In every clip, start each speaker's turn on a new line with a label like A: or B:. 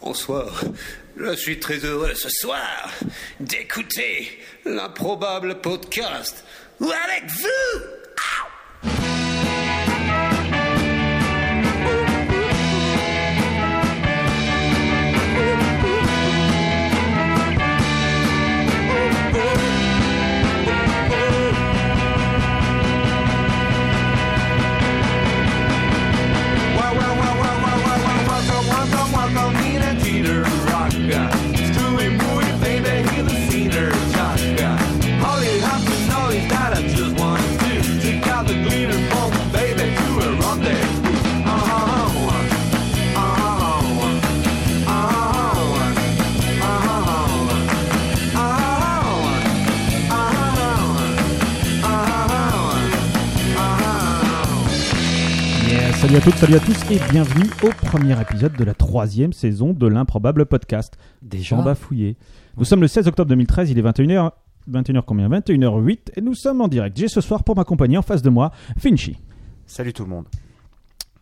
A: Bonsoir. Je suis très heureux ce soir d'écouter l'improbable podcast ou avec vous.
B: Salut à toutes, salut à tous et bienvenue au premier épisode de la troisième saison de l'improbable podcast.
C: Déjà
B: Jean Bafouillé. Nous sommes le 16 octobre 2013, il est 21h. 21h combien 21h08 et nous sommes en direct. J'ai ce soir pour m'accompagner en face de moi Finchy.
D: Salut tout le monde.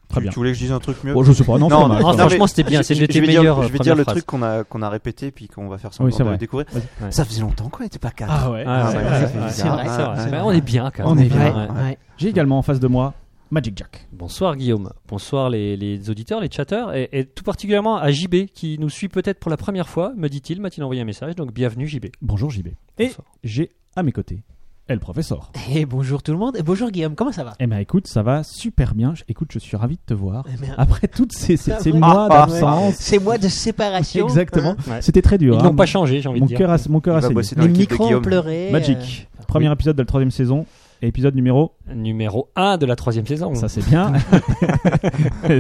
B: Très
D: tu,
B: bien.
D: tu voulais que je dise un truc mieux
B: Bon, je sais pas, non,
D: Non,
B: c'est
D: non,
B: mal,
D: non,
B: quand même.
D: mais
C: franchement, c'était bien. C'est une de
D: Je
C: tes
D: vais dire,
C: meilleures.
D: je vais
C: euh,
D: dire le
C: premières
D: truc qu'on a, qu'on a répété puis qu'on va faire
B: Oui,
D: semblant
B: c'est
D: de
B: vrai.
D: découvrir.
B: Vas-y.
C: Ouais.
D: Ça faisait longtemps qu'on n'était pas quatre.
B: Ah ouais,
C: Ah,
B: c'est
C: ouais,
B: vrai,
C: ouais,
B: c'est
C: ouais,
B: vrai.
C: c'est vrai, c'est vrai. Bah, On est bien quand même.
B: ah. On est bien.
C: Ouais.
B: J'ai également en face de moi Magic Jack.
C: Bonsoir Guillaume, bonsoir les, les auditeurs, les chatteurs, et, et tout particulièrement à JB qui nous suit peut-être pour la première fois, me dit-il, m'a-t-il envoyé un message, donc bienvenue JB.
B: Bonjour JB. Et
C: Bonsoir.
B: j'ai à mes côtés El Professeur.
E: Et bonjour tout le monde, et bonjour Guillaume, comment ça va
B: Eh ben écoute, ça va super bien. Je- Écoute, je suis ravi de te voir.
E: Eh bien,
B: Après toutes ces, ces- ces
E: Ah,
B: mois
D: ah,
B: d'absence.
E: Ces mois de séparation.
B: Exactement.
E: hein.
C: Ouais.
B: C'était très dur.
C: Ils
B: hein.
C: n'ont pas changé, j'ai envie
B: Mon
C: de dire.
B: cœur a, mon cœur a
D: Il va
B: saigné.
D: bosser dans
E: les
D: l'équipe de
E: micros ont
D: Guillaume.
E: pleuré. euh,
B: Magic. Premier épisode de la troisième saison. Épisode numéro,
C: Numéro 1 de la troisième saison.
B: ça c'est bien.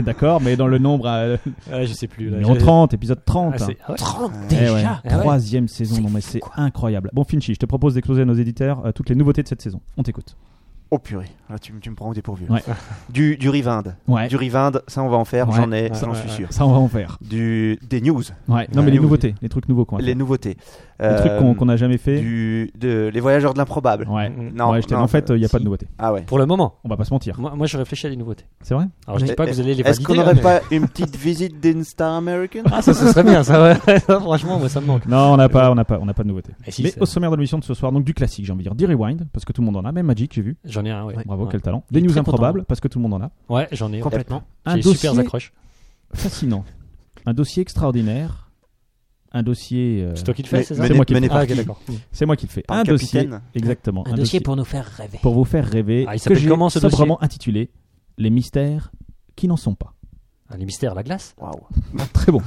B: D'accord, mais dans le nombre euh,
C: Ah, je sais plus. là,
B: numéro
C: je-
B: 30, épisode 30.
C: Ah, c'est- ah ouais.
E: 30
B: Eh ouais,
E: déjà.
C: Ah ouais.
B: Troisième saison,
E: C'est
B: non mais c'est incroyable. Bon Finchy, je te propose d'exposer à nos éditeurs euh, toutes les nouveautés de cette saison. On t'écoute.
D: Oh purée, Ah, tu, me- tu me prends au dépourvu.
B: Ouais.
D: Du, du Rivinde.
B: Ouais.
D: Du Rivinde, ça on va en faire,
B: Ouais.
D: j'en ai,
C: Ouais,
D: ça j'en
C: ouais,
D: suis
C: ouais.
D: sûr.
B: Ça on va en faire.
D: Du, des news,
B: Ouais. Non mais
D: Ouais.
B: les
D: Nouveautés.
B: nouveautés, les trucs nouveaux quoi.
D: les
B: Les
D: nouveautés. Euh,
B: trucs qu'on qu'on n'a jamais fait.
D: du, de, Les voyageurs de l'improbable.
B: Ouais.
C: Mm.
D: Non,
B: Ouais, je t'ai-
D: non,
B: en fait, il n'y a pas de
C: si.
B: nouveautés.
D: Ah ouais.
C: Pour le moment,
B: On va pas se mentir.
C: moi, moi je réfléchis à des nouveautés.
B: C'est vrai
C: Alors je dis
D: Mais-
C: pas que vous allez les
D: Est-ce
C: valider.
D: qu'on
C: hein,
D: n'aurait
C: mais-
D: pas une petite visite d'Insta American
C: Ah, ça, ce serait bien, ça, ouais. Ça, Franchement, moi ça me manque.
B: Non, on n'a pas, on n'a pas, on n'a pas de nouveautés.
C: Mais si,
B: mais
C: c'est-
B: au sommaire de l'émission de ce soir, donc du classique, j'ai envie de dire, du rewind parce que tout le monde en a. Même Magic, j'ai vu.
C: J'en ai un, ouais.
B: Bravo,
C: ouais.
B: quel talent. Des
E: est
B: news
E: très content.
B: improbables parce que tout le monde en a.
C: Ouais, j'en ai. ouais.
E: Complètement.
B: un
C: J'ai des
B: dossier
C: super accroches.
B: fascinant, un dossier extraordinaire, un dossier. euh,
C: C'est toi qui le
D: Mais-
C: fais, c'est ça
B: c'est
D: mené-
B: moi qui le
D: mené
B: fais.
D: par
C: Ah, ok,
D: qui
C: d'accord.
B: C'est moi qui le fais.
D: Par
B: un
D: le
B: dossier,
D: capitaine
B: exactement.
E: Un, dossier pour nous faire rêver.
B: pour vous faire rêver.
C: Ah, il
B: que
C: s'appelle
B: j'ai
C: comment, ce
B: sobrement intitulé Les mystères qui n'en sont pas.
C: Ah, les mystères, la glace.
D: Waouh.
B: Très bon,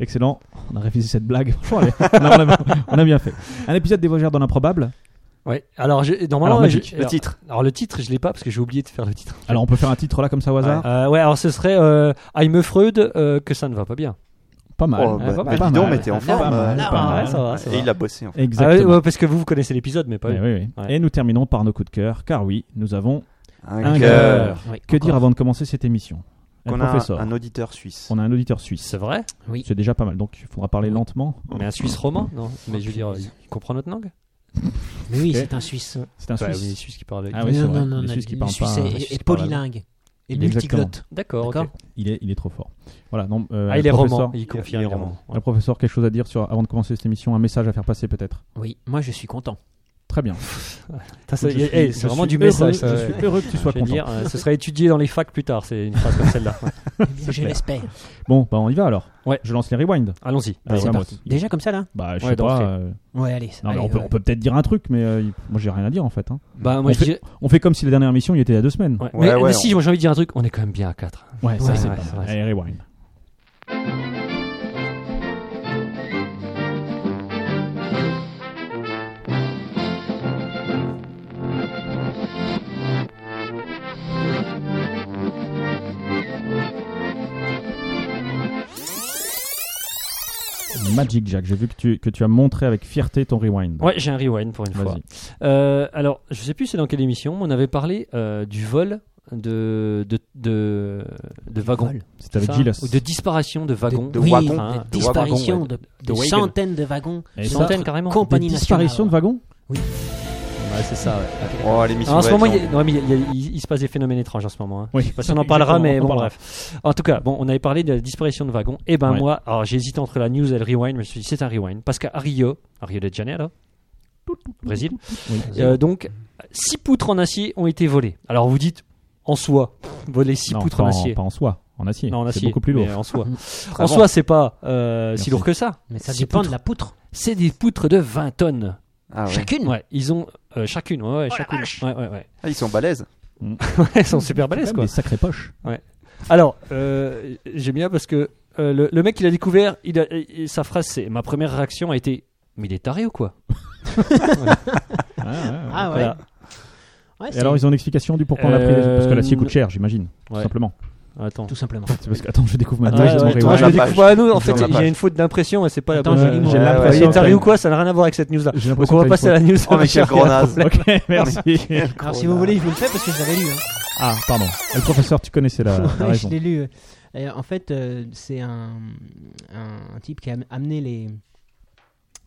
B: excellent. On a révisé cette blague. Franchement, elle est- on, a, on a- on a bien fait. Un épisode des voyageurs dans l'improbable.
C: Ouais. Alors, j'ai- normalement,
B: Alors,
C: je-
B: Magic, le
C: alors-
B: titre.
C: Alors, le titre, je l'ai pas parce que j'ai oublié de faire le titre.
B: Alors, on peut faire un titre là comme ça au hasard.
C: Euh, ouais, alors ce serait euh, I'm Freud euh, que ça ne va pas bien.
B: Pas mal.
D: Oh,
C: ouais,
D: bah,
C: pas
D: bah,
C: mal.
D: dis donc,
B: Pas
D: mais t'es en
C: mal.
D: forme.
B: Pas mal,
D: euh,
E: Ah,
B: pas mal.
C: ouais, ça va, ça
D: Et
C: va.
D: il a bossé en fait.
C: Ah, ouais,
B: Exactement.
C: ouais, parce que vous, vous connaissez l'épisode, mais pas
B: Eh
C: eux.
B: oui, oui.
C: Ouais.
B: Et nous terminons par nos coups de cœur, car oui, nous avons Un
D: Un cœur.
E: Oui, Ah
B: que
E: encore.
B: dire avant de commencer cette émission. Un
D: Qu'on a un,
B: professeur,
D: un auditeur suisse.
B: on a un auditeur suisse.
C: C'est vrai
E: Oui.
B: C'est déjà pas mal, donc il faudra parler lentement.
C: Mais un Suisse roman Non, mais je veux dire, euh, il comprend notre langue
E: Mais oui, c'est un Suisse.
B: C'est un
C: Ouais,
B: Suisse.
C: Bah oui, les Suisses qui parlent.
B: Ah Bah oui, c'est
E: non,
B: vrai.
E: non, non,
B: Les
E: non,
B: Suisses qui
E: le
B: parlent
E: Suisse
B: pas-
E: est-
B: les
E: est,
B: Suisses qui parlent
E: polylingue et
B: Exactement.
E: multiglotte.
C: D'accord, ok.
E: D'accord.
B: Il est, il est trop fort. Voilà. Non, euh,
C: Ah, il est
B: professeur-
C: roman. Il confirme,
D: il
C: il
D: est
C: est roman.
B: Le professeur, quelque chose à dire sur, avant de commencer cette émission, un message à faire passer peut-être.
E: Oui, moi je suis content.
B: Très bien.
C: Ça, ça,
B: Je suis-
C: eh,
B: je
C: C'est vraiment
B: suis
C: du
B: heureux-
C: message.
B: Je
C: ça, ouais.
B: suis heureux que tu sois
C: Je veux
B: content.
C: dire, euh, ce serait étudié dans les facs plus tard, c'est une phrase comme celle-là.
E: Eh bien, je
B: clair.
E: l'espère.
B: Bon, bah on y va alors.
C: Ouais.
B: Je lance les rewind.
C: Allons-y.
B: Allez,
C: C'est
B: à
C: parti.
B: moi.
E: Déjà comme ça là
B: Bah, je
C: Ouais, Ah,
B: sais
C: d'entrée.
B: pas. euh,
E: Ouais, allez. ça-
B: Non, mais
E: allez,
B: on peut,
E: ouais.
B: on peut peut-être dire un truc, mais euh, il- moi j'ai rien à dire en fait. hein.
C: Bah, moi,
B: On
C: je
B: fait-
C: dirais-
B: On fait comme si la dernière émission il était il y a deux semaines.
C: ouais.
D: Ouais,
C: Mais-
D: ouais,
C: mais
D: on-
C: si, moi, j'ai envie de dire un truc, on est quand même bien à 4.
B: Ouais, ça
E: Ouais,
B: c'est
C: ouais,
B: pas
C: c'est
B: mal.
C: vrai.
B: Allez, rewind. Magic Jack, j'ai vu que tu, que tu as montré avec fierté ton rewind.
C: Ouais, j'ai un rewind pour une
B: Vas-y.
C: fois. Euh, alors, je sais plus c'est dans quelle émission, mais on avait parlé euh, du vol de, de, de, de wagons.
E: vol.
B: C'était avec
C: Ça,
B: Gilles.
C: Ou de disparition de wagons.
D: de
E: oui,
D: wagons.
E: des
C: Hein, de
E: disparitions
C: wagons,
E: de,
C: de
E: de
C: wagons.
E: centaines de wagons.
B: Et
E: de
B: centaines,
E: notre
C: carrément.
B: Des
E: Compagnie nationale.
B: disparitions de wagons
E: Oui.
C: Ouais, c'est ça, ouais.
D: Oh, l'émission.
C: Alors, Ah, en
D: va
C: ce moment,
D: être
C: il, y a-
D: longue.
C: non, mais il y a- il- il se passe des phénomènes étranges en ce moment. hein.
B: Oui.
C: Je sais pas si on en parlera,
B: Exactement,
C: mais
B: on
C: bon,
B: parlera.
C: bref. En tout cas, bon, on avait parlé de la disparition de wagons. Et ben
B: Ouais.
C: moi, alors j'hésite entre la news et le rewind, mais je me suis dit c'est un rewind. Parce qu'à Rio, à Rio de Janeiro, Brésil,
B: Oui.
C: euh, donc, six poutres en acier ont été volées. Alors vous dites, en soi, voler six
B: Non,
C: poutres
B: pas
C: en acier.
B: Pas en soie, en acier.
C: Non, en
B: C'est
C: acier.
B: beaucoup plus lourd.
C: mais euh, en soi,
D: Très
C: en
D: bon.
C: soi c'est pas euh,
B: Merci.
C: si lourd que ça.
E: Mais ça
C: Six
E: dépend
C: poutres.
E: de la poutre.
C: C'est des poutres de 20 tonnes.
D: Ah, ouais.
E: Chacune
C: Ouais, ils ont euh, chacune. Ouais, ouais,
E: Oh la
C: chacune.
E: vache.
C: Ouais, ouais, ouais.
D: Ah, ils sont balèzes.
C: Elles sont super balèzes,
B: C'est
C: quoi.
B: Des sacrées poches.
C: Alors, euh, j'aime bien parce que euh, le, le mec, il a découvert, il a- il- sa phrase, c'est ma première réaction a été Mais il est taré ou quoi
B: Ah, ouais, ouais.
E: Ah ouais.
C: Voilà.
E: Ouais,
B: Et
E: c'est-
B: alors, ils ont une explication du pourquoi on l'a pris
C: Euh,
B: Parce que l'acier coûte cher, j'imagine.
C: Ouais. Ah
B: Tout simplement.
C: Attends.
E: Tout simplement.
B: C'est parce que, attends, je découvre ma
C: Attends,
D: Ouais,
C: attends,
D: ouais,
C: attends,
D: tourne
C: je
D: la
C: le découvre
D: page.
C: pas à nous. En fait,
D: Tourne la
C: il y a
D: page.
C: une faute d'impression et c'est pas la
E: Attends,
C: bonne.
E: je lis mon-
B: J'ai
E: Ouais,
C: Il
B: l'impression.
C: est taré ou quoi Ça n'a rien à voir avec cette news-là.
B: J'ai
C: Donc
B: l'impression
C: on va
B: que
C: passer à
B: t'as
C: la news.
D: Oh, mais quel gros naze.
B: une faute. Ok, merci.
E: Alors, si vous voulez, je vous le fais parce que je l'avais lu. hein.
B: Ah, pardon. Le professeur, tu connaissais la, la
E: Ouais, je
B: raison.
E: l'ai lu. euh. Et en fait, euh, c'est un, un, un type qui a am- amené les.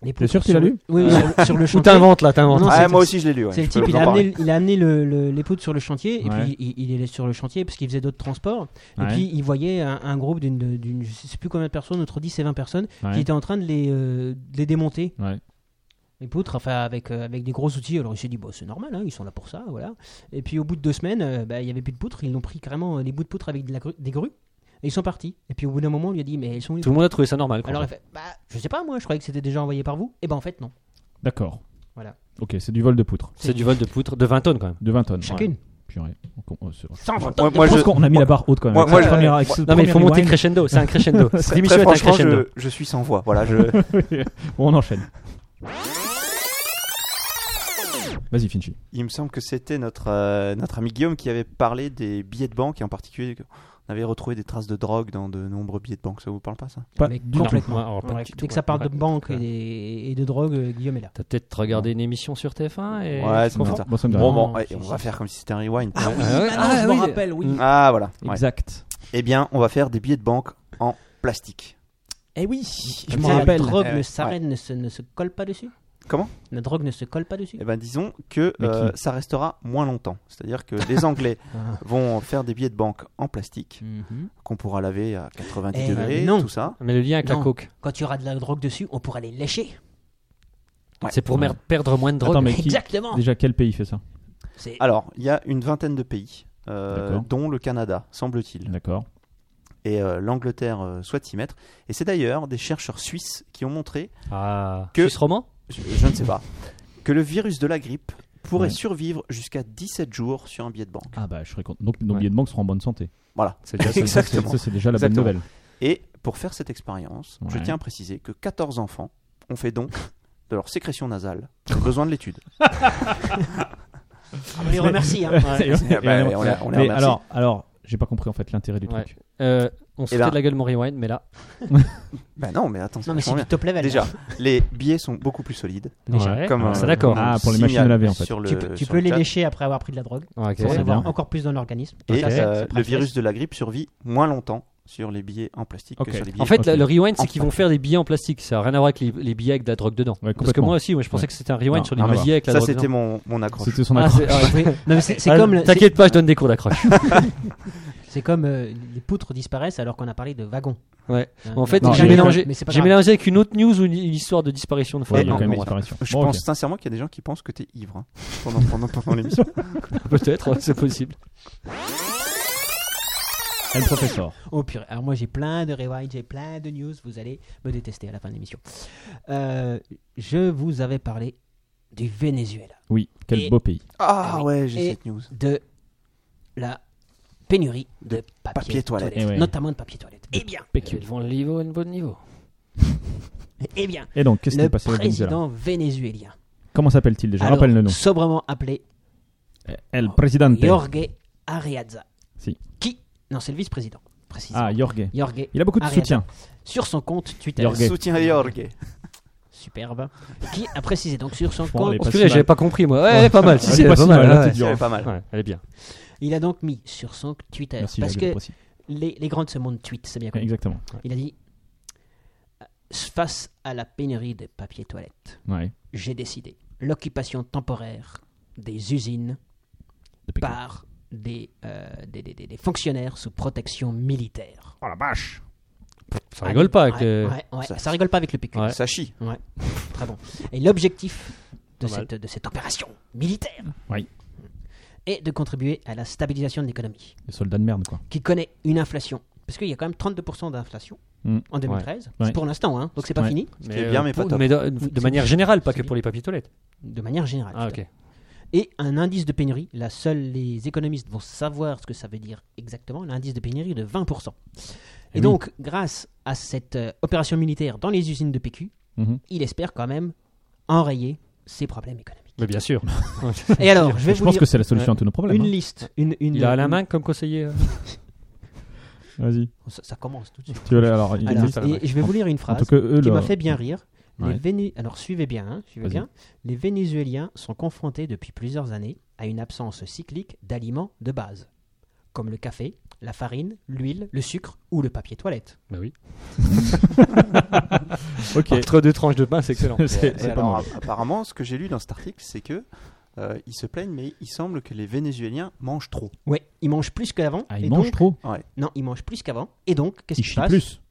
E: les poutres
B: sûr que tu
E: sur
B: l'as
E: le-
B: lu
E: Oui, oui, sur, sur le
C: Ou
E: chantier.
C: t'inventes là, t'inventes.
E: Non,
D: Ah,
E: c'est-
D: moi aussi, je l'ai lu. ouais.
E: C'est le
D: Je peux
E: type, il
D: vous
E: a
D: en parler.
E: amené, il a amené le, le- les poutres sur le chantier, et
B: Ouais.
E: puis il, il est sur le chantier parce qu'il faisait d'autres transports, et
B: Ouais.
E: puis il voyait un, un groupe d'une, d'une, je sais plus combien de personnes, entre 10 et 20 personnes, qui
B: Ouais.
E: étaient en train de les, euh, de les démonter,
B: Ouais.
E: les poutres, enfin avec, euh, avec des gros outils. Alors il s'est dit, bon, c'est normal, hein, ils sont là pour ça, voilà. Et puis au bout de deux semaines, euh, bah, il n'y avait plus de poutres, ils l'ont pris carrément euh, les bouts de poutres avec de la gru- des grues, et ils sont partis. Et puis au bout d'un moment, on lui a dit, mais elles sont où
C: Tout le monde a trouvé ça normal. quoi.
E: Alors il fait, bah, je sais pas, moi, je croyais que c'était déjà envoyé par vous, et ben en fait, non,
B: D'accord.
E: Voilà.
B: Ok, c'est du vol de poutre.
C: c'est du vol de poutres de 20 tonnes quand même.
B: De 20 tonnes.
E: chacune.
B: Ouais. Purée. On com- oh, c'est-
E: Sans
D: Moi, moi,
B: je pense
D: je-
B: qu'on a mis la barre haute quand même.
D: Moi- moi,
B: Avec
D: je-
B: cette première-
D: moi-
B: avec ce
C: Non, mais il faut
B: premier
C: monter
B: rewind.
C: crescendo. C'est un crescendo. Cette
D: Très,
C: émission est un
D: franchement,
C: crescendo.
D: je, je suis sans voix. Voilà, je...
B: Bon, on enchaîne. Vas-y, Finchi.
D: Il me semble que c'était notre, euh, notre ami Guillaume qui avait parlé des billets de banque et en particulier on avait retrouvé des traces de drogue dans de nombreux billets de banque. Ça vous parle pas ça
B: Pas
E: Mais
B: du tout.
E: complètement.
C: Ouais, alors, pas
E: Ouais,
C: du tout,
E: dès que ça parle
C: ouais.
E: de banque et, et de drogue, euh, Guillaume est là.
C: T'as peut-être regardé une émission sur TF1 et
D: Ouais,
C: tu
D: c'est
C: comprends.
D: comme ça.
B: Bon, ça me dit
D: Bon,
B: rien.
E: Bah,
D: bon,
E: non,
D: ouais,
E: si,
D: on
E: si,
D: va
E: si.
D: faire comme si c'était un rewind.
E: Ah oui,
C: Ah ouais,
E: maintenant,
C: ah
E: je me
C: oui.
E: rappelle, oui.
C: Mm.
D: Ah, voilà. ouais.
B: Exact.
D: Eh bien, on va faire des billets de banque en plastique.
E: Eh oui, je
D: Comme
E: me
D: ça, la
E: rappelle. La
D: drogue
E: drogue
D: ne
E: ne
D: s'arrête,
E: ne, se, colle pas dessus.
D: Comment
E: La drogue ne se colle pas dessus.
D: Eh ben, disons que
B: Mais qui
D: euh, ça restera moins longtemps. C'est-à-dire que les Anglais vont faire des billets de banque en plastique
E: Mhm.
D: qu'on pourra laver à 90
E: Eh,
D: degrés,
E: non.
D: tout ça.
C: Ah, Mais le lien avec la
E: Non.
C: coke,
E: Quand il y aura de la drogue dessus, on pourra les lécher.
D: Ouais.
C: c'est pour
B: Ouais.
C: mer- perdre moins de drogue.
B: Attends, mais qui-
E: Exactement.
B: Déjà, quel pays fait ça
E: C'est-
D: Alors, il y a une vingtaine de pays, euh,
B: D'accord.
D: dont le Canada, semble-t-il,
B: D'accord.
D: et euh, l'Angleterre euh, souhaite s'y mettre. Et c'est d'ailleurs des chercheurs suisses qui ont montré,
C: Ah,
D: Que-
C: Suisse roman
D: je, je ne sais pas, que le virus de la grippe pourrait
B: Ouais.
D: survivre jusqu'à 17 jours sur un billet de banque.
B: Ah bah, je serais content. Donc, nos
C: Ouais.
B: billets de banque seront en bonne santé.
D: Voilà.
C: C'est déjà
B: Ça, ça, c'est-
D: Exactement.
B: Ça, c'est déjà la
D: Exactement.
B: bonne nouvelle.
D: Et pour faire cette expérience, je
B: Ouais.
D: tiens à préciser que 14 enfants ont fait don de leur sécrétion nasale pour besoin de l'étude.
E: on les remercie. hein.
B: Et-
D: bah,
B: et-
D: ouais, on les- on les
B: mais
D: remercie.
B: alors, alors, j'ai pas compris en fait l'intérêt du
C: Ouais.
B: truc.
C: Euh, on se
D: Eh
C: fait
D: ben-
C: de la gueule mon rewind, mais là.
D: Ben non, mais attends,
E: Non, mais
D: ça
E: c'est
D: prend
E: du
D: bien.
E: top level.
D: Déjà,
E: là.
D: les billets sont beaucoup plus solides.
E: Déjà.
C: Ouais,
D: Comme,
C: ça
D: euh,
C: d'accord.
D: on
B: Ah, pour les
D: signale
B: machines à laver, en fait.
D: sur le-
E: Tu peux, tu
D: sur
E: peux
D: le
E: les
D: chat.
E: lécher après avoir pris de la drogue.
C: Ok.
E: Pour en
B: c'est
E: avoir
B: bien.
E: encore plus dans l'organisme.
D: Et
E: Donc là, c'est-
D: euh,
E: c'est
D: le
E: pratique.
D: virus de la grippe survit moins longtemps sur les billets en plastique
B: Ok.
D: que sur les billets.
C: En fait,
B: Ok.
C: le- le rewind, c'est
D: En
C: qu'ils vont faire des billets en plastique. Ça n'a rien à voir avec les, les billets avec de la drogue dedans.
B: Ouais,
C: Parce que
B: complètement.
C: moi aussi, moi, je pensais
B: Ouais.
C: que c'était un rewind
B: Non,
C: sur les
D: non, Ah, mais
C: billets avec la
D: ça,
C: drogue
D: c'était
C: dedans.
D: mon, mon accroche.
B: C'était son
C: Ah,
B: accroche.
C: c'est- ah,
E: Euh, Oui. Non, mais c'est c'est
C: Ah,
E: comme, le-
C: T'inquiète pas, je donne des cours d'accroche.
E: c'est- c'est comme euh, les poutres disparaissent alors qu'on a parlé de wagons.
C: Ouais.
E: Hein,
C: En fait,
B: Non,
C: j'ai
B: mais-
C: mélangé,
E: mais c'est pas
C: j'ai
E: grave.
C: mélangé avec une autre news ou une, une histoire de disparition de
B: Ouais,
C: fois.
B: il y a
E: Ah,
D: non,
B: quand même
D: non,
B: une disparition.
D: Je
B: Bon, ok.
D: pense sincèrement qu'il y a des gens qui pensent que t'es ivre hein, pendant, pendant, pendant l'émission.
C: Peut-être, ouais, c'est possible.
B: Elle professeur.
E: Oh purée, alors moi j'ai plein de rewinds, j'ai plein de news, vous allez me détester à la fin de l'émission. Euh, je vous avais parlé du Venezuela,
B: Oui, quel
E: Et-
B: beau pays.
D: Ah ouais, j'ai
E: Et-
D: cette news.
E: de la pénurie de, papier,
D: papier toilette.
E: toilette,
B: Eh ouais.
E: notamment de papier toilette. Eh bien,
C: Ils vont le niveau à un bon niveau.
E: eh bien,
B: Et donc, qu'est-ce qui
E: le
B: est passé au Venezuela
E: président vénézuélien,
B: Comment s'appelle-t-il déjà
E: alors,
B: Rappelle le nom.
E: sobrement appelé
B: El Presidente.
E: Jorge Ariadza,
B: Si.
E: qui, non c'est le vice-président, précisément,
B: Ah, Jorge.
E: Jorge,
B: Il a beaucoup de
E: Ariadne.
B: soutien.
E: sur son compte Twitter,
B: Jorge.
D: Soutien à Jorge.
E: superbe, qui a précisé donc sur son
B: Bon,
E: compte
B: allez,
C: Oh,
B: Pas si
C: purée,
B: mal.
C: j'avais pas compris moi. Ouais, elle est pas mal. Si,
B: Elle
C: si,
B: est
C: elle
B: pas
C: est pas
B: si
C: mal.
B: mal, la
C: ouais.
B: petite
D: C'est pas mal.
C: Ouais, Elle est bien.
E: Il a donc mis sur son Twitter,
B: Merci,
E: parce
B: Jorge
E: que
B: Précis.
E: les, les grandes se montent tweet, c'est bien connu.
B: Exactement.
E: Il a dit Face à la pénurie de papier toilette,
B: Ouais.
E: j'ai décidé l'occupation temporaire des usines
B: de Pékin.
E: par des, euh, des, des- des- des fonctionnaires sous protection militaire.
B: Oh la vache
C: Ah, Ça rigole pas avec
E: Ouais,
C: les-
E: ouais, ouais,
D: Ça-
E: ça, rigole pas avec le PQ.
C: Ouais.
D: Ça chie.
E: Très bon. Et l'objectif de
C: Pas mal.
E: cette, de cette opération militaire
B: Oui.
E: est de contribuer à la stabilisation de l'économie,
B: Les soldats de merde, quoi.
E: qui connaît une inflation. Parce qu'il y a quand même 32% d'inflation
C: Hmm.
B: Mm.
E: en 2013.
B: Ouais.
E: C'est pour l'instant, hein, donc c'est pas
B: Ouais.
E: fini,
D: qui est bien, mais pas
C: pour-
D: top.
C: de, de
E: Oui, c'est
C: manière
E: bien.
C: générale, pas
E: C'est
C: que
E: bien.
C: pour les papiers toilettes.
E: de manière générale.
C: Ah,
E: tout à
C: ok.
E: et un indice de pénurie. Là, seuls les économistes vont savoir ce que ça veut dire exactement, l'indice de pénurie de 20%. Et,
B: Eh oui.
E: donc, grâce à cette euh, opération militaire dans les usines de PQ,
B: Mhm.
E: il espère quand même enrayer ces problèmes économiques.
C: Mais bien sûr.
E: Et alors, je vais
B: Je,
E: vous
B: pense
E: dire
B: que c'est la solution à tous nos problèmes.
E: une
B: hein.
E: liste. Une, une,
C: Il a Alain
E: une-
C: Minc comme conseiller. euh.
B: Vas-y.
E: Ça, ça commence tout de suite.
B: Tu veux aller- alors, il
E: Alors,
B: existe-
E: et je vais vous lire une
B: En tout
E: phrase
B: cas, eux,
E: qui
B: là-
E: m'a fait bien rire. Les
B: Ouais.
E: Véné- Alors suivez bien, hein, suivez
B: Vas-y.
E: bien. Les Vénézuéliens sont confrontés depuis plusieurs années à une absence cyclique d'aliments de base, comme le café, la farine, l'huile, le sucre ou le papier toilette.
C: Bah oui.
B: Ok.
C: Entre deux tranches de pain, c'est excellent.
B: C'est-
D: Et
B: c'est pas
D: alors,
B: mal.
D: app- apparemment, ce que j'ai lu dans cet article, c'est que euh, ils se plaignent, mais il semble que les Vénézuéliens mangent trop.
E: Ouais, ils mangent plus qu'avant.
B: Ah,
E: et
B: ils mangent
E: donc-
B: trop.
E: Non, ils mangent plus qu'avant. Et donc, qu'est-ce
B: Ils
E: qui se
B: chient
E: passe
B: plus.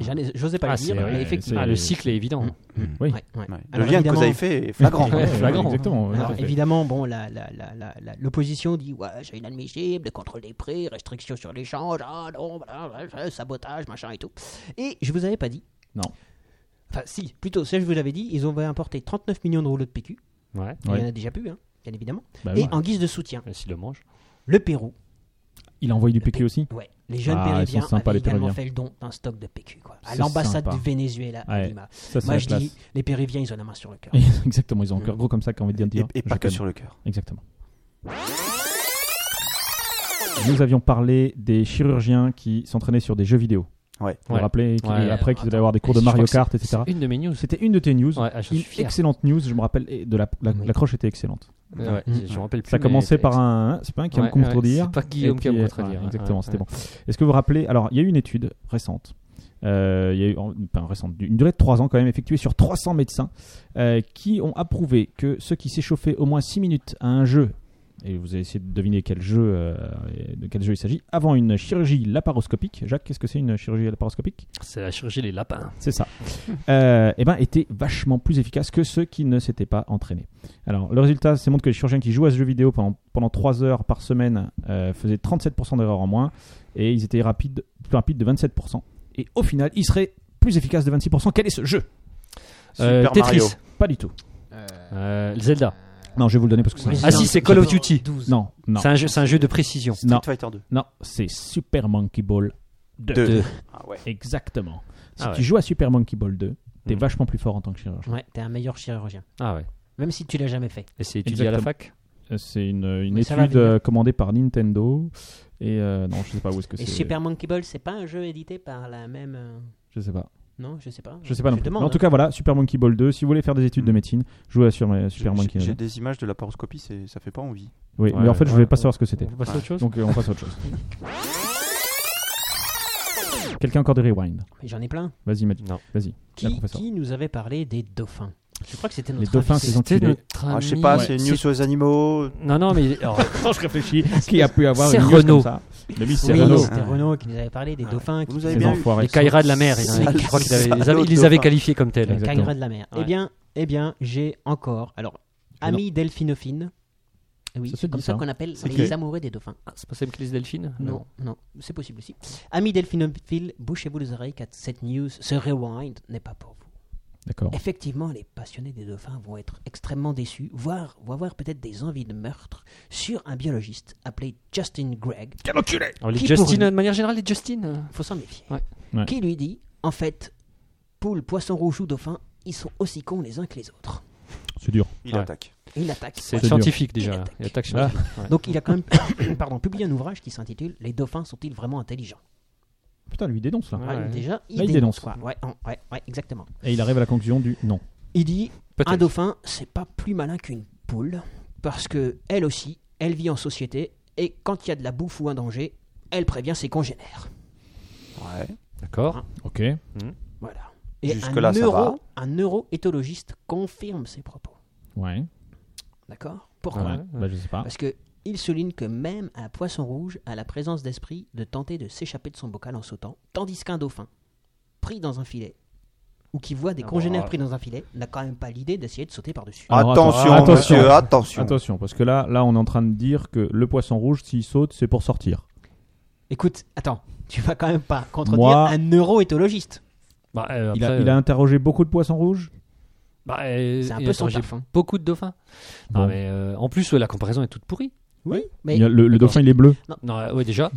E: J'allais- J'osais pas
C: Ah,
E: le dire,
C: c'est-
E: mais
C: ouais,
E: effectivement.
C: Ah, le cycle est évident.
E: Mm.
B: oui.
E: Ouais, ouais.
D: Ouais. Le
E: Alors,
D: lien de
E: évidemment-
D: cause à effet est flagrant.
C: Ouais,
B: Ouais,
C: flagrant.
B: Exactement. ouais,
E: Alors,
B: tout à fait.
E: évidemment, bon, la- la- la- la- la- l'opposition dit ouais, c'est inadmissible, le contrôle des prix, restrictions sur l'échange, ah non, voilà, voilà, sabotage, machin et tout. Et je vous avais pas dit.
B: Non.
E: Enfin, si, plutôt, ça je vous l'avais dit, ils ont importé 39 millions de rouleaux de PQ.
C: Ouais.
E: Il y en
B: Ouais.
E: a déjà plus, hein, bien évidemment.
B: Bah,
E: et
B: ouais.
E: en guise de soutien,
C: Mais S'il le mange.
E: le Pérou.
B: Il a envoyé du PQ aussi
E: Ouais, les jeunes
B: Ah, ils
E: péruviens
B: sont sympas,
E: avaient
B: les
E: également
B: Péruviens.
E: fait le don d'un stock de PQ quoi, à
B: C'est
E: l'ambassade
B: sympa.
E: du Venezuela à
B: Ouais.
E: Lima.
B: Ça, c'est
E: Moi
B: la
E: je
B: classe.
E: dis, les Péruviens ils ont la main sur le cœur.
B: Exactement, ils ont un cœur gros comme ça, qui a envie de
D: Et,
B: dire.
D: et
B: je
D: pas que
B: t'aime.
D: sur le cœur.
B: Exactement. Nous avions parlé des chirurgiens qui s'entraînaient sur des jeux vidéo.
D: Ouais.
B: Vous
C: Ouais.
B: vous rappelez et qui-
C: Ouais.
B: et après qu'ils allaient avoir des cours
C: Je
B: de
C: crois
B: Mario
C: que c'est-
B: Kart, etc.
C: Une de mes news.
B: C'était une de tes news.
C: Ouais, ah, je suis
B: Une
C: fier.
B: excellente news, je me rappelle, et de la, la-
E: Oui.
B: l'accroche était excellente.
C: Ouais, ouais,
E: Mm.
C: Je me rappelle plus.
B: Ça a commencé par un, hein, c'est pas un qui a me contredire.
C: C'est pas Guillaume
B: Et
C: qui a
B: puis,
C: me
B: euh,
C: contredire.
B: ouais, exactement, c'était bon. Est-ce que vous vous rappelez Alors, il y a eu une étude récente. euh, il y a eu, en- enfin, récente, une durée de 3 ans quand même, effectuée sur 300 médecins euh, qui ont approuvé que ceux qui s'échauffaient au moins 6 minutes à un jeu, et vous avez essayé de deviner quel jeu, euh, et de quel jeu il s'agit, avant une chirurgie laparoscopique. Jacques, qu'est-ce que c'est une chirurgie laparoscopique
C: C'est la chirurgie des lapins.
B: c'est ça. Euh, eh ben, étaient vachement plus efficaces que ceux qui ne s'étaient pas entraînés. Alors, le résultat, c'est montre que les chirurgiens qui jouent à ce jeu vidéo pendant, pendant 3 heures par semaine euh, faisaient 37% d'erreurs en moins et ils étaient rapides, plus rapides de 27%. Et au final, ils seraient plus efficaces de 26%. Quel est ce jeu
C: Euh,
D: Super
C: Tetris.
D: Mario.
B: Pas du tout.
C: Euh, Zelda.
B: Non, je vais vous le donner parce que c'est
C: Ah si, c'est Call of Duty.
E: 12.
B: Non, non,
C: C'est un, jeu- c'est un jeu de précision.
D: Street
B: Non.
D: Fighter 2.
B: non, c'est Super Monkey Ball 2.
D: Deux.
C: Deux.
D: Ah ouais.
B: Exactement. Si
C: Ah ouais.
B: tu joues à Super Monkey Ball 2, t'es
C: Mhm.
B: vachement plus fort en tant que chirurgien.
E: Ouais, t'es un meilleur chirurgien.
C: Ah ouais.
E: Même si tu l'as jamais fait.
C: Et c'est étudié à la
B: Exactement.
C: fac.
B: Euh, C'est une, une
E: Mais ça va
B: étude
E: venir.
B: euh, commandée par Nintendo. Et euh, non, je sais pas où est-ce que
E: Et
B: c'est.
E: Super Monkey Ball, c'est pas un jeu édité par la même. euh,
B: Je sais pas.
E: Non, je sais pas.
B: Je sais pas non plus.
E: demande,
B: Mais en tout
E: hein.
B: cas, voilà, Super Monkey Ball 2. Si vous voulez faire des études de
D: Mm.
B: médecine, jouez à Sur- euh, Super
D: J'ai-
B: Monkey
D: J'ai
B: Ball.
D: des images de la paroscopie, c'est- ça fait pas envie.
B: Oui,
C: Ouais,
B: mais en fait, je
C: ouais.
B: vais pas savoir ce que c'était.
C: On passe à autre chose
B: Donc, euh, on passe à autre chose. Quelqu'un encore de rewind
E: hein. Mais J'en ai plein.
B: Vas-y, Magic.
C: Non.
B: Vas-y. La
E: Qui,
B: professeure.
E: qui nous avait parlé des dauphins Je crois que c'était
B: Les
E: notre.
B: dauphins,
E: invité.
B: c'est gentil.
C: C'était
B: enculés.
C: notre
D: Ah, je sais
C: ami-
D: pas,
C: Ouais.
D: c'est une news sur les animaux.
C: Non, non, mais oh, alors,
B: je réfléchis. Qui a pu avoir
C: C'est
B: une news comme
C: Renault.
B: ça Le bis, c'est
E: Oui,
B: Renault.
E: C'était
D: Ah.
E: Renaud qui nous avait parlé des dauphins qui
D: Vous avez
B: Les
D: bien eu.
B: enfoirés.
C: les Kaira de la mer, ils,
D: Sale-
C: je crois qu'ils avaient- ils
D: salaud
C: avaient-
D: de
C: ils les avaient
D: dauphin.
C: qualifiés comme tels.
B: Exactement.
E: Calgrès de la mer.
C: Ouais.
E: Eh bien, eh bien j'ai encore. Alors, ami delphinophine. Oui,
B: Ça se
E: c'est comme
B: dit,
E: ça
B: ça. hein.
E: qu'on appelle
B: C'est
E: les
B: que-
E: amoureux des dauphins.
C: Ah, C'est possible que les delphines
E: Non, non, c'est possible aussi. Ami delphinophile, bouchez-vous les oreilles car cette news, ce rewind n'est pas pour vous.
B: D'accord.
E: Effectivement, les passionnés des dauphins vont être extrêmement déçus, voire vont avoir peut-être des envies de meurtre sur un biologiste appelé Justin Gregg.
C: Alors, les
E: Qui
C: Justine,
E: pourrait
C: de manière générale, les euh Justine.
E: Faut s'en méfier.
C: Ouais.
B: Ouais.
E: Qui lui dit en fait, poules, poissons rouges ou dauphins, ils sont aussi cons les uns que les autres.
B: C'est dur.
D: Il
C: Ouais.
D: attaque.
E: Et il attaque.
C: C'est
B: C'est
C: scientifique
E: dur. Il
C: déjà.
E: attaque.
C: Il attaque
B: Ah.
C: scientifique. Ouais.
E: Donc il a quand même pardon, publié un ouvrage qui s'intitule Les dauphins sont-ils vraiment intelligents
B: Putain, lui il dénonce là.
C: Ouais.
E: Ouais, Déjà, il
B: Là, il
E: dénonce.
B: dénonce.
E: quoi. Ouais, en- ouais, ouais, exactement.
B: Et il arrive à la conclusion du non.
E: Il dit
C: Peut-être.
E: un dauphin, c'est pas plus malin qu'une poule, parce que elle aussi, elle vit en société, et quand il y a de la bouffe ou un danger, elle prévient ses congénères.
D: Ouais.
C: D'accord.
B: Ok.
E: Voilà. Et
D: Jusque-là,
E: un,
D: ça
E: neuro,
D: va.
E: un neuroéthologiste confirme ses propos.
B: Ouais.
E: D'accord Pourquoi
B: Ouais, bah, je sais pas.
E: Parce que il souligne que même un poisson rouge a la présence d'esprit de tenter de s'échapper de son bocal en sautant, tandis qu'un dauphin, pris dans un filet, ou qui voit des
C: Ah bon,
E: congénères
C: alors-
E: pris dans un filet, n'a quand même pas l'idée d'essayer de sauter par-dessus.
B: Alors,
D: attention,
B: attends,
D: monsieur, attention.
B: Attention, parce que là, là, on est en train de dire que le poisson rouge, s'il saute, c'est pour sortir.
E: Écoute, attends, tu vas quand même pas contredire
B: Moi-
E: un neuroéthologiste.
C: Bah, euh,
B: Il a,
C: après,
B: il a
C: euh,
B: interrogé beaucoup de poissons rouges.
C: bah, euh,
E: C'est un
C: il
E: peu
C: a
E: son
C: interrogé
E: taf, hein.
C: Beaucoup de dauphins.
B: Bon.
C: Non, mais, euh, en plus, euh, la comparaison est toute pourrie.
E: Oui, mais
B: Il y a- le, le
E: d'accord.
B: dauphin, il est bleu.
C: Non, euh, ouais, déjà.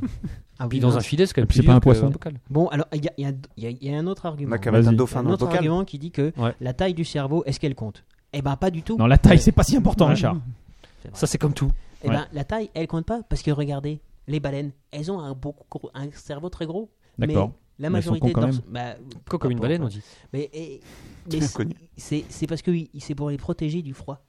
E: Ah oui,
C: Puis dans
E: non,
C: un filet, c'est
B: Et
C: quand même
B: puis
C: plus
B: c'est pas
C: dur
B: un
C: que-
B: poisson.
C: bocal.
E: Bon, alors il y, a- il y a- il y a- il y a un autre
D: On
E: argument.
D: n'a qu'à
B: Vas-y.
D: mettre un
E: Il y a
D: dauphin
E: un
D: dans le
E: autre
D: bocal.
E: argument qui dit que
C: Ouais.
E: la taille du cerveau, est-ce qu'elle compte Eh ben pas du tout.
B: Non, la taille, c'est pas si important, Richard.
C: Ça, c'est comme tout.
E: Eh ben, la taille, elle compte pas parce que regardez, les baleines, elles ont un, beaucoup gros- un cerveau très gros.
B: D'accord.
E: Mais la
B: Mais elles sont
E: majorité
B: cons quand
E: d'entre- bah,
C: Quoi, comme une
E: pas-
C: baleine,
E: pas-
C: on dit.
E: Mais, et- mais
D: bien
E: c'est-
D: connu.
E: c'est c'est parce que oui, c'est pour les protéger du froid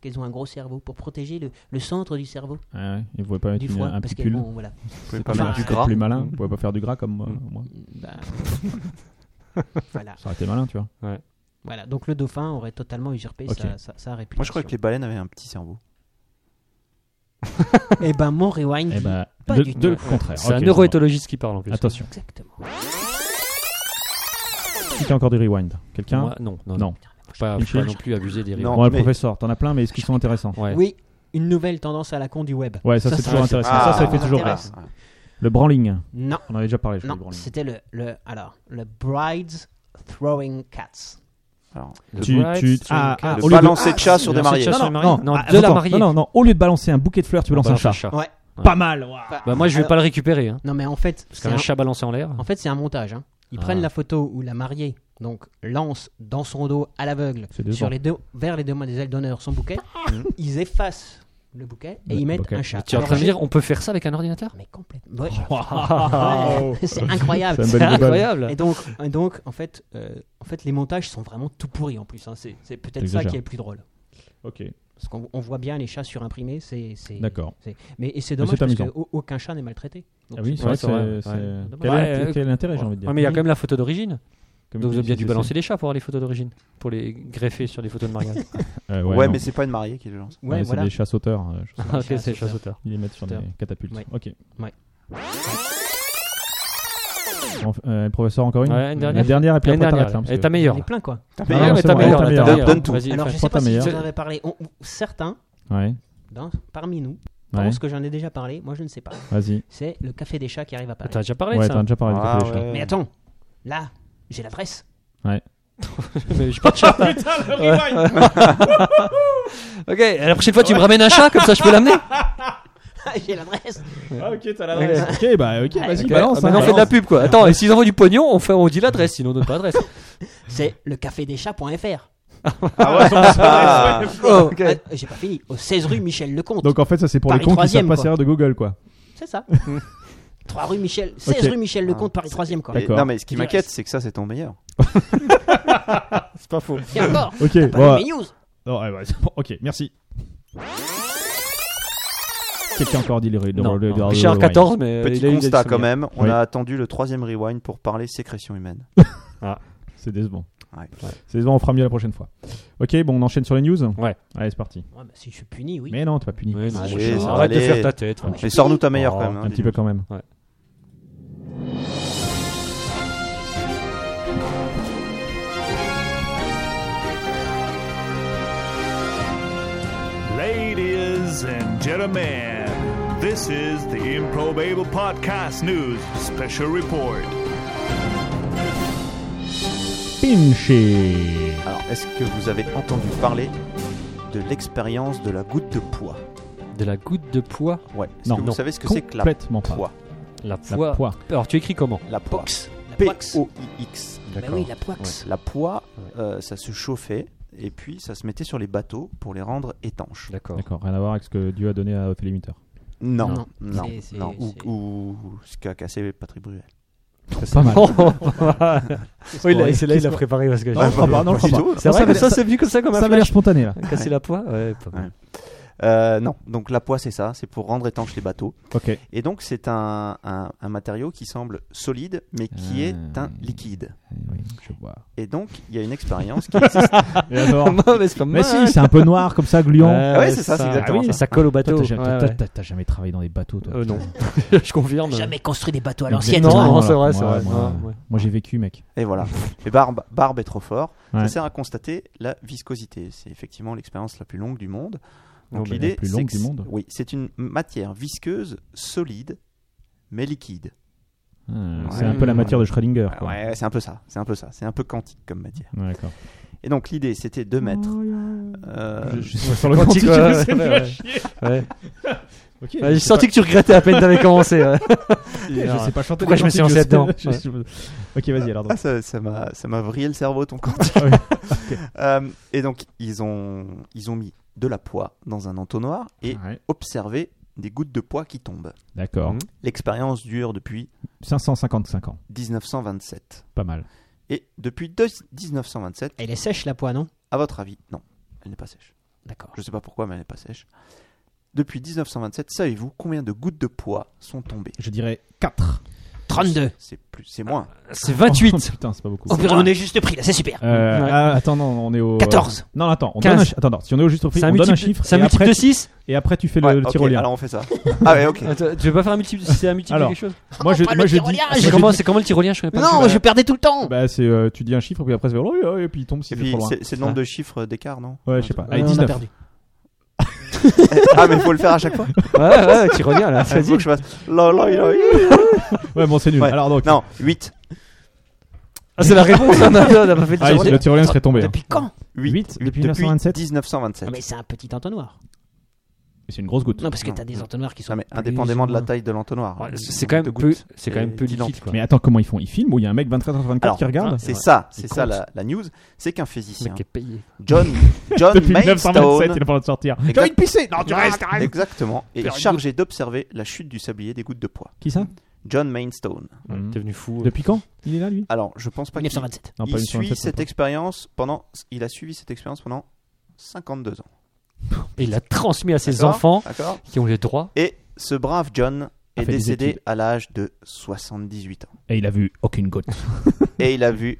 E: qu'elles ont un gros cerveau pour protéger le, le centre du cerveau
B: Ah ouais, il pouvait pas mettre
E: du
B: une-
E: froid
B: un
E: parce
B: petit
E: qu'elles
B: pull.
E: vont voilà.
D: Vous pouvez pas
E: Enfin,
D: mettre du
E: c'est
D: gras.
B: plus malin. Vous pouvez pas faire du gras comme euh, moi.
E: Bah, voilà,
B: Ça aurait été malin, tu vois.
E: voilà. Donc le dauphin aurait totalement usurpé
B: Ok.
E: sa, sa, sa réputation.
D: Moi, je croyais que les baleines avaient un petit cerveau.
E: Eh ben mon rewind.
B: Eh
E: dit-
B: ben,
E: Pas
B: de,
E: du tout.
B: de le contraire.
C: C'est
B: Ok,
C: un
B: ça
C: neuroéthologiste qui parle en plus.
B: va. Attention.
E: Exactement.
B: Qui a encore du rewind Quelqu'un
C: Moi, non, non,
B: Non.
C: non. Faut Pas, faut
B: Michel
C: pas non plus abuser des
D: Non.
C: rires.
B: Bon, le
D: mais-
B: professeur, t'en as plein, mais est-ce qu'ils sont intéressants
C: Ouais.
E: Oui, une nouvelle tendance à la con du web.
B: Ouais, ça,
E: Ça,
B: c'est
E: ça-
B: toujours
E: Ah,
B: intéressant.
E: c'est-
B: ça, ça
E: ah,
B: fait toujours
E: ça
B: rire.
E: intéresse.
B: Le branling.
E: Non,
B: On en avait déjà parlé, je crois, du
E: non,
B: branling.
E: c'était le, le alors le brides throwing cats.
D: Alors,
C: Le
B: Tu-
C: Bright
B: tu-
C: Stone
B: ah,
C: Cat.
B: ah,
D: le
B: au lieu de-
D: balancer de chat sur des
C: Le lancer de
D: mariés.
C: chat sur
B: Non,
C: les
B: non,
C: mariés.
B: non,
C: Non,
B: ah,
C: de la
B: attends,
C: mariée. Ah, bah,
B: Non, non, non. Au lieu de balancer un bouquet de fleurs, tu
C: On
B: balances un
C: balance
B: chat.
C: un chat.
E: Ouais.
B: Pas mal. waouh.
E: Enfin,
C: Bah, moi, je vais
D: Ah.
E: alors-
C: pas le récupérer. hein.
E: Non mais en fait,
C: Parce
E: c'est
C: qu'un
E: un-
C: chat balancé en l'air.
B: Ah,
E: En fait, c'est un montage. hein. Ils
C: Ah.
E: prennent la photo où la mariée donc lance dans son dos à l'aveugle
B: C'est décevant.
E: sur les deux vers les deux mademoiselles d'honneur son bouquet. ils effacent le bouquet et
B: Le
E: ils mettent
B: bouquet.
E: un chat.
C: Tu es en
E: Alors,
C: train de me
E: j'ai-
C: dire, on peut faire ça avec un ordinateur
E: Ah, mais complètement. Ouais.
B: Waouh.
E: Ouais, c'est incroyable.
B: C'est une
E: C'est
B: bonne
E: incroyable.
B: globale.
E: Et donc, et donc, en fait, euh, en fait, les montages sont vraiment tout pourris en plus. hein. C'est c'est peut-être ça
B: T'exagères.
E: qui est le plus drôle.
B: Ok,
E: Parce qu'on on voit bien les chats surimprimés, c'est. c'est-
B: d'accord.
E: c'est- Mais et c'est
B: Mais
E: dommage
B: c'est
E: parce
B: amusant.
E: qu'aucun chat n'est maltraité. Donc
B: Ah oui, c'est
C: Ouais,
B: vrai
C: c'est
B: que
C: vrai,
B: c'est.
C: ouais.
B: c'est-
C: Ouais,
B: Quel
C: euh,
B: est quel est l'intérêt, j'ai envie de dire
C: Ouais, mais il y a quand même la photo d'origine.
B: Comme
C: Donc vous
B: il
C: avez bien
B: dit,
C: dû
B: c'est-
C: balancer des chats pour avoir les photos d'origine. Pour les greffer sur les photos de mariage.
B: Euh,
D: Ouais,
B: non.
D: mais c'est pas une mariée qui le lance.
E: Ouais,
B: Ouais, c'est
E: voilà.
B: des chats sauteurs. euh, je sais pas.
C: Ah, Ok, c'est les chats sauteurs.
B: Ils les mettent sur des
E: Sauteurs.
B: catapultes.
E: Ouais.
B: Ok.
E: Ouais.
B: Bon, euh, professeur, encore une
C: Ouais, une
B: La
C: dernière.
B: dernière, et puis
C: La
B: après, t'arrêtes.
C: dernière.
B: hein, parce
C: Et
B: que-
C: ta meilleure.
E: Il est plein quoi.
D: T'as
B: meilleure,
D: payé
B: mais
C: Ouais,
B: c'est
C: ta
B: bon,
C: meilleure,
B: ta
C: la
B: meilleure.
C: meilleure.
D: Donne tout.
C: Vas-y,
E: Alors
C: fais.
E: je
B: prends
E: sais pas
B: ta
E: si je vous
B: meilleure.
E: en avais parlé. On- certains
B: Ouais,
E: dans- parmi nous
B: ouais.
E: pensent que j'en ai déjà parlé. Moi je ne sais pas.
B: Vas-y.
E: C'est le café des chats qui arrive à Paris.
C: T'as déjà parlé de
B: Ouais, t'en as
C: ça.
B: déjà parlé du
D: Ah,
B: café des chats.
D: ouais.
E: Mais attends, là j'ai l'adresse.
C: Mais j'ai pas de chat. Ok, la prochaine fois tu me ramènes un chat, comme ça je peux l'amener.
E: j'ai l'adresse.
B: Ah, ok, t'as l'adresse. Ok, bah, ok,
E: Ouais,
B: vas-y,
E: ok.
B: balance.
C: Maintenant on
B: hein.
C: fait de la pub quoi. Attends, et s'ils envoient du pognon, on, fait, on dit l'adresse, sinon on donne pas l'adresse.
E: C'est le café des chats.fr.
D: Ah ouais, ah.
E: Oh, ah, j'ai pas fini. Au 16 rue Michel Lecomte.
B: Donc, en fait, ça, c'est pour les
E: Paris
B: cons qui savent
E: troisième,
B: pas
E: quoi.
B: servir de Google, quoi.
E: C'est ça. 3 rue Michel, 16
B: Ok.
E: rue Michel Lecomte, Paris 3ème quoi.
D: Et-
B: D'accord.
D: Non, mais ce qui
E: Il reste.
D: m'inquiète, c'est que ça, c'est ton meilleur.
C: C'est pas faux.
E: Et encore,
B: Ok,
E: t'as
B: bon,
E: pas vu mes news.
B: Non, ouais, ouais, c'est bon. Ok, merci. Quelqu'un encore dit les rues
C: Non,
B: le-
C: non.
B: le- le-
C: Richard
B: le-
C: 14, mais euh, il
D: Petit
C: a eu des
D: constat quand
C: souvenirs.
D: même, on
B: Oui.
D: a attendu le troisième rewind pour parler sécrétion humaine.
B: C'est décevant.
D: Ouais.
B: C'est décevant, on fera mieux la prochaine fois. Ok, bon, on enchaîne sur les news
C: Ouais.
B: Allez, c'est parti.
E: Ouais, bah, si je suis puni, oui.
B: Mais non, t'es pas puni.
C: Ouais, non,
E: Ah,
C: je-
D: oui, ça va
C: arrête de
D: aller.
C: faire ta tête.
E: Ah,
C: ouais.
D: Mais sors-nous ta meilleure
C: Oh,
D: quand même. hein,
B: Un
D: dis
B: petit peu
D: donc.
B: quand même.
C: Ouais.
F: Ladies and gentlemen, this is the Improbable Podcast News Special Report.
B: Pinché
D: Alors, est-ce que vous avez entendu parler de l'expérience de la goutte de poids
C: De la goutte de poids,
D: Ouais. Est-ce
B: Non.
D: que vous
B: Non.
D: savez ce que c'est que la
B: Complètement pas.
D: poids
C: la
B: La
C: poix.
B: poix.
C: Alors tu écris comment
D: La poix.
E: Pox. La Pox.
D: P-O-I-X.
E: Bah oui, la Pox.
D: La poix, euh, ça se chauffait et puis ça se mettait sur les bateaux pour les rendre étanches.
C: D'accord.
B: D'accord, rien à voir avec ce que Dieu a donné à Ophélie Mutter.
D: Non,
E: Non.
D: non,
E: C'est- c'est-
D: non. Ou,
E: c'est-
D: ou- ou ce qu'a cassé Patrick Bruel.
B: Pas mal.
C: Oh, oui, là, c'est là il a préparé parce que.
B: Bah, Non, je crois pas, non, je
D: Pas du
B: crois pas.
D: tout.
C: C'est vrai que ça c'est venu comme ça comme
B: Ça va l'air
C: flash.
B: spontané là.
C: Casser la poix, ouais. pas mal.
D: Euh, non, donc la poix c'est ça, c'est pour rendre étanches les bateaux.
B: Ok. Eh
D: Et donc c'est un, un- un matériau qui semble solide mais qui
B: Ah.
D: est un liquide.
B: Oui, je vois.
D: Et donc il y a une expérience qui existe.
B: Et alors
C: mais c'est pas
B: Mais
D: hein.
B: si, c'est un peu noir comme ça, gluant.
D: Ah ouais, c'est ça, c'est exactement
B: ça.
C: Ça colle au
B: Toi,
C: bateau.
B: t'as jamais-
C: Ouais,
B: t'as-
C: ouais.
B: t'as- t'as jamais travaillé dans des bateaux, toi.
C: Euh, non, je confirme.
E: Jamais construit des bateaux à
B: Exactement,
E: l'ancienne.
C: Non,
E: toi.
C: Euh, non,
B: alors,
C: c'est vrai, c'est
B: moi,
C: vrai.
B: Moi,
C: Ouais, ouais.
B: moi, j'ai vécu, mec.
D: Et voilà. Et barbe, barbe est trop fort.
B: Ouais.
D: Ça sert à constater la viscosité. C'est effectivement l'expérience la plus longue du monde.
B: Oh,
D: Donc
B: bah, la
D: l'idée,
B: plus
D: c'est
B: longue
D: que
B: du
D: c'est-
B: monde.
D: Oui, c'est une matière visqueuse, solide, mais liquide.
B: Ah, C'est un peu la matière de Schrödinger.
D: Ah
B: quoi.
D: Ouais, c'est un peu ça. C'est un peu ça. C'est un peu quantique comme matière.
B: Ouais, D'accord. Oh
D: Et donc l'idée, c'était de mettre. euh,
B: Je- je- sur le
C: Quantique,
B: quantique,
C: ouais,
B: je sais
C: ouais,
B: pas.
C: ouais. Ouais.
B: Ok,
C: Ouais,
B: je
C: J'ai
B: sais
C: senti que tu regrettais à peine t'avais commencé. ouais.
B: pas- Je sais pas chanter.
C: Pourquoi
B: les
C: je me suis
B: quantiques,
C: lancé
B: je sais-
C: là-dedans
B: je- je- Ok, vas-y alors.
D: Ah,
B: donc.
D: ça ça m'a ça m'a vrillé le cerveau ton quantique.
B: Ah oui.
D: Euh, et donc ils ont ils ont mis de la poix dans un entonnoir et
B: Ouais,
D: observé des gouttes de poix qui tombent.
B: D'accord.
C: Mhm.
D: L'expérience dure depuis
B: 555 ans.
D: 1927.
B: Pas mal.
D: Et depuis deux- 1927,
E: Elle est sèche la poix, non
D: à votre avis, non, elle n'est pas sèche.
E: D'accord.
D: Je ne sais pas pourquoi, mais elle n'est pas sèche. Depuis 1927, savez-vous combien de gouttes de poids sont tombées
B: Je dirais 4.
E: 32.
D: C'est plus, c'est moins.
C: C'est
B: Oh,
C: 28.
B: putain, c'est pas beaucoup.
E: Oh purée, on est juste pris là, c'est super.
B: Euh,
C: Ouais.
B: ah, attends, non, on est au.
E: 14.
B: Non, attends, on
C: 15.
B: donne un chi- attends, attends, si on est au juste prix,
C: C'est un
B: on donne un
C: multiple-
B: chiffre.
C: c'est un
B: et,
C: multiple
B: après,
C: de 6
B: tu- et après, tu fais
D: Ouais,
B: le
D: ok,
B: tyrolien.
D: Alors on fait ça. ah ouais, ok.
C: Tu veux pas faire un multiple de 6 C'est un multiple de
B: Alors,
C: quelque chose
B: Moi, je,
E: pas le
B: moi, je dis.
E: tyrolien,
B: moi,
E: j'ai
B: je
C: C'est
E: je
C: comment,
B: dis-
C: c'est comment le tyrolien Je connais pas.
E: Non,
C: le-
E: je perdais tout le temps.
B: Bah, c'est, euh, tu dis un chiffre, puis après, ça fait. oh, oh, Et puis il tombe si c'est
D: Et puis
B: trop loin.
D: c'est c'est le nombre de chiffres d'écart, non
B: Ouais, je sais pas.
E: Ouais,
B: Allez,
E: on a
B: 19.
E: perdu.
D: Ah mais il faut le faire à chaque fois.
C: Ouais, ouais, tyrolien là.
D: Il faut que je fasse. La, la, la, la.
B: Ouais, bon, c'est nul.
D: Ouais.
B: Alors donc.
D: Non, 8
C: Ah, c'est la réponse. On a on a pas fait
B: Ah,
C: le
B: le tyrolien serait tombé. hein.
E: Depuis quand
D: 8,
B: Huit, depuis 1927.
D: 1927.
E: Ah, Mais c'est un petit entonnoir.
B: Mais C'est une grosse goutte.
E: Non, parce que
D: Non.
E: t'as des entonnoirs qui sont.
D: Ah, mais
E: plus
D: indépendamment de la
E: ou moins-
D: taille de l'entonnoir. hein.
C: Ouais,
D: Ils
C: c'est-
D: ont
C: c'est quand
D: Oh, de
C: même peu,
D: gouttes
C: c'est quand même
D: et
C: peu
D: d'identiques.
C: liquide. Quoi.
B: Mais attends, comment ils font Ils filment ou il y a un mec 24h24 qui
D: Alors,
B: regarde
D: C'est
C: Ouais.
D: ça,
C: Ils
D: c'est ça la,
C: comptent.
D: la news. C'est qu'un physicien,
C: mec qui est payé.
D: John, John
B: Depuis
D: Maidstone,
B: 1927, il est pas en train de sortir.
D: Exact-
B: J'ai une pissée Non, tu restes
D: Exactement, et est chargé d'observer la chute du sablier des gouttes de poids.
B: Qui ça
D: John Mainstone.
B: Mhm.
C: T'es venu fou. euh.
B: Depuis quand Il est là, lui
D: Alors, je pense pas qu'il
E: 1927.
B: Non,
D: il
B: une sur
D: suit
B: 27,
D: cette
B: pas.
D: expérience pendant il a suivi cette expérience pendant 52 ans.
C: Et il l'a transmis à ses
D: D'accord
C: enfants
D: D'accord
C: qui ont les droits.
D: Et ce brave John
B: A
D: est
B: fait des
D: décédé
B: études.
D: à l'âge de 78 ans
B: Et Ah, il a vu aucune goutte.
D: et il a vu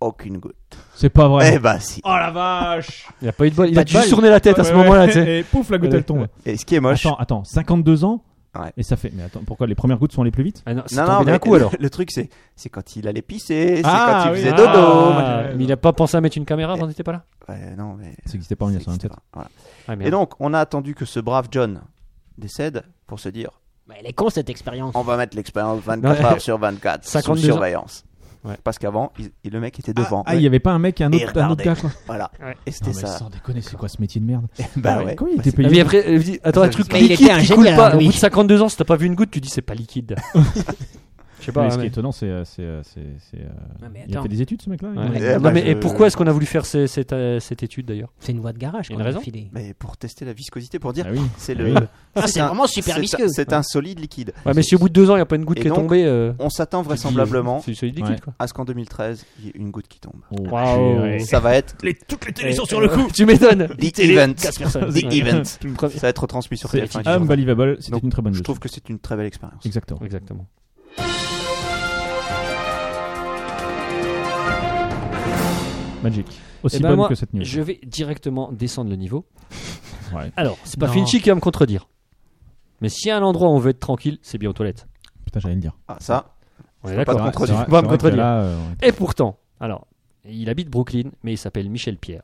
D: aucune goutte.
B: C'est pas vrai.
D: Eh bah si.
B: Oh la vache
C: Il a pas eu de bol. Il
E: Pas
C: a
E: de
C: juste
E: bol.
C: tourné la tête à ce
B: Ouais,
C: moment-là.
B: ouais,
C: tu sais.
B: Et pouf, la goutte, elle tombe.
D: Et ce qui est moche,
B: Attends, attends, 52 ans
D: Ouais.
B: Et ça fait. Mais attends, pourquoi les premières gouttes sont les plus vite
C: Ah non, c'est
D: non non,
C: tombé d'un
D: mais
C: coup alors.
D: le truc c'est c'est quand il allait pisser, c'est
B: Ah,
D: quand il
B: oui.
D: faisait
B: Ah.
D: dodo.
B: ouais.
C: mais il a pas pensé à mettre une caméra quand t'étais pas là
D: Ouais, non mais
B: Ça n'existait pas en
D: c'est-
B: 1927.
D: voilà.
C: Ah, merde.
D: Et donc, on a attendu que ce brave John décède pour se dire
E: Bah, elle est con cette expérience.
D: on va mettre l'expérience 24
C: Non,
D: heures sur 24 sous
C: 52 ans.
D: surveillance.
C: Ouais.
D: Parce qu'avant, il- il- le mec était devant.
B: Ah, il y avait pas un mec, un
D: Et
B: autre, un autre
D: regardez.
B: gars, quoi.
D: Voilà.
C: Ouais.
D: Et
B: Non,
D: c'était
B: mais
D: ça.
B: sans déconner, c'est quoi ce métier de merde
D: Bah
B: Ah
D: ouais.
B: Comment il était
C: Ah, mais
B: payé
C: après, elle dit, attends, un truc
E: Mais il
C: liquide
E: était un
C: qui
E: génial,
C: coule pas. Au
E: Louis.
C: bout de 52 ans, si t'as pas vu une goutte, tu dis c'est pas liquide. Je sais pas.
B: Mais ce qui
C: mais-
B: est étonnant, c'est. euh, c'est, euh, c'est- c'est, euh,
E: Ah, mais
B: Il a
E: attends,
B: fait des études, ce mec-là Il
C: Ouais.
B: a-
D: Eh
C: Non,
D: bah,
C: mais
D: je-
C: et pourquoi est-ce qu'on a voulu faire ces- cette, euh, cette étude d'ailleurs
E: c'est une voie de garage.
C: Il y a
E: qu'on
C: une
E: a
C: raison.
E: filée.
D: Mais pour tester la viscosité, pour dire
B: Ah oui.
D: c'est
B: Ah
D: le.
B: oui.
E: Ah, c'est
D: un-
E: vraiment super
D: c'est un-
E: visqueux.
D: C'est un solide liquide.
C: Ouais, mais si au bout de deux ans, il n'y a pas une goutte
D: Et
C: qui est
D: donc,
C: tombée. euh,
D: On s'attend
C: tu dis,
D: vraisemblablement
C: C'est du solide liquide
B: Ouais.
C: quoi.
D: à ce qu'en 2013, il y ait une goutte qui tombe.
B: Oh,
C: Waouh. Eh,
B: purée.
D: Ça va être
A: toutes les
C: Tu m'étonnes.
D: The Event.
C: Casse personne.
D: The
C: Ouais.
D: Event.
C: Pre-
D: Ça va être retransmis sur
B: C'est
D: TF1.
B: unbelievable, c'était
D: Donc,
B: une très bonne
D: Je
B: news.
D: trouve que c'est une très belle expérience.
B: Exactement.
C: Exactement.
B: Magic. Aussi
C: Eh ben,
B: bonne
C: moi,
B: que cette news.
C: Je vais directement descendre le niveau.
B: Ouais.
C: Alors, c'est pas
E: Non.
C: Finchi qui va me contredire. Mais s'il y a un endroit où on veut être tranquille, c'est bien aux toilettes.
B: Putain, j'allais le dire.
D: Ah, ça,
C: On est
D: peux pas
C: d'accord.
D: te contredire.
C: Je peux
B: C'est
C: pas
B: vrai-
C: me
B: c'est vrai que
C: contredire.
B: là, euh, ouais,
C: Et pourtant, alors, il habite Brooklyn, mais il s'appelle Michel Pierre.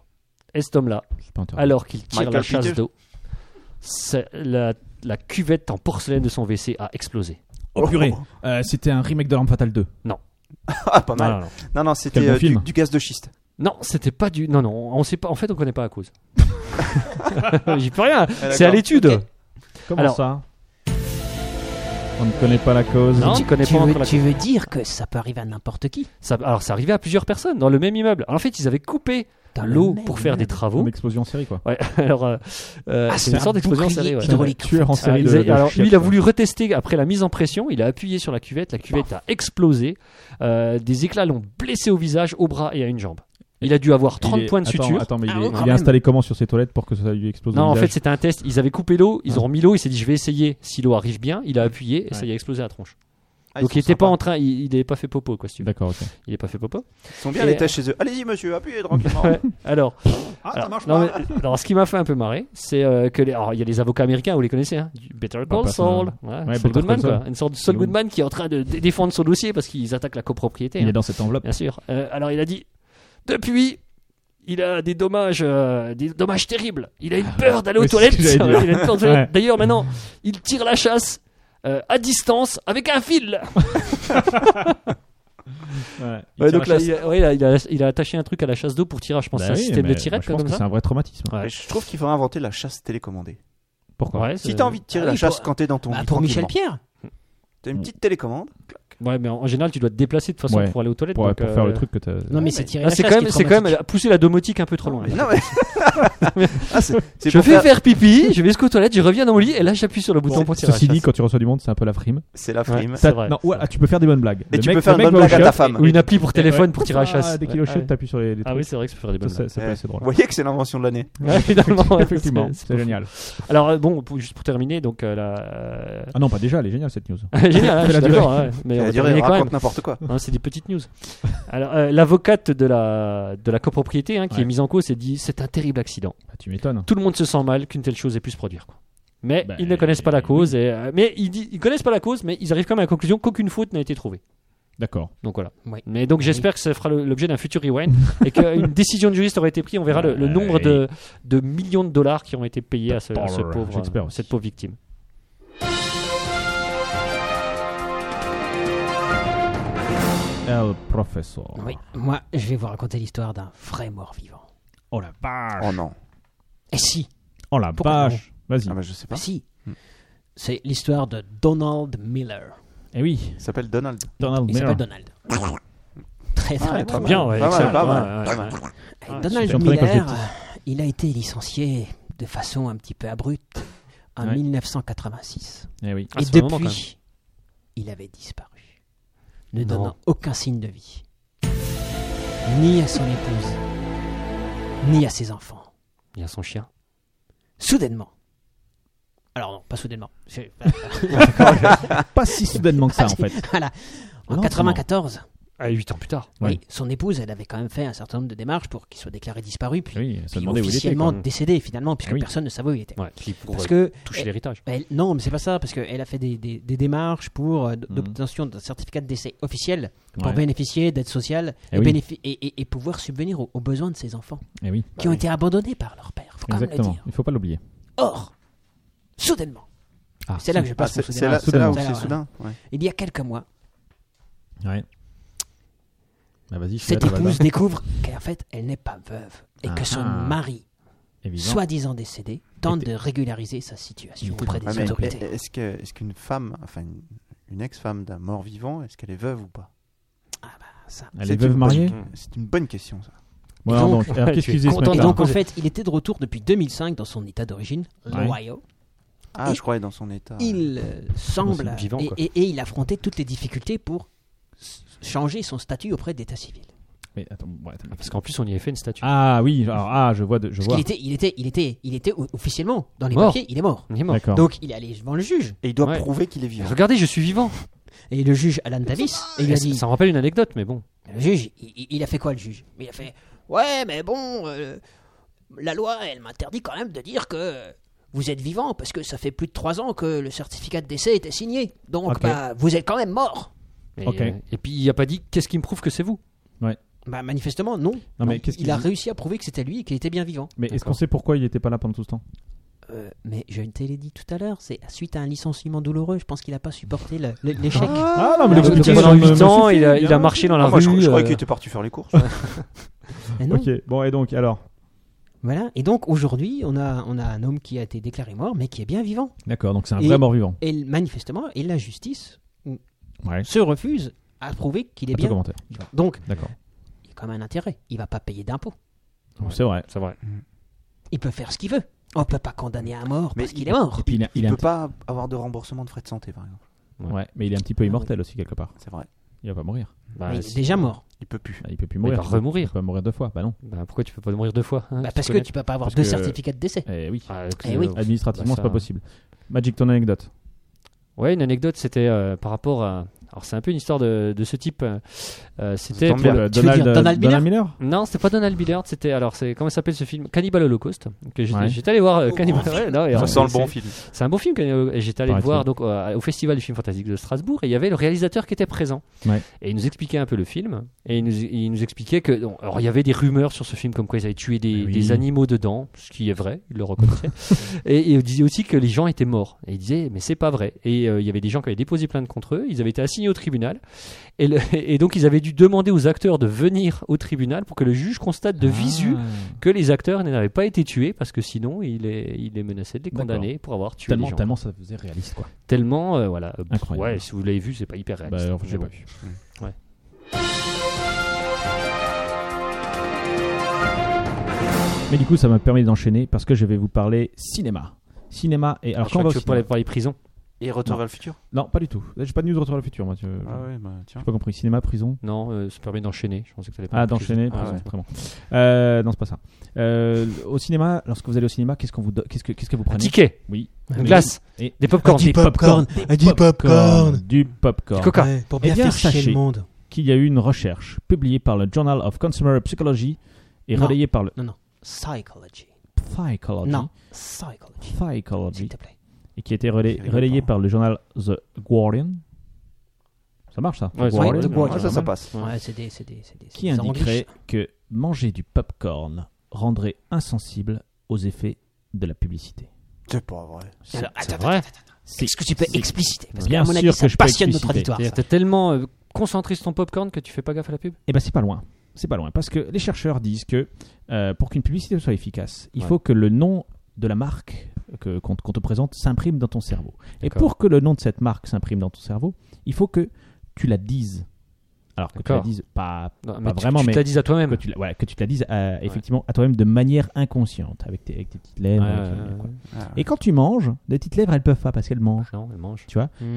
C: Et cet homme-là,
B: c'est pas intéressant.
C: alors qu'il tire
D: Michael
C: la chasse
D: Peter.
C: d'eau, sa- la, la cuvette en porcelaine de son WC a explosé.
B: Oh purée, euh, c'était un remake de L'Arme Fatale 2.
D: ah, pas mal.
C: non, non.
D: Non, non, c'était
B: Quel bon
D: euh, du,
B: film.
D: du gaz de schiste.
C: Non, c'était pas du. Non, non, on sait pas. En fait, on connaît pas la cause. J'y peux rien. C'est à
D: d'accord.
C: l'étude.
E: Ah, Ok.
B: Comment
C: Alors-
B: ça On ne connaît pas la cause.
C: Non.
E: tu,
C: tu connais
E: tu
C: pas encore
E: veux,
C: la
E: tu veux dire que ça peut arriver à n'importe qui
C: Ça- alors, ça arrivait à plusieurs personnes dans le même immeuble. Alors, en fait, ils avaient coupé
E: Dans le
C: l'eau
E: même
C: pour faire des travaux.
B: Une explosion en série quoi.
C: Ouais, alors, euh, euh,
E: Ah,
C: c'est
E: c'est
C: une
E: un
C: sorte d'explosion
E: bouclier
C: serrée, ouais.
E: qui doit- hydraulique, en
B: tueur en
E: fait.
C: Ah,
B: série.
C: ils
B: de- hein.
C: a-
B: de
C: alors,
B: chiottes,
C: lui, il a
B: quoi.
C: voulu retester après la mise en pression. Il a appuyé sur la cuvette. La cuvette a explosé. Euh, des éclats l'ont blessé au visage, au bras et à une jambe. Il a dû avoir 30
B: Il est-
C: points de
B: attends,
C: suture.
B: Attends, mais il
E: Ah,
B: est,
E: oh,
B: il
E: quand
B: est
E: même.
B: installé comment sur ses toilettes pour que ça lui explose
C: Non,
B: au
C: en fait,
B: visage
C: c'était un test. Ils avaient coupé l'eau, ils
B: Ouais.
C: ont remis l'eau, il s'est dit je vais essayer. Si l'eau arrive bien, il a appuyé et ça
B: Ouais.
C: y a explosé la tronche.
D: Ah, ils
C: Donc
D: sont
C: il était pas
D: sympas.
C: en train, il n'avait pas fait popo quoi, si tu veux.
B: D'accord, ok.
C: Il est pas fait popo.
D: Ils sont bien
C: Et-
D: les tâches chez eux. Allez-y, monsieur, appuyez tranquillement.
C: Ouais. Alors,
D: Ah, ça
C: alors,
D: marche
C: non,
D: pas.
C: mais- alors, ce qui m'a fait un peu marrer, c'est euh, que les, alors, il y a les avocats américains, vous les connaissez, hein, du Better Call Saul,
B: personne,
C: Ouais,
B: Bah, Ouais,
C: Saul
B: Better
C: Goodman,
B: Call Saul.
C: quoi. une sorte de Saul
B: Mm.
C: Goodman qui est en train de dé- défendre son dossier parce qu'ils attaquent la copropriété.
B: Il
C: hein.
B: est dans cette enveloppe.
C: Bien sûr. Euh, alors il a dit depuis. Il a des dommages, euh, des dommages terribles. Il a une peur d'aller aux
B: Ah, Oui, c'est ce
C: toilettes.
B: que j'allais dire.
C: Il a une peur de-
B: Ouais.
C: D'ailleurs, maintenant, il tire la chasse euh, à distance avec un fil.
B: Ouais,
C: Ouais, donc là, il, a, ouais, il a- il a- il a attaché un truc à la chasse d'eau pour tirer, je pense,
B: Bah
C: c'est un
B: oui,
C: système
B: mais
C: de tirette
B: moi, je
C: quoi,
B: pense
C: comme
B: que
C: ça.
B: c'est un vrai traumatisme.
C: Ouais.
D: Je trouve qu'il faudrait inventer la chasse télécommandée.
B: Pourquoi
C: Ouais,
D: Si
C: c'est-
D: t'as envie de tirer
E: Ah
D: la
E: oui,
D: chasse
E: pour-
D: quand t'es dans ton
E: Bah,
D: lit
E: pour Michel
D: tranquillement,
E: Pierre.
C: Euh,
D: t'as une petite télécommande.
C: Ouais, mais en en général, tu dois te déplacer de toute façon
B: Ouais.
C: pour aller aux toilettes.
B: pour,
C: donc,
B: pour
C: euh,
B: faire le truc que t'as.
E: Non, mais
D: mais
E: c'est tiré
C: là, Ah, c'est quand même, c'est quand même pousser la domotique un peu trop loin.
D: Mais non, mais- Ah, c'est- c'est
C: Je
D: pour
C: vais
D: faire-
C: faire pipi, je vais jusqu'aux toilettes, je reviens dans mon lit et là, j'appuie sur le bouton
B: Bon,
C: pour tirer. la
B: Ceci dit,
C: chasse.
B: quand tu reçois du monde, c'est un peu la frime.
D: C'est la
C: Ouais.
D: frime.
C: C'est
B: T'as-
C: vrai,
B: non,
C: c'est
B: ouais, ah,
C: vrai.
B: tu peux faire des bonnes blagues.
D: Et
B: Le
D: tu
B: mec-
D: peux
B: le
D: faire une
B: mec
D: bonne
B: va au
D: blague à ta
B: shop,
D: femme.
C: Ou une appli pour téléphone
B: ouais.
C: pour tirer la chasse.
B: Ah, Dès
C: Ouais.
B: qu'il est au
C: Ah
B: shop,
C: ouais.
B: t'appuies sur les. les
C: Ah oui,
B: trucs.
C: c'est vrai que je peux faire des
B: Ça, ça,
C: bonnes
B: ça peut
D: Ouais.
B: assez drôle.
D: Vous voyez que c'est l'invention de l'année.
C: blagues. Ouais, finalement, ouais,
B: Effectivement,
C: c'est-
B: c'est génial.
C: Alors, euh, bon, pour- juste pour terminer, donc euh, la.
B: Ah non, pas déjà, elle est géniale cette news.
C: Génial, hein,
B: la
C: je suis
B: durée.
C: d'accord, ouais, mais on
D: Elle
C: va
D: a duré,
C: terminer quand même.
D: raconte n'importe quoi.
C: Hein, c'est des petites news. Alors, euh, l'avocate de la, de la copropriété hein, qui
B: Ouais.
C: est mise en cause a dit c'est un terrible accident.
B: Bah, tu m'étonnes.
C: Tout le monde se sent mal qu'une telle chose ait pu se produire. quoi. Mais
B: Ben,
C: ils ne connaissent pas la cause. Et, euh, mais ils, dit- ils connaissent pas la cause, mais ils arrivent quand même à la conclusion qu'aucune faute n'a été trouvée.
B: D'accord.
C: Donc voilà.
E: Ouais.
C: Mais donc j'espère que ça fera le- l'objet d'un futur rewind et qu'une décision de juriste aurait été prise. On verra le, le nombre de, de millions de dollars qui ont été payés à, ce, à ce
B: Dollar,
C: pauvre,
B: j'espère
C: euh,
B: aussi.
C: cette pauvre victime.
B: El Professor.
E: Oui, moi, je vais vous raconter l'histoire d'un vrai mort vivant.
B: Oh la vache.
D: Oh non.
E: Et si,
B: Oh la
E: Pourquoi
B: vache. Vas-y.
D: Ah bah je sais
C: Hein
D: pas.
E: bah si. C'est l'histoire de Donald Miller.
B: Eh oui.
D: Il s'appelle Donald.
B: Donald
E: Il
B: Miller.
E: s'appelle Donald. Très très
D: pas
E: bon.
D: mal.
C: Ah, Bien, Ah, ouais,
D: Pas mal,
C: excellent.
D: pas
C: Ouais,
D: mal,
C: ouais, ouais.
D: pas mal.
E: Et
B: je suis
E: Donald
B: entraîné quand j'étais
E: Miller, euh, il a été licencié de façon un petit peu abrupte en
B: Ouais.
E: 1986.
B: Eh oui.
C: Ah,
E: Et
C: ça fait un moment, quand
E: depuis, il avait disparu, ne
C: Non.
E: donnant aucun signe de vie, ni à son épouse, ni à ses enfants.
C: Il y a son chien.
E: Soudainement. Alors non, pas soudainement. C'est-
B: Ah, Pas si soudainement que ça, en
E: Ah,
B: fait.
E: voilà. En
B: Lentement.
E: 94,
C: Ah, 8 ans plus tard.
B: Ouais.
E: oui, son épouse, elle avait quand même fait un certain nombre de démarches pour qu'il soit déclaré disparu, puis,
B: Oui, ça
E: puis
B: demandait où il était.
E: officiellement
B: quoi.
E: décédé finalement, puisque
B: Ah oui.
E: personne ne savait où il était.
C: Ouais, puis pour
E: Parce
C: euh,
E: que
C: toucher
E: elle-
C: l'héritage.
E: elle- non, mais c'est pas ça, parce qu'elle a fait des, des- des démarches pour euh, d-
B: Mhm.
E: d'obtention d'un certificat de décès officiel pour
B: Ouais.
E: bénéficier d'aide sociale
B: Eh
E: et,
B: oui.
E: bénéfi- et, et- et pouvoir subvenir aux, aux besoins de ses enfants
B: Eh oui.
E: qui ont été abandonnés par leur père. Faut quand même le
B: Exactement.
E: dire.
B: Il faut pas l'oublier.
E: Or, soudainement,
B: Ah,
E: c'est là que je
D: Ah,
E: passe mon
D: c'est c'est
E: soudainement.
D: là, c'est là où
E: Soudainement.
D: c'est soudain. Ouais.
E: Il y a quelques mois,
B: Ouais. Bah vas-y, je suis
E: Cette
B: là, Tabalda.
E: épouse découvre qu'en fait, elle n'est pas veuve et
B: Ah,
E: que son
B: ah.
E: mari,
B: Évidemment.
E: soi-disant décédé, tente
B: Était-
E: de régulariser sa situation
B: Était-
E: auprès
B: Ah,
E: des
D: Ah, mais
E: autorités.
D: est- Est-ce que- est-ce qu'une femme, enfin une, une ex-femme d'un mort vivant, est-ce qu'elle est veuve ou pas
E: Ah bah, ça.
B: Elle
D: C'est
B: est veuve
D: une bonne-
B: mariée
D: C'est une bonne question ça.
B: Bon,
E: Et
B: alors,
E: donc-
B: donc, alors, qu'est-ce
C: tu
B: qu'ils
C: es
B: disaient ce
C: content
E: Et
C: Attends.
B: matin
E: donc, en fait, il était de retour depuis 2005 dans son état d'origine,
B: Ouais.
E: l'Ohio.
D: Ah,
E: Et
D: je croyais dans son état.
E: Il euh, semble.
C: vivant,
E: et,
C: quoi.
E: et- et il affrontait toutes les difficultés pour s- changer son statut auprès d'état civil.
B: Mais attends, ouais, attends.
C: ah, Parce qu'en plus, on y avait fait une statue.
B: Ah oui, alors, ah, je vois, de- je
E: Parce
B: vois.
E: qu'il était, il était, il était, il était o- officiellement, dans les
C: Mort.
E: papiers, il est mort.
C: Il est mort.
B: D'accord.
E: Donc il est allé devant le juge.
D: Et il doit
C: Ouais.
D: prouver qu'il est vivant.
C: Regardez, je suis vivant.
E: Et le juge Alan Davis, et il a
C: Et ça-
E: dit
C: Ça me rappelle une anecdote, mais bon.
E: Le juge, il, il- il a fait quoi le juge Il a fait Ouais, mais bon, euh, la loi, elle m'interdit quand même de dire que vous êtes vivant parce que ça fait plus de trois ans que le certificat de décès était signé. Donc,
B: Ok.
E: bah, vous êtes quand même mort.
C: Et,
B: Ok.
C: euh, et puis, il n'a pas dit qu'est-ce qui me prouve que c'est vous.
E: Bah, manifestement, non.
B: Non, mais qu'est-ce
E: il
B: qu'il
E: a
B: dit
E: réussi à prouver que c'était lui et qu'il était bien vivant.
B: Mais est-ce
C: D'accord.
B: qu'on sait pourquoi il n'était pas là pendant tout ce temps
E: Euh, mais je ne te l'ai dit tout à l'heure, c'est suite à un licenciement douloureux, je pense qu'il n'a pas supporté le- le- l'échec.
B: Ah non, mais
E: Donc,
B: l'explication
C: pendant
B: me-
C: 8
B: me
C: ans,
B: suffit,
C: il a,
B: bien.
C: il a marché dans la
D: Ah, moi,
C: rue.
D: je, je croyais
C: euh,
D: qu'il était parti faire les courses.
E: Mais non.
B: Ok, bon, et donc, alors
E: Voilà. Et donc aujourd'hui, on a, on a un homme qui a été déclaré mort, mais qui est bien vivant.
B: D'accord, donc c'est un
E: Et-
B: vrai mort-vivant.
E: Et manifestement, et la justice
B: Ouais,
E: se refuse à prouver qu'il est
B: pas de
E: bien
B: commentaire.
E: vivant. Donc,
B: D'accord.
E: il y a quand même un intérêt. Il va pas payer d'impôts.
B: Bon, C'est vrai.
C: C'est vrai.
E: Il peut faire ce qu'il veut. On peut pas condamner à mort
D: Mais
E: parce
D: il-
E: qu'il est mort.
B: Et puis, il, est- il
D: Il
B: est
D: peut
B: un
D: pas avoir de remboursement de frais de santé par exemple.
C: Ah,
B: petit- ouais, mais il est un petit peu immortel aussi, quelque part.
D: C'est vrai.
B: Il va pas mourir.
C: Bah,
E: Mais il
C: si-
E: est déjà mort.
D: Il peut plus.
B: Bah, il peut plus
C: Mais il
B: mourir.
C: va remourir.
B: Il peut pas mourir deux fois. Bah non.
C: Bah, pourquoi tu peux pas mourir deux fois hein,
E: Bah,
C: tu
E: parce que
C: connais
E: tu peux pas avoir
B: Parce
E: deux
B: que-
E: certificats de décès.
B: Eh oui.
C: Ah,
E: Eh oui.
B: Administrativement,
C: bah,
B: c'est
C: ça-
B: pas possible. Magic, ton anecdote.
C: Ouais, une anecdote, c'était euh, par rapport à. Alors, c'est un peu une histoire de, de ce type. euh, euh, c'était.
D: tombe
C: pour
D: bien.
C: le-
B: Euh,
E: tu veux dire Donald Miller
C: Non, c'était pas Donald Billard, c'était. Alors, c'est. Comment s'appelle ce film Cannibal Holocaust. que J'étais
B: Ouais.
C: j'étais allé voir euh, Cannibal. Ouais, non, et
D: Oh, Ça
C: alors,
D: sent le
C: c'est-
D: bon film.
C: C'est un bon film. Cannibal- et J'étais allé le
B: Paraît-il.
C: voir donc, euh, au Festival du film fantastique de Strasbourg et il y avait le réalisateur qui était présent.
B: Ouais.
C: Et il nous expliquait un peu le film. Et il nous, il nous expliquait que. donc, alors, il y avait des rumeurs sur ce film comme quoi ils avaient tué des,
B: Eh oui.
C: des animaux dedans, ce qui est vrai, il le reconnaissait. et il disait aussi que les gens étaient morts. Et il disait, mais c'est pas vrai. Et euh, il y avait des gens qui avaient déposé plainte contre eux, ils avaient été assignés au tribunal. Et, le- et donc, ils avaient dû demander aux acteurs de venir au tribunal pour que le juge constate de visu
B: Ah,
C: que les acteurs n'avaient pas été tués parce que sinon il est, il est menacé de les
B: D'accord.
C: condamner pour avoir tué
B: Tellement,
C: les gens.
B: tellement ça faisait réaliste quoi.
C: Tellement, euh, voilà. Euh,
B: Incroyable.
C: Ouais, si vous l'avez vu, c'est pas hyper réaliste.
B: Bah, en fait, je l'ai
C: Mais
B: pas
C: bon.
B: vu. Mais du coup, ça m'a permis d'enchaîner parce que je vais vous parler cinéma. Cinéma et alors
C: Ah, Je
B: quand on
C: crois
B: va
C: que
B: au
C: tu parlais
B: cinéma-
C: par les prisons.
D: Et Retour vers le futur.
B: Non, pas du tout. Là, J'ai pas de news de retour à le futur moi. tu-
D: Ah ouais, bah tiens.
B: J'ai pas compris. Cinéma, prison.
C: Non, euh, ça permet d'enchaîner. Je pensais que t'allais parler
B: Ah,
C: de prison.
B: d'enchaîner.
D: Ah
B: prison,
D: ouais.
B: très bon. Euh, non, c'est pas ça. Euh, au cinéma, lorsque vous allez au cinéma, qu'est-ce qu'on vous, do- qu'est-ce que, qu'est-ce que vous
C: Un
B: prenez
C: ticket,
B: Oui.
C: une glace,
B: Et-
C: des popcorn,
E: Un petit
C: des
E: pop- popcorn,
B: Des
E: ah, du popcorn.
B: du popcorn.
C: Du coca.
E: Ouais, pour
B: Eh
E: bien
B: bien,
E: faire chier
B: sachez-
E: le monde.
B: Qu'il y a eu une recherche publiée par le Journal of Consumer Psychology et
E: Non.
B: relayée par le
E: Psychology.
B: Psychology.
E: Non, psychology. S'il
B: Psychology.
E: te plaît.
B: et qui a été relay-
D: Ça rigole
B: relayé
D: pas.
B: par le journal The Guardian. Ça marche ça
C: Ouais,
B: The
C: ça
B: Guardian.
E: marche, The Guardian.
D: Ah, ça, ça passe.
C: Ouais.
E: Ouais, c'est des, c'est des, c'est des.
B: Qui
E: c'est des
B: indiquerait
E: angliches.
B: que manger du popcorn rendrait insensible aux effets de la publicité.
D: C'est pas vrai.
B: C'est-
E: Alors,
C: C'est
E: attends, attends,
C: vrai.
E: attends, attends. Est-ce que tu peux
B: c'est-
E: expliciter Parce
B: Bien
E: qu'à mon avis,
B: sûr
E: ça
B: que je peux
E: passionne notre
B: expliciter.
E: auditoire.
C: C'est-à-dire, t'es tellement euh, concentré sur ton popcorn que tu fais pas gaffe à la pub.
B: Eh ben c'est pas loin. C'est pas loin. Parce que les chercheurs disent que euh, pour qu'une publicité soit efficace, il
C: Ouais.
B: faut que le nom de la marque que- qu'on qu'on te présente s'imprime dans ton cerveau. Et
C: D'accord.
B: pour que le nom de cette marque s'imprime dans ton cerveau, il faut que tu la dises. Alors que tu la
C: D'accord.
B: dises pas,
C: Non,
B: pas
C: mais tu-
B: vraiment,
C: tu
B: mais
C: te la dis à toi-même.
B: que tu la, voilà, que tu te la dises à- effectivement à toi-même de manière inconsciente, avec tes, avec tes petites lèvres.
C: Ouais,
B: avec-
C: ouais,
B: quoi.
C: ouais.
D: Ah,
B: Et quand tu manges, les petites lèvres, elles peuvent pas parce qu'elles mangent.
C: Non, elle mange.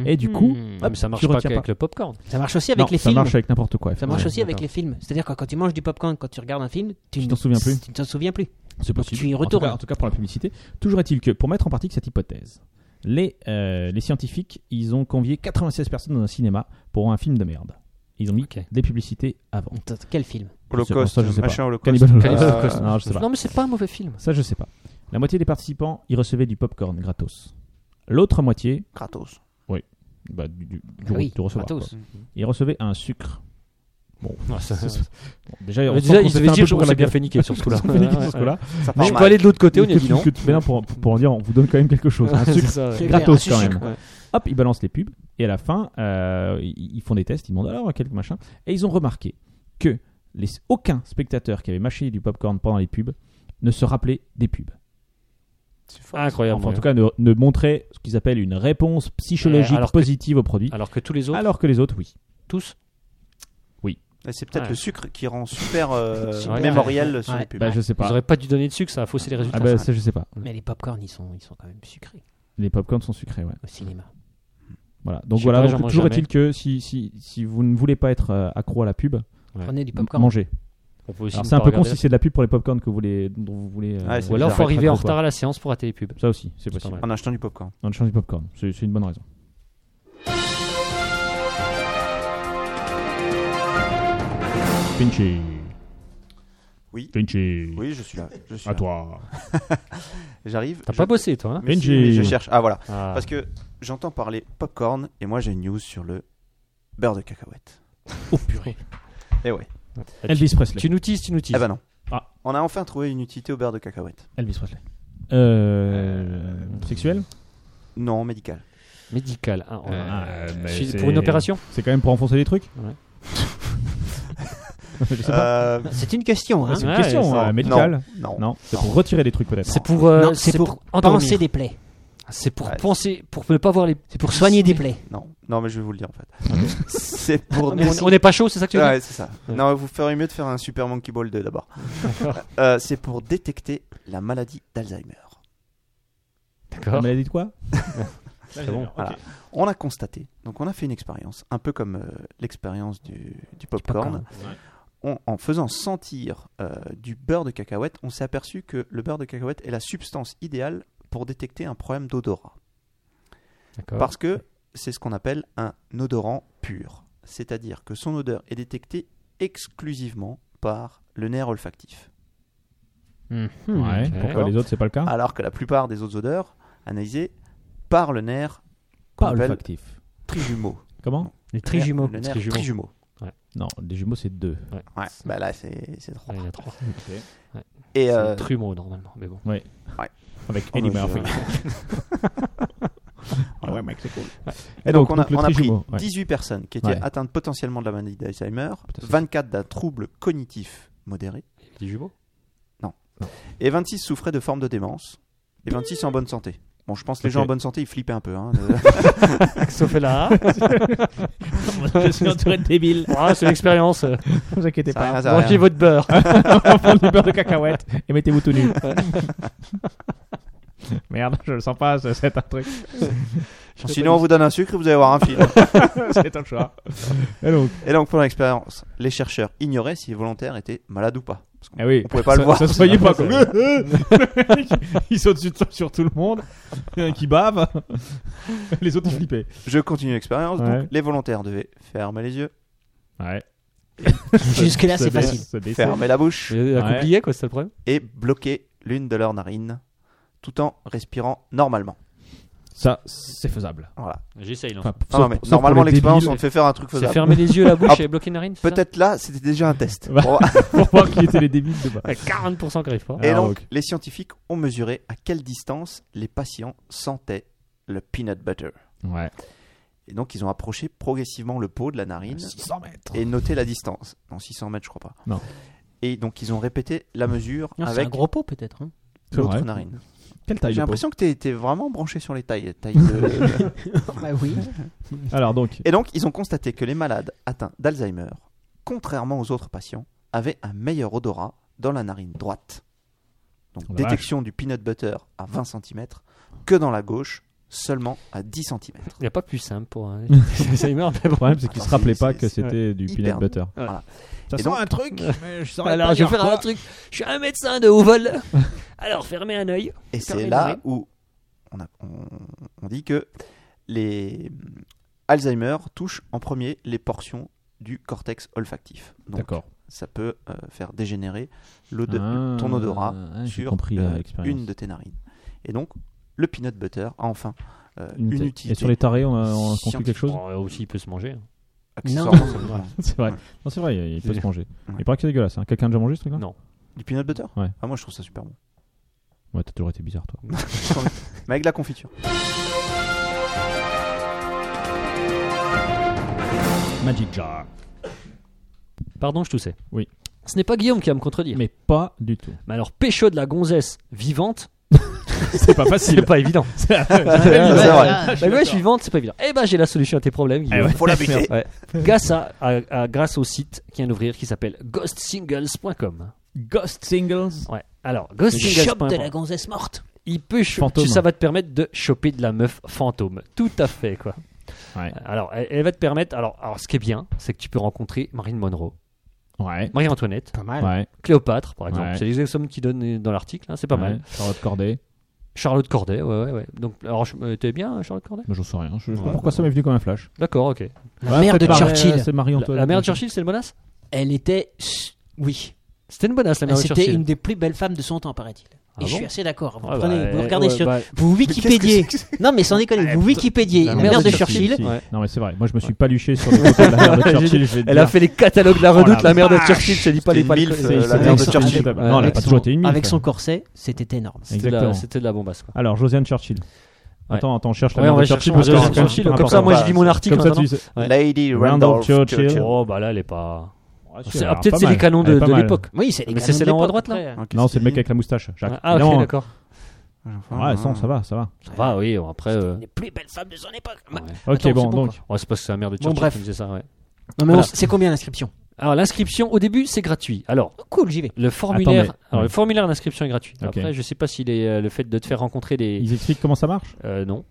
B: Et du coup,
E: Hmm.
C: Ah,
B: hop,
C: mais ça marche
B: tu
C: pas
B: retiens
C: qu'avec le popcorn.
E: Ça marche aussi avec
B: Mm. Non,
E: les
B: ça
E: films.
B: marche avec n'importe quoi.
E: Ça marche
B: effectivement.
E: aussi avec
C: d'accord.
E: les films. C'est-à-dire que quand tu manges du popcorn, quand tu regardes un film, tu
B: Tu
E: ne-
B: t'en souviens plus
E: Tu ne t'en souviens plus.
B: C'est
E: Donc
B: possible.
E: tu y
B: En tout
E: retournes.
B: cas- En tout, cas, pour la publicité. Toujours est-il que, pour mettre en pratique cette hypothèse, les, euh, les scientifiques, ils ont convié 96 personnes dans un cinéma pour un film de merde. Ils ont mis
C: Ok.
B: des publicités avant.
E: Attends, Quel film
B: Ça,
D: Holocauste,
B: je sais pas.
D: machin Ah, Holocauste.
B: Cannibal
C: Cannibal
B: Holocaust. Ah,
C: Holocaust.
B: Non, je sais pas.
C: Non, mais c'est pas un mauvais film.
B: Ça, je sais pas. La moitié des participants, ils recevaient du popcorn gratos. L'autre moitié,
D: Kratos.
B: bah, du, du, du-
E: Ah oui,
B: du recevoir.
E: gratos.
B: quoi. Ils recevaient un sucre. Bon,
C: Ouais, ça-
B: bon, déjà, on
C: Mais
B: sent
C: Déjà,
B: qu'on
C: ils
B: s'est
C: devaient
B: fait un
C: dire
B: peu
C: je
B: pour
C: me
B: la
C: suis bien
B: gueule.
C: fait niquer sur ce coup-là.
B: On s'est fait niquer sur ce coup-là.
D: Ça
C: Mais
D: part
C: je
D: mal.
C: peux aller de l'autre côté, on y a dit non.
B: Que tu- Mais non, pour, pour en dire, on vous donne quand même quelque chose. Un
C: Ouais,
B: sucre
C: c'est ça, ouais.
E: C'est clair,
B: gratos
E: un
B: quand
E: sucre,
B: même.
C: quoi. Ouais.
B: Hop, ils balancent les pubs et à la fin, euh, ils ils font des tests, ils demandent alors quel machin. Et ils ont remarqué que les, aucun spectateur qui avait mâché du popcorn pendant les pubs ne se rappelait des pubs.
C: Ah, Incroyable.
B: Enfin, en tout cas, ne, ne montrait ce qu'ils appellent une réponse psychologique
C: Euh, alors que-
B: positive au produit,
C: Alors que tous les autres,
B: alors que les autres, oui.
C: tous,
D: Et C'est peut-être
C: Ouais.
D: le sucre qui rend super, euh,
E: Super.
D: mémoriel
E: Ouais.
D: sur les pubs.
B: Bah, je sais
C: ils
B: pas.
C: auraient pas dû donner de sucre, ça a faussé les résultats.
B: Ah bah, ça, je sais pas.
E: Mais les popcorn, ils sont, ils sont quand même sucrés
B: Les popcorns sont sucrés, ouais.
E: au cinéma.
B: Voilà. Donc
C: Je sais
B: voilà,
C: pas,
B: donc,
C: j'en mange
B: toujours
C: jamais.
B: est-il que si, si, si vous ne voulez pas être euh, accro à la pub,
E: Prenez du
B: m-
E: popcorn.
B: mangez.
C: On peut aussi
B: Alors
C: ne
B: c'est un
C: pas
B: peu con
C: regarder
B: si c'est de la pub pour les popcorns que vous voulez, dont vous voulez. euh,
D: Ouais, c'est
C: Ou alors,
D: bizarre.
C: faut
B: être
C: arriver en
B: accro, quoi.
C: retard à la séance pour rater les pubs.
B: Ça aussi, c'est
C: pas
B: possible.
C: mal.
D: En achetant du popcorn.
B: Dans le champ du popcorn, c'est c'est une bonne raison. Pinchy.
D: Oui.
B: Pinchy.
D: Oui, je suis là. Je suis
B: À
D: là.
B: toi.
D: J'arrive.
C: T'as
D: je-
C: pas bossé, toi. hein
D: mais, si,
B: NG.
D: mais je cherche. Ah voilà.
C: Ah.
D: Parce que j'entends parler popcorn et moi j'ai une news sur le beurre de cacahuète.
B: Oh purée.
D: Eh ouais.
B: Elvis Presley.
C: Tu nous teases, tu nous teases.
D: Eh ben non.
B: Ah.
D: On a enfin trouvé une utilité au beurre de cacahuète.
B: Elvis Presley. Euh, Sexuel
D: Non, médical.
C: Médical. hein, on a-
B: Euh, mais
C: Suis-
B: c'est-
C: pour une opération
B: C'est quand même pour enfoncer les trucs
C: Ouais.
B: Je sais pas.
D: Euh,
E: C'est une question, hein
B: c'est une
C: ouais,
B: question
D: non,
B: euh, médicale.
D: Non.
B: Non, c'est
D: Non.
B: pour retirer des trucs peut-être.
C: C'est pour, euh,
E: Non, c'est pour penser
C: endormir.
E: des plaies.
C: C'est pour
D: Ouais.
C: penser, pour ne pas voir les.
E: C'est pour soigner des plaies.
D: Non. Non, mais je vais vous le dire en fait. c'est pour.
C: Mais on- on n'est pas chaud, c'est ça que tu veux
D: Ouais,
C: dire
D: c'est ça.
C: Ouais.
D: Non, vous ferez mieux de faire un Super Monkey Ball 2 d'abord. Euh, c'est pour détecter la maladie d'Alzheimer.
B: La
C: D'accord.
B: maladie de quoi C'est bon.
D: Voilà. On a constaté, donc on a fait une expérience, un peu comme euh, l'expérience du, du popcorn. On- en faisant sentir euh, du beurre de cacahuète, on s'est aperçu que le beurre de cacahuète est la substance idéale pour détecter un problème d'odorat.
C: D'accord.
D: Parce que c'est ce qu'on appelle un odorant pur. C'est-à-dire que son odeur est détectée exclusivement par le nerf olfactif.
C: Mhm.
B: Ouais,
C: Ok.
B: Pourquoi les autres, c'est pas le cas
D: Alors que la plupart des autres odeurs analysées par le nerf qu'on
B: le
D: appelle
B: factif.
D: trijumeau.
B: Comment
E: Les trijumeaux.
D: Le nerf
C: Trijumeau.
D: trijumeau.
B: Non, des jumeaux, c'est deux.
D: Ouais, bah là c'est c'est trop.
C: Ouais, il y a trois.
D: Et
C: C'est
D: euh,
C: le trumeau normalement, mais bon.
B: Avec
D: Oh,
B: Eddie
D: bah, je-
B: Murphy. Ah ouais, mec, c'est cool.
D: Et donc, on a,
B: le
D: on a pris
B: trijumeau, ouais.
D: 18 personnes qui étaient
B: Ouais.
D: atteintes potentiellement de la maladie d'Alzheimer,
B: Putain, c'est-
D: 24 d'un trouble cognitif modéré,
C: Les jumeaux
D: et 26 souffraient de formes de démence, et 26 en bonne santé. Bon, je pense que les
B: Ok.
D: gens en bonne santé, ils flippaient un peu. Hein,
C: Sauf là.
B: Je suis entouré de débiles.
C: Ah, c'est l'expérience.
B: Vous inquiétez
D: Ça a
B: pas.
D: rien, ça a
C: Mangez
D: rien.
C: votre beurre.
B: Prendre du beurre de cacahuète et mettez-vous tout nu. Merde, je le sens pas, ce- c'est un truc.
D: Sinon, on vous donne un sucre et vous allez voir un film.
B: C'est un choix. Et donc,
D: et donc, pendant l'expérience, les chercheurs ignoraient si les volontaires étaient malades ou pas. Parce qu'on-
B: eh oui,
D: On pouvait pas le
B: ça-
D: voir.
B: Ça se voyait pas, quoi. Le mec, il saute sur, sur tout le monde. Il y en a un qui bave. Les autres, ils flippaient.
D: Je continue l'expérience.
B: Ouais.
D: Donc, les volontaires devaient fermer les yeux,
B: Ouais.
E: Jusque-là, c'est facile.
D: fermer la bouche
C: J'ai
B: Ouais.
C: oublié quoi, c'était le problème
D: et bloquer l'une de leurs narines tout en respirant normalement.
B: Ça, c'est faisable.
D: Voilà.
C: J'essaye.
B: Enfin,
D: Ah Non,
B: sauf-
D: mais
B: sauf
D: normalement,
B: pour les
D: l'expérience,
B: débiles.
D: on te fait faire un truc
C: C'est
D: faisable.
C: fermer les yeux, la bouche
D: Hop.
C: et bloquer les narines c'est ça
D: Peut-être là, c'était déjà un test.
B: Bah.
D: Bon.
B: pour voir qui étaient les débiles de base.
C: Ouais, 40% qui arrivent pas.
D: Et
B: Alors,
D: donc,
B: ok.
D: les scientifiques ont mesuré à quelle distance les patients sentaient le peanut butter.
B: Ouais.
D: Et donc, ils ont approché progressivement le pot de la narine
B: 600 mètres.
D: et noté la distance. Non, 600 mètres, je crois pas.
B: Ah, Non.
D: Et donc, ils ont répété la mesure
E: Non, C'est un
D: avec
E: gros pot peut-être. hein.
B: Ouais.
D: l'autre narine.
B: Quelle taille
D: J'ai
B: le pot
D: l'impression que tu étais vraiment branché sur les tailles. tailles de-
E: bah oui.
B: Alors donc,
D: et donc, ils ont constaté que les malades atteints d'Alzheimer, contrairement aux autres patients, avaient un meilleur odorat dans la narine droite. Donc,
B: Oh La vache.
D: détection du peanut butter à 20 cm que dans la gauche, seulement à 10 cm.
C: Il n'y a pas plus simple pour un Alzheimer, mais
B: le
C: bon.
B: problème c'est qu'ils se
D: Alors,
B: rappelaient
D: c'est-
B: pas
D: c'est-
B: que c'était du
D: hyper-
B: peanut butter.
D: Voilà.
B: Ça
D: Et sent donc-
B: un truc, mais je
C: Alors, je vais faire un truc. Je suis un médecin de haut vol. Alors, fermez un œil.
D: Et
C: Putain,
D: c'est
C: mais
D: là
C: oui.
D: où on, a- on- on dit que les mm, Alzheimer touche en premier les portions du cortex olfactif. Donc
B: D'accord.
D: ça peut euh, faire dégénérer l'ode- ton odorat
B: Ah, j'ai
D: sur
B: compris
D: euh,
B: euh, l'expérience.
D: une de tes narines. Et donc le peanut butter a enfin euh,
B: Une
D: une,
B: taille. Et
D: utilité.
B: sur les tarés, on, a- on a conclu
D: scientifique.
B: quelque chose
C: Bon, euh, aussi, il peut se manger.
D: accessoirement,
E: Non.
D: ça devrait.
B: C'est vrai. Non, c'est vrai, il, il peut
C: C'est-
B: se manger.
D: Ouais.
B: Il paraît que c'est dégueulasse. hein. Quelqu'un a déjà mangé ce truc-là
C: Non.
D: Du peanut butter
B: Ouais.
D: Ah, moi je trouve ça super bon.
B: Ouais, t'as toujours été bizarre, toi.
D: Mais avec de la confiture.
B: Magic Jar.
C: Pardon, je toussais.
B: Oui.
C: Ce n'est pas Guillaume qui va me contredire. Mais,
B: Mais pas du tout.
C: alors, pécho de la gonzesse vivante,
B: C'est pas
C: c'est
B: facile.
C: pas évident.
D: Ça,
C: ouais,
D: c'est vrai.
E: Ah,
C: La gonzesse vivante, c'est pas évident. Eh ben, j'ai la solution à tes problèmes, Guillaume.
D: Faut la buter.
C: Ouais. Grâce, à, à- à- grâce au site qui vient d'ouvrir qui s'appelle ghostsingles.com.
B: Ghost Singles.
C: Ouais. Alors,
E: Chope de la
C: ghostsingles.com.
E: gonzesse morte.
C: Il peut cho-
B: Fantôme.
C: tu- ça va te permettre de choper de la meuf fantôme. Tout à fait, quoi.
B: Ouais.
C: Alors, elle, elle va te permettre. Alors, alors, ce qui est bien, c'est que tu peux rencontrer Marine Monroe,
B: Ouais.
C: Marie-Antoinette,
E: Pas mal.
B: Ouais.
C: Cléopâtre, par exemple.
B: Ouais.
C: C'est les exommes qui donnent euh, dans l'article, hein, c'est pas mal.
B: Ouais. Charlotte Corday.
C: Charlotte Corday, ouais, ouais, ouais. Donc, alors, je- euh, t'es bien, Charlotte Corday
B: Mais j'en sais rien. Je je sais
C: Ouais,
B: pas pourquoi ça m'est venu comme un flash.
C: D'accord, ok.
E: La mère de Churchill.
B: C'est
C: La,
B: Marie-Antoinette.
C: la mère de Churchill, c'est une bonasse
E: Elle était. Chut. Oui.
C: C'était une bonasse, la mère de
E: Euh, C'était
C: Churchill.
E: une des plus belles femmes de son temps, paraît-il.
C: Ah
E: Et je
C: bon
E: suis assez d'accord. Vous,
C: Ah bah,
E: prenez- vous
C: euh,
E: regardez
C: ouais,
E: sur.
C: bah,
E: vous Wikipédiez. Non, mais sans déconner,
B: Ah,
E: vous Wikipédiez. La mère de Churchill.
B: si.
C: Ouais.
B: Non, mais c'est vrai. Moi, je me suis pas luché sur le côté de la mère de Churchill. je vais te
C: Elle a
B: dire.
C: fait les catalogues de la
B: redoute,
C: redoute,
B: Oh la
C: la mère de
B: vache.
C: Churchill, je te dis pas
D: C'était
C: les
D: une milf,
C: palcos.
D: euh,
B: C'est-
D: la
B: c'est
D: mère de
B: extra-
D: Churchill.
B: Non, elle a
C: Avec
B: pas
C: son-
B: toujours été une mille,
E: Avec
B: ça.
E: son corset, c'était énorme.
C: C'était de la-
B: Exactement.
C: C'était de la bombasse, quoi.
B: Alors, Josiane Churchill.
C: Ouais.
B: Attends, attends, on cherche la
C: Ouais,
B: mère
C: on va
B: de Churchill.
C: chercher
B: parce que
C: Josiane
B: c'est quand
C: Churchill.
B: même
C: Comme ça, moi,
B: important.
C: je lis mon article.
B: Comme ça,
C: en
B: tu
C: attendant.
B: sais.
C: Ouais.
D: Lady
B: Randolph
D: Randolph
B: Churchill.
D: Churchill.
C: Oh, bah là, elle est pas.
B: Ah,
C: C'est-
B: elle
C: ah,
B: a
C: Peut-être
B: pas
C: c'est les
B: mal.
C: canons
B: Elle
C: de
B: est pas
C: de
B: mal.
C: l'époque.
E: Oui, c'est les
C: Mais c'est
E: canons de
C: celle en haut
E: l'époque,
C: à
E: hein.
C: droite, là
E: après.
D: Ah, qu'est-ce
B: Non, c'est le mec
D: qu'il
B: avec la moustache, Jacques.
C: Ah, ok,
B: Non,
C: d'accord.
D: dit
B: Ouais, sans, ça va, ça va.
C: Ça va, oui, bon, après. euh,
E: Une des plus belles femmes de son époque. Bah,
C: ouais.
B: Ok,
E: Attends,
B: bon,
E: c'est bon,
B: donc.
C: Ouais, c'est parce que c'est la mère de
E: Bon,
C: Churchill
E: bref.
C: qui me disait ça, ouais.
E: Non, mais on
C: Voilà.
E: s- c'est combien l'inscription
C: Alors, l'inscription, au début, c'est gratuit. Alors,
E: Cool, j'y vais.
C: le formulaire,
B: Attends, mais-
C: alors,
B: ouais.
C: le formulaire d'inscription est gratuit.
B: Ok.
C: Après, je sais pas si les, euh, le fait de te faire rencontrer des.
B: Ils expliquent comment ça marche
C: Euh, non.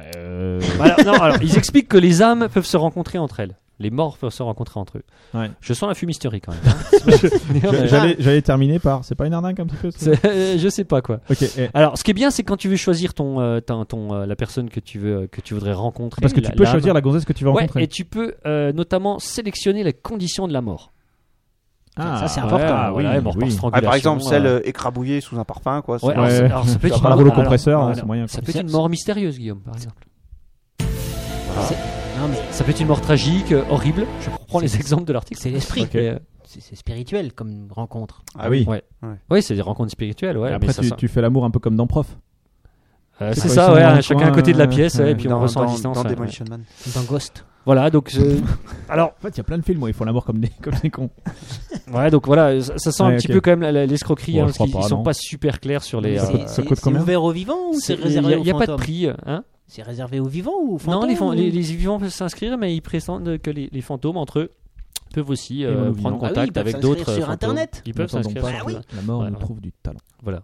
B: Euh,
C: Voilà, non, alors, ils expliquent que les âmes peuvent se rencontrer entre elles. Les morts peuvent se rencontrer entre eux.
B: Ouais.
C: Je sens la fumisterie quand même. hein.
B: J'allais j'allais terminer par. C'est pas une arnaque un petit peu ça
C: C'est- euh, Je sais pas quoi.
B: Ok. eh,
C: Alors, ce qui est bien, c'est quand tu veux choisir ton, euh, ton, ton, euh, la personne que tu veux, euh, que tu voudrais rencontrer.
B: parce que tu
C: la-
B: peux
C: l'âme.
B: choisir la gonzesse que tu vas
C: Ouais,
B: rencontrer.
C: et tu peux euh, notamment sélectionner les conditions de la mort.
E: ça, c'est
B: ouais,
E: important.
B: ah, oui,
C: voilà, mort par
B: oui.
D: Ah,
C: strangulation.
D: par exemple, celle
C: euh,
D: euh, écrabouillée sous un parfum, quoi. c'est-
C: ouais, alors,
B: Ouais.
C: c'est- alors, ça peut être
B: Par
C: une
B: le rouleau
C: alors,
B: compresseur,
C: voilà.
B: c'est moyen,
C: Ça
B: quoi.
C: peut être une mort mystérieuse, Guillaume, par exemple.
E: Non, mais
C: Ça peut être une mort tragique, euh, horrible. Je prends les exemples de l'article.
E: c'est l'esprit.
B: Ok.
C: euh,
E: C'est c'est spirituel comme rencontre.
B: Ah oui.
C: Ouais. Oui, c'est des rencontres spirituelles. Ouais,
B: Et
C: mais
B: après,
C: ça,
B: tu,
C: ça-
B: tu fais l'amour un peu comme dans Prof.
C: Euh,
B: tu
C: c'est
B: vois,
C: ça,
B: ils sont
C: ouais,
B: dans
C: hein,
B: le
C: chacun
B: coin,
C: à côté de la
B: euh,
C: pièce, ouais,
B: ouais.
C: et puis
D: Dans-
C: on ressent à
D: dans-
C: distance. hein.
D: Dans
C: ouais.
D: Demolition Man.
E: Dans Ghost.
C: Voilà, donc euh, alors
B: En fait, il y a plein de films où ils font l'amour comme des, comme des cons.
C: Ouais, donc voilà, euh, ça, ça sent un
B: Ouais,
C: petit
B: ok.
C: peu quand même la- la- l'escroquerie,
B: Bon,
C: hein,
B: je
C: parce
B: crois
C: qu'ils
B: pas,
C: ils sont
B: non.
C: pas super clairs sur
E: Mais
C: les.
E: c'est-
C: euh,
E: c'est-
B: coûte
E: C'est
B: combien
E: ouvert aux vivants ou c'est
C: c'est- il y a-
E: réservé aux
C: Il n'y a, pas de
E: fantômes
C: prix. Hein
E: C'est réservé aux vivants ou aux fantômes
C: non, les, fan-
E: ou-
C: les, les vivants peuvent s'inscrire, mais ils prétendent que les, les fantômes entre eux peuvent aussi euh,
B: Et non, les
C: prendre
B: vivants.
E: Ah oui, ils
C: contact
E: peuvent
C: avec
E: s'inscrire
C: d'autres.
E: sur
C: fantômes.
E: Internet.
C: Ils peuvent
B: N'attendons
C: s'inscrire
B: pas Ah
C: sur
B: que
C: Internet.
B: La mort
C: Ouais,
B: nous
C: ouais.
B: trouve du talent.
C: Voilà.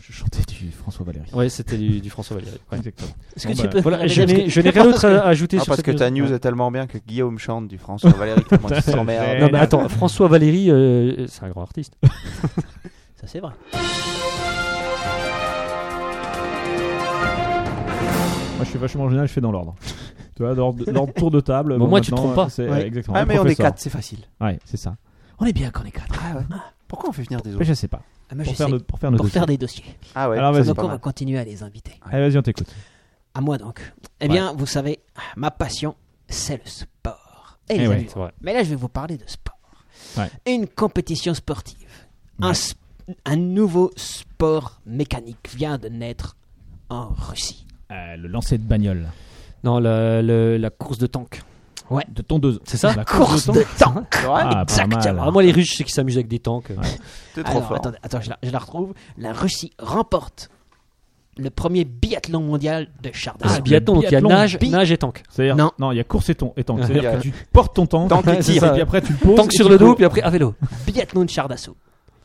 B: Je chantais du François Valéry.
C: Ouais, c'était du, du François Valéry. ouais.
B: Exactement.
E: Est-ce que
B: Bon,
E: tu
B: bah,
E: peux-
C: Voilà,
E: Ah, Parce
C: je n'ai
E: que-
C: je n'ai rien d'autre à ajouter
D: Ah,
C: sur
D: parce
C: cette
D: que ta
C: news.
D: news est tellement bien que Guillaume chante du François Valéry tellement il s'emmerde.
C: Non, mais attends, François Valéry, euh, c'est un grand artiste.
E: Ça, c'est vrai.
B: Moi, je suis vachement génial, je fais dans l'ordre. tu vois, dans l'ordre dans l'ordre tour de table.
C: Bon, moi, tu te
B: maintenant,
C: trompes pas.
B: c'est-
D: Ouais.
B: Exactement.
D: Ah,
B: le
D: mais on est
B: professeur.
D: quatre, c'est facile.
B: Ouais, c'est ça. On est bien quand on est quatre.
D: Ah, ouais. Pourquoi on fait venir des
B: Mais
D: autres
B: je sais pas.
E: Ah, moi, je
B: Pour faire
E: sais.
B: notre- pour faire notre
E: Pour faire
B: dossier.
E: des dossiers.
D: Ah, ouais,
B: Alors,
D: ça,
B: vas-y.
D: c'est
E: Donc
D: pas
E: on va
D: mal.
E: continuer à les inviter.
B: Allez, vas-y, on t'écoute.
E: À moi donc. Eh bien, vous savez, ma passion, c'est le sport. Et les
B: Eh ouais.
E: amis,
C: C'est vrai.
E: Mais là, je vais vous parler de sport.
B: Ouais.
E: Une compétition sportive.
B: Ouais.
E: Un, sp- un nouveau sport mécanique vient de naître en Russie.
B: Euh, le lancer de bagnole.
C: Non, la, le- la course de tank.
B: De tondeuse.
C: C'est ça
B: La
E: Course de tank
B: Ah, pas mal.
E: Exactement.
C: Ah, moi, les Russes, c'est qu'ils s'amusent avec des tanks.
D: T'es trop
E: Alors,
D: fort.
E: attendez, attends, je la, je la retrouve. La Russie remporte le premier biathlon mondial de
C: Ah,
E: Chardin.
B: le
C: biathlon, donc il y a
B: biathlon,
C: nage,
E: bi-
C: nage et tank.
B: C'est-à-dire,
E: Non.
B: non, il y a course et ton- et tank.
D: Il y
B: C'est-à-dire
D: a-
B: que tu portes ton tank,
D: Tank et
B: c'est
D: tir.
B: ça, et puis après tu le poses.
C: Tank
B: et
C: sur
B: tu
C: le dos,
B: cours.
C: puis après à vélo.
E: biathlon de Chardassaut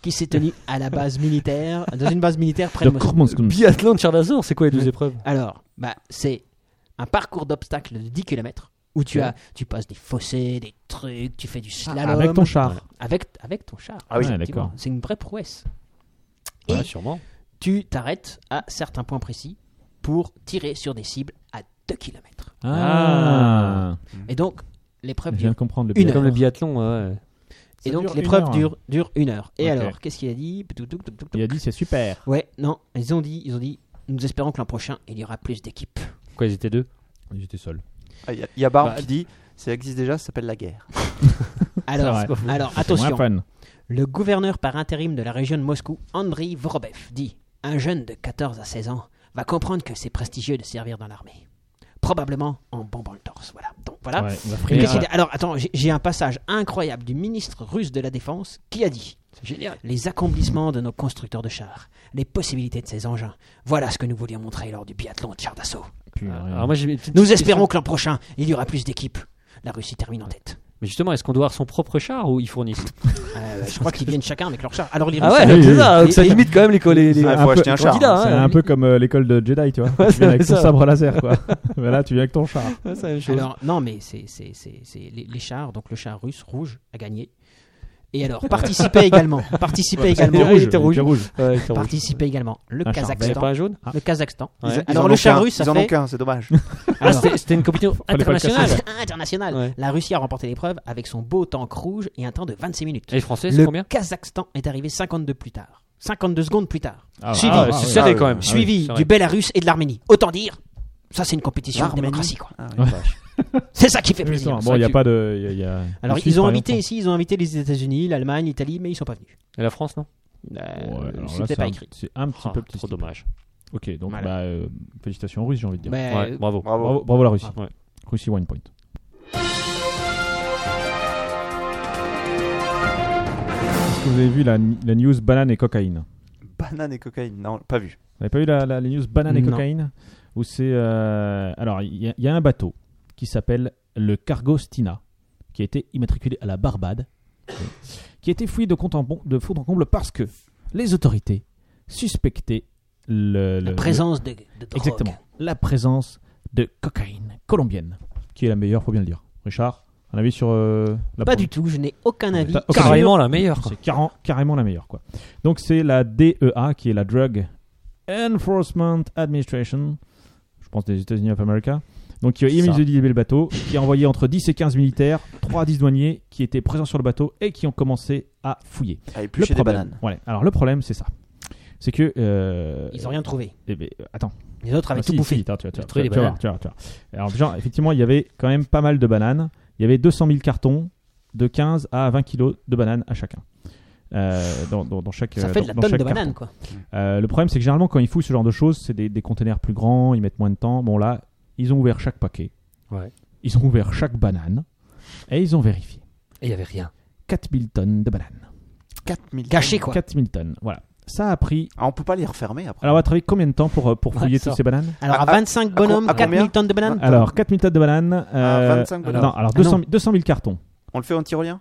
E: qui s'est tenu à la base militaire, euh, dans une base militaire près
B: De
E: de Moscou.
B: Courmansk.
C: Biathlon de Chardazor, c'est quoi les deux
E: Ouais.
C: épreuves
E: Alors, bah, c'est un parcours d'obstacles de 10 km où tu,
C: Ouais.
E: as, tu passes des fossés, des trucs, tu fais du slalom.
B: Avec ton char.
E: Avec, avec ton char.
D: Ah oui,
B: Ouais,
E: effectivement.
B: d'accord.
E: C'est une vraie prouesse. Et
C: Ouais, sûrement.
E: tu t'arrêtes à certains points précis pour tirer sur des cibles à 2 km.
B: Ah.
E: Et donc, l'épreuve
B: Je viens
E: dure,
B: de comprendre le
E: Une
B: biathlon.
C: Comme le biathlon,
E: et
C: ouais.
B: Ça dure
E: donc,
B: une
E: l'épreuve
B: heure.
E: dure, dure une heure. Et
B: Ok.
E: alors, qu'est-ce qu'il a dit
B: Il a dit c'est super.
E: Ouais, non, ils ont dit, ils ont dit, nous espérons que l'an prochain, il y aura plus d'équipes.
C: Quoi, ils étaient deux
B: J'étais seul.
D: Ah, Il y a- il y a Barbe
C: Bah,
D: qui dit ça existe déjà, ça s'appelle la guerre.
E: Alors,
B: C'est vrai.
E: alors
B: C'est moins
E: attention,
B: fun.
E: Le gouverneur par intérim de la région de Moscou, Andriy Vorobev, dit Un jeune de 14 à 16 ans va comprendre que c'est prestigieux de servir dans l'armée. Probablement en bombant le torse. Voilà. Donc voilà.
B: Ouais, on va
E: Mais
B: frimer.
E: qu'est-ce qu'il- Alors attends, j'ai- j'ai un passage incroyable du ministre russe de la Défense qui a dit
C: Génial.
E: Les accomplissements de nos constructeurs de chars, les possibilités de ces engins, voilà ce que nous voulions montrer lors du biathlon de chars d'assaut.
D: Ah,
B: Putain,
C: Alors moi, j'ai une petite
E: Nous
C: question.
E: espérons que l'an prochain, il y aura plus d'équipes. La Russie termine en tête.
C: Mais justement, est-ce qu'on doit avoir son propre char ou ils fournissent
E: Euh, je crois qu'ils viennent chacun avec leur char. Alors les
C: Ah
E: Russes-
C: ouais,
B: oui,
C: c'est
B: oui.
C: ça. Donc ça
E: Et- et-
C: limite quand même les collègues.
D: Ah, faut acheter un char.
C: candidats,
B: C'est
C: hein.
B: un peu comme euh, l'école de Jedi, tu vois. tu
C: c'est
B: viens avec ton
C: ça.
B: sabre laser, quoi. Mais là, tu viens avec ton char.
E: Alors, non, mais c'est c'est- c'est- c'est les, les chars, donc le char russe rouge a gagné. Et alors, participait également, participait également,
C: rouge, il était rouge.
B: Il était rouge.
E: Ah,
C: Ouais, ils sont rouges.
E: participait également le
B: Un char
C: C'est
E: Kazakhstan.
C: pas un jaune
E: Le Kazakhstan.
D: Ils-
C: Ouais.
D: ils
E: Alors,
D: en
E: le
D: ont
E: char
D: qu'un,
E: russe, ça
D: Ils en
E: fait-
D: ont qu'un, c'est dommage.
C: Ah, c'était c'était une compétition
B: pas le
C: internationale.
B: casser.
E: international.
C: Ouais.
E: La Russie a remporté l'épreuve avec son beau tank rouge et un temps de 26 minutes.
C: Et les Français, c'est
E: Le
C: combien
E: Kazakhstan est arrivé 52 plus tard. 52 secondes plus tard.
B: Ah,
E: Suivi,
B: ah,
C: c'est
B: ouais.
C: serré
D: Ah,
C: quand
D: ouais.
C: même.
D: Ah,
E: suivi
C: c'est
E: du
C: vrai.
E: Bélarus et de l'Arménie. Autant dire, ça c'est une compétition de
D: L'Arménie.
E: démocratie. quoi.
D: Ah,
C: Ouais.
D: oui, vache.
E: C'est ça qui fait
B: Putain,
E: plaisir.
B: Bon, il n'y a pas de. il y a- il y a-
E: Alors
B: la Suisse,
E: ils ont
B: par
E: invité
B: exemple.
E: ici, ils ont invité les États-Unis, l'Allemagne, l'Italie, mais ils sont pas venus.
C: Et la France, non
E: Euh,
B: Ouais, alors là,
E: C'était
B: c'est
E: pas
B: un-
E: écrit.
B: C'est un petit
C: Ah,
B: peu petit.
C: Trop dommage.
B: Ok, donc
E: Voilà. Bah,
B: bah, euh, félicitations aux Russes, j'ai envie de dire.
E: Mais, euh,
C: Ouais, bravo.
D: Bravo.
B: Bravo, bravo la Russie.
E: ah,
C: Ouais.
B: Russie One Point. Est-ce que vous avez vu la, la news banane et cocaïne
D: Banane et cocaïne, non, pas vu.
B: Vous n'avez pas vu la, la- la news banane et
E: Non.
B: cocaïne Où c'est. euh, alors, il y, a- il y a un bateau qui s'appelle le Cargostina, qui a été immatriculé à la Barbade, qui a été fouillé de, compte en bon- de fond en comble parce que les autorités suspectaient le- le-
E: la
B: le,
E: présence de, de drogue.
B: Exactement. la présence de cocaïne colombienne, qui est la meilleure, faut bien le dire. Richard, un avis sur euh, la
E: Pas
B: pro-
E: du tout, je n'ai aucun avis.
B: T'as aucun avis
C: Carrément la meilleure. quoi.
B: C'est carrément, carrément la meilleure. quoi. Donc c'est la DEA qui est la Drug Enforcement Administration, je pense des États-Unis of America, donc qui a
C: Ça.
B: immédiatement le bateau, qui a envoyé entre 10 et 15 militaires, 3 à 10 douaniers qui étaient présents sur le bateau et qui ont commencé à fouiller.
D: à
B: Le
D: éplucher des
B: problème,
D: bananes.
B: voilà. Alors le problème c'est ça. C'est que... euh,
E: Ils n'ont rien trouvé.
B: eh ben, attends.
E: Les autres avaient
B: Ah,
E: tout
B: si,
E: bouffé.
B: si, attends, tu vas- tu vas-
C: J'ai trouvé
B: tu
C: des
B: vas voir,
C: bananes.
B: tu vas voir, tu vas voir. Alors, genre, effectivement, il y avait quand même pas mal de bananes. Il y avait 200 000 cartons de 15 à 20 kilos de bananes à chacun. Euh, dans, dans- dans chaque,
E: Ça
B: euh,
E: fait
B: dans-
E: de la
B: dans
E: tonne
B: chaque
E: de
B: carton.
E: bananes, quoi.
B: Euh, le problème, c'est que généralement, quand ils fouillent ce genre de choses, c'est des, des containers plus grands, ils mettent moins de temps. Bon, là, ils ont ouvert chaque paquet.
C: Ouais.
B: Ils ont ouvert chaque banane. Et ils ont vérifié.
C: Et il n'y avait rien.
B: 4000 tonnes de bananes.
D: 4000
E: Caché, quoi.
B: 4000 tonnes, voilà. Ça a pris.
D: Ah, on peut pas les refermer après.
B: Alors, on va travailler combien de temps pour, euh, pour
C: Ouais,
B: fouiller
C: ça.
B: toutes ces bananes
E: Alors, à
D: à-
E: 25 bonhommes,
D: à combien
E: 4000 tonnes de Ah, bananes
B: Alors, 4000 tonnes de bananes. euh,
D: 25 bonhommes.
B: Non, alors
E: Ah, non.
B: 200, 200 000 cartons.
D: On le fait en tyrolien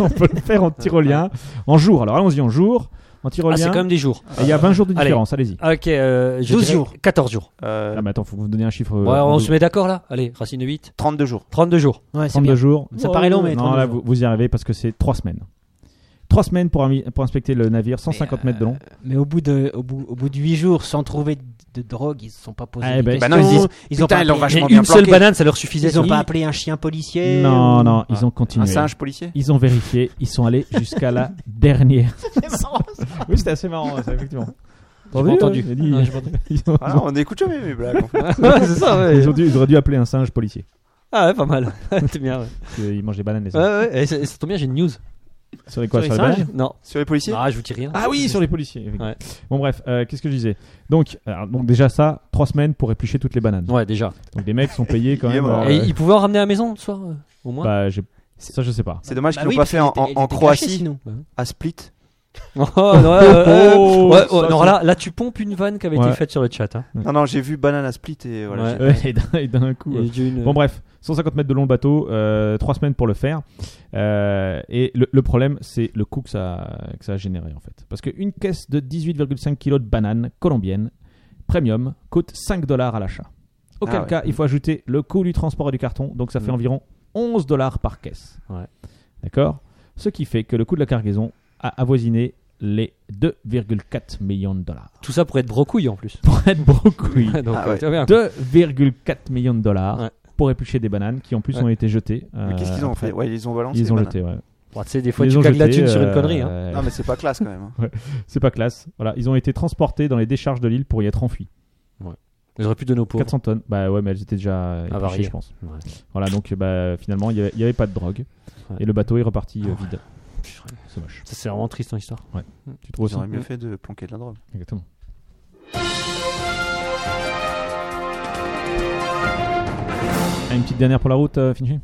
B: on peut le faire en tyrolien, en jour. Alors allons-y en jour, en
C: Ah, c'est
B: tyrolien.
C: quand même des jours.
B: Et Il y a 20 jours de
C: Allez.
B: différence, allez-y.
C: Ok, euh, je
E: 12
C: dirais
E: jours.
C: 14 jours.
D: Euh,
B: Ah, mais attends, faut que vous me donniez un chiffre. euh,
C: Ouais, on
B: en
C: se met d'accord là Allez, racine de 8.
D: 32 jours.
C: 32 jours.
E: Ouais, c'est
B: 32
E: bien.
B: jours.
E: Ça paraît long, mais
B: Non,
E: 32
B: là,
E: jours.
B: vous, vous y arrivez parce que c'est 3 semaines. 3 semaines pour, ami- pour inspecter le navire, 150 mètres de long.
E: Mais au bout de, au bout, au bout de 8 jours, sans trouver de, de drogue, ils se sont pas posés
B: Ah,
E: de
B: ben,
D: bah non, ils disent,
E: ont
D: putain,
E: pas
D: ils l'ont
E: appelé-
D: vachement
C: Mais
D: bien
C: une seule
D: planqué.
C: banane, ça leur suffisait.
E: Ils ont
C: Ils-
E: pas appelé un chien policier
B: Non,
E: ou-
B: non,
C: Ah.
B: ils ont continué.
D: Un singe policier
B: Ils ont vérifié, ils sont allés jusqu'à la dernière. Oui, c'était assez marrant, ça, effectivement.
C: J'ai pas
B: Entendu,
C: entendu.
B: ouais, j'ai dit- euh,
C: Non, j'ai pas entendu.
B: Ils ont-
D: Ah, on n'écoute jamais mes blagues. en fait.
C: Ouais, c'est ça, ouais.
B: ils ont dû- ils auraient dû appeler un singe policier.
C: Ah ouais, pas mal. T'es bien, ouais.
B: parce qu'ils mangent des bananes, les
C: Ouais,
B: singes.
C: ouais. Et ça, et ça tombe bien, j'ai une news.
B: Sur les quoi
E: Sur
B: Sur
E: les
B: les
E: singes
B: bananes
C: Non.
D: Sur les policiers
C: Ah, je vous dis rien.
B: Ah oui, sur les policiers. effectivement.
C: Ouais.
B: Bon bref, euh, qu'est-ce que je disais donc, alors, donc déjà ça, trois semaines pour éplucher toutes les bananes.
C: Ouais, déjà.
B: Donc les mecs sont payés quand
D: Il est
B: même.
D: mort.
B: euh,
C: Et ils pouvaient en ramener à la maison le soir, euh, au moins
B: bah, j'ai- ça je sais pas.
D: C'est dommage
E: Bah
D: qu'ils l'ont
E: oui,
D: pas
E: parce
D: fait en,
E: qu'ils
D: en-
E: étaient-
D: en
E: ils étaient
D: Croatie,
E: cachés, sinon.
D: à Split.
C: Oh, ouais, ouais, ouais,
B: Oh,
C: ouais, ouais,
B: ça,
C: non,
B: ça-
C: là, là, tu pompes une vanne qui avait été
B: Ouais.
C: faite sur le chat. Hein.
D: Non, non, j'ai vu banane à Split et voilà.
C: Ouais.
D: j'ai-
B: Euh, et d'un- et d'un coup. euh.
C: Et j'ai une-
B: Bon bref, 150 mètres de long le bateau, euh, trois semaines pour le faire. Euh, et le, le problème, c'est le coût que ça, que ça a généré en fait. Parce qu'une caisse de 18,5 kg de bananes colombiennes premium coûte 5 dollars à l'achat. Auquel
D: Ah ouais.
B: cas, il faut ajouter le coût du transport et du carton, donc ça fait
C: Mm.
B: environ 11 dollars par caisse.
C: Ouais.
B: D'accord Ce qui fait que le coût de la cargaison a avoisiné les 2,4 millions de dollars.
C: Tout ça pour être brocouille en plus.
B: Pour être brocouille.
C: Donc,
D: Ah ouais.
C: t'as bien.
B: 2,4 millions de dollars
C: Ouais.
B: pour éplucher des bananes qui en plus
C: Ouais.
B: ont été jetées.
D: Mais qu'est-ce qu'ils ont fait
B: euh, après.
D: Ouais, ils ont balancé. les
B: Ils ont
D: bananes.
B: jeté, ouais.
C: Bon, tu sais, des fois,
B: Ils
C: tu
B: ont
C: claques la
B: jeté,
C: thune sur une
B: euh,
C: connerie. Hein.
B: euh,
D: Non, mais c'est pas classe quand même. hein.
B: C'est pas classe. Voilà, ils ont été transportés dans les décharges de l'île pour y être enfuis.
C: J'aurais pu donner aux pauvres.
B: 400 tonnes. Bah ouais, mais elles étaient déjà euh,
C: Avariées.
B: épluchées, je pense.
C: Ouais.
B: Voilà, donc euh, bah, finalement, il n'y avait, il y avait pas de drogue.
C: Ouais.
B: Et le bateau est reparti euh,
C: Ah ouais.
B: vide.
C: Purée.
B: C'est moche.
C: Ça, c'est vraiment triste en histoire.
B: Tu trouves
D: Ils
B: aussi
D: auraient mieux fait de planquer de la drogue.
B: Exactement. Ah, une petite dernière pour la route, euh, Finchi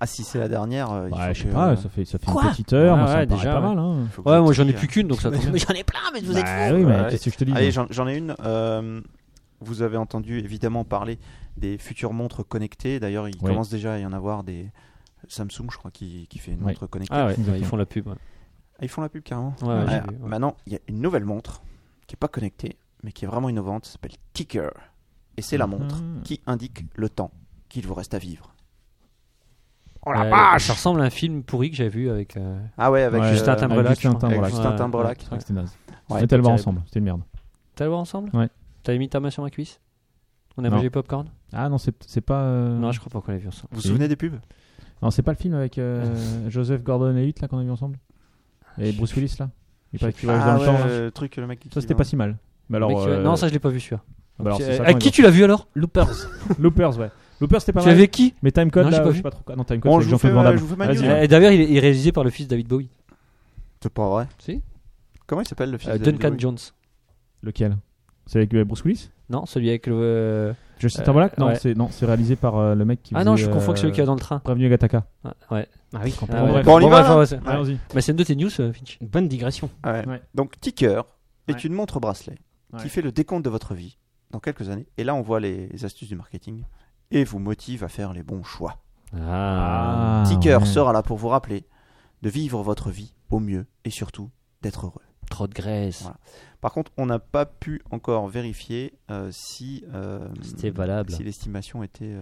D: Ah, si c'est la dernière. euh, il
B: Ouais,
D: faut
B: je sais
D: que-
B: pas, ça fait, ça fait
E: Quoi
B: une petite heure,
C: Ouais,
B: moi, ça
C: ouais,
B: me paraît
C: déjà,
B: pas
C: ouais.
B: mal. Hein.
D: faut que
C: Ouais,
D: vous
C: moi, j'en ai
D: tiriez.
C: plus qu'une, donc ça tombe bien.
E: Mais J'en ai plein, mais vous êtes
B: Bah oui, mais
D: Ouais.
B: qu'est-ce que je te dis
D: Allez,
B: donc
D: j'en j'en ai une. euh, vous avez entendu évidemment parler des futures montres connectées. D'ailleurs, il
B: Oui.
D: commence déjà à y en avoir des. Samsung, je crois, qui, qui fait une
B: Oui.
D: montre connectée.
C: Ah ouais,
B: Exactement.
C: ils font la pub. ouais.
D: Ah, ils font la pub carrément.
C: Ouais, ouais,
D: Ouais,
C: j'ai vu, ouais.
D: Maintenant, il y a une nouvelle montre qui est pas connectée, mais qui est vraiment innovante. ça s'appelle Ticker. Et c'est la montre
B: Mhm.
D: qui indique le temps qu'il vous reste à vivre.
C: Oh la vache Ça ressemble à un film pourri que j'avais vu avec. euh,
D: Ah ouais, avec
B: Ouais,
D: euh,
C: Justin Timberlake.
B: Avec Justin
C: je crois.
B: Timberlake.
D: Avec Justin
C: Ouais,
D: Timberlake.
C: ouais,
B: Ouais,
C: ouais.
B: C'était naze.
D: Ouais,
B: On était le voir
C: terrible.
B: ensemble, c'était une merde.
C: T'as le voir ensemble
B: Ouais.
C: T'avais mis ta main sur ma cuisse On a
B: Non.
C: mangé popcorn
B: Ah non, c'est c'est pas. euh,
C: Non, je crois pas qu'on l'ait vu ensemble.
D: Vous vous souvenez des pubs
B: Non, c'est pas le film avec euh, Joseph Gordon-Levitt là qu'on a vu ensemble Et Bruce Willis là Il paraît qu'il voyage dans
D: Ah
B: le temps.
C: hein.
D: ouais,
B: là.
D: le truc, le mec qui
B: Ça c'était pas si mal. Mais
C: Le
B: alors,
C: mec qui-
B: euh,
C: Non, ça je l'ai pas vu celui-là.
B: bah alors,
C: Donc,
B: c'est
C: euh,
B: ça,
C: à
B: attends,
C: qui
B: il
C: tu l'as vu alors
E: Loopers.
B: va- Loopers, ouais. Loopers c'était pas
C: Tu
B: mal.
C: avais qui
B: Mais Timecode
C: Non, j'ai
B: là,
C: pas
B: je
C: vu.
B: sais pas trop quoi. Non, Timecode
D: Bon,
B: c'est
D: je vous
B: Jean-Claude
D: fais,
B: Van
D: euh,
B: Damme.
D: je vous fais ma
B: Vas-y,
D: news.
B: vas-y.
C: Euh, D'ailleurs, il, est- il est réalisé par le fils de David Bowie,
D: C'est pas vrai.
C: Si.
D: Comment il s'appelle le film
C: Euh, Duncan Jones.
B: Lequel C'est avec euh, Bruce Willis
C: Non, celui avec le. euh,
B: Justin
C: Euh,
B: Timberlake Non,
C: ouais.
B: c'est non, c'est réalisé par euh, le mec qui.
C: Ah non,
B: faisait,
C: je confonds que celui
B: euh,
C: qui est dans le train.
B: Prévenu Gataka.
C: Ah, ouais.
E: Ah oui,
C: Ah
B: Bon,
C: ouais.
B: bref.
D: Bon, on y va,
C: bref,
D: là
C: ouais, c'est-
D: Ouais.
B: Allez-y.
C: Bah, c'est une de tes news, euh, Finch.
E: Bonne digression.
B: Ouais.
D: Donc Ticker est
B: Ouais.
D: une montre bracelet
B: Ouais.
D: qui fait le décompte de votre vie dans quelques années. Et là, on voit les, les astuces du marketing et vous motive à faire les bons choix.
C: Ah.
D: Ticker
B: ouais.
D: sera là pour vous rappeler de vivre votre vie au mieux et surtout d'être heureux.
C: trop de graisse.
D: Voilà. Par contre, on n'a pas pu encore vérifier euh, si, euh,
C: C'était valable.
D: si l'estimation était, euh,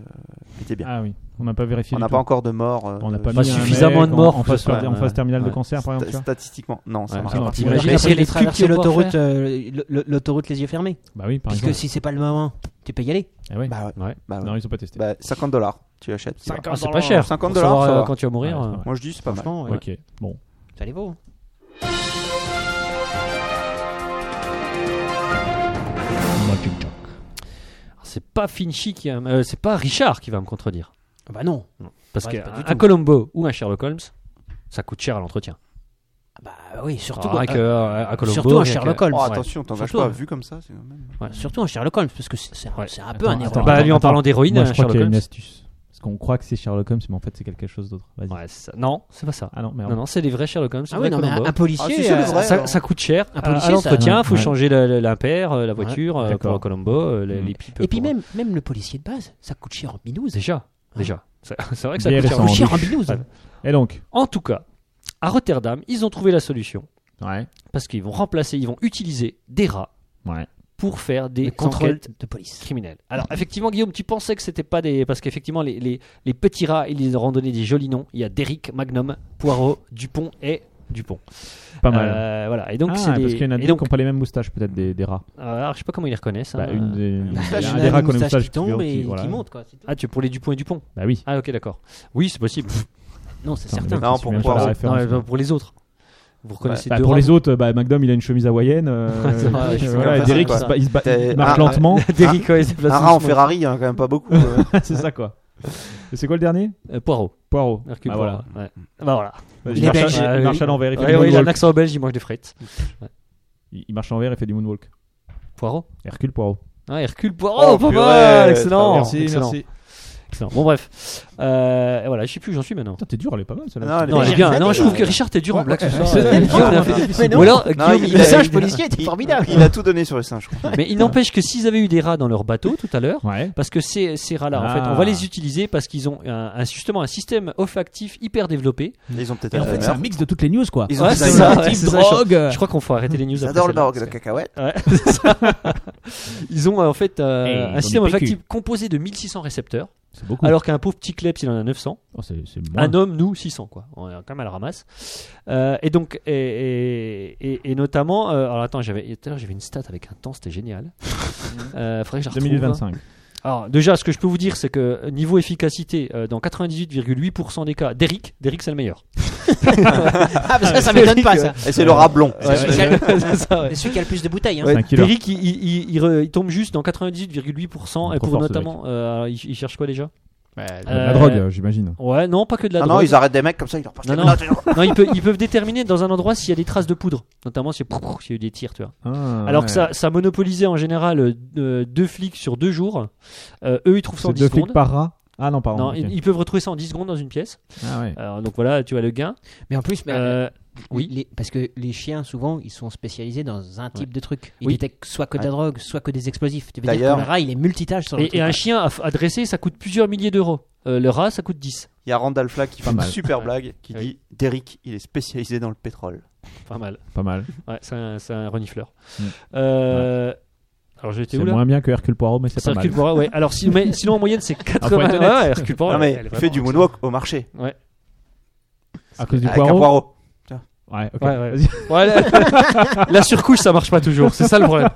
D: était bien.
B: Ah oui, on n'a pas vérifié.
D: on
B: du
D: n'a
B: tout.
D: pas encore de morts. euh,
B: On n'a pas
D: euh,
C: Pas
B: mis un
C: suffisamment
B: mec
C: de morts
B: en, en
C: pour que
B: phase,
C: ce soit-
B: en phase terminale de
D: ouais.
B: cancer, par exemple.
D: sta-
B: tu vois.
D: Statistiquement, non, ça
B: Ouais,
D: marche
B: ça
D: pas.
B: marche.
C: T'imagines
E: Après,
C: après
E: c'est
C: les
E: les trucs
C: traversées
E: qui
C: au
E: l'autoroute,
C: portrait.
E: euh, le- le- l'autoroute les yeux fermés.
B: Bah oui, par
E: Parce que
B: exemple.
E: si c'est pas le moment, tu peux y aller.
B: Eh ouais.
D: Bah ouais,
C: Ouais.
D: bah ouais.
B: Non, ils sont pas testés.
D: Bah, 50 dollars, tu achètes. tu vois.
C: Ah, c'est pas cher.
D: 50
C: Pour
D: dollars,
C: savoir,
D: ça
C: euh,
D: va.
C: quand tu vas mourir.
B: Ouais,
C: euh,
B: c'est pas
D: Moi je dis c'est pas mal.
E: Franchement, ouais.
B: Ok, bon.
E: ça les vaut.
C: C'est pas Finchy qui, va me- euh, c'est pas Richard qui va me contredire.
E: Ah Bah non.
C: Parce
E: Ouais,
C: que
E: c'est pas du
C: qu'un
E: tout.
C: un Colombo ou un Sherlock Holmes, ça coûte cher à l'entretien.
E: Ah Bah oui, surtout.
C: Alors, avec,
E: euh,
C: euh, un Colombo,
E: surtout un
C: avec, euh,
E: Sherlock Holmes.
D: Oh,
E: Ouais.
D: attention, t'engages
E: Surtout,
D: pas,
E: ouais.
D: vu comme ça, c'est quand même.
E: Surtout un Sherlock Holmes, parce que c'est c'est un,
C: Ouais.
E: c'est un peu un
B: Attends,
E: héros.
B: attends,
C: Bah, lui, en
B: attends.
C: parlant d'héroïne,
B: Moi,
C: un
B: je crois
C: Sherlock
B: qu'il y a une
C: Holmes.
B: astuce. Parce qu'on croit que c'est Sherlock Holmes, mais en fait, c'est quelque chose d'autre. Vas-y.
C: Ouais, c'est ça. Non, c'est pas ça.
B: Ah non, merde.
C: Non, non, c'est les vrais Sherlock Holmes.
E: Ah
C: les
E: oui,
C: vrais
E: non, mais un,
C: Colombo.
E: un policier.
D: Ah, c'est ça, le
E: euh,
D: vrai.
C: ça, ça coûte cher.
E: Un
C: À-
E: policier,
C: à
E: ça-
C: l'entretien,
B: ouais,
C: faut
B: ouais.
C: changer la- la- l'impair, euh, la voiture euh,
B: d'accord.
C: pour Colombo, euh, les,
B: Mm.
C: les pipes.
E: Et puis
C: pour-
E: même, même le policier de base, ça coûte cher en binouze.
C: Déjà, déjà. C'est c'est vrai que ça
B: Bien
C: coûte cher.
E: Ça coûte
B: Sans
E: cher en binouze.
C: Ouais.
B: Et donc
C: En tout cas, à Rotterdam, ils ont trouvé la solution
B: Ouais.
C: parce qu'ils vont remplacer, ils vont utiliser des rats
B: Ouais.
C: pour faire
E: Les
C: des
E: contrôles
C: enquêtes
E: de police.
C: criminelles. Alors effectivement, Guillaume, tu pensais que c'était pas des parce qu'effectivement les, les, les petits rats, ils les ont donné des jolis noms. Il y a Derrick, Magnum, Poirot, Dupont et Dupont.
B: Pas mal.
C: Euh, voilà. Et donc
B: ah,
C: c'est des...
B: parce qu'il y en a
C: et
B: deux
C: donc,
B: qui n'ont pas les mêmes moustaches, peut-être, des, des rats.
C: euh, alors, je sais pas comment ils les reconnaissent.
B: Bah,
C: hein.
B: une des, il y a
E: Moustache,
B: un
E: il
B: des
E: a
B: rats
E: une
B: qui a une
E: Bah, moustache
B: moustache
E: qui tombe et
B: voilà.
E: qui monte, quoi. c'est tout.
C: Ah, tu pour les Dupont et Dupont.
B: Bah oui.
C: Ah ok, d'accord. Oui, c'est possible.
E: Non, c'est
B: Attends,
E: certain.
B: mais
D: Non,
B: je
D: pour
B: me souviens pas
D: Poirot.
B: la référence.
C: Non, mais pour les autres. Vous reconnaissez
B: Bah,
C: deux
B: pour
C: rats,
B: les autres, bah, Magnum il a une chemise hawaïenne. Euh,
C: C'est vrai,
B: euh,
C: je suis
B: voilà,
D: comme
B: et Derrick
D: ça,
B: il, se
C: quoi.
B: ba- il se ba-
D: T'es-
B: il marche
D: ah,
B: lentement.
C: Derrick, ouais, c'est
D: Un rat en Ferrari, il y en a quand même pas beaucoup. euh.
B: c'est ça quoi. Et c'est quoi le dernier
C: Euh, Poirot.
B: Poirot.
C: Hercule
B: Ah,
C: Poirot.
B: voilà.
C: Ouais. Bah voilà.
B: Il,
E: Il est
B: marche,
E: belge.
B: à- il
C: Ouais,
B: marche à
C: oui.
B: l'envers. Il, fait
C: Ouais,
B: du
C: ouais, il a un
B: moonwalk.
C: accent belge, il mange des frites.
B: Il- il marche à l'envers et fait du moonwalk.
C: Poirot
B: Hercule Poirot.
C: Ah, Hercule Poirot,
D: Oh,
C: pas
D: purée,
C: mal, excellent.
D: très bien.
B: merci,
C: excellent,
B: merci.
C: excellent. Bon, bref. Euh, et voilà, je sais plus où j'en suis maintenant.
B: Putain, t'es dur, elle est pas mal celle-là.
D: Non, elle
C: Non,
D: est
C: elle est
E: bien.
C: bien. Non, je trouve que
D: Ouais.
C: Richard, t'es dur en blague ce soir.
B: c'est-
C: Guillaume l'a fait.
E: Mais non.
C: Ou alors,
D: Non,
C: Guillaume,
D: il
C: il a-
E: Le singe
D: il-
E: policier était
D: il-
E: formidable.
D: Il a tout donné sur le singe, je crois.
C: mais il n'empêche que s'ils avaient eu des rats dans leur bateau tout à l'heure,
B: Ouais.
C: parce que ces, ces rats-là, en fait,
B: Ah.
C: on va les utiliser parce qu'ils ont un- un- justement un système olfactif hyper développé.
D: Ils ont peut-être
B: Et en
D: un
B: fait, c'est
D: meurtre.
B: un mix de toutes les news quoi.
D: Ils ont
C: Ouais,
D: peut-être
C: c'est
D: un
C: ça,
D: meurtre.
C: ouais,
B: Actif,
C: c'est ça,
B: drogue.
C: Je crois qu'on faut arrêter les news.
D: Ils
C: après
D: adorent le
C: celle-là,
D: baroque de
C: parce que-
D: cacahuètes.
C: Ouais, c'est ça. Ils ont euh, en fait euh,
B: Eh, ils ont
C: un
B: du
C: système
B: PQ.
C: olfactif composé de 1600 récepteurs,
B: C'est beaucoup.
C: alors qu'un pauvre petit Klebs il en a 900.
B: Oh, c'est c'est
C: Un
B: moins.
C: homme, nous, 600, quoi. On est quand même à la ramasse. Euh, et donc, et, et, et- et notamment, euh, alors attends, j'avais tout à l'heure, j'avais une stat avec un temps, c'était génial. euh, faudrait que je
B: 2
C: la retrouve.
B: minutes 25.
C: Alors, déjà, ce que je peux vous dire, c'est que niveau efficacité, euh, dans 98,8% des cas, Derrick, Derrick c'est le meilleur.
E: Ah, bah ça, ça m'étonne pas, ça.
D: Et c'est le rat blond.
C: Ouais,
E: c'est
C: ouais, c'est ça, ouais.
E: C'est celui qui a le plus de bouteilles. hein.
B: C'est un killer.
C: Derrick, il, il- il- il re- il tombe juste dans 98,8%
B: Trop
C: et pour
B: fort, ce
C: notamment, euh, alors, il, il cherche quoi déjà
B: Euh, La
C: Euh,
B: drogue, euh, j'imagine.
C: Ouais, non, pas que de la
D: Ah
C: drogue.
D: non, ils arrêtent des mecs comme ça, ils leur passent
C: Non,
D: les
C: non.
D: menottes, ils leur-
C: Non, ils, peuvent, ils peuvent déterminer dans un endroit s'il y a des traces de poudre, notamment s'il y a s'il y a eu des tirs, tu vois.
B: Ah,
C: Alors
B: ouais.
C: que ça, ça monopolisait en général euh, euh, deux flics sur deux jours. Euh, eux, ils trouvent ça en
B: C'est
C: 10
B: deux flics
C: secondes.
B: par rat. Ah non, pardon.
C: Non,
B: ok.
C: ils, ils peuvent retrouver ça en 10 secondes dans une pièce.
B: Ah ouais.
C: Alors, donc voilà, tu as le gain.
E: Mais en plus, mais,
C: Euh, oui.
E: les- parce que les chiens, souvent, ils sont spécialisés dans un type de truc. Ils
C: Oui.
E: détectent soit que de la
D: Ouais.
E: drogue, soit que des explosifs. Tu veux dire
D: D'ailleurs-
E: que le rat, il est multitâche sur le
C: et,
E: truc.
C: et un chien à, f- à dresser, ça coûte plusieurs milliers d'euros. Euh, le rat, ça coûte 10.
D: Il y a Randall Flack qui
B: Pas
D: fait une
B: mal.
D: super blague qui
C: Oui.
D: dit Derrick, il est spécialisé dans le pétrole.
C: Pas mal.
B: Pas mal.
C: Ouais, c'est un, c'est un renifleur.
B: Mm.
C: Euh, Alors, j'étais
B: C'est
C: où là
B: moins bien que Hercule Poirot, mais c'est
C: C'est
B: pas mal.
C: Hercule Poirot, ouais. Alors, si- mais sinon, en moyenne, c'est 80.
B: faut être honnête.
C: ouais, Hercule Poirot,
D: non mais
C: elle est
D: il fait
C: vraiment
D: du moonwalk au marché.
B: À cause du
D: Avec un
B: poireau.
D: poireau.
B: Ouais, ok.
C: Ouais, ouais.
B: Vas-y.
C: Ouais, la, la surcouche, ça marche pas toujours. C'est ça le problème.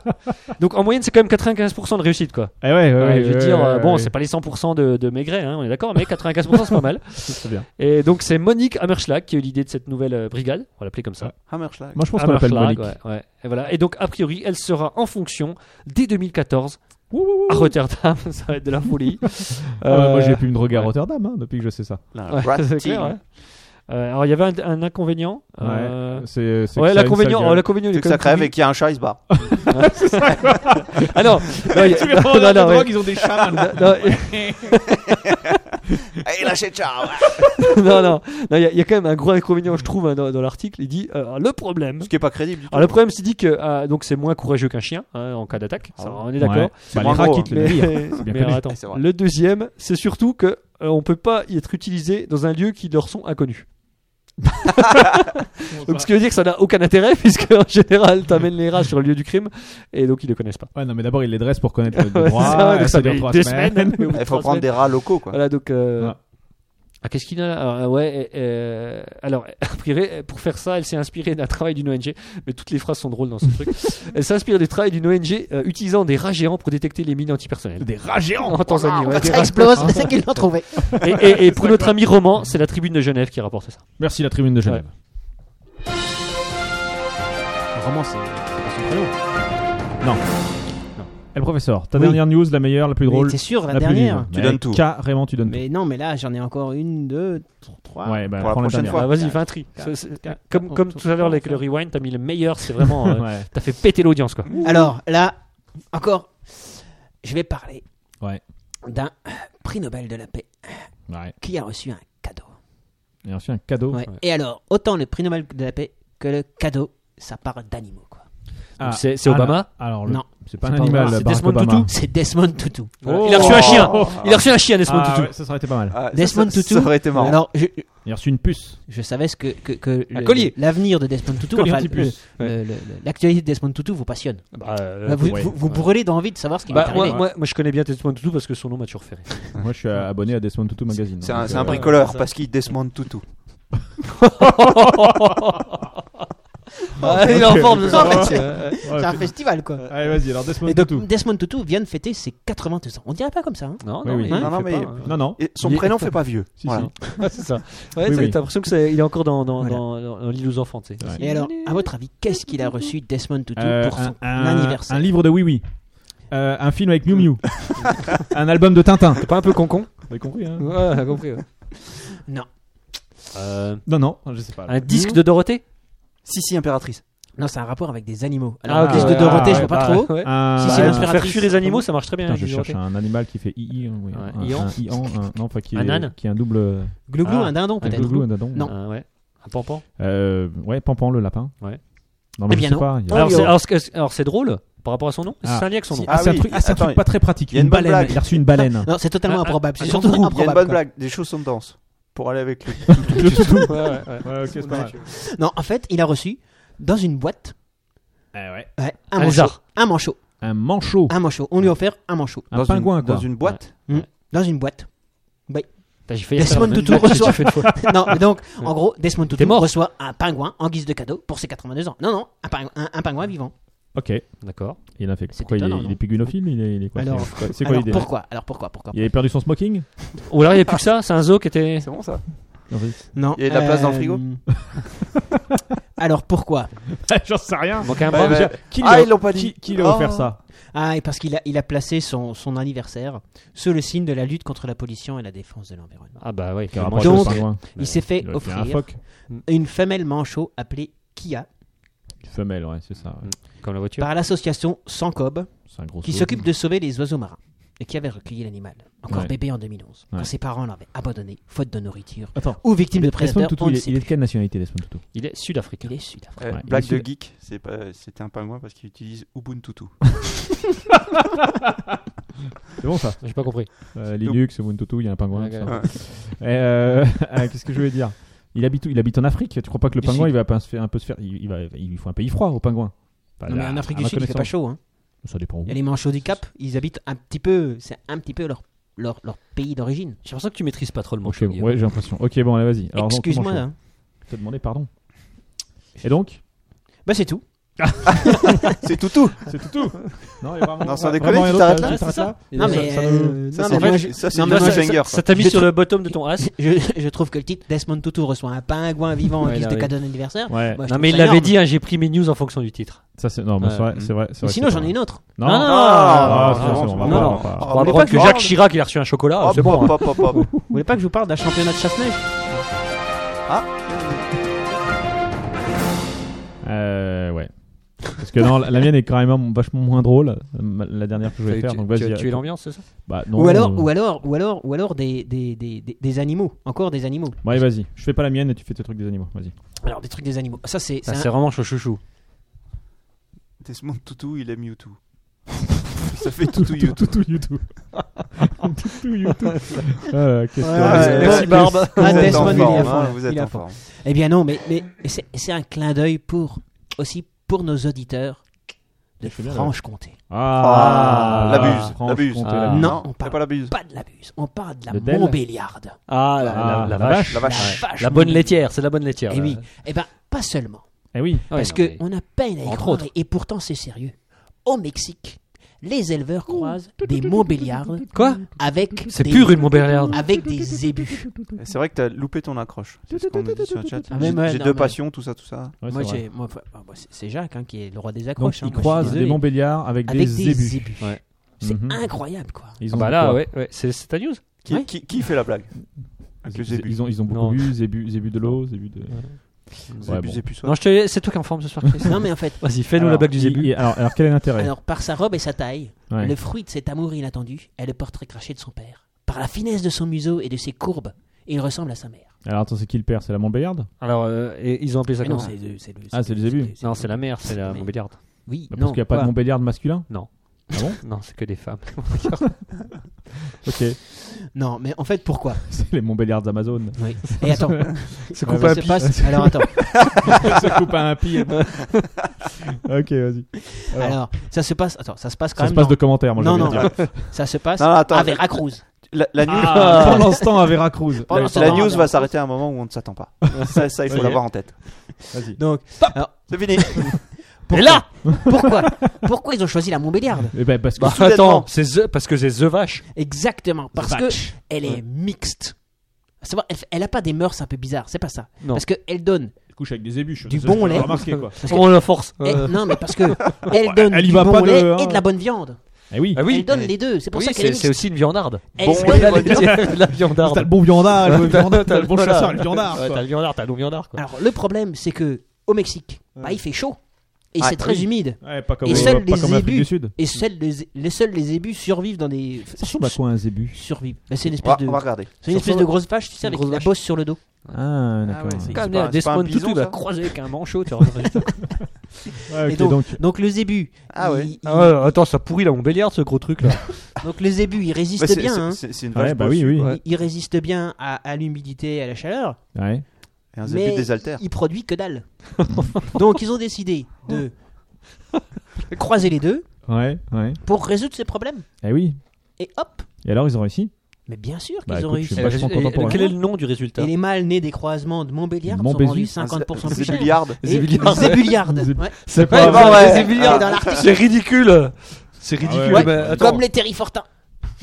C: Donc en moyenne, c'est quand même 95% de réussite, quoi.
B: Eh ouais, ouais,
C: Euh,
B: ouais,
C: je veux
B: ouais,
C: dire,
B: ouais,
C: euh,
B: ouais,
C: bon,
B: ouais.
C: c'est pas les 100% de, de Maigret, hein, on est d'accord, mais 95% c'est pas mal.
B: C'est bien.
C: Et donc c'est Monique Hammerschlag qui a eu l'idée de cette nouvelle euh, brigade, on va l'appeler comme ça.
D: Hammerschlag.
B: Moi, je pense qu'on l'appelle
C: Hammerschlag,
B: Monique.
C: ouais, ouais. Et voilà. Et donc a priori, elle sera en fonction dès 2014 à Rotterdam. ça va être de la folie.
B: Ah ouais, Moi, j'ai
C: Euh,
B: pu me droguer à
C: ouais.
B: Rotterdam hein, depuis que je sais ça.
D: Là,
C: Ouais,
D: rat
C: c'est
D: team.
C: clair, ouais. Euh, alors il y avait un, un inconvénient.
B: Ouais.
C: euh,
B: C'est. c'est que ça a
C: ouais,
B: une
C: l'inconvénient,
B: sale
C: oh,
B: gueule.
C: l'inconvénient, il
D: C'est
C: est quand
D: que ça
C: même
D: crève
C: public.
D: et qu'il y a un chat, il se barre.
C: Ah non, non, il y a- non, non, ouais. Non,
D: Allez, lâchez le chat. ouais.
C: non, non, non, il y, a- il y a quand même un gros inconvénient, je trouve, hein, dans, dans l'article. Il dit euh, le problème.
D: Ce qui est pas crédible du tout.
C: Alors le problème, c'est dit que euh, donc c'est moins courageux qu'un chien hein, en cas d'attaque.
D: Ah
C: Ça,
D: ouais.
C: on est d'accord.
B: Ouais. Bah, les
D: moins
B: rats
D: gros,
B: quittent
D: hein.
B: le
C: Mais,
B: navire.
C: mais
B: connu.
C: alors, attends.
D: C'est vrai.
C: le deuxième, c'est surtout que euh, on peut pas y être utilisé dans un lieu qui leur sont inconnus. Donc ce qui veut dire que ça n'a aucun intérêt puisque en général t'amènes les rats sur le lieu du crime et donc ils ne connaissent pas.
B: Ouais, non, mais d'abord, il les dresse pour connaître le
C: Ouais, c'est
B: droit.
C: ça, donc ça
B: dure
C: met
B: trois
C: des
B: semaines.
C: semaines. mais au bout de
D: Il faut
C: trois
D: prendre des rats locaux, quoi.
C: Voilà, donc. euh,
B: Voilà.
C: Ah, qu'est-ce qu'il y en a alors, euh, ouais, euh, alors, a priori, euh, pour faire ça, elle s'est inspirée d'un travail d'une ONG, mais toutes les phrases sont drôles dans ce truc. Elle s'inspire du travail d'une ONG euh, utilisant des rats géants pour détecter les mines antipersonnelles.
B: Des rats géants
C: En Tanzanie, ouais.
E: Ça explose, c'est ça qu'ils l'ont trouvé.
C: Et, et- et pour notre ami Roman, c'est la tribune de Genève qui rapporte ça.
B: Merci la tribune de Genève.
D: Vraiment, c'est pas son prénom.
B: Eh, professeur, ta
E: Oui.
B: dernière news, la meilleure, la plus drôle.
E: Mais T'es sûr, la,
B: la plus
E: dernière
B: vive.
D: Tu
B: Mais
D: donnes tout.
B: Carrément, tu donnes
E: Mais non, mais là, j'en ai encore une, deux, tr- trois.
B: tout. Ouais, bah,
D: Pour la
B: prends
D: prochaine
B: dernière.
D: fois.
C: Ah, vas-y, fais un tri.
E: Quatre,
C: C'est- c'est-
E: quatre,
C: comme
E: quatre,
C: comme
E: quatre,
C: tout à l'heure avec
E: quatre,
C: le rewind, t'as mis le meilleur, c'est vraiment. euh,
B: Ouais,
C: t'as fait péter l'audience quoi.
E: Alors là, encore, je vais parler
B: Ouais.
E: d'un prix Nobel de la paix
B: ouais.
E: qui a reçu un cadeau.
B: Et reçu un cadeau.
E: Ouais. Et alors, autant le prix Nobel de la paix que le cadeau, ça parle d'animaux. quoi.
B: Ah,
C: c'est- c'est
B: ah,
C: Obama
B: là, Alors, le-
E: Non.
B: c'est pas un
E: C'est pas
B: animal,
E: Obama.
C: C'est
B: Barack
C: Desmond
B: Obama.
C: Tutu.
E: C'est Desmond Tutu. Voilà.
C: Il a reçu un chien.
D: Oh.
C: Il a reçu un chien, Desmond
B: Ah,
C: Tutu.
B: ouais, ça, ça aurait été pas mal.
D: Ah, ça,
E: Desmond
D: ça-
E: Tutu.
D: Ça aurait été marrant.
E: Alors, je,
B: Il a reçu une puce.
E: je savais ce que, que, que
C: Un
E: le-
C: collier.
E: l'avenir de Desmond Tutu,
B: Collier
E: enfin,
B: anti-puce.
E: le- le- le- le- l'actualité de Desmond Tutu vous passionne.
C: Bah, euh,
E: vous
B: ouais.
E: vous, vous brûlez d'envie de savoir ce qui
C: bah,
E: va
C: moi,
E: arriver.
C: moi, moi, je connais bien Desmond Tutu parce que son nom m'a toujours fait rire.
B: Moi, je suis euh, abonné à Desmond Tutu Magazine.
D: C'est
B: donc,
D: un, c'est un
B: euh,
D: bricoleur parce qu'il Desmond Tutu.
E: Bah,
C: Ah, il est en forme de
E: Non, mais
C: ça.
E: c'est-
B: ouais,
E: C'est un
B: putain.
E: festival quoi.
B: Allez, vas-y, alors Desmond
E: Et donc,
B: Tutu.
E: Desmond Tutu vient de fêter ses 82 ans. On dirait pas comme ça. hein.
C: Non,
B: Oui, oui.
D: Non, non,
C: il fait
D: mais-
C: pas, hein.
B: Non, non.
D: Et son
B: Il est-
D: prénom fait pas vieux.
B: Si,
D: Voilà.
B: si.
C: Ouais, c'est ça. Ouais,
B: Oui,
C: t'as
B: oui.
C: l'impression que c'est, il est encore dans, dans,
E: Voilà.
C: dans, dans l'île aux enfants, tu sais.
B: Ouais.
E: Et alors, à votre avis, qu'est-ce qu'il a reçu Desmond Tutu
B: Euh,
E: pour son
B: un,
E: anniversaire
B: un livre de Oui Oui. Euh, un film avec Miu Miu. un album de Tintin.
C: T'es pas un peu concon
B: Vous avez compris, hein
C: Ouais, t'as compris. ouais.
E: Non.
C: Euh,
B: Non, non, je sais pas.
C: un disque de Dorothée
D: Si, si, impératrice.
E: Non, c'est un rapport avec des animaux.
C: Ah,
E: Alors,
C: ok,
E: le disque
C: ouais,
E: de Dorothée,
C: ouais,
E: je vois pas
C: bah,
E: trop.
C: ouais.
B: Un-
E: Si, c'est
B: Euh, un-
C: Ah,
E: l'inspiration.
C: faire fuir les animaux, ça marche très bien.
B: Putain,
C: avec
B: je
C: du
B: cherche un
C: Dorothée.
B: animal qui fait i hein, oui, un, un,
C: ian.
B: un ian, un- non, enfin, qui
C: Un
B: est-
C: âne.
B: qui est un double, euh,
E: Glouglou,
C: Ah,
E: un dindon
B: un
E: peut-être.
B: glouglou, un dindon.
E: Non.
C: Ah, ouais. Un pampan.
B: Euh, ouais, Pampan le lapin.
C: Ouais.
B: Non mais
E: Eh bien
B: je sais
E: non.
B: pas. il y a-
C: Alors,
E: oui,
C: c'est,
E: oh.
C: alors, c'est- alors, c'est drôle par rapport à son nom.
B: Ah.
C: C'est un lien avec son nom.
B: Ah, c'est un
D: oui,
B: truc, ah, c'est un
D: attends,
B: truc pas très pratique.
D: il y a une
B: une
D: bonne
B: baleine.
D: blague.
B: Il a reçu une baleine.
E: Non, c'est totalement
C: Ah,
E: improbable.
C: ah,
E: C'est
C: ah,
E: surtout
D: Il y a une
E: improbable.
D: bonne
E: quoi.
D: blague. Des chaussons de danse. Pour aller avec lui.
B: Le toutou.
C: Ouais, ouais, ouais.
B: Ouais, ok, c'est pas mal.
E: Non, en fait, il a reçu dans une boîte
B: Eh ouais.
E: ouais,
C: Un
E: un, manchot,
C: lézard.
E: un manchot.
B: Un manchot.
E: Un manchot. On lui a offert un manchot.
B: Un
D: Dans une-
B: pingouin, quoi.
D: Dans une boîte.
E: Dans une boîte.
C: Putain, j'ai failli
E: Desmond
C: faire la même
E: Tutu
C: blague que j'ai
E: reçoit.
C: fait une fois.
E: non, mais donc, en gros, Desmond Tutu
C: T'es mort.
E: reçoit un pingouin en guise de cadeau pour ses 82 ans. Non, non, un, pingouin- un- un pingouin vivant.
B: Ok.
C: D'accord.
B: Il a fait
E: C'est
B: quoi il est,
E: étonnant,
B: il
E: non
B: est pigunophile Il est, il est quoi
E: Alors-
B: C'est quoi- C'est quoi
E: Alors,
B: l'idée
E: pourquoi Alors, pourquoi, pourquoi
B: Il avait perdu son smoking
C: Ou alors il n'y a plus que ça, c'est un zoo qui était.
D: C'est bon ça
B: Non, vas-y.
E: Non. Euh,
D: Il y a de la place dans le frigo
E: Alors, pourquoi
B: J'en sais rien.
C: Il manquait un
D: Bah,
C: bras.
D: bah,
B: Déjà, Qui lui
D: Ah,
B: a-
D: ils l'ont pas dit.
B: qui- Qui lui a offert
D: Oh.
B: ça
E: Ah, et parce qu'il a, il a placé son, son anniversaire sous le signe de la lutte contre la pollution et la défense de l'environnement.
C: Ah bah ouais,
B: Qui a
C: carrément.
B: rapproché le
E: Donc,
B: pingouin.
E: Il s'est fait
B: Il a offert un
E: offrir
B: phoque.
E: une femelle manchot appelée Kia
B: Une femelle, ouais, c'est ça. ouais.
C: Comme la voiture.
E: par l'association Sancob
B: C'est un gros
E: qui
B: saut.
E: s'occupe de sauver les oiseaux marins et qui avait recueilli l'animal, encore
B: Ouais.
E: bébé en 2011,
B: Ouais.
E: quand ses parents l'avaient abandonné, faute de nourriture
B: Attends.
E: ou victime de
B: Desmond
E: prédateurs.
B: Tutu,
E: on
B: il
E: ne
B: est-
E: sait
B: il est de
E: plus.
B: quelle nationalité, Desmond Tutu
C: Il est
E: Il
C: sud-africain.
E: est sud-africain.
D: Euh,
B: Ouais, il
D: Blague
B: est
D: de
B: sud-
D: geek. c'est pas- C'était un pingouin parce qu'il utilise Ubuntu.
B: C'est bon ça
C: J'ai pas compris.
B: Euh, Linux, Ubuntu, il y a un pingouin.
C: Ouais,
B: tout
C: ouais.
B: ça. Et, euh, ah, Qu'est-ce que je voulais dire il habite, où il habite en Afrique. Tu crois pas que le
C: Du
B: pingouin il
C: Sud.
B: va pas se faire un peu se faire Il, il va, il lui faut un pays froid au pingouin. Enfin,
E: Non,
B: là,
E: mais en Afrique
B: à
E: du
B: ma
E: Sud, il fait pas
B: connaissance.
E: chaud. Hein.
B: Ça dépend où.
E: Et les manchots du Cap, ils habitent un petit peu, c'est un petit peu leur, leur, leur pays d'origine.
C: J'ai l'impression que tu maîtrises pas trop le
B: Ok,
C: manchot.
B: bon, ouais, j'ai l'impression. Ok, bon, allez, vas-y. Alors, donc,
E: Excuse-moi.
B: manchot.
E: hein.
B: Je t'ai demandé pardon. Et donc
E: Bah c'est tout.
D: C'est Toutou
B: C'est tout tout Non, il y a vraiment.
D: Non, sans
B: vraiment
D: déconner,
B: rien
D: tu
B: d'autre,
D: t'arrêtes
B: tu
D: là,
B: t'arrêtes
C: c'est ça.
E: Non mais
B: ça
E: euh,
D: Ça,
E: non,
D: c'est
E: mais moi,
D: du-
E: je-
D: ça, c'est
E: non,
D: du
E: mais moi, je-
D: cliffhanger,
C: Ça t'a mis
E: Je
C: sur
E: trouve-
C: le bottom de ton as.
E: Je, je trouve que le titre Desmond Tutu reçoit un pingouin vivant en
C: Ouais,
E: guise
C: là,
E: de
C: oui.
E: cadeau d'anniversaire. Moi,
B: Ouais,
E: je
C: Non
E: trouve
C: mais il
E: ça
C: l'avait
E: énorme.
C: dit, hein, j'ai pris mes news en fonction du titre.
B: ça c'est. Non, mais c'est vrai,
C: Ouais.
B: c'est vrai. c'est
E: Mais
B: vrai
E: sinon
B: que
E: j'en
B: c'est
E: ai une
B: pas-
E: autre.
B: Non,
C: Non,
B: non, non,
C: non, non,
B: non,
C: non,
B: Ah, on va
C: non,
B: pas, on va
C: non.
B: pas.
C: On va
D: Ah,
C: apprendre que Jacques Chirac il a reçu un chocolat,
D: Hop,
C: c'est bon.
D: hop,
C: hein.
D: hop, hop, hop.
E: Vous voulez pas que je vous parle d'un championnat de chasse-neige
B: Euh, ouais. Parce que non, la, la mienne est carrément vachement moins drôle, la la dernière que je voulais
C: Tu-
B: faire. donc vas-y.
C: Tu as tué
B: attends.
C: l'ambiance, c'est ça
B: Bah, non,
E: Ou alors,
B: euh,
E: ou alors, ou alors, ou alors des, des, des, des- des animaux. Encore des animaux.
B: Ouais, vas-y. Je fais pas la mienne et tu fais tes trucs des animaux. Vas-y.
E: Alors des trucs des animaux. Ça c'est.
C: Ah,
E: c'est
C: Ça,
E: un-
C: C'est vraiment chouchou.
D: Desmond Tutu, il est Mewtwo. ça fait tout tout YouTube.
B: Toutou YouTube. Toutou YouTube. Ah,
E: ouais,
B: qu'est-ce que- Qu'est-ce
E: ouais.
B: que-
D: Barbe. Vous
E: Ah,
D: êtes
E: Desmond,
D: en
E: il est à
D: forme,
E: fond,
D: hein,
E: là.
D: vous
E: Il
D: êtes
E: est à
D: en
E: fond.
D: forme.
E: Eh bien non, mais, mais c'est c'est un clin d'œil pour aussi pour nos auditeurs de
B: Je fais bien, là.
E: Franche-Comté.
D: Ah,
B: là,
D: la buse,
B: franche
D: la buse.
B: comté,
C: Ah.
B: la buse.
E: Non, on
D: c'est
E: parle
D: pas la buse.
E: Pas de la buse, on parle de la
B: De Dell
E: Montbéliarde.
C: Ah, la,
B: Ah, la
C: la- la vache.
D: La vache.
C: Ouais.
E: vache,
C: La bonne
E: mon-
C: laitière, c'est la bonne laitière.
E: Eh
C: là.
E: oui, eh ben pas seulement.
B: Eh oui.
C: Ouais,
E: Parce
C: non,
E: que
C: mais-
E: on a peine à y
C: Entre
E: croire,
C: autres.
E: et pourtant c'est sérieux. Au Mexique, les éleveurs croisent des montbéliardes
C: Quoi
E: avec
C: C'est
E: des-
C: pur une Montbéliarde.
E: avec des ébus.
D: Et C'est vrai que t'as loupé ton accroche. C'est ce qu'on me dit sur le chat.
E: Ah, mais
D: J'ai
E: ouais,
D: j'ai
E: non,
D: deux
E: mais-
D: passions, tout ça, tout ça.
B: Ouais,
E: moi,
B: c'est vrai.
E: j'ai- moi, enfin, ah, bah, c'est- c'est Jacques hein, qui est le roi des
B: Donc,
E: accroches. hein,
B: ils
E: moi, je
B: croisent
E: suis
B: des
E: désolé.
B: Montbéliards avec,
E: avec
B: des
E: des,
B: zébus.
E: ébus.
C: Ouais.
E: C'est
B: Mhm.
E: incroyable quoi.
B: Ils
C: Ah
B: ont
C: bah
B: dit
C: là,
B: quoi
C: ouais, ouais. C'est, c'est ta news
D: Qui,
E: Ouais.
D: qui, qui fait la blague Avec le
B: Ils-
D: zébu.
B: Ils ont, ils ont beaucoup
C: Non.
B: bu, zébu, zébu de l'eau, zébu de. Ouais,
D: Zébu,
B: bon.
D: zébu, soit.
C: Non, je te laisse- c'est toi qui es en forme ce soir, Chris.
E: Non mais en fait,
C: Vas-y, fais-nous
B: Alors,
C: la blague du
B: il-
C: zébu.
B: il- Alors, alors, quel est l'intérêt
E: alors par sa robe et sa taille,
B: Ouais.
E: le fruit de cet amour inattendu est le portrait craché de son père. Par la finesse de son museau et de ses courbes, il ressemble à sa mère.
B: Alors, attends, c'est qui le père C'est la Montbéliarde Bah,
C: Alors, euh, et ils ont appelé ça
E: Mais non,
C: comment
E: c'est le, c'est le-
B: Ah, c'est le zébu.
C: Non, c'est la mère, c'est la
E: Mais-
C: Montbéliarde.
E: Oui,
B: Bah, Parce
E: non.
B: qu'il n'y a pas de
E: quoi.
B: Montbéliarde masculin
C: Non.
B: Ah bon
C: Non, c'est que des femmes.
B: Ok.
E: Non, mais en fait pourquoi
B: C'est les Montbéliardes Amazon.
E: Oui. Et attends,
B: Se
E: comment ça se passe Alors attends.
B: Se coupe à un pied. ok, vas-y. Alors,
E: Alors, ça se passe. Attends, ça se passe quand
B: ça
E: même.
B: se passe Ah,
E: dans-
B: de commentaires, moi je
E: Non,
B: veux
E: non.
B: dire.
E: Ça se passe
D: Non, non, attends.
E: à Veracruz.
D: La, la news,
B: Ah, pendant ce temps à Veracruz.
E: Pendant
D: la-
E: ce
D: la
E: temps,
D: news
E: on
D: va
E: verra.
D: s'arrêter à un moment où on ne s'attend pas. ça, ça, il faut
B: Ok.
D: l'avoir en tête.
B: Vas-y.
E: Donc,
D: C'est fini.
E: pourquoi,
C: Et là
E: pourquoi Pourquoi ils ont choisi la Montbéliarde
B: Eh ben, parce que.
C: Bah,
D: soudainement.
C: attends, c'est the, parce que c'est The Vache.
E: Exactement, parce que
B: Vache.
E: elle est mixte. À savoir, elle, elle a pas des mœurs un peu bizarres, c'est pas ça.
C: Non.
E: Parce que elle donne.
B: couche avec des ébûches.
E: Du bon lait.
B: Remarquez quoi.
E: parce que-
C: On la force.
E: eh,
C: Euh,
E: non, mais parce que elle donne
B: elle y
E: du
B: va
E: bon
B: pas de-
E: lait
B: hein.
E: et de la bonne viande.
B: Eh oui.
C: Ah oui,
E: elle donne
C: eh,
E: les deux. C'est pour
C: oui,
E: ça qu'elle est,
C: c'est, c'est
E: mixte.
C: aussi une viandarde.
E: Elle-
D: bon
E: c'est-
D: lait,
C: la,
D: bonne
C: la- la
B: T'as
C: viandarde.
B: le bon viandard, le viandard,
C: T'as
B: t'as le bon
C: voilà.
B: chasseur, le viandard.
C: Ouais,
B: quoi.
C: T'as le viandard, t'as le viandard. quoi.
E: Alors le problème, c'est que au Mexique, bah, il fait chaud et
D: Ah,
E: c'est très
D: oui.
E: humide.
B: Ouais, pas comme,
E: Et
B: euh,
E: seuls
B: pas
E: les
B: comme l'Afrique
E: zébus.
B: du Sud.
E: Et seuls les, les seuls les ébus survivent dans des.
B: Ça ressemble à quoi un zébu
E: Survivent. Bah, c'est une
D: On
E: espèce
D: va,
E: de.
D: on va regarder.
E: C'est une espèce de grosse vache, tu sais,
C: Une
E: avec
C: grosse
E: la
C: vache.
E: bosse sur le dos.
B: Ah, d'accord.
D: c'est-
C: Comme
D: pas-
C: des
D: pas un
C: spawns tout
D: bison,
C: tout va
D: ça
C: croiser avec un manchot. tu vois.
B: Ouais, ok,
E: Et donc-
B: donc,
E: Donc le zébu.
D: Ah ouais.
E: il- il-
C: Ah ouais, Attends, ça pourrit la Montbéliarde ce gros truc là.
E: Donc le zébu, il
D: Mais
E: résiste
D: c'est-
E: bien.
D: c'est-
E: hein.
D: C'est c'est une
B: Ouais,
D: vache.
B: bah oui,
D: bossue.
B: oui.
E: Il, il résiste bien à, à l'humidité et à la chaleur,
B: Ouais.
D: Et un
E: mais
D: zébu désaltère.
E: il produit que dalle. Donc ils ont décidé de croiser les deux
B: Ouais, ouais.
E: pour résoudre ces problèmes.
B: Eh oui.
E: Et hop,
B: Et alors, ils ont réussi
E: mais bien sûr qu'ils
B: Bah,
E: ont
B: écoute, je
E: réussi.
B: suis vachement
C: Et- et-
B: content pour
C: Quel
B: eux.
C: est le nom du résultat
E: Et les mâles nés des croisements de Montbéliard sont
B: Montbéliard.
E: vendus
D: Un zé-
E: 50% plus cher.
D: zébuliarde.
E: Et
C: Zébuliarde.
E: Zébuliarde.
B: Zébu-
E: Ouais.
B: C'est
C: Ouais,
D: pas
C: bah,
D: vrai.
C: c'est Zébuliarde.
E: dans l'article.
C: C'est ridicule. C'est ridicule.
B: Ah ouais.
C: mais attends.
E: Comme les terrifortins.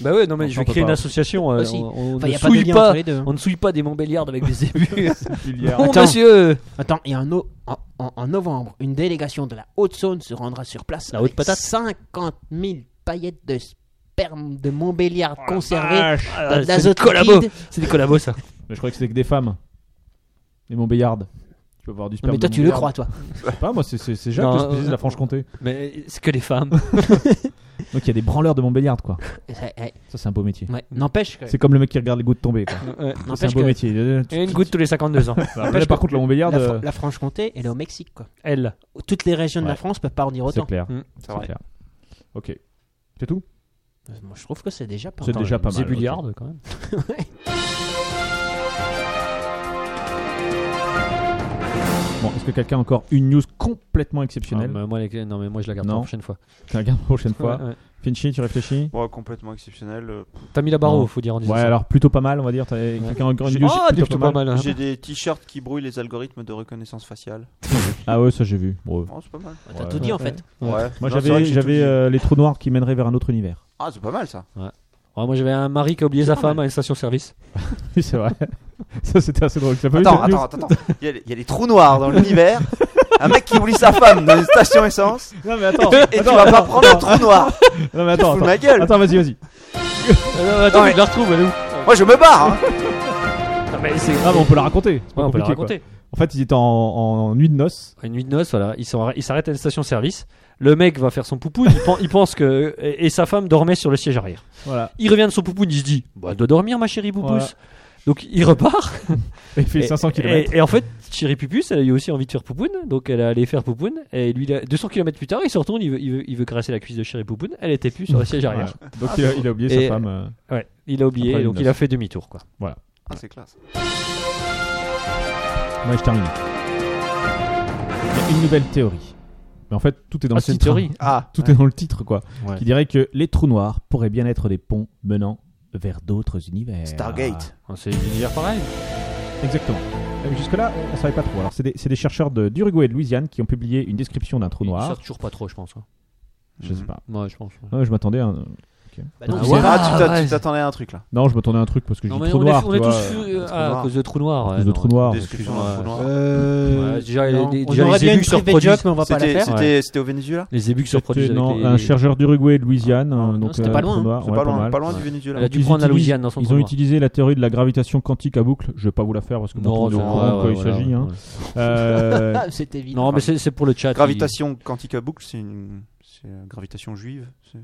C: Bah ouais, non mais je vais
B: Attends,
C: créer
B: papa.
C: une association. euh,
E: Aussi.
C: On on
E: Enfin, il
C: ne
E: n'y a pas de
C: souille
E: lien
C: pas.
E: entre les deux. hein.
C: On ne souille pas des Montbéliardes avec des zébus.
B: Zébuliarde.
C: Bon
E: Attends.
C: monsieur euh,
E: Attends, et en, no- en- en- en novembre, une délégation de la Haute-Saône se rendra sur place.
C: La
E: avec
C: Haute-Patate
E: 50 000 paillettes de sperme de Montbéliard
B: Oh la
E: conservées
B: vache.
E: dans de
C: Ah, c'est des
E: l'azote
C: collabos.
E: liquide.
C: C'est des collabos ça.
B: Mais je croyais que c'était que des femmes. Et Montbéliarde. Tu peux voir du
E: Non,
B: sperme.
E: mais toi,
B: de
E: tu le crois,
B: Montbéliarde.
E: toi.
B: Je sais pas, moi, c'est- c'est c'est Jacques
C: Non,
B: qui se disait
C: euh,
B: de la Franche-Comté.
C: Mais c'est que des femmes.
B: Donc, il y a des branleurs de Montbéliarde, quoi.
E: Eh, eh,
B: Ça, c'est un beau métier.
E: ouais, N'empêche que.
B: C'est comme le mec qui regarde les gouttes tomber, quoi.
C: Ouais.
B: Ça, C'est un
E: N'empêche
B: beau
E: que
B: métier. Euh, tu-
C: Et une goutte tous les 52 ans.
B: Après, par contre, la Montbéliarde,
E: la, Fran-
B: euh,
E: la Franche-Comté, elle est au Mexique. Quoi.
C: Elle.
E: Toutes les régions de
B: Ouais.
E: la France peuvent pas en dire
B: c'est
E: autant.
B: clair.
C: Mm,
B: C'est
D: vrai.
B: clair. Ok. C'est tout
E: Moi, je trouve que c'est déjà pas
B: C'est
E: mal.
B: déjà pas mal.
C: Zébuliarde quand même.
B: Bon, est-ce que quelqu'un a encore une news complètement
C: Ah,
B: exceptionnelle
C: mais moi, les- Non mais moi je la garde
B: Non.
C: pour la prochaine fois.
B: Tu la regardes la prochaine fois.
C: Ouais, ouais.
B: Finchy, tu réfléchis
D: Ouais, complètement exceptionnel. euh,
C: T'as mis la barre
B: Non.
C: haut, faut dire en disant
B: Ouais,
C: ça.
B: alors plutôt pas mal, on va dire. T'as- Quelqu'un a encore une news
C: Ah, t'es plutôt pas mal. hein.
D: J'ai des t-shirts qui brouillent les algorithmes de reconnaissance faciale.
B: Ah ouais, ça j'ai vu. Bon, euh,
D: Oh, c'est pas mal.
E: T'as
B: Ouais.
E: tout dit en fait.
C: Ouais.
D: Ouais.
B: Moi
D: Non, c'est vrai
B: j'avais
D: que j'ai tout
B: j'avais
D: dit.
B: euh, les trous noirs qui mèneraient vers un autre univers.
D: Ah, c'est pas mal ça.
C: Ouais, moi j'avais un mari qui a oublié sa
D: pas
C: femme
D: mal.
C: à une station service.
B: Oui, c'est vrai. ça c'était assez drôle. Tu l'as pas vu,
D: Attends,
B: cette news
D: attends, attends, attends. Il y a les- il y a les trous noirs dans l'univers. Un mec qui oublie sa femme dans une station essence.
B: Non mais attends.
D: Et tu vas pas prendre un trou noir.
B: Non mais attends.
D: Fous de
B: Attends,
D: ma gueule.
B: Attends, vas-y, vas-y.
C: attends, je la retrouve, elle est où
D: Moi, je me barre. hein.
C: mais c'est.
B: Ah mais on peut la raconter. C'est pas
C: on peut la
B: compliqué, quoi.
C: raconter.
B: En fait, ils étaient en, en nuit de noces.
C: Une nuit de noces, voilà. Ils sont- ils s'arrêtent à une station service. Le mec va faire son poupou. Il, pen- il pense que. Et, et sa femme dormait sur le siège arrière.
B: Voilà.
C: Il revient de son poupou. Il se dit Bah, elle doit dormir, ma chérie poupousse.
B: Voilà.
C: Donc il repart.
B: Et il fait
C: Et-
B: 500
C: et,
B: km.
C: et en fait, Chiri Pupus, elle a eu aussi envie de faire Poupoune, donc elle est allée faire Poupoune. Et lui, là, 200 km plus tard, il se retourne, il veut, il veut, il veut caresser la cuisse de Chiri Poupoune. Elle était plus sur le siège arrière.
B: Ouais. Donc il a, il a oublié
C: Et-
B: sa femme. euh,
C: Ouais, il a oublié,
B: Après,
C: donc
B: une
C: il a fait demi-tour, quoi.
D: Ah, c'est classe.
B: Ouais, je termine. Il y a une nouvelle théorie. Mais en fait, tout est dans
C: Ah,
B: le
C: c'est une
B: titre.
C: théorie.
D: Ah,
B: Tout
D: ouais.
B: est dans le titre, quoi.
C: Ouais.
B: Qui dirait que les trous noirs pourraient bien être des ponts menant vers d'autres univers.
D: Stargate.
C: Ah, C'est l'univers pareil.
B: Exactement. Euh, Jusque-là, on ne savait pas trop. Alors, c'est des, c'est des chercheurs de- d'Uruguay et de Louisiane qui ont publié une description d'un trou
C: Ça
B: noir.
C: toujours pas trop, je pense. hein.
B: Je sais
D: Mhm.
B: pas.
C: Ouais, je pense. ouais.
B: Ah ouais, je m'attendais à un...
E: Bah
C: Ah
E: non,
D: Ah,
C: ouais.
D: tu t'a-
C: ouais.
D: tu t'attendais à un truc là.
B: Non, je m'attendais à un truc parce que je
C: Non,
B: dis
C: mais
B: trou
C: on est-
B: noir.
C: on
B: tu
C: est
B: vois,
C: tous
B: euh,
C: furieux-
D: trou
C: ah,
D: noir.
C: à cause de trou noir. ouais,
B: cause de
C: non.
B: trou noir.
D: Description d'un trou noir.
E: Euh,
C: Ouais, déjà, les-
E: non,
C: les-
E: on
C: déjà,
E: aurait
C: les
E: bien une
C: ébuques se
E: private
C: reproduisent.
E: joke, mais on va pas la
D: C'était
E: faire.
D: c'était- c'était au Venezuela
C: Les ébuques se reproduisent
B: C'était-
C: avec
B: non,
C: les-
B: un
C: les-
B: chercheur d'Uruguay et de Louisiane.
C: Ah,
B: euh, donc,
E: c'était
B: euh,
E: pas
B: trou
E: loin,
B: noir,
D: C'est
B: ouais,
D: pas loin,
B: mal.
D: pas loin du
C: Ouais.
D: Venezuela.
C: Elle a dû
B: Ils
C: prendre la
B: utilisent-
C: Louisiane dans son
B: Ils
C: trou
B: ont
C: noir.
B: utilisé la théorie de la gravitation quantique à boucle. Je vais pas vous la faire parce que tout le monde est au
C: non,
B: courant de
C: ouais,
B: quoi il
C: voilà,
B: s'agit.
C: ouais,
B: hein.
C: ouais.
B: Euh,
E: Ah, C'était évident.
C: Non, mais c'est c'est pour le chat.
D: Gravitation quantique à boucle, c'est une c'est une gravitation juive. c'est-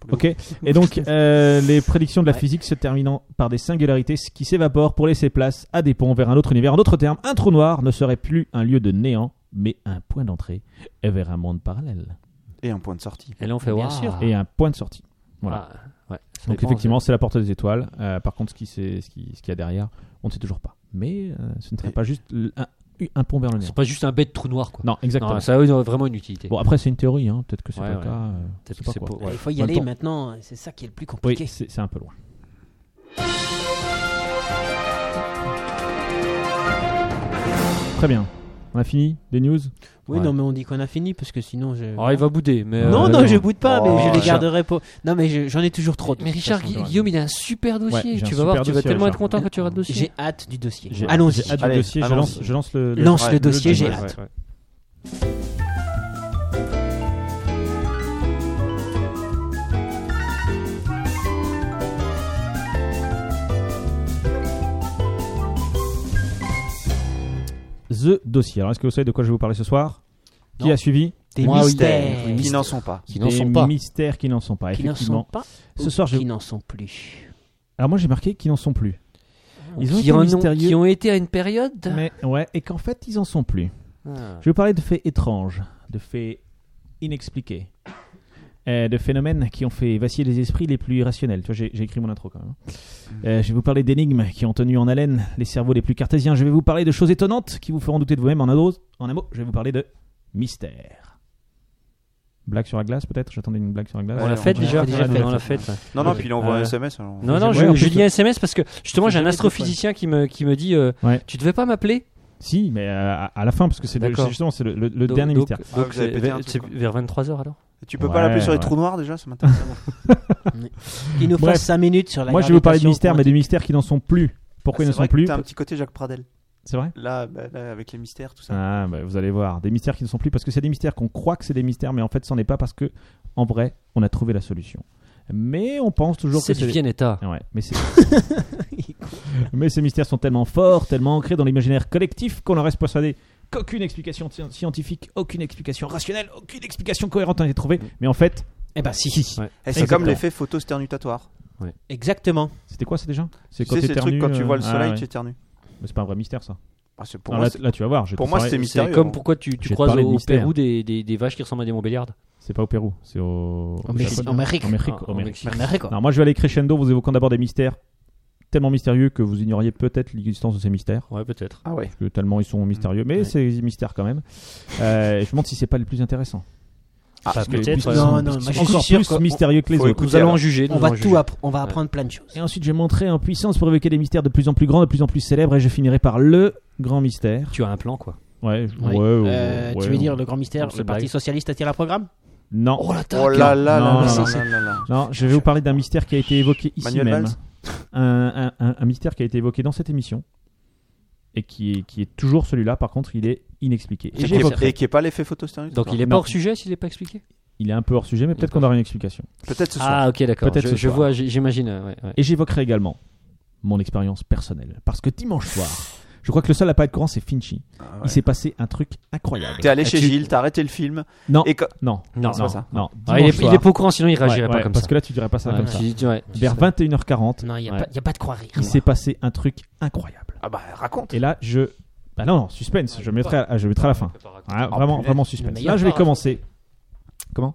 D: pour le
B: Ok. Et donc, euh, les prédictions de la physique se terminant par des singularités qui s'évaporent pour laisser place à des ponts vers un autre univers. En d'autres termes, un trou noir ne serait plus un lieu de néant, mais un point d'entrée vers un monde parallèle.
D: coup. Et un point de sortie.
C: Et là, on fait
E: Bien
C: waouh.
E: sûr.
B: Et un point de sortie.
C: Ah,
B: Voilà.
C: ouais, ça
B: donc,
C: dépend,
B: effectivement, c'est la porte des étoiles. Euh, par contre, ce qu'il ce qui, ce qu'il y a derrière, on ne sait toujours pas. Mais euh, ce ne serait
D: Et-
B: pas juste l- un, un pont vers le
C: c'est-
B: néant.
C: C'est pas juste un bête trou noir, quoi.
B: Non, exactement.
C: Non, ça a vraiment une utilité.
B: bon, après, c'est une théorie. hein. Peut-être que c'est
C: Ouais,
B: pas le
C: ouais.
B: cas. euh, je
C: Peut-être
B: sais
C: que
B: pas
C: c'est
B: quoi.
C: pour- ouais.
E: Il faut y
B: En même
E: aller
B: temps-
E: maintenant, c'est ça qui est le plus
B: Oui,
E: compliqué.
B: c'est c'est un peu loin. Très bien. On a fini les news
E: Oui,
B: Ouais.
E: non, mais on dit qu'on a fini parce que sinon je.
C: Alors, il va bouder, mais.
E: Non,
C: euh,
E: non, je boude pas, mais
D: Oh,
E: je les
D: Richard.
E: garderai pour. Non, mais je- j'en ai toujours trop. de
C: Mais
E: toute
C: Richard,
E: façon.
C: Gui- Guillaume, il a un super dossier.
B: Ouais, j'ai
C: tu
B: un
C: vas voir,
B: super
C: tu vas
B: dossier,
C: tellement être
B: Richard.
C: content quand tu auras le dossier.
E: J'ai hâte du dossier.
B: J'ai-
E: Allons-y.
B: J'ai hâte du
D: Allez,
B: dossier, je lance,
D: allons-y.
B: je lance le,
E: Lance
D: Ouais,
E: le
D: le
E: dossier, j'ai
D: dossier,
E: hâte.
B: The Dossier. Alors, est-ce que vous savez de quoi je vais vous parler ce soir Qui
E: Non.
B: a suivi
E: Des
C: Moi, oui,
E: mystères
C: des-
D: Qui n'en sont pas.
C: Qui n'en
B: Des
C: sont pas.
B: mystères qui n'en sont pas,
E: qui n'en sont
B: effectivement.
E: pas.
B: Ce
E: ou
B: soir, je-
E: Qui n'en sont plus.
B: Alors, moi, j'ai marqué qui n'en sont plus. Ils ont
C: Ah. qui,
B: été
C: en ont,
B: mystérieux.
C: qui ont été à une période.
B: Mais, ouais, et qu'en fait, ils en sont plus.
C: Ah.
B: Je vais vous parler de faits étranges, de faits inexpliqués, euh, de phénomènes qui ont fait vaciller les esprits les plus rationnels. Tu vois, j'ai j'ai écrit mon intro quand même.
C: Mm.
B: Euh, je vais vous parler d'énigmes qui ont tenu en haleine les cerveaux les plus cartésiens. Je vais vous parler de choses étonnantes qui vous feront douter de vous-même. En un, mot- en un mot, je vais vous parler de mystère. Blague sur la glace, peut-être J'attendais une blague sur la glace.
C: On l'a
D: Ouais,
C: fait
E: on
C: déjà.
E: l'a déjà
C: Ouais,
E: fait.
C: On l'a fait. ouais.
D: Non, non,
B: Ok.
D: puis il envoie
B: Euh,
D: un SMS. alors.
C: Non, non,
B: Ouais,
C: je,
B: en
C: je
B: plus,
C: dis un SMS parce que justement,
B: Faut
C: j'ai un
B: jamais
C: astrophysicien qui me, qui me dit euh,
B: Ouais.
C: Tu devais pas m'appeler
B: Si, mais euh, à, à la fin, parce que c'est le-
C: D'accord.
B: c'est justement c'est le, le- le
C: Donc-
B: dernier
C: donc-
B: mystère.
D: Ah,
C: donc
D: vous
C: c'est
D: avez pété un
C: vers-
D: truc,
C: c'est
D: quoi.
C: vers 23h alors
D: Tu peux pas l'appeler sur les
B: Ouais,
D: trous noirs déjà, ça m'intéresse.
E: Qui nous
B: Bref.
E: fasse 5 minutes sur la
B: Moi, je vais vous parler de
E: gravitation
B: mystères, mais des mystères qui n'en sont plus. Pourquoi
D: Ah,
B: ils ne sont plus
D: T'as un petit côté Jacques Pradel.
B: C'est vrai
D: Là, bah, là, avec les mystères, tout ça.
B: Ah, bah, vous allez voir, des mystères qui ne sont plus parce que c'est des mystères qu'on croit que c'est des mystères, mais en fait, c'en est pas parce que, en vrai, on a trouvé la solution. Mais on pense toujours que
C: C'est du
B: c'est.
C: Vienetta.
B: Ouais, mais, c'est- mais ces mystères sont tellement forts, tellement ancrés dans l'imaginaire collectif qu'on en reste persuadé qu'aucune explication sci- scientifique, aucune explication rationnelle, aucune explication cohérente n'a été
D: Mm.
B: trouvée. Mais en fait,
E: Eh ben, si.
B: si.
C: Ouais.
D: Et c'est comme
B: Exactement.
D: l'effet photo sternutatoire.
E: Exactement.
B: C'était quoi ça déjà C'est
D: Tu sais, c'est le truc
B: t'éternues,
D: quand tu vois
B: euh,
D: le
B: ah,
D: soleil,
B: ouais.
D: tu éternues.
B: Mais c'est pas un vrai mystère ça.
D: Ah, c'est Pour
B: Non,
D: moi,
B: là,
D: c'est-
B: là, tu vas voir. je vais
D: pour
B: te
D: moi,
B: parler-
D: c'était
C: C'est
D: mystérieux.
C: comme pourquoi tu, tu
B: J'ai
C: croises
B: parlé de
C: au
B: mystère.
C: Pérou des, des, des vaches qui ressemblent à des Montbéliardes.
B: C'est pas au Pérou, c'est au.
E: Au
B: au
E: Mexique.
B: Japon.
E: En Amérique.
B: En Amérique,
C: Ah,
B: au
C: en
B: Mexique.
E: C'est vrai, quoi.
B: Alors moi je vais aller crescendo, vous évoquant d'abord des mystères tellement mystérieux que vous ignoriez peut-être l'existence de ces mystères,
C: Ouais, peut-être.
D: Ah ouais.
B: parce que tellement ils sont mystérieux, mais
C: Ouais.
B: c'est des mystères quand même. Euh, je me demande si c'est pas le plus intéressant.
D: Ah,
C: Enfin,
B: Parce que
C: peut-être.
B: ils
C: ouais.
B: sont
E: euh, Non, non, moi, je suis
B: encore
E: sûr
B: plus
E: qu'on-
B: mystérieux que les
D: faut
B: autres.
D: écouter.
C: Nous allons en juger.
E: On
C: nous
E: va
C: allons
E: tout
C: juger.
E: appre- on va apprendre plein de choses.
B: Et ensuite je monterai en puissance pour évoquer des mystères de plus en plus grands, de plus en plus célèbres, et je finirai par le grand mystère.
C: Tu as un plan quoi.
B: Ouais, je-
E: Oui.
B: ouais, ouais,
E: Euh,
B: ouais,
E: tu
B: ouais.
E: veux dire le grand mystère,
C: On se
E: le Parti
C: blague.
E: socialiste attire un programme
B: Non.
C: Oh la
D: Oh
C: taille
B: Non,
D: là là là là
B: non,
D: là là là.
B: Non, je vais vous parler d'un mystère qui a été évoqué ici
D: Manuel
B: même.
D: Valls
B: Un, un- un- un mystère qui a été évoqué dans cette émission et qui est, qui est toujours celui-là. Par contre, il est inexpliqué. Et
C: C'est
D: Et
B: j'évoquerai-
D: qui est- Et qui est pas l'effet photo
C: Donc il est
B: Non.
C: pas hors sujet s'il n'est pas expliqué
B: Il est un peu hors sujet, mais peut-être
C: D'accord.
B: qu'on aura une explication.
D: Peut-être ce soir.
C: Ah ok d'accord.
B: Peut-être
C: Je,
B: ce
C: je
B: soir.
C: vois, j'- j'imagine. euh, ouais, ouais.
B: Et j'évoquerai également mon expérience personnelle. Parce que dimanche soir, je crois que le seul à pas être courant, c'est Finchy.
D: Ah ouais.
B: Il s'est passé un truc incroyable.
D: T'es allé chez
C: tu-
D: Gilles, t'as arrêté le film.
B: Non,
D: Et quand-
B: non,
C: Non,
D: c'est
B: non,
D: pas ça.
B: non.
C: Ah, il,
B: Dimanche
C: est, il
B: soir.
C: est pas au courant sinon il
B: Ouais,
C: réagirait
B: ouais,
C: pas comme
B: parce
C: ça.
B: que là, tu dirais pas ça
C: Ouais,
B: comme
C: tu
B: ça.
C: dis- ouais, tu
B: Vers
C: sais.
B: 21h40,
E: Non, il n'y a,
C: Ouais.
E: pas- y a pas de quoi rire.
B: il s'est passé un truc incroyable.
D: Ah bah raconte.
B: Et là, je Bah non, non, suspense,
C: Ah,
B: je
C: je
B: mettrai, à, je mettrai à la fin. Ah,
D: Oh,
B: vraiment,
D: punaise.
B: vraiment suspense.
E: Le
B: Là,
E: meilleur
B: je vais
E: parrain.
B: commencer. Comment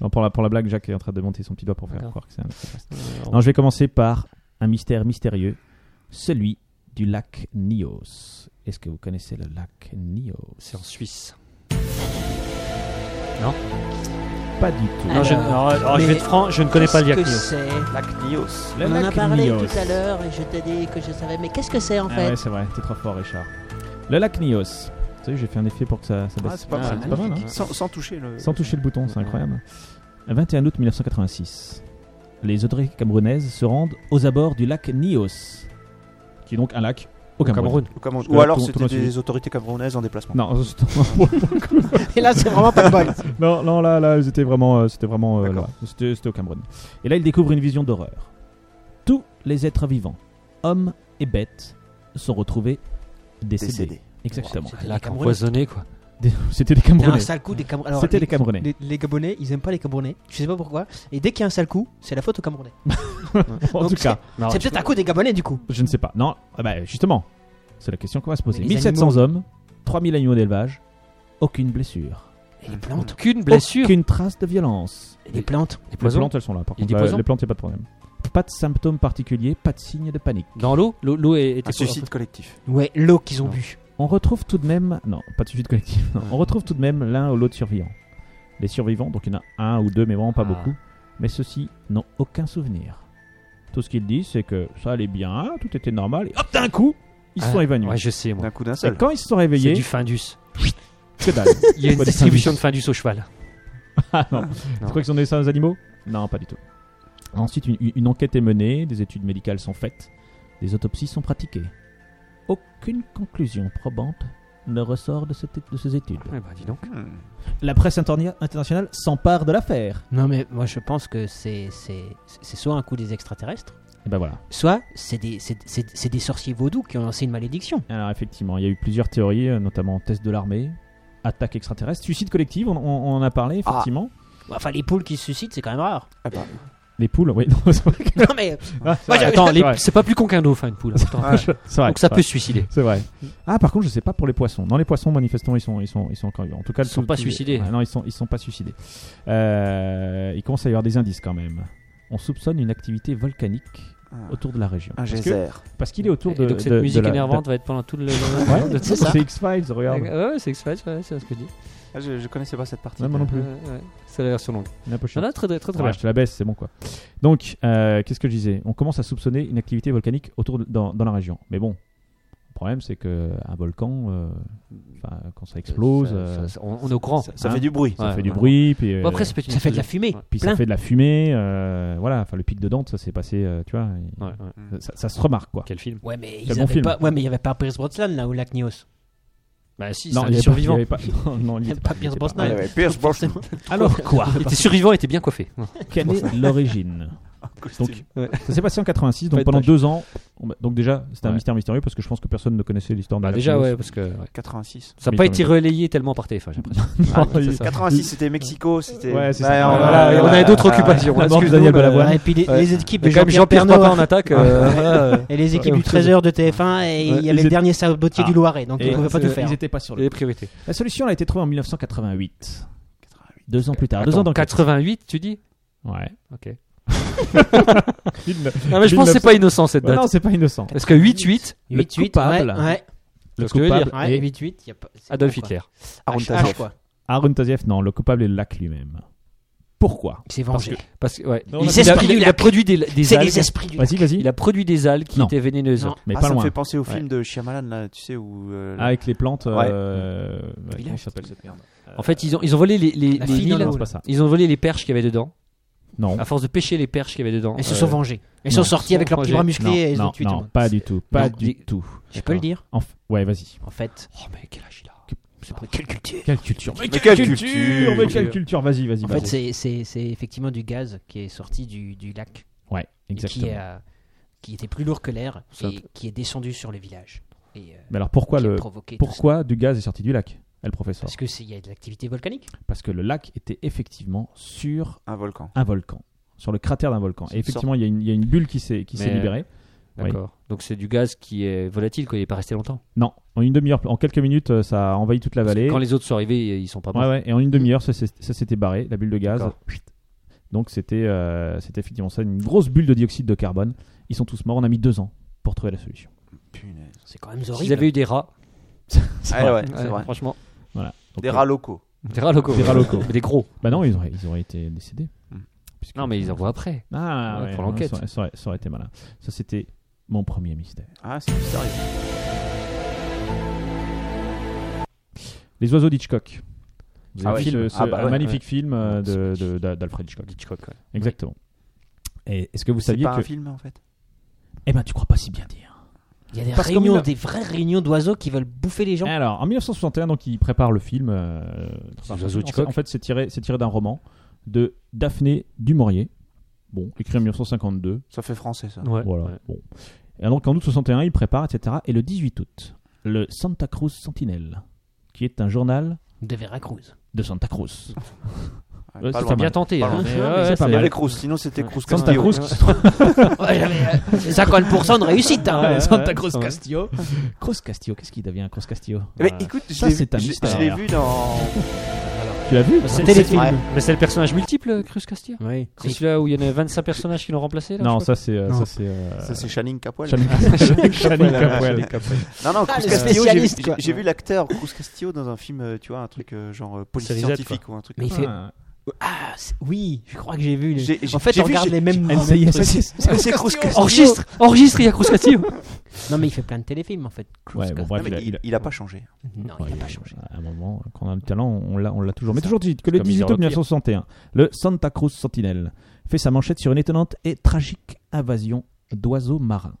B: Non, pour, la, pour la blague, Jacques est en train de monter son petit doigt pour faire
C: D'accord.
B: croire que c'est un extraterrestre. Non, je vais commencer par un mystère mystérieux, celui du lac Nios. Est-ce que vous connaissez le lac Nios
C: C'est en Suisse.
B: Pas du tout.
E: Alors,
C: non, je, alors, alors, je
E: mais
C: vais être franc, je ne connais pas le
E: Qu'est-ce que
C: Yaknios.
E: c'est
D: Lac Nios.
B: Le
E: On en a
B: lac
E: parlé
B: Nyos.
E: tout à l'heure et je t'ai dit que je savais. Mais qu'est-ce que c'est en
B: Ah
E: fait
B: ouais, c'est vrai, t'es trop fort, Richard. Le lac Nios. Tu sais, j'ai fait un effet pour que ça, ça baisse.
D: Ah, c'est pas
E: Ah,
D: mal.
E: c'est
B: pas mal, hein.
D: sans, sans toucher le.
B: Sans toucher le bouton, c'est incroyable. Le 21 août 1986, les autorités camerounaises se rendent aux abords du lac Nios, qui est donc un lac au Cameroun.
D: Ou, comment-
B: Parce que
D: ou
B: là,
D: alors
B: tout- tout le
D: c'était
B: monde suit.
D: des autorités camerounaises en déplacement.
B: Non, justement.
E: Et là, c'est vraiment pas de bol.
B: non, non, là, là, ils étaient vraiment, euh, c'était vraiment, euh,
D: D'accord.
B: là, c'était c'était au Cameroun. Et là, ils découvrent une vision d'horreur. Tous les êtres vivants, hommes et bêtes, sont retrouvés décédés.
D: Décédé.
B: Exactement.
E: Wow.
C: Un
E: Les
C: lac
E: Camerounais.
C: empoisonné, quoi.
B: Des- C'était des
E: Il y a un
B: Camerounais.
E: sale coup des Camerounais. Alors,
B: C'était les Camerounais.
E: Les, les Gabonais, ils aiment pas les Camerounais. Je sais pas pourquoi. Et dès qu'il y a un sale coup, c'est la faute aux Camerounais.
B: en
E: Donc,
B: tout cas,
C: Non,
E: c'est peut-être un coup des Gabonais du coup.
B: Je ne sais pas. Non, ah bah, justement, c'est la question qu'on va se poser.
E: Mais les
B: 1700
E: animaux-
B: hommes, 3000 animaux d'élevage, aucune blessure,
E: Et les plantes.
C: Aucune blessure.
B: aucune trace de violence.
E: Et les plantes.
C: Les
B: Les
C: poisons
B: plantes, elles sont là. Par
C: Il y
B: contre,
C: a des
B: Euh,
C: poisons
B: les plantes, il n'y a pas de problème. Pas de symptômes particuliers, pas de signes de panique.
C: Dans l'eau L'eau- L'eau
B: Ah,
C: est- était
D: Un suicide collectif.
E: Ouais, l'eau qu'ils ont
C: Non.
E: bu.
B: On retrouve tout de même, non, pas de suicide collectif. Non, on retrouve tout de même l'un ou l'autre survivant. Les survivants, donc il y en a un ou deux, mais vraiment pas
C: Ah.
B: beaucoup. Mais ceux-ci n'ont aucun souvenir. Tout ce qu'ils disent, c'est que ça allait bien, tout était normal, et hop, d'un coup, ils se
C: Ah,
B: sont évanouis.
C: Ouais, je sais, moi.
D: D'un coup d'un
B: et
D: seul.
B: quand ils se sont
C: C'est
B: réveillés,
C: du Findus.
B: que dalle.
C: Il y a une
B: Quoi, des
C: distribution de Findus au cheval.
B: Ah non. Tu
C: Non.
B: crois qu'ils ont donné ça aux animaux Non, pas du tout. Ensuite, une, une enquête est menée, des études médicales sont faites, des autopsies sont pratiquées. Aucune conclusion probante ne ressort de, cette- de ces études.
C: Eh ben, dis donc.
D: Hmm.
B: La presse interna- internationale s'empare de l'affaire.
E: Non, mais moi je pense que c'est c'est c'est soit un coup des extraterrestres,
B: Et ben voilà.
E: soit c'est des c'est- c'est c'est des sorciers vaudous qui ont lancé une malédiction.
B: Alors effectivement, il y a eu plusieurs théories, euh, notamment test de l'armée, attaque extraterrestre, suicide collectif, on, on- on en a parlé effectivement.
E: Enfin, les poules qui se suicident, c'est quand même rare.
D: Ah bah,
B: Les poules, oui. Non, c'est vrai.
E: non, mais
B: Ah, c'est
E: Moi,
B: vrai. Ah.
E: j'avais-
C: Attends, les-
B: Ouais.
C: c'est pas plus con qu'un dauphin, une poule. Attends.
D: ouais.
B: C'est vrai,
C: Donc ça
B: c'est
C: peut
B: vrai.
C: se suicider.
B: C'est vrai. Ah, par contre, je sais pas pour les poissons. Non, les poissons, manifestement, ils sont, ils sont, ils sont encore vivants. En tout cas,
C: Ils sont
B: tout-
C: pas
B: tout-
C: suicidés.
B: Ouais, non, ils sont, ils sont pas suicidés. Euh, il commence à y avoir des indices quand même. On soupçonne une activité volcanique
D: Ah.
B: autour de la région.
D: Un
B: parce que-
D: geyser.
B: parce qu'il est autour
C: Et
B: de.
C: donc cette
B: de- de
C: musique
B: la- de-
C: énervante va être pendant tout le.
B: Ouais,
C: de-
B: c'est
E: ça.
B: X-Files, regarde.
C: Ouais, ouais, c'est exprès, ouais, c'est ce que je dis.
D: Ah, je, je connaissais pas cette partie.
B: Ouais, moi non plus.
C: Ouais, ouais. C'est la version longue.
B: Il est un peu chiant.
C: Non, non, très, très, très, très
B: Mmh. Ouais,
C: bien.
B: je te la baisse, c'est bon quoi. Donc, euh, qu'est-ce que je disais On commence à soupçonner une activité volcanique autour de- dans, dans la région. Mais bon, le problème c'est que un volcan, euh, enfin, quand ça explose,
C: Ça-
B: euh, ça,
C: ça- ça- on, on est au courant.
D: Ça, ça
B: Hein.
D: fait du bruit.
C: Ouais,
B: fait du
C: ouais.
B: bruit, puis
C: Bon,
B: euh,
C: après, ça peut être une
E: ça fait de la
C: explosion.
E: fumée.
B: Puis
E: Plein.
B: ça fait de la fumée, euh, voilà, enfin le pic de Dante, ça s'est passé, euh, tu vois, il-
C: Ouais, ouais.
B: ça, ça se remarque quoi.
C: Quel film
E: Ouais, mais
B: Quel
E: ils
B: bon
E: avaient
B: film.
E: pas. Ouais, mais il y avait pas Pierce Brosnan là au lac Nios.
C: Bah si, c'est un
B: y avait pas-
C: survivant.
B: il y avait pas- non, non, il y
E: Il y avait
B: était
E: pas
B: il y
E: Pierce
B: était
E: Brosnan.
D: Ah, ouais, Pierce Brosnan.
B: Alors quoi
C: Il était survivant, il était bien coiffé.
B: Quelle est l'origine
D: Costume.
B: Ça s'est passé en 86, donc
C: Pas de
B: pendant
C: tâche.
B: deux ans. on- Donc déjà, c'était un
C: Ouais.
B: mystère mystérieux parce que je pense que personne ne connaissait l'histoire. de
C: Bah
B: la
C: déjà,
B: Chimos.
C: ouais, parce que ouais.
D: 86.
C: ça n'a
B: Mais
C: pas
B: quand
C: été
B: même.
C: relayé tellement par téléphone, j'ai l'impression.
B: Non,
C: Ouais,
B: il-
C: Ah, c'est ça.
D: 86, c'était Mexico, c'était.
B: Ouais, c'est ça.
D: on,
B: Ouais,
D: voilà,
B: ouais,
D: on
B: ouais,
D: avait
B: ouais,
D: d'autres
B: ouais,
D: occupations.
B: ouais,
D: hein,
B: la mort de
D: excuse-nous,
B: Daniel
D: mais-
B: Balavoine.
E: et puis les,
D: Ouais.
E: les équipes de
C: Mais quand même,
E: Jean-Pierre
C: Jean-Pierre
E: Pernaut
C: Papin en attaque. euh,
E: et les équipes
C: Ouais.
E: du Trésor de TF1 et il
B: Ouais.
E: y
B: Ils
E: avait
B: étaient-
E: le dernier sabotier
B: Ah.
E: du Loiret, donc
B: Et
E: on pouvait pas
B: ils-
E: tout faire.
B: Ils étaient pas sur le.
C: Les priorités.
B: La solution elle a été trouvée en 1988. Deux ans plus tard. deux
C: Attends,
B: ans dans
C: 88, tu dis
B: Ouais.
C: Ok.
B: Mille-
C: Non, Ah, mais je pense que c'est
B: 1900.
C: pas innocent cette
B: Ouais,
C: date.
B: Bah non, c'est pas innocent.
C: Parce que 8-8,
B: Le
E: 8-8, ouais,
B: coupable.
E: ouais,
B: Le
C: ce que je veux
B: coupable
C: dire.
E: ouais,
B: est
E: 8-8, y a pas- c'est
C: Adolf
E: con, quoi.
C: Hitler.
D: Aaron
E: H,
D: Taziev.
E: quoi.
B: Aaron Taziev. Non, le coupable est le lac lui-même. Pourquoi
E: Il s'est vengé.
C: Parce que, ouais.
B: Non,
E: Les
B: on a-
C: Il
E: esprits
C: a, il a-
E: du
C: il a
E: lac.
C: produit des, des
E: C'est
C: algues.
E: les esprits du lac.
B: Vas-y, vas-y.
C: Il a produit des algues qui
B: Non.
C: étaient vénéneuses.
E: Non.
B: Mais
D: Ah,
B: pas
D: ça me
B: loin. Ah
D: fait penser au
C: Ouais.
D: film de Shyamalan, là, tu sais, où. euh,
B: Avec les plantes.
D: Ouais.
B: euh, ouais, comment
E: Village.
B: s'appelle cette merde
C: En fait, ils ont, ils ont volé les, les,
E: La
C: les-
E: fille dans
B: Non,
E: la
B: c'est
E: houle.
B: pas ça.
C: ils ont volé les perches qu'il y avait dedans.
B: Non.
C: À force de pêcher les perches qu'il y avait dedans.
E: Elles se
C: euh,
E: sont vengées. Elles
B: non.
E: sont sorties avec leurs petits bras
B: Non,
E: musclés et elles
B: non,
E: ont tué tout le
B: non,
E: monde.
B: pas du tout. Pas
C: Non,
B: du
C: dis-
B: tout.
E: Je peux le dire,
B: Enf- Ouais, vas-y.
E: en fait.
C: Oh, mais quel âge il a
E: Quelle culture
B: Quelle culture Mais
D: quelle culture
B: Mais quelle culture Vas-y, vas-y.
E: En
B: vas-y.
E: fait, c'est- c'est c'est effectivement du gaz qui est sorti du du lac.
B: Ouais,
E: et qui, euh,
B: exactement.
E: a- qui était plus lourd que l'air
C: Ça-
E: et qui est descendu sur le village. Et, euh,
B: Mais alors pourquoi
E: qui a
B: le
E: provoqué tout ça.
B: pourquoi du gaz est sorti du lac Elle professeur.
E: Parce que s'il y a de l'activité volcanique.
B: Parce que le lac était effectivement sur
D: Un volcan.
B: un volcan, sur le cratère d'un volcan. Et
D: C'est une
B: effectivement, il y, a une- il y a une bulle qui s'est qui s'est
C: Mais-
B: libérée.
C: D'accord. Donc c'est du gaz qui est volatile, quoi. Il n'est pas resté longtemps.
B: Non, en une demi-heure, en quelques minutes, euh, ça a envahi toute la
C: Parce que
B: vallée.
C: Quand les autres sont arrivés, ils sont pas bons.
B: Ouais, ouais, et en une demi-heure, ça, s'est- ça s'était barré, la bulle de gaz.
C: D'accord.
B: Chut. Donc c'était euh, c'était effectivement ça, une grosse bulle de dioxyde de carbone. Ils sont tous morts, on a mis deux ans pour trouver la solution.
D: Punaise.
E: C'est quand même horrible.
C: S'ils avaient eu des rats,
B: C'est
D: Ah
B: vrai.
D: ouais, c'est
C: ouais,
D: vrai.
C: franchement,
B: Voilà. Donc,
D: Des
B: euh,
D: rats locaux.
C: des rats locaux.
B: Des rats locaux.
C: Mais des gros.
B: Bah non, ils auraient, ils auraient été décédés.
D: Hmm.
B: Puisque-
C: Non, mais ils en voient après.
B: Ah,
C: Ouais,
B: ouais,
C: pour
B: non,
C: l'enquête.
B: Ça, aurait- ça aurait- ça aurait été malin. Ça, c'était mon premier mystère.
D: Ah, c'est mystérieux.
B: Les oiseaux d'Hitchcock. Vous
D: Ah
B: avez
D: ouais.
B: vu ce-
D: film.
B: ce-
D: Ah bah
B: un
D: ouais,
B: magnifique film euh,
C: Ouais,
B: de- de- d'a- d'Alfred Hitchcock.
C: Hitchcock, ouais.
B: Exactement. Et est-ce que vous
D: C'est
B: saviez
D: pas
B: que
D: un film en fait.
B: Eh ben, tu crois pas si bien dire.
E: Il y a des
B: Parce qu'en
E: réunions,
B: mille-
E: des vraies réunions d'oiseaux qui veulent bouffer les gens.
B: Alors, en 1961, donc, il prépare le film. euh,
C: Les
B: en
C: oiseaux
B: fait-
C: Hitchcock.
B: En fait, c'est tiré, c'est tiré d'un roman de Daphné du Maurier. Bon, écrit en 1952.
D: Ça fait français ça.
C: Ouais.
B: voilà.
C: Ouais.
B: Bon. Et donc, en août 61, il prépare, etc. Et le 18 août, le Santa Cruz Sentinel, qui est un journal
E: De Veracruz.
B: de Santa Cruz.
D: Ouais,
B: Ouais,
D: pas
B: c'est
D: loin.
B: pas
C: Bien
B: mal.
C: tenté.
D: Pas
C: hein,
D: loin.
C: mais
B: Ouais,
C: ouais,
B: mais c'est
C: ouais,
B: pas
C: ça-
B: mal.
D: Les Cruz, sinon c'était Cruz
C: Santa
B: Santa
D: Castillo.
B: Cruz qui se trouve.
E: Ouais, j'avais, euh, 50% de réussite. hein.
B: Ouais,
E: Santa
B: ouais,
E: Cruz
B: ouais.
E: Castillo.
B: Cruz Castillo, qu'est-ce qui devient Cruz Castillo Euh,
D: Mais
B: Voilà.
D: Eh ben, écoute, je
B: Ça,
D: l'ai-
B: c'est un
D: je- je
B: mystère.
D: l'ai vu dans. euh,
B: Tu l'as vu
E: C'est
C: C'est-
E: le
C: c'est-
E: téléfilm.
D: ouais.
C: Mais c'est le personnage multiple, Cruz Castillo
E: Oui.
C: C'est celui-là où il y en a 25 personnages qui l'ont remplacé là,
B: Non,
C: je
B: ça c'est. euh,
D: Non.
B: ça, c'est, euh,
D: Ça, c'est Channing Capoil.
B: Channing- Channing Capwell.
D: Non, non,
E: Ah,
D: Cruz
E: le
D: Castillo, j'ai-
E: spécialiste, quoi.
D: j'ai j'ai vu l'acteur Cruz Castillo dans un film, euh, tu vois, un truc euh, genre euh, police
C: Série Z,
D: scientifique ou un truc.
E: Mais il fait.
B: Ah.
E: Ah, c'est- oui, je crois que j'ai vu. le-
D: J'ai- j'ai-
E: En fait,
D: j'ai
E: on
D: vu,
E: regarde
D: j'ai-
E: les mêmes.
B: j'ai-
E: les mêmes
B: NCIS.
E: trucs.
D: Mais c'est Cruz
C: crois.
D: Castillo.
C: Enregistre Enregistre, il y a Cruz Castillo
E: Non, mais il fait plein de téléfilms en fait. Cruz
B: Ouais, bon,
E: Castillo.
D: Non,
B: bref,
D: mais il, il a pas changé.
E: Non, il n'a pas changé.
B: À un moment, quand on a du talent, on l'a, on l'a toujours. Mais
C: C'est
B: toujours dit que le
C: Comme ils
B: 18
C: ont
B: août
C: le pire.
B: 1961, le Santa Cruz Sentinel fait sa manchette sur une étonnante et tragique invasion d'oiseaux marins.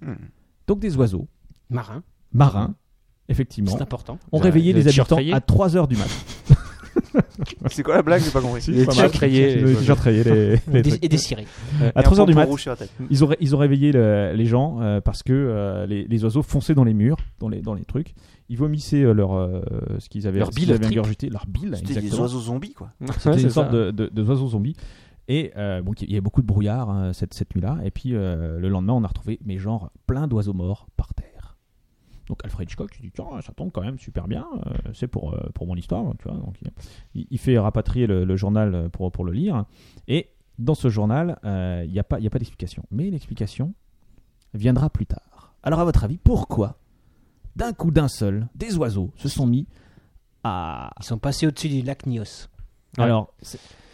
D: Hmm.
B: Donc des oiseaux
E: Marin,
B: marins, effectivement,
E: c'est important. Euh,
B: ont
C: Ils ont-
B: réveillé
C: ils ont
B: les
C: des
B: habitants
C: t-shirts
B: à 3 heures du matin.
D: C'est quoi la blague J'ai pas compris.
B: Si,
C: Les
B: pas mal.
C: t-shirts rayés, les
B: Les t-shirts rayés, les- les
E: Des-
B: trucs.
E: et des cirés.
B: À 3 heures du matin,
D: rouge sur la tête.
B: ils ont, ré- ils ont réveillé le- les gens euh, parce que euh, les, les oiseaux fonçaient dans les murs, dans les, dans les trucs. Ils vomissaient euh, leur, euh, ce qu'ils avaient,
C: Leur
B: ce qu'ils
C: bile,
B: avaient
C: leur tripe.
B: ingurgité, leur bile.
D: C'était des
B: exactement.
D: oiseaux zombies, quoi.
B: C'était une sorte de, de, de oiseau zombie. Et euh, bon, il y avait beaucoup de brouillard hein, cette, cette nuit-là. Et puis euh, le lendemain, on a retrouvé, mais genre, plein d'oiseaux morts par terre. Donc Alfred Hitchcock, il dit tiens, ça tombe quand même super bien. euh, c'est pour euh, pour mon histoire, tu vois. Donc il, il fait rapatrier le, le journal pour pour le lire. Et dans ce journal, euh, il n'y a pas il y a pas d'explication. Mais l'explication viendra plus tard. Alors à votre avis, pourquoi d'un coup d'un seul, des oiseaux se sont mis à
E: Ils sont passés au-dessus du lac Nios.
C: Ouais.
B: alors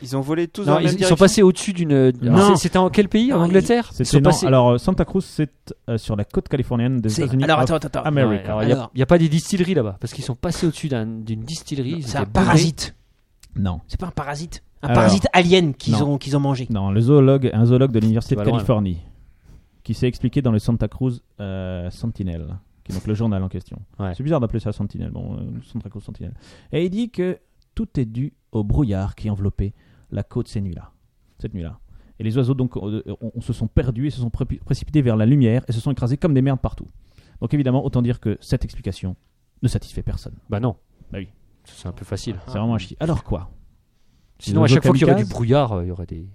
D: Ils ont volé tous dans
C: Non,
D: la même
C: ils, ils sont
D: direction.
C: passés au-dessus d'une.
B: Non.
C: C'est- C'était en quel pays En
E: Non,
C: Angleterre Ils
B: C'était
C: sont
B: non,
C: passés-
B: alors euh, Santa Cruz c'est euh, sur la côte californienne des
E: C'est-
B: États-Unis. Ah,
E: Alors
B: of
E: attends, attends, attends.
C: Ouais,
B: America.
C: alors, il y a-
E: Alors.
C: il n'y a, pas des distilleries là-bas parce qu'ils sont passés au-dessus d'un- d'une distillerie. ils
E: C'est un
C: étaient bourrés.
E: parasite.
B: Non,
E: C'est pas un parasite. Un
B: Alors.
E: parasite alien qu'ils
B: Non.
E: ont, qu'ils ont mangé.
B: non, le zoologue, un zoologue de l'université de
C: Tu vas loin, là.
B: Californie, qui s'est expliqué dans le Santa Cruz euh, Sentinel, qui est donc le journal en question.
C: Ouais.
B: C'est bizarre d'appeler ça Sentinel, bon, euh, Santa Cruz Sentinel. Et il dit que tout est dû au brouillard qui enveloppait la côte ces nuits-là, cette nuit-là. Et les oiseaux donc euh, on, on se sont perdus et se sont pré- précipités vers la lumière et se sont écrasés comme des merdes partout. Donc évidemment, autant dire que cette explication ne satisfait personne.
C: Bah non.
B: Bah oui. Ah.
C: C'est un peu facile.
B: C'est vraiment un chi. Alors quoi
C: Sinon, à
B: oiseaux
C: chaque fois qu'il y aurait du
B: kamikazes
C: brouillard, euh, il y aurait des.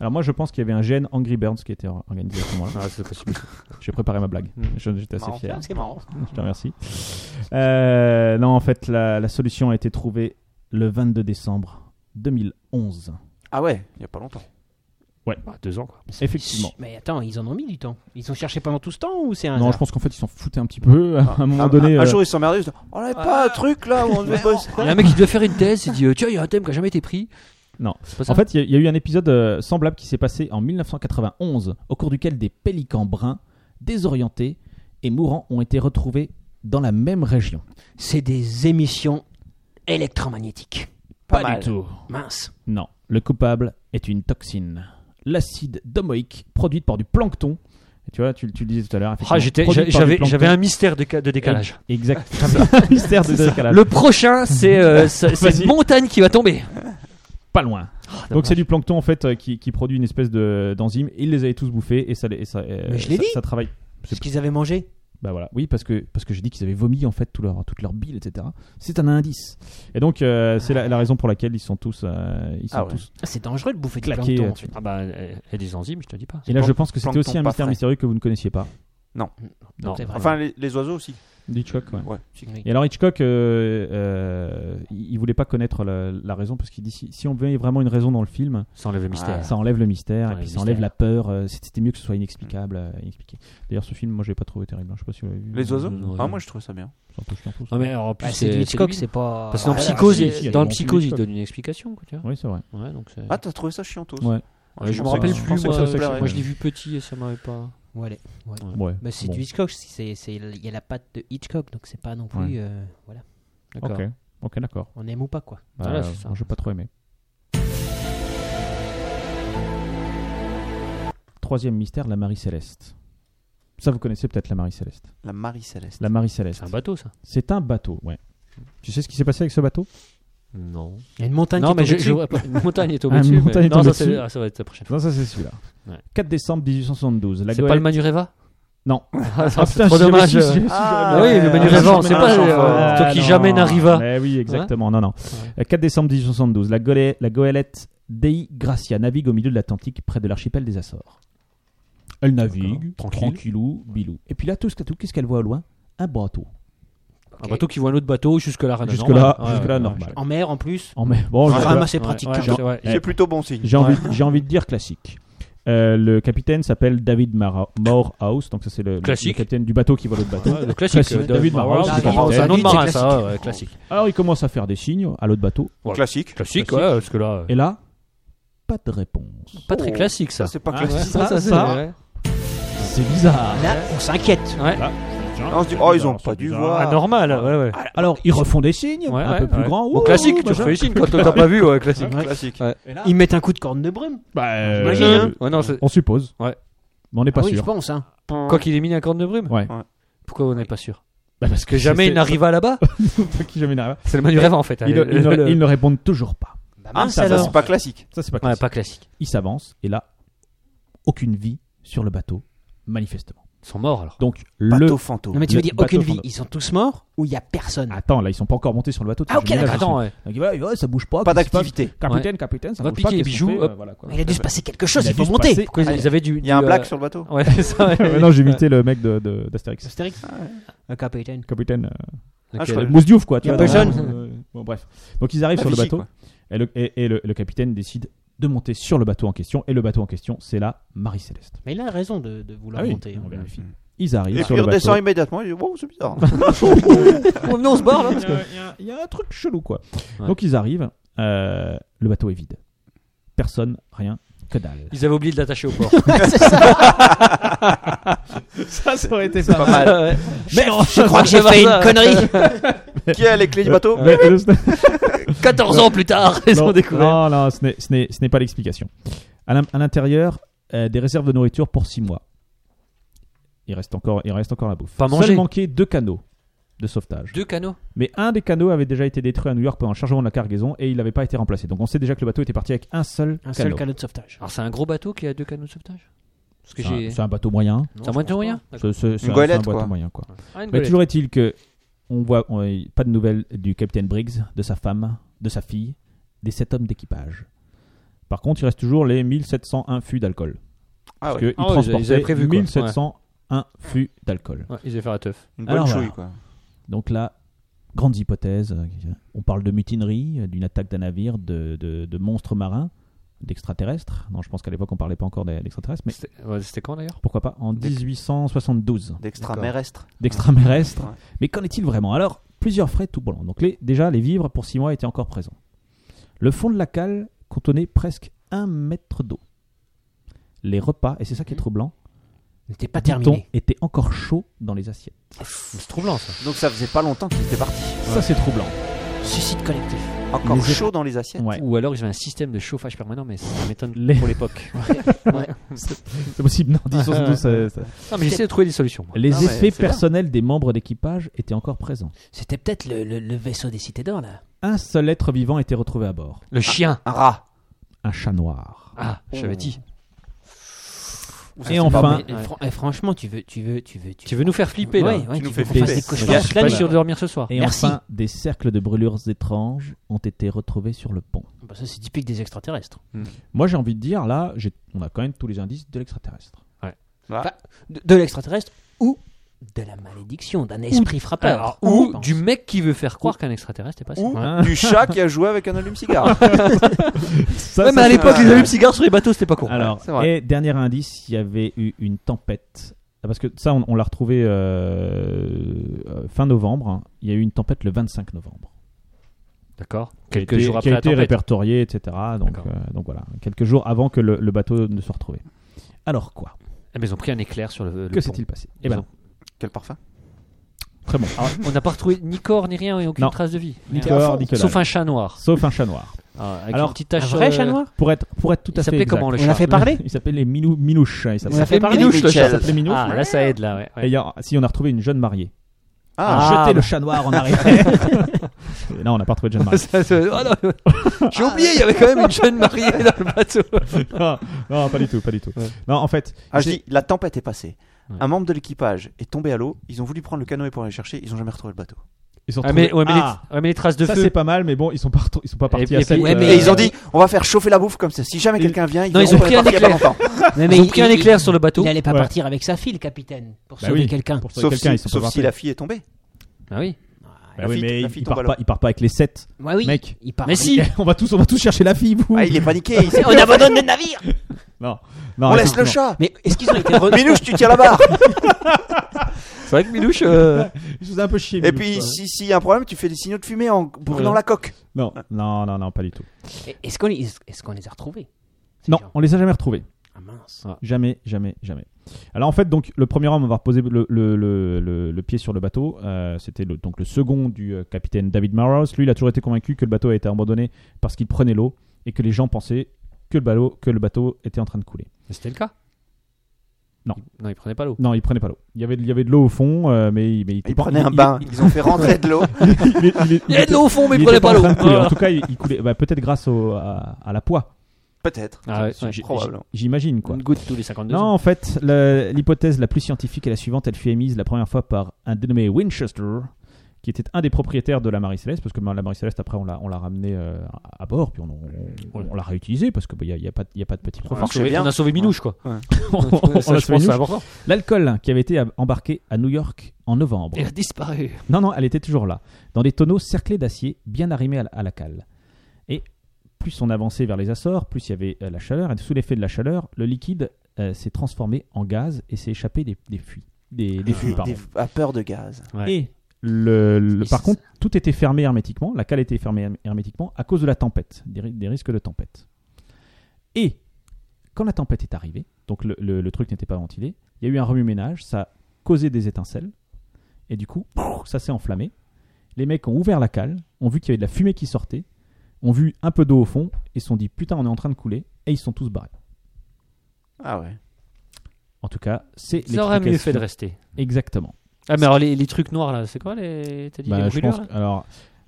B: Alors moi je pense qu'il y avait un gène Angry Birds qui était or- organisé à ce moment-là.
C: Ah, c'est possible.
B: J'ai préparé ma blague.
C: Mm.
D: Hmm.
B: Je- J'étais assez fier.
E: Ah, C'est marrant.
B: Je te remercie. Euh, non en fait la, la solution a été trouvée le 22 décembre 2011.
D: Ah ouais, il y a pas longtemps.
C: Bah, deux ans quoi.
B: Effectivement.
E: Mais attends, ils en ont mis du temps. Ils ont cherché pendant tout ce temps ou c'est un
B: Non je
E: hasard
B: pense qu'en fait ils s'en foutaient un petit peu. À un moment donné.
D: Ah, un,
B: euh,
D: jour, ils s'emmerdaient. Ils se disaient, on avait pas un truc là où Ah. on devait bosser.
C: Il y a un mec qui devait faire une thèse, il dit euh, Tiens, il y a un thème qui n'a jamais été pris.
B: Non.
C: C'est pas ça
B: En fait, il y, a- il y a eu un épisode euh, semblable qui s'est passé en 1991, au cours duquel des pélicans bruns, désorientés et mourants ont été retrouvés dans la même région.
E: C'est des émissions électromagnétiques.
D: Pas mal.
B: du tout.
E: Mince.
B: Non, le coupable est une toxine. L'acide domoïque produite par du plancton. Et tu vois, tu, tu le disais tout à l'heure. effectivement,
C: Ah, j'étais-
B: produite
C: j'a-
B: par
C: j'avais
B: du plancton.
C: j'avais un mystère de, ca- de décalage.
B: Exact. J'avais un mystère de décalage.
C: Le prochain, c'est euh, c'est- c'est
B: Vas-y.
C: une montagne qui va tomber.
B: Pas loin. Donc
C: Ah, dommage.
B: c'est du plancton en fait euh, qui, qui produit une espèce de d'enzyme. Ils les avaient tous bouffés et ça, les- et ça, euh,
E: Mais je l'ai
B: ça-
E: dit.
B: ça travaille.
E: C'est ce qu'ils avaient mangé.
B: Bah voilà, oui, parce que, parce que j'ai dit qu'ils avaient vomi en fait tout leur, toute leur bile, etc. C'est un indice. Et donc, euh, c'est la, la raison pour laquelle ils sont tous, euh, ils sont
D: Ah ouais.
B: tous
E: Ah, C'est dangereux de bouffer du
B: claqués.
E: plancton.
B: euh,
E: en fait.
B: dessus.
C: Ah bah, euh, et des enzymes, je te dis pas.
B: Et là, je pense que c'était
D: plancton
B: aussi un
D: pas
B: mystère
D: frais.
B: mystérieux que vous ne connaissiez pas.
C: Non.
E: c'est vrai.
D: Enfin, les, les oiseaux aussi.
B: Hitchcock, ouais.
D: Ouais.
B: Et
E: Ah,
B: alors Hitchcock, euh, euh, il il voulait pas connaître la, la raison parce qu'il dit si, si on veut vraiment une raison dans le film,
C: Ça enlève le mystère.
D: Ah,
B: ça enlève le mystère
C: Ça
B: et puis
C: enlève le
B: ça enlève
C: mystère. Mm.
B: la peur. euh, c'est- C'était mieux que ce soit inexplicable, euh, inexpliqué. D'ailleurs, ce film, moi, je l'ai pas trouvé terrible. hein. Je sais pas si vous l'avez vu.
D: Les oiseaux
C: non, Ah
D: Ah,
C: non.
D: moi je trouve ça bien.
B: C'est un peu chiant tous.
C: Non, mais alors, en plus, euh,
E: Bah, c'est du Hitchcock, c'est
C: débile.
E: pas.
C: Parce que dans
B: Ah,
C: Psychose,
B: si,
C: il-
B: si, il y a
C: dans
B: des
C: Psychose, il
B: Hitchcock.
C: donne une explication, quoi, tu vois.
B: Oui, c'est vrai.
C: Ouais, donc c'est-
D: Ah, t'as trouvé ça chiantos
B: Ouais.
C: Ouais, je me
D: pensais que-
C: rappelle
D: je
C: plus.
D: pensais que
C: Moi,
D: ça te plairait.
C: moi, je l'ai vu petit et ça m'avait pas.
E: Ouais, allez.
B: Ouais.
E: Bah, c'est
B: Bon.
E: du Hitchcock, c'est- c'est- il y a la patte de Hitchcock, donc c'est pas non plus. euh, voilà.
C: D'accord.
B: Ok. Ok, d'accord.
E: On aime ou pas, quoi.
B: Bah,
C: Voilà, c'est ça.
B: moi, j'ai pas trop aimé. Troisième mystère, la Marie Céleste. Ça, vous connaissez peut-être la Marie Céleste.
D: La Marie Céleste.
B: La Marie Céleste.
C: C'est un bateau, ça
B: C'est un bateau, ouais. Tu sais ce qui s'est passé avec ce bateau
C: Non.
E: Il y a une montagne
C: Non,
E: qui
C: mais
E: est
C: je,
E: tombée
C: je
E: dessus.
C: vois pas. Une montagne est tombée
B: Ah, une
C: dessus. mais-
B: montagne est
C: Non,
B: tombée
C: ça, c'est-
B: dessus.
C: ah, ça va être la prochaine fois.
B: Non, ça c'est celui-là.
C: Ouais.
B: 4 décembre 1872. La
C: C'est pas le
B: Goélette-
C: Manureva
B: Non.
C: Ah, ça,
B: Ah,
C: c'est
B: putain,
C: trop
B: si j'avais
C: dommage.
B: su, si j'avais su,
D: Ah,
B: j'aurais
C: oui,
B: bien-
C: le
B: Ah,
C: Manu
B: j'en
C: Révent,
B: ai
C: c'est
B: un
C: pas,
B: enfant.
C: euh,
B: Ah,
C: toi qui
B: non.
C: jamais n'arriva.
B: Eh oui, exactement. Non, non. Euh, 4 décembre 1872. La, Goélé- la goélette Dei Gracia navigue au milieu de l'Atlantique près de l'archipel des Açores. Elle navigue,
C: Tranquille.
B: tranquillou, bilou. Et puis là, tout ce tout, qu'est-ce qu'elle voit au loin Un bateau.
C: Un bateau qui voit un autre bateau, jusque-là, rien de
B: Jusque-là,
C: normal. Ouais,
B: jusque-là
C: ouais,
B: normal.
E: En mer, en plus.
B: En mer. Bon,
E: C'est
B: je-
E: quand même assez
C: ouais,
E: pratique.
C: ouais,
E: comme
C: ouais,
E: ça.
C: ouais.
B: Eh.
D: C'est plutôt bon signe.
B: J'ai envie, j'ai envie de dire classique. Euh, le capitaine s'appelle David Mara- Morehouse, donc ça c'est le, le-
C: Classique.
B: le capitaine du bateau qui vole le bateau.
C: Ouais, le classique,
B: Classique.
C: euh,
B: David
C: David
B: Marron,
C: Marron,
E: c'est
C: c'est
E: Marron,
C: un nom de
E: David,
C: marin,
E: c'est
C: ça, ouais, classique.
B: Alors il commence à faire des signes à l'autre bateau,
C: Ouais.
D: Classique.
C: Classique, ouais, parce que là, euh,
B: et là, pas de réponse.
C: pas très
D: Oh.
C: classique ça.
D: Ça, c'est pas
B: Ah,
D: classique.
B: ouais. Ça, ça, ça. C'est bizarre.
E: Là, on s'inquiète.
C: Ouais.
D: Ah, on se dit, oh, ils ont pas dû voir.
C: Ah, normal, ouais, ouais.
B: Alors ils refont des signes
C: Ouais,
B: un
C: ouais,
B: peu plus
C: ouais.
B: grands.
C: Bon,
B: Ouh,
C: classique, tu
B: machin.
C: refais les signes quand t'as pas vu, ouais, classique.
D: Classique.
E: Ils mettent un coup de corne de brume.
B: Bah, euh,
E: Imagine,
C: Euh,
E: hein.
C: ouais, non, c'est-
B: On suppose.
C: Ouais.
B: Mais on n'est pas
E: Ah oui, je
B: sûr.
E: pense. Hein.
C: Quoi qu'il ait mis un corne de brume
B: Ouais.
C: Pourquoi on n'est pas sûr
B: Bah, parce
C: Que jamais il n'arriva là-bas
B: c'est- qui jamais n'arrive.
C: C'est le manu rêve en fait. hein,
B: Ils
C: le-
B: ne- ils
C: le-
B: ne- ils ne répondent toujours pas.
E: Bah,
D: Ah,
E: mince
D: ça, ça,
E: alors.
D: c'est pas classique.
B: Ça c'est pas
C: Ouais,
B: classique.
C: pas classique.
B: Il s'avance et là, aucune vie sur le bateau, manifestement.
C: Ils sont morts alors.
B: Donc le
D: Bateau fantôme.
E: Non, mais tu
B: Le
E: veux dire
B: bateau
E: aucune vie.
B: fantôme.
E: Ils sont tous morts ou il y a personne
B: Attends, là ils sont pas encore montés sur le bateau.
E: Ah, ok,
B: t'imagines bien la
C: Attends, ouais.
B: Donc, voilà, ouais, ça bouge pas.
D: Pas
B: qu'est-ce qui se passe
D: d'activité.
B: Capitaine, capitaine, ça
C: Va
B: bouge
C: piquer
B: pas.
C: les
B: qu'est-ce qu'on
C: bijoux,
B: fait
C: hop.
B: Euh, voilà, quoi.
E: Il a dû se passer quelque chose.
B: Il a
E: Il faut
B: dû se
E: monter.
B: passer-
C: Pourquoi ils avaient du. euh,
D: Il y a euh, un black sur le bateau.
C: Ouais, ça, ouais.
B: Ouais, non, j'ai imité le mec de- de- d'Astérix.
E: Astérix. Un capitaine.
B: capitaine euh,
D: Ah,
C: Ok,
D: je crois-
B: Mousse Diouf, quoi. Tu
E: Y a
B: vois, dans-
E: personne.
B: euh, bon, bref. Donc ils arrivent
D: La
B: sur le
D: Vichy,
B: bateau
D: quoi.
B: et, le, et- et le- le capitaine décide de monter sur le bateau en question. Et le bateau en question, c'est la Marie Céleste.
E: Mais il a raison de, de vouloir
D: Ah
E: monter. hein.
B: on vérifie. Ils
D: Et
B: arrivent
D: puis
B: sur
D: il
B: le
D: redescend
B: bateau.
D: immédiatement. Il dit, wow, c'est bizarre.
C: On venait, on se barre
E: hein.
C: là parce que-
B: Il y a un truc chelou, quoi.
C: Ouais.
B: Donc ils arrivent. euh, le bateau est vide. Personne, rien, que dalle.
C: Ils avaient oublié de l'attacher au port.
D: Ah,
B: Ça, ça aurait été
D: C'est pas mal.
B: Mais
E: Je crois que j'ai fait une connerie.
D: Qui a les clés du bateau
E: 14 ans plus tard, ils ont
B: non,
E: découvert.
B: Non, non, ce n'est- ce n'est ce n'est pas l'explication. À l'in- à l'intérieur, euh, des réserves de nourriture pour 6 mois. Il reste encore, il reste encore la bouffe.
C: Pas manger.
B: Seul manquait deux canaux de sauvetage.
C: Deux canaux.
B: Mais un des canaux avait déjà été détruit à New York pendant le chargement de la cargaison et il n'avait pas été remplacé. Donc on sait déjà que le bateau était parti avec un seul
E: Un
B: canot.
E: seul canot de sauvetage.
C: Alors c'est un gros bateau qui a deux canaux de sauvetage Parce que
B: C'est un-
C: j'ai.
B: c'est un, bateau moyen.
C: Ça moins de rien
B: C'est- c'est- c'est un-
D: goélette,
B: c'est un bateau
D: quoi.
B: moyen, quoi.
C: Ah,
B: Mais
C: une golette.
B: Bah, toujours est-il que on voit on- pas de nouvelles du capitaine Briggs, de sa femme, de sa fille, des sept hommes d'équipage. Par contre, il reste toujours les 1701 fûts d'alcool.
D: Ah
B: Parce
D: ouais.
B: qu'ils
C: Ah ouais, ils avaient- ils
B: transportaient
C: avaient prévu, quoi.
B: 1701 fûts d'alcool.
C: Ouais, ils avaient fait la teuf.
D: Une
B: Alors,
D: bonne chouille,
B: voilà.
D: quoi.
B: Donc là, grandes hypothèses. On parle de mutinerie, euh, d'une attaque d'un navire, de, de- de monstres marins, d'extraterrestres. Non, je pense qu'à l'époque, on parlait pas encore des- d'extraterrestres, mais
C: C'était ouais, c'était quand d'ailleurs
B: pourquoi pas en 1872.
D: D'extraterrestres.
B: D'extraterrestres.
D: Ouais.
B: Mais qu'en est-il vraiment Alors, plusieurs frais tout blanc. Donc les- déjà, les vivres pour six mois étaient encore présents. Le fond de la cale contenait presque un mètre d'eau. Les repas, et c'est ça qui est troublant,
E: N'était pas
B: dit-on,
E: terminé.
B: étaient encore chauds dans les assiettes.
C: C'est troublant ça.
D: Donc ça faisait pas longtemps qu'ils étaient partis.
B: Ça, c'est troublant.
E: Suicide collectif.
D: Encore
B: Les-
D: chaud dans les assiettes.
B: Ouais.
C: Ou alors ils avaient un système de chauffage permanent, mais ça m'étonne
B: Les-
C: pour l'époque.
B: C'est possible, non 1872, ça- ça-
C: Non, mais j'essaie de trouver des solutions. moi.
B: Les
D: Ah ouais,
B: effets
D: c'est bien.
B: personnels des membres d'équipage étaient encore présents.
E: C'était peut-être le, le- le vaisseau des cités d'or là.
B: Un seul être vivant était retrouvé à bord.
C: Le chien.
D: Un rat.
B: Un chat noir.
C: Ah, j'avais dit.
D: Ou ça,
B: Ah, Et
D: c'est
B: enfin-
D: pas bon.
B: Hein,
G: Mais,
C: ouais.
G: fran- eh, franchement, tu veux, tu veux, tu veux,
C: Tu veux nous faire flipper là
G: Ouais, ouais,
D: Tu nous
G: veux
D: fais
G: qu'on fasse
D: flipper.
G: des
C: Je
G: cauchemars.
B: Ouais,
C: suis pas
B: voilà.
C: sûr de dormir ce soir.
B: Et
G: Merci.
B: enfin, des cercles de brûlures étranges ont été retrouvés sur le pont.
G: Bah, ça, c'est typique des extraterrestres.
B: Moi, j'ai envie de dire, là, j'ai- on a quand même tous les indices de l'extraterrestre.
G: De, de l'extraterrestre ou de la malédiction, d'un esprit frappeur.
C: Alors,
G: On
C: ou
G: pense.
C: du mec qui veut faire croire qu'un extraterrestre est passé.
D: Ou
B: Hein
D: du chat qui a joué avec un allume-cigare.
B: Ça,
C: ouais, mais à l'époque,
D: c'est-
C: les allumes-cigares sur les bateaux, c'était pas con.
B: Alors,
D: c'est vrai.
B: et dernier indice, il y avait eu une tempête. Ah, Parce que ça, on, on l'a retrouvé euh, euh, fin novembre. hein. Il y a eu une tempête le 25 novembre.
C: D'accord.
B: qui a
C: Quelques
B: été-
C: jours
B: qui
C: après
B: a
C: la
B: été
C: tempête.
B: répertoriée, etc. Donc,
C: D'accord.
B: euh, donc voilà, quelques jours avant que le, le bateau ne soit retrouvé. Alors quoi
C: Ah, mais ils ont pris un éclair sur le. le
B: Que
C: pont.
B: s'est-il passé Eh ben,
D: Quel parfum.
B: très bon.
C: Alors, on n'a pas retrouvé ni corps ni rien et aucune
B: Non.
C: trace de vie.
B: Ni
C: Rien.
B: corps, ni que dalle.
C: Sauf un chat noir.
B: Sauf un chat noir.
C: Ah, avec
B: Alors,
C: une petite tache.
G: Un vrai
C: euh,
G: chat noir
B: Pour être, pour être tout
C: Il
B: à fait.
C: s'appelait
B: exact.
C: comment le
G: On
C: chat
G: l'a fait parler
B: Il s'appelait les Minou, Minouches. hein, il
G: On l'a
B: s'appelait.
G: fait parler
D: Minouche, le
B: Il
D: chat.
B: s'appelait Minouche.
C: Ah, là, ça aide, là, ouais. ouais.
B: Et il y a- si on a retrouvé une jeune mariée.
D: Ah,
B: Jeter
C: Ah,
B: le chat noir en arrière. bah. non, on n'a pas retrouvé de jeune mariée.
C: Ça, ça- ah, non. J'ai oublié, il y avait quand même une jeune mariée dans le bateau.
B: non, non, pas du tout, pas du tout. Non, en fait,
D: Ah, je dis, la tempête est passée.
C: Ouais.
D: Un membre de l'équipage est tombé à l'eau. Ils ont voulu prendre le canoë pour aller le chercher. Ils ont jamais retrouvé le bateau.
B: ils sont
C: Ah, mais, ouais, mais les-
B: Ah,
C: ouais, mais les traces de
B: ça
C: feu.
B: c'est pas mal, mais bon, ils sont pas, retrou- ils sont pas partis
C: puis-
B: à
C: et puis-
B: cette,
G: ouais, mais-
D: Et ils
B: euh,
D: ont dit, on va faire chauffer la bouffe comme ça. Si jamais
B: Ils-
D: quelqu'un vient, ils,
C: Non,
D: vont-
C: ils ont
D: on est
C: pris un
D: parti il y a pas
C: éclair.
D: longtemps.
G: Mais,
C: Ils ont pris un éclair sur le bateau.
G: Il n'allait pas
B: Ouais.
G: partir avec sa fille, capitaine, pour
B: Bah
G: sauver
B: oui.
G: quelqu'un.
B: Pour sauver
D: Sauf,
B: quelqu'un,
D: si,
B: ils sont pas
D: sauf si
B: partis.
D: la fille est tombée.
C: Ah oui.
B: Bah
D: la
B: oui,
D: fille-
B: mais
D: la
B: il
D: fille
B: part
D: tombe à
B: pas, il part pas avec les 7
G: Ouais, Bah oui.
B: Mec.
G: Il part.
C: Mais si.
B: on va tous, on va tous chercher la fille, vous.
D: Ah, il est paniqué. il s'est-
G: On abandonne le navire
B: Non, non,
D: on laisse le
B: effectivement.
D: chat.
G: Mais est-ce qu'ils ont été re-
D: Minouche, tu tiens la barre.
C: C'est vrai que Milouche.
B: Je vous ai un peu chié.
D: Et
B: Minou,
D: puis,
B: quoi.
D: si- s'il y a un problème, tu fais des signaux de fumée en brûlant
B: Ouais.
D: la coque.
B: non, non, non, non, pas du tout.
G: Est-ce qu'on les... Est-ce qu'on les a retrouvés ces
B: Non,
G: gens
B: on les a jamais retrouvés.
G: Ah mince.
B: Jamais, jamais, jamais. Alors en fait, donc le premier homme à avoir posé le, le, le, le- le pied sur le bateau, euh, c'était le, donc le second du euh, capitaine David Marrows. Lui, il a toujours été convaincu que le bateau a été abandonné parce qu'il prenait l'eau et que les gens pensaient que le bateau, que le bateau était en train de couler.
C: C'était le cas
B: Non.
C: Non, il prenait pas l'eau.
B: Non, il prenait pas l'eau. Il y avait, il y avait de l'eau au fond, euh, mais, il- mais il était
D: Ils
B: pas-
D: prenaient
B: il-
D: un
B: il-
D: bain. Ils ont fait rentrer de l'eau.
B: il- il- il-
C: Il y a de l'eau au fond, mais
B: il
C: il
B: était
C: prenait pas
B: en train
C: l'eau.
B: de couler. En tout cas, il, il coulait. bah, peut-être grâce au- à, à la poix.
D: Peut-être.
C: Ah ouais, ouais.
B: J'ai-
D: probablement.
B: J'imagine quoi.
C: Une goutte tous les 52
B: Non,
C: ans.
B: en fait, la- l'hypothèse la plus scientifique est la suivante. Elle fut émise la première fois par un dénommé Winchester, qui était un des propriétaires de la Marie Céleste, parce que la Marie Céleste, après, on l'a on l'a ramenée euh, à bord, puis on, on- on- on l'a réutilisée, parce qu'il n'y a, y a, pas de- y a pas de petit
C: On
B: profit.
C: a,
D: marchait
C: sauvé,
D: bien.
C: on a sauvé Minouche, quoi.
B: On-
C: Ça,
B: on l'a
C: je pense,
B: sauvé
C: c'est
B: nous.
C: important.
B: L'alcool qui avait été ab- embarqué à New York en novembre.
C: Il a disparu.
B: Non, non, elle était toujours là, dans des tonneaux cerclés d'acier, bien arrimés à la, à la cale. Et plus on avançait vers les Açores, plus il y avait euh, la chaleur, et sous l'effet de la chaleur, le liquide euh, s'est transformé en gaz et s'est échappé des, des fuites. Des, des fuites, pardon.
D: Ah, Des- à peur de gaz.
C: Ouais.
B: Et le, le-
G: Et
B: par
G: c'est-
B: contre, tout était fermé hermétiquement, la cale était fermée herm- hermétiquement à cause de la tempête, des, ri- des risques de tempête. Et quand la tempête est arrivée, donc le, le- le truc n'était pas ventilé, il y a eu un remue-ménage, ça a causé des étincelles, et du coup, pouf, ça s'est enflammé. Les mecs ont ouvert la cale, ont vu qu'il y avait de la fumée qui sortait, ont vu un peu d'eau au fond, et se sont dit putain, on est en train de couler, et ils sont tous barrés.
D: Ah ouais.
B: En tout cas, c'est
C: Ils auraient mieux fait de
B: l'explication.
C: rester.
B: Exactement.
C: Ah, mais alors les, les trucs noirs là, c'est quoi les. T'as dit
B: Bah,
C: les
B: je
C: brûlures
B: pense
C: là
B: que- alors,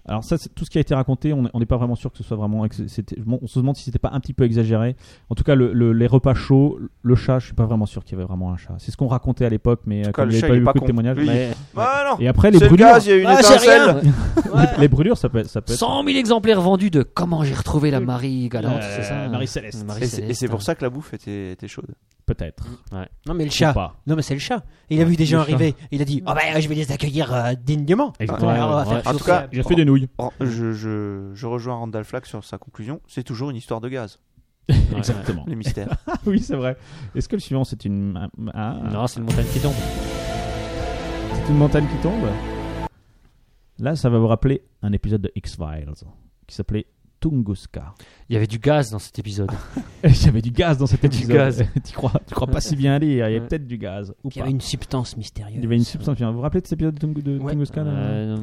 B: alors ça, c'est tout ce qui a été raconté. On on n'est pas vraiment sûr que ce soit vraiment. ex- c'était- bon, on se demande si c'était pas un petit peu exagéré. En tout cas, le- le- les repas chauds, le chat, je suis pas vraiment sûr qu'il y avait vraiment un chat. C'est ce qu'on racontait à l'époque, mais euh,
D: cas,
B: comme
D: le
B: il n'y
D: chat,
B: avait pas
D: il
B: eu
D: est pas
B: beaucoup de
D: con.
B: témoignages.
D: Lui,
B: Mais-
C: Ouais.
D: Ah non.
B: Et après, les
D: C'est le
B: brûlures.
D: gaz, il y a eu une
G: Ah, c'est
D: étincelle.
G: rien
B: les- Les brûlures, ça peut, être- ça peut être.
C: 100 000 exemplaires vendus de Comment j'ai retrouvé la Marie Galante,
B: Euh,
C: c'est ça hein
B: Marie Céleste.
C: Marie
D: Et c'est- Et
C: Céleste,
D: c'est
C: hein.
D: pour ça que la bouffe était, était chaude.
B: Peut-être.
G: Non, mais le chat.
B: Pas.
G: Non, mais c'est le chat. Il a vu des gens
B: le chat.
G: arriver. Il a dit Oh, bah, je vais les accueillir euh, dignement.
B: Exactement. Ah,
G: Alors, on va
C: ouais.
G: faire
D: En
G: chauffer
D: tout cas,
G: la-
B: J'ai fait des nouilles.
D: Oh, je, je- je rejoins Randall Flack sur sa conclusion. C'est toujours une histoire de gaz,
C: Ouais.
B: Exactement.
D: les mystères.
B: oui, c'est vrai. Est-ce que le suivant, c'est une, un- un-
C: Non, c'est une montagne qui tombe.
B: c'est une montagne qui tombe Là, ça va vous rappeler un épisode de X-Files qui s'appelait Tunguska.
C: Il y avait du gaz dans cet épisode.
B: Ah, Il y avait du gaz dans cet épisode.
C: gaz.
B: tu crois, tu crois pas si bien aller. Il y avait
C: Ouais.
B: peut-être du gaz. Ou
G: Il y
B: pas.
G: avait une substance mystérieuse.
B: Il y avait une substance. Vous vous rappelez de cet épisode de, Tungu- de
G: Ouais.
B: Tunguska là
C: Euh,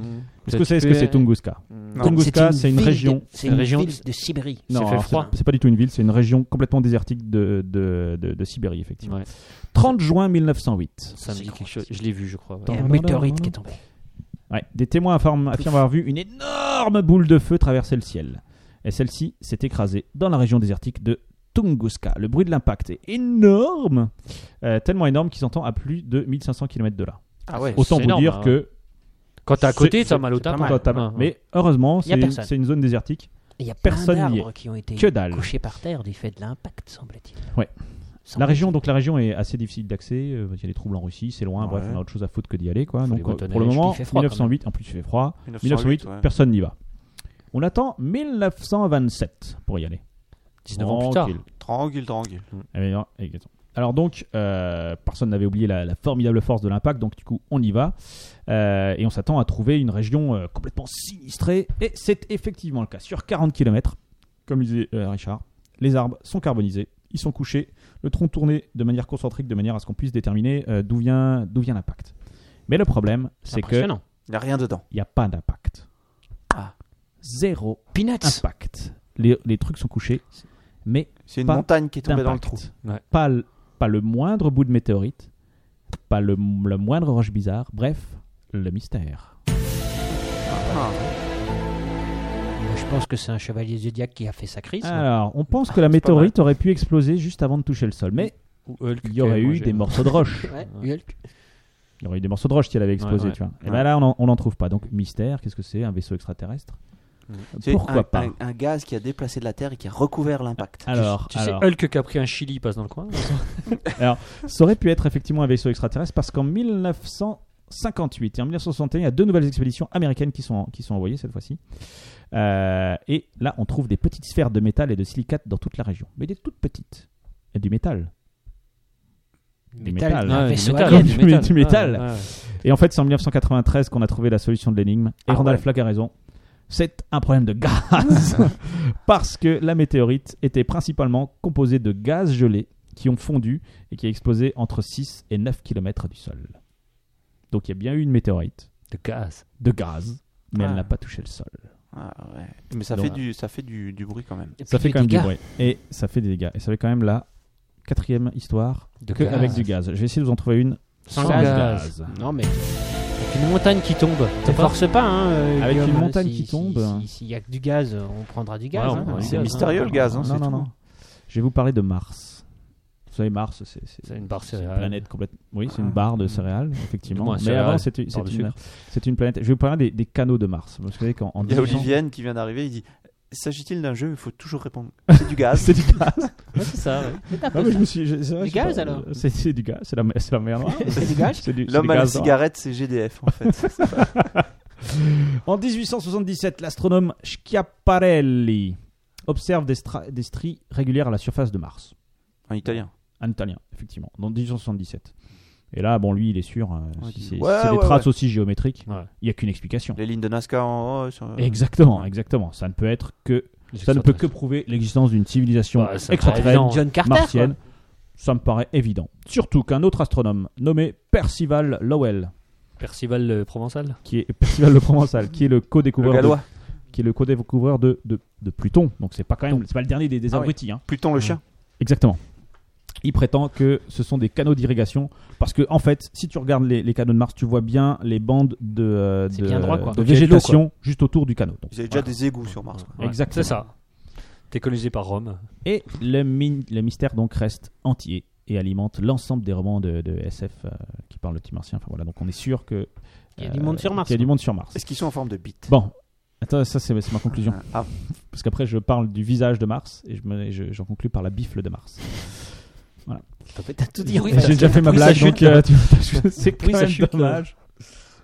B: Est-ce que c'est est-ce que c'est Tunguska
C: Mm.
D: Non.
B: Tunguska, c'est une
G: ville de-
B: région.
G: C'est une
C: Région-
G: ville de Sibérie.
C: C'est fait
B: alors,
C: froid.
B: C'est pas du tout une ville. C'est une région complètement désertique de, de, de, de Sibérie effectivement.
C: Ouais.
B: 30 juin 1908.
C: Ça me
G: C'est
C: dit quelque
G: grand,
C: chose.
G: c'est-
C: Je l'ai vu, je crois. ouais.
G: Il y a un
B: Dans-
G: météorite
B: dans-
G: qui est tombé.
B: Ouais. Des témoins affirment, affirment avoir vu une énorme boule de feu traverser le ciel. Et celle-ci s'est écrasée dans la région désertique de Tunguska. Le bruit de l'impact est énorme, euh, tellement énorme qu'il s'entend à plus de 1500 km de là.
D: Ah ouais.
B: Autant
C: c'est
B: vous
C: énorme,
B: dire
C: hein.
B: que
C: Quand t'es à côté,
B: C'est-
C: t'as mal au
E: c'est
C: Ah,
E: pas
C: tapin.
E: mal.
B: Quand t'as-
C: Ouais, ouais.
B: Mais
E: Y
B: heureusement,
E: a
B: c'est
E: personne.
B: c'est une zone désertique.
G: Il y a
B: Personne
G: plein
B: n'y
G: d'arbres qui ont été
B: Que dalle.
G: couchés par terre du fait de l'impact, semble-t-il.
B: Ouais. La
G: Semble-t-il.
B: région, donc la région est assez difficile d'accès. euh, Il y a des troubles en Russie, c'est loin. Bref,
D: Ouais.
B: on a autre chose à foutre que d'y aller, quoi.
C: Faut
B: Donc
C: aller
B: euh,
C: voir
B: pour le
C: Tonnerre,
B: moment,
G: il fait froid, quand
B: 1908, en plus il fait froid. 1908,
D: 1908, ouais.
B: personne n'y va. On attend 1927 pour y aller.
C: 19 ah. ans plus tard.
B: Tranquille.
D: Tranquille, tranquille.
B: Ah oui, non, exactement. Alors donc, euh, personne n'avait oublié la, la formidable force de l'impact, donc du coup, on y va. Euh, et on s'attend à trouver une région euh, complètement sinistrée. Et c'est effectivement le cas. Sur 40 km, comme disait euh, Richard, les arbres sont carbonisés, ils sont couchés, le tronc tourné de manière concentrique, de manière à ce qu'on puisse déterminer euh, d'où vient, d'où vient l'impact. Mais le problème, c'est qu'il
E: impressionnant.
D: Il n'y a rien dedans.
B: n'y a pas d'impact.
D: Ah.
B: Zéro Ah.
G: Peanuts
B: impact. Les- les trucs sont couchés, mais
D: C'est une
B: Pas
D: montagne qui est tombée dans le
B: d'impact.
D: trou.
C: Ouais.
B: Pas, le- pas le moindre bout de météorite, pas le, le moindre roche bizarre, bref, le mystère.
D: Ah.
G: Moi, je pense que c'est un chevalier zodiac qui a fait sa crise.
B: Alors, on pense que la
D: pas
B: météorite aurait pu exploser juste avant de toucher le sol, mais
C: Ou Hulk euh,
B: il
C: qui
B: y aurait
C: avait
B: eu
C: mangé.
B: des morceaux de roche.
G: Ouais, Hulk.
B: Il y aurait eu des morceaux de roche si elle avait explosé,
C: Ouais, ouais.
B: tu vois. Et
D: Ouais.
B: ben là, on en- on n'en trouve pas. Donc, mystère, qu'est-ce que c'est Un vaisseau extraterrestre
D: C'est
B: Pourquoi
D: un,
B: pas Ah.
D: un- un gaz qui a déplacé de la Terre et qui a recouvert l'impact.
B: Alors,
C: Tu
B: alors, Ah,
C: sais, Hulk qui a pris un chili, il passe dans le coin.
B: ça aurait pu être effectivement un vaisseau extraterrestre parce qu'en 1958 et en 1961, il y a deux nouvelles expéditions américaines qui sont, qui sont envoyées cette fois-ci. Euh, et là, on trouve des petites sphères de métal et de silicate dans toute la région, mais des toutes petites. Et du métal. Du métal.
C: Ouais,
G: Un
C: Ah, du
G: vaisseau
C: métal, Ah,
G: alien.
B: Du mé- du métal.
C: Ouais, ouais.
B: Et en fait, c'est en 1993 qu'on a trouvé la solution de l'énigme. Et
D: Ah
B: Randall
D: ouais.
B: Flagg a raison. C'est un problème de gaz. Parce que la météorite était principalement composée de gaz gelé qui ont fondu et qui a explosé entre 6 et 9 km du sol. Donc il y a bien eu une météorite
C: De gaz.
B: de gaz, mais
D: Ah.
B: elle n'a pas touché le sol.
D: Ah ouais. Mais ça
B: Donc,
D: fait,
B: euh,
D: du, ça fait du, du bruit quand même.
G: Et
B: Ça
G: puis
B: fait
G: les
B: quand même du
G: dégâts.
B: bruit. Et ça fait des dégâts. Et ça fait quand même la quatrième histoire
C: De
B: que
C: gaz.
B: avec du gaz. Je vais essayer de vous en trouver une
C: Sans
B: sans
C: gaz.
B: gaz.
E: Non, mais
C: Avec une montagne qui tombe.
E: te force pas. Hein, euh,
B: Avec
E: Guillaume,
B: une montagne
E: si-
B: qui
E: si-
B: tombe.
E: si- S'il y a que du gaz, euh, on prendra du gaz.
C: Ouais,
E: hein.
C: on-
D: C'est
C: gaz,
D: mystérieux
C: hein.
D: le gaz. hein,
B: non,
D: c'est
B: non,
D: tout.
B: non. Je vais vous parler de Mars. Vous savez, Mars, c'est c'est-
C: C'est une barre
B: c'est une
C: céréale.
B: planète complètement. Oui, c'est
D: Ah.
B: une barre de céréales, effectivement.
C: moins
B: Mais
C: céréales,
B: avant, c'était c'est
C: barre de
B: une,
C: sucre.
B: c'est une planète. Je vais vous parler des, des canaux de Mars. Vous savez qu'en en
D: Il y a
B: 1800
D: Olivienne qui vient d'arriver, il dit S'agit-il d'un jeu Il faut toujours répondre C'est du gaz.
B: C'est du gaz.
C: Ouais, c'est ça. ouais.
B: Non, mais je me suis- je- c'est vrai,
E: Du
B: je sais
E: gaz,
B: pas. euh,
E: alors
B: C'est c'est du gaz. C'est la, mer- c'est la mer Noire.
E: C'est du gaz
B: C'est du- c'est du
D: L'homme à la
B: gaz hein. noir.
D: cigarette, c'est GDF en fait.
B: En 1877, l'astronome Schiaparelli observe des, stra- des stries régulières à la surface de Mars.
D: en italien.
B: Un Italien, effectivement, dans 1877. Et là, bon, lui, il est sûr, euh,
D: Ouais,
B: si
D: il-
B: c'est
D: ouais,
B: si c'est des
D: ouais,
B: traces aussi géométriques,
C: Ouais.
B: il n'y a qu'une explication.
D: Les lignes de Nazca en haut. sur-
B: Exactement, exactement. Ça ne peut être que, ça ne peut que prouver l'existence d'une civilisation
C: Ouais, ça me paraît
B: extraterrestre
C: évident.
G: John Carter.
B: martienne. Ça me paraît évident. Surtout qu'un autre astronome nommé Percival Lowell,
C: Percival euh, Provençal.
B: qui est Percival le Provençal, qui est le
D: Le
B: co-découvreur, de,
D: gallois.
B: qui est le co-découvreur de, de, de Pluton. Donc c'est pas quand même, c'est pas le dernier des, des
D: Ah oui.
B: abrutis. hein.
D: Pluton le chien.
B: Exactement. Il prétend que ce sont des canaux d'irrigation parce que en fait, si tu regardes les, les canaux de Mars, tu vois bien les bandes de, euh,
E: C'est
B: de-
E: bien droit, quoi.
B: de
E: Donc,
C: il y a de l'eau,
B: végétation juste autour du canot. Donc,
D: Ils avaient déjà
B: voilà.
D: des égouts sur Mars. quoi.
C: Ouais,
B: Exactement.
C: C'est ça. T'es colonisé par Rome.
B: Et le, mi- le mystère donc reste entier et alimente l'ensemble des romans de, de SF euh, qui parlent le petit martien. Enfin voilà, donc on est sûr que euh,
E: Il y a du monde sur Mars.
B: qu'il y a du monde sur Mars.
D: Est-ce qu'ils sont en forme de bite
B: Bon, attends, ça c'est c'est ma conclusion.
D: Ah,
B: parce qu'après je parle du visage de Mars et je me- et je- j'en conclus par la bifle de Mars.
G: T'as tout dit.
B: J'ai déjà fait ma
G: Oui, ça
B: blague,
G: chute,
B: donc euh, tu- c'est quand
C: Oui, ça
B: même
C: chute, là.
B: dommage.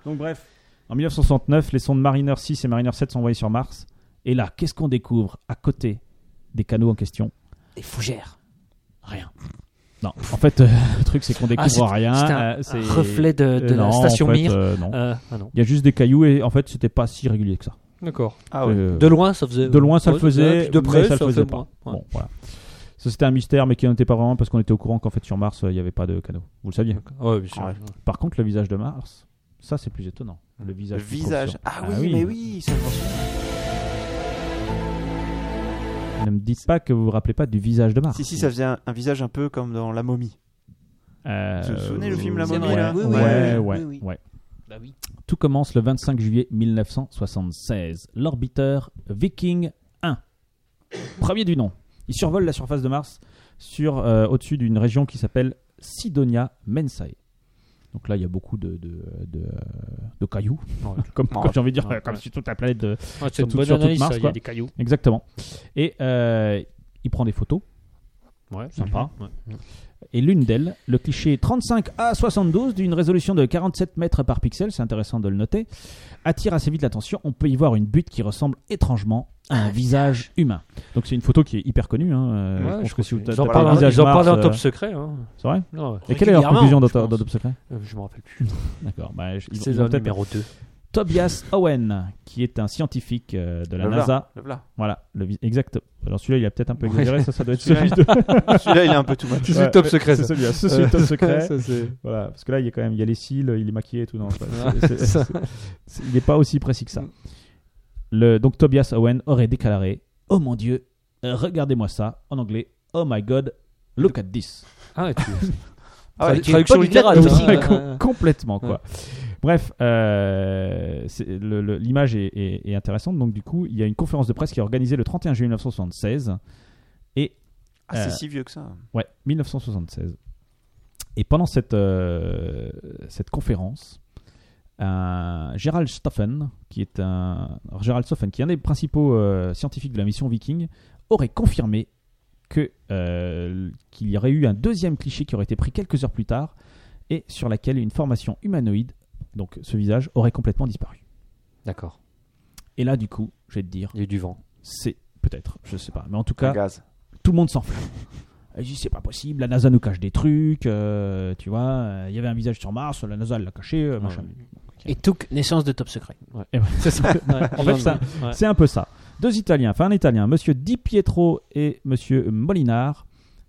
B: Donc bref, en 1969, les sondes Mariner 6 et Mariner 7 sont envoyées sur Mars. Et là, qu'est-ce qu'on découvre à côté des canaux en question
G: Des fougères.
B: Rien. Non, en fait, euh, le truc c'est qu'on découvre
C: Ah, c'est-
B: rien.
C: c'était un-
B: euh, c'est-
C: un reflet de-
B: Euh,
C: de la
B: non,
C: station
B: en fait,
C: Mir.
B: euh, non.
C: Euh, ah non.
B: Il y a juste des cailloux et en fait, c'était pas si régulier que ça.
C: D'accord.
D: ah ouais.
B: Euh,
C: De loin, ça faisait.
B: de loin, ça le
C: Ouais,
B: faisait,
C: puis De près,
B: mais ça le faisait
C: fait
B: pas.
C: moins. Ouais.
B: Bon, voilà. Ça c'était un mystère, mais qui n'en était pas vraiment parce qu'on était au courant qu'en fait sur Mars, euh, il n'y avait pas de canaux. Vous le saviez.
C: D'accord. Ouais, bien sûr.
D: Ouais.
B: Par contre, le visage de Mars, ça c'est plus étonnant. Le
D: Le
B: visage. du
D: visage.
B: professeur.
D: Ah oui, mais oui, ça je m'en souviens.
B: Ne me dites pas que vous vous rappelez pas du visage de Mars.
D: Si, si, ça faisait un, un visage un peu comme dans La momie.
B: Euh,
D: Vous vous souvenez le film La
B: ouais,
D: Momie, là
B: ouais,
G: Oui, oui,
B: ouais,
G: oui,
B: ouais,
G: oui, oui.
B: ouais.
G: Bah oui.
B: Tout commence le 25 juillet 1976. L'orbiteur Viking 1, premier du nom, Ils survolent la surface de Mars sur, euh, au-dessus d'une région qui s'appelle Sidonia Mensae. Donc là, il y a beaucoup de, de, de, de cailloux,
C: Ouais.
B: comme,
D: Oh,
B: comme j'ai envie de dire,
C: ouais,
B: comme
C: ouais.
B: sur toute la planète de,
C: Ah, c'est
B: Sur
C: une
B: toute-
C: bonne
B: sur toute
C: analyse,
B: Mars,
C: ça, il y
B: quoi.
C: a des cailloux.
B: Exactement. Et euh, il prend des photos,
C: Ouais,
B: sympa.
C: Mhm. Ouais.
B: et l'une d'elles, le cliché 35A72 d'une résolution de 47 mètres par pixel, c'est intéressant de le noter, attire assez vite l'attention. On peut y voir une butte qui ressemble étrangement à un visage humain. Donc c'est une photo qui est hyper connue. Hein. euh, je
C: Ouais,
B: pense
C: je
B: que si vous
C: Ils
B: tapez
C: en
B: le
C: parlent
B: visage
C: ils en
B: Mars,
C: parlent en
B: euh,
C: top secret. hein.
B: c'est vrai
C: Non, ouais.
B: Et quelle est leur
E: Régulièrement,
B: conclusion dans
C: je pense.
B: Top Secret
C: Euh, je me rappelle plus.
B: D'accord. Bah, je- ils- ils
C: Saison
B: vont peut-être-
C: numéro 2.
B: Tobias Owen, qui est un scientifique euh, de la
D: Le
B: NASA.
D: Le voilà.
B: Voilà, le vis- exact. Alors celui-là, il a peut-être un peu
C: Ouais.
B: exagéré, ça, ça doit être
D: Celui-là,
B: celui de.
D: Celui-là, il est un peu tout
C: C'est
D: match.
C: celui
B: Ouais,
C: top
B: mais
C: secret,
B: C'est
C: ça.
B: celui-là, c'est celui de top secret.
C: Ça, c'est-
B: Voilà, parce que là, il y a quand même, il y a les cils, il est maquillé et tout. Non, c'est pas- c'est- c'est- c'est- c'est- il n'est pas aussi précis que ça. Le, donc Tobias Owen aurait déclaré Oh mon Dieu, euh, regardez-moi ça en anglais. Oh my God, look at this.
C: Ah, et tu-
D: Ah ouais,
C: Tradu-
D: tu-
C: traduction
E: pas littéral,
C: littérale.
B: Donc,
C: ça.
E: aussi,
B: ouais,
E: ouais,
B: com-
E: ouais, ouais.
B: complètement quoi. Bref, euh, c'est- le- le- l'image est, est- est intéressante. Donc du coup, il y a une conférence de presse qui est organisée le 31 juillet 1976.
D: Ah, c'est
B: Euh,
D: si vieux que ça.
B: Ouais, 1976. Et pendant cette, euh, cette conférence, un Gerald Stoffen, qui est un alors, Gerald Stoffen, qui est un des principaux euh, scientifiques de la mission Viking, aurait confirmé que euh, qu'il y aurait eu un deuxième cliché qui aurait été pris quelques heures plus tard et sur laquelle une formation humanoïde, donc ce visage, aurait complètement disparu.
C: D'accord.
B: Et là, du coup, je vais te dire,
C: Il y a eu du vent.
B: c'est peut-être, je sais pas, mais en tout cas,
D: Un gaz.
B: tout le monde s'enflamme. Elle dit c'est pas possible, la NASA nous cache des trucs, euh, tu vois, euh, il y avait un visage sur Mars, la NASA elle l'a caché, euh, machin.
E: Et Touk, naissance de Top Secret.
C: C'est ça.
B: En fait, ça- C'est un peu ça. Deux Italiens, enfin un Italien, Monsieur Di Pietro et Monsieur Molinar,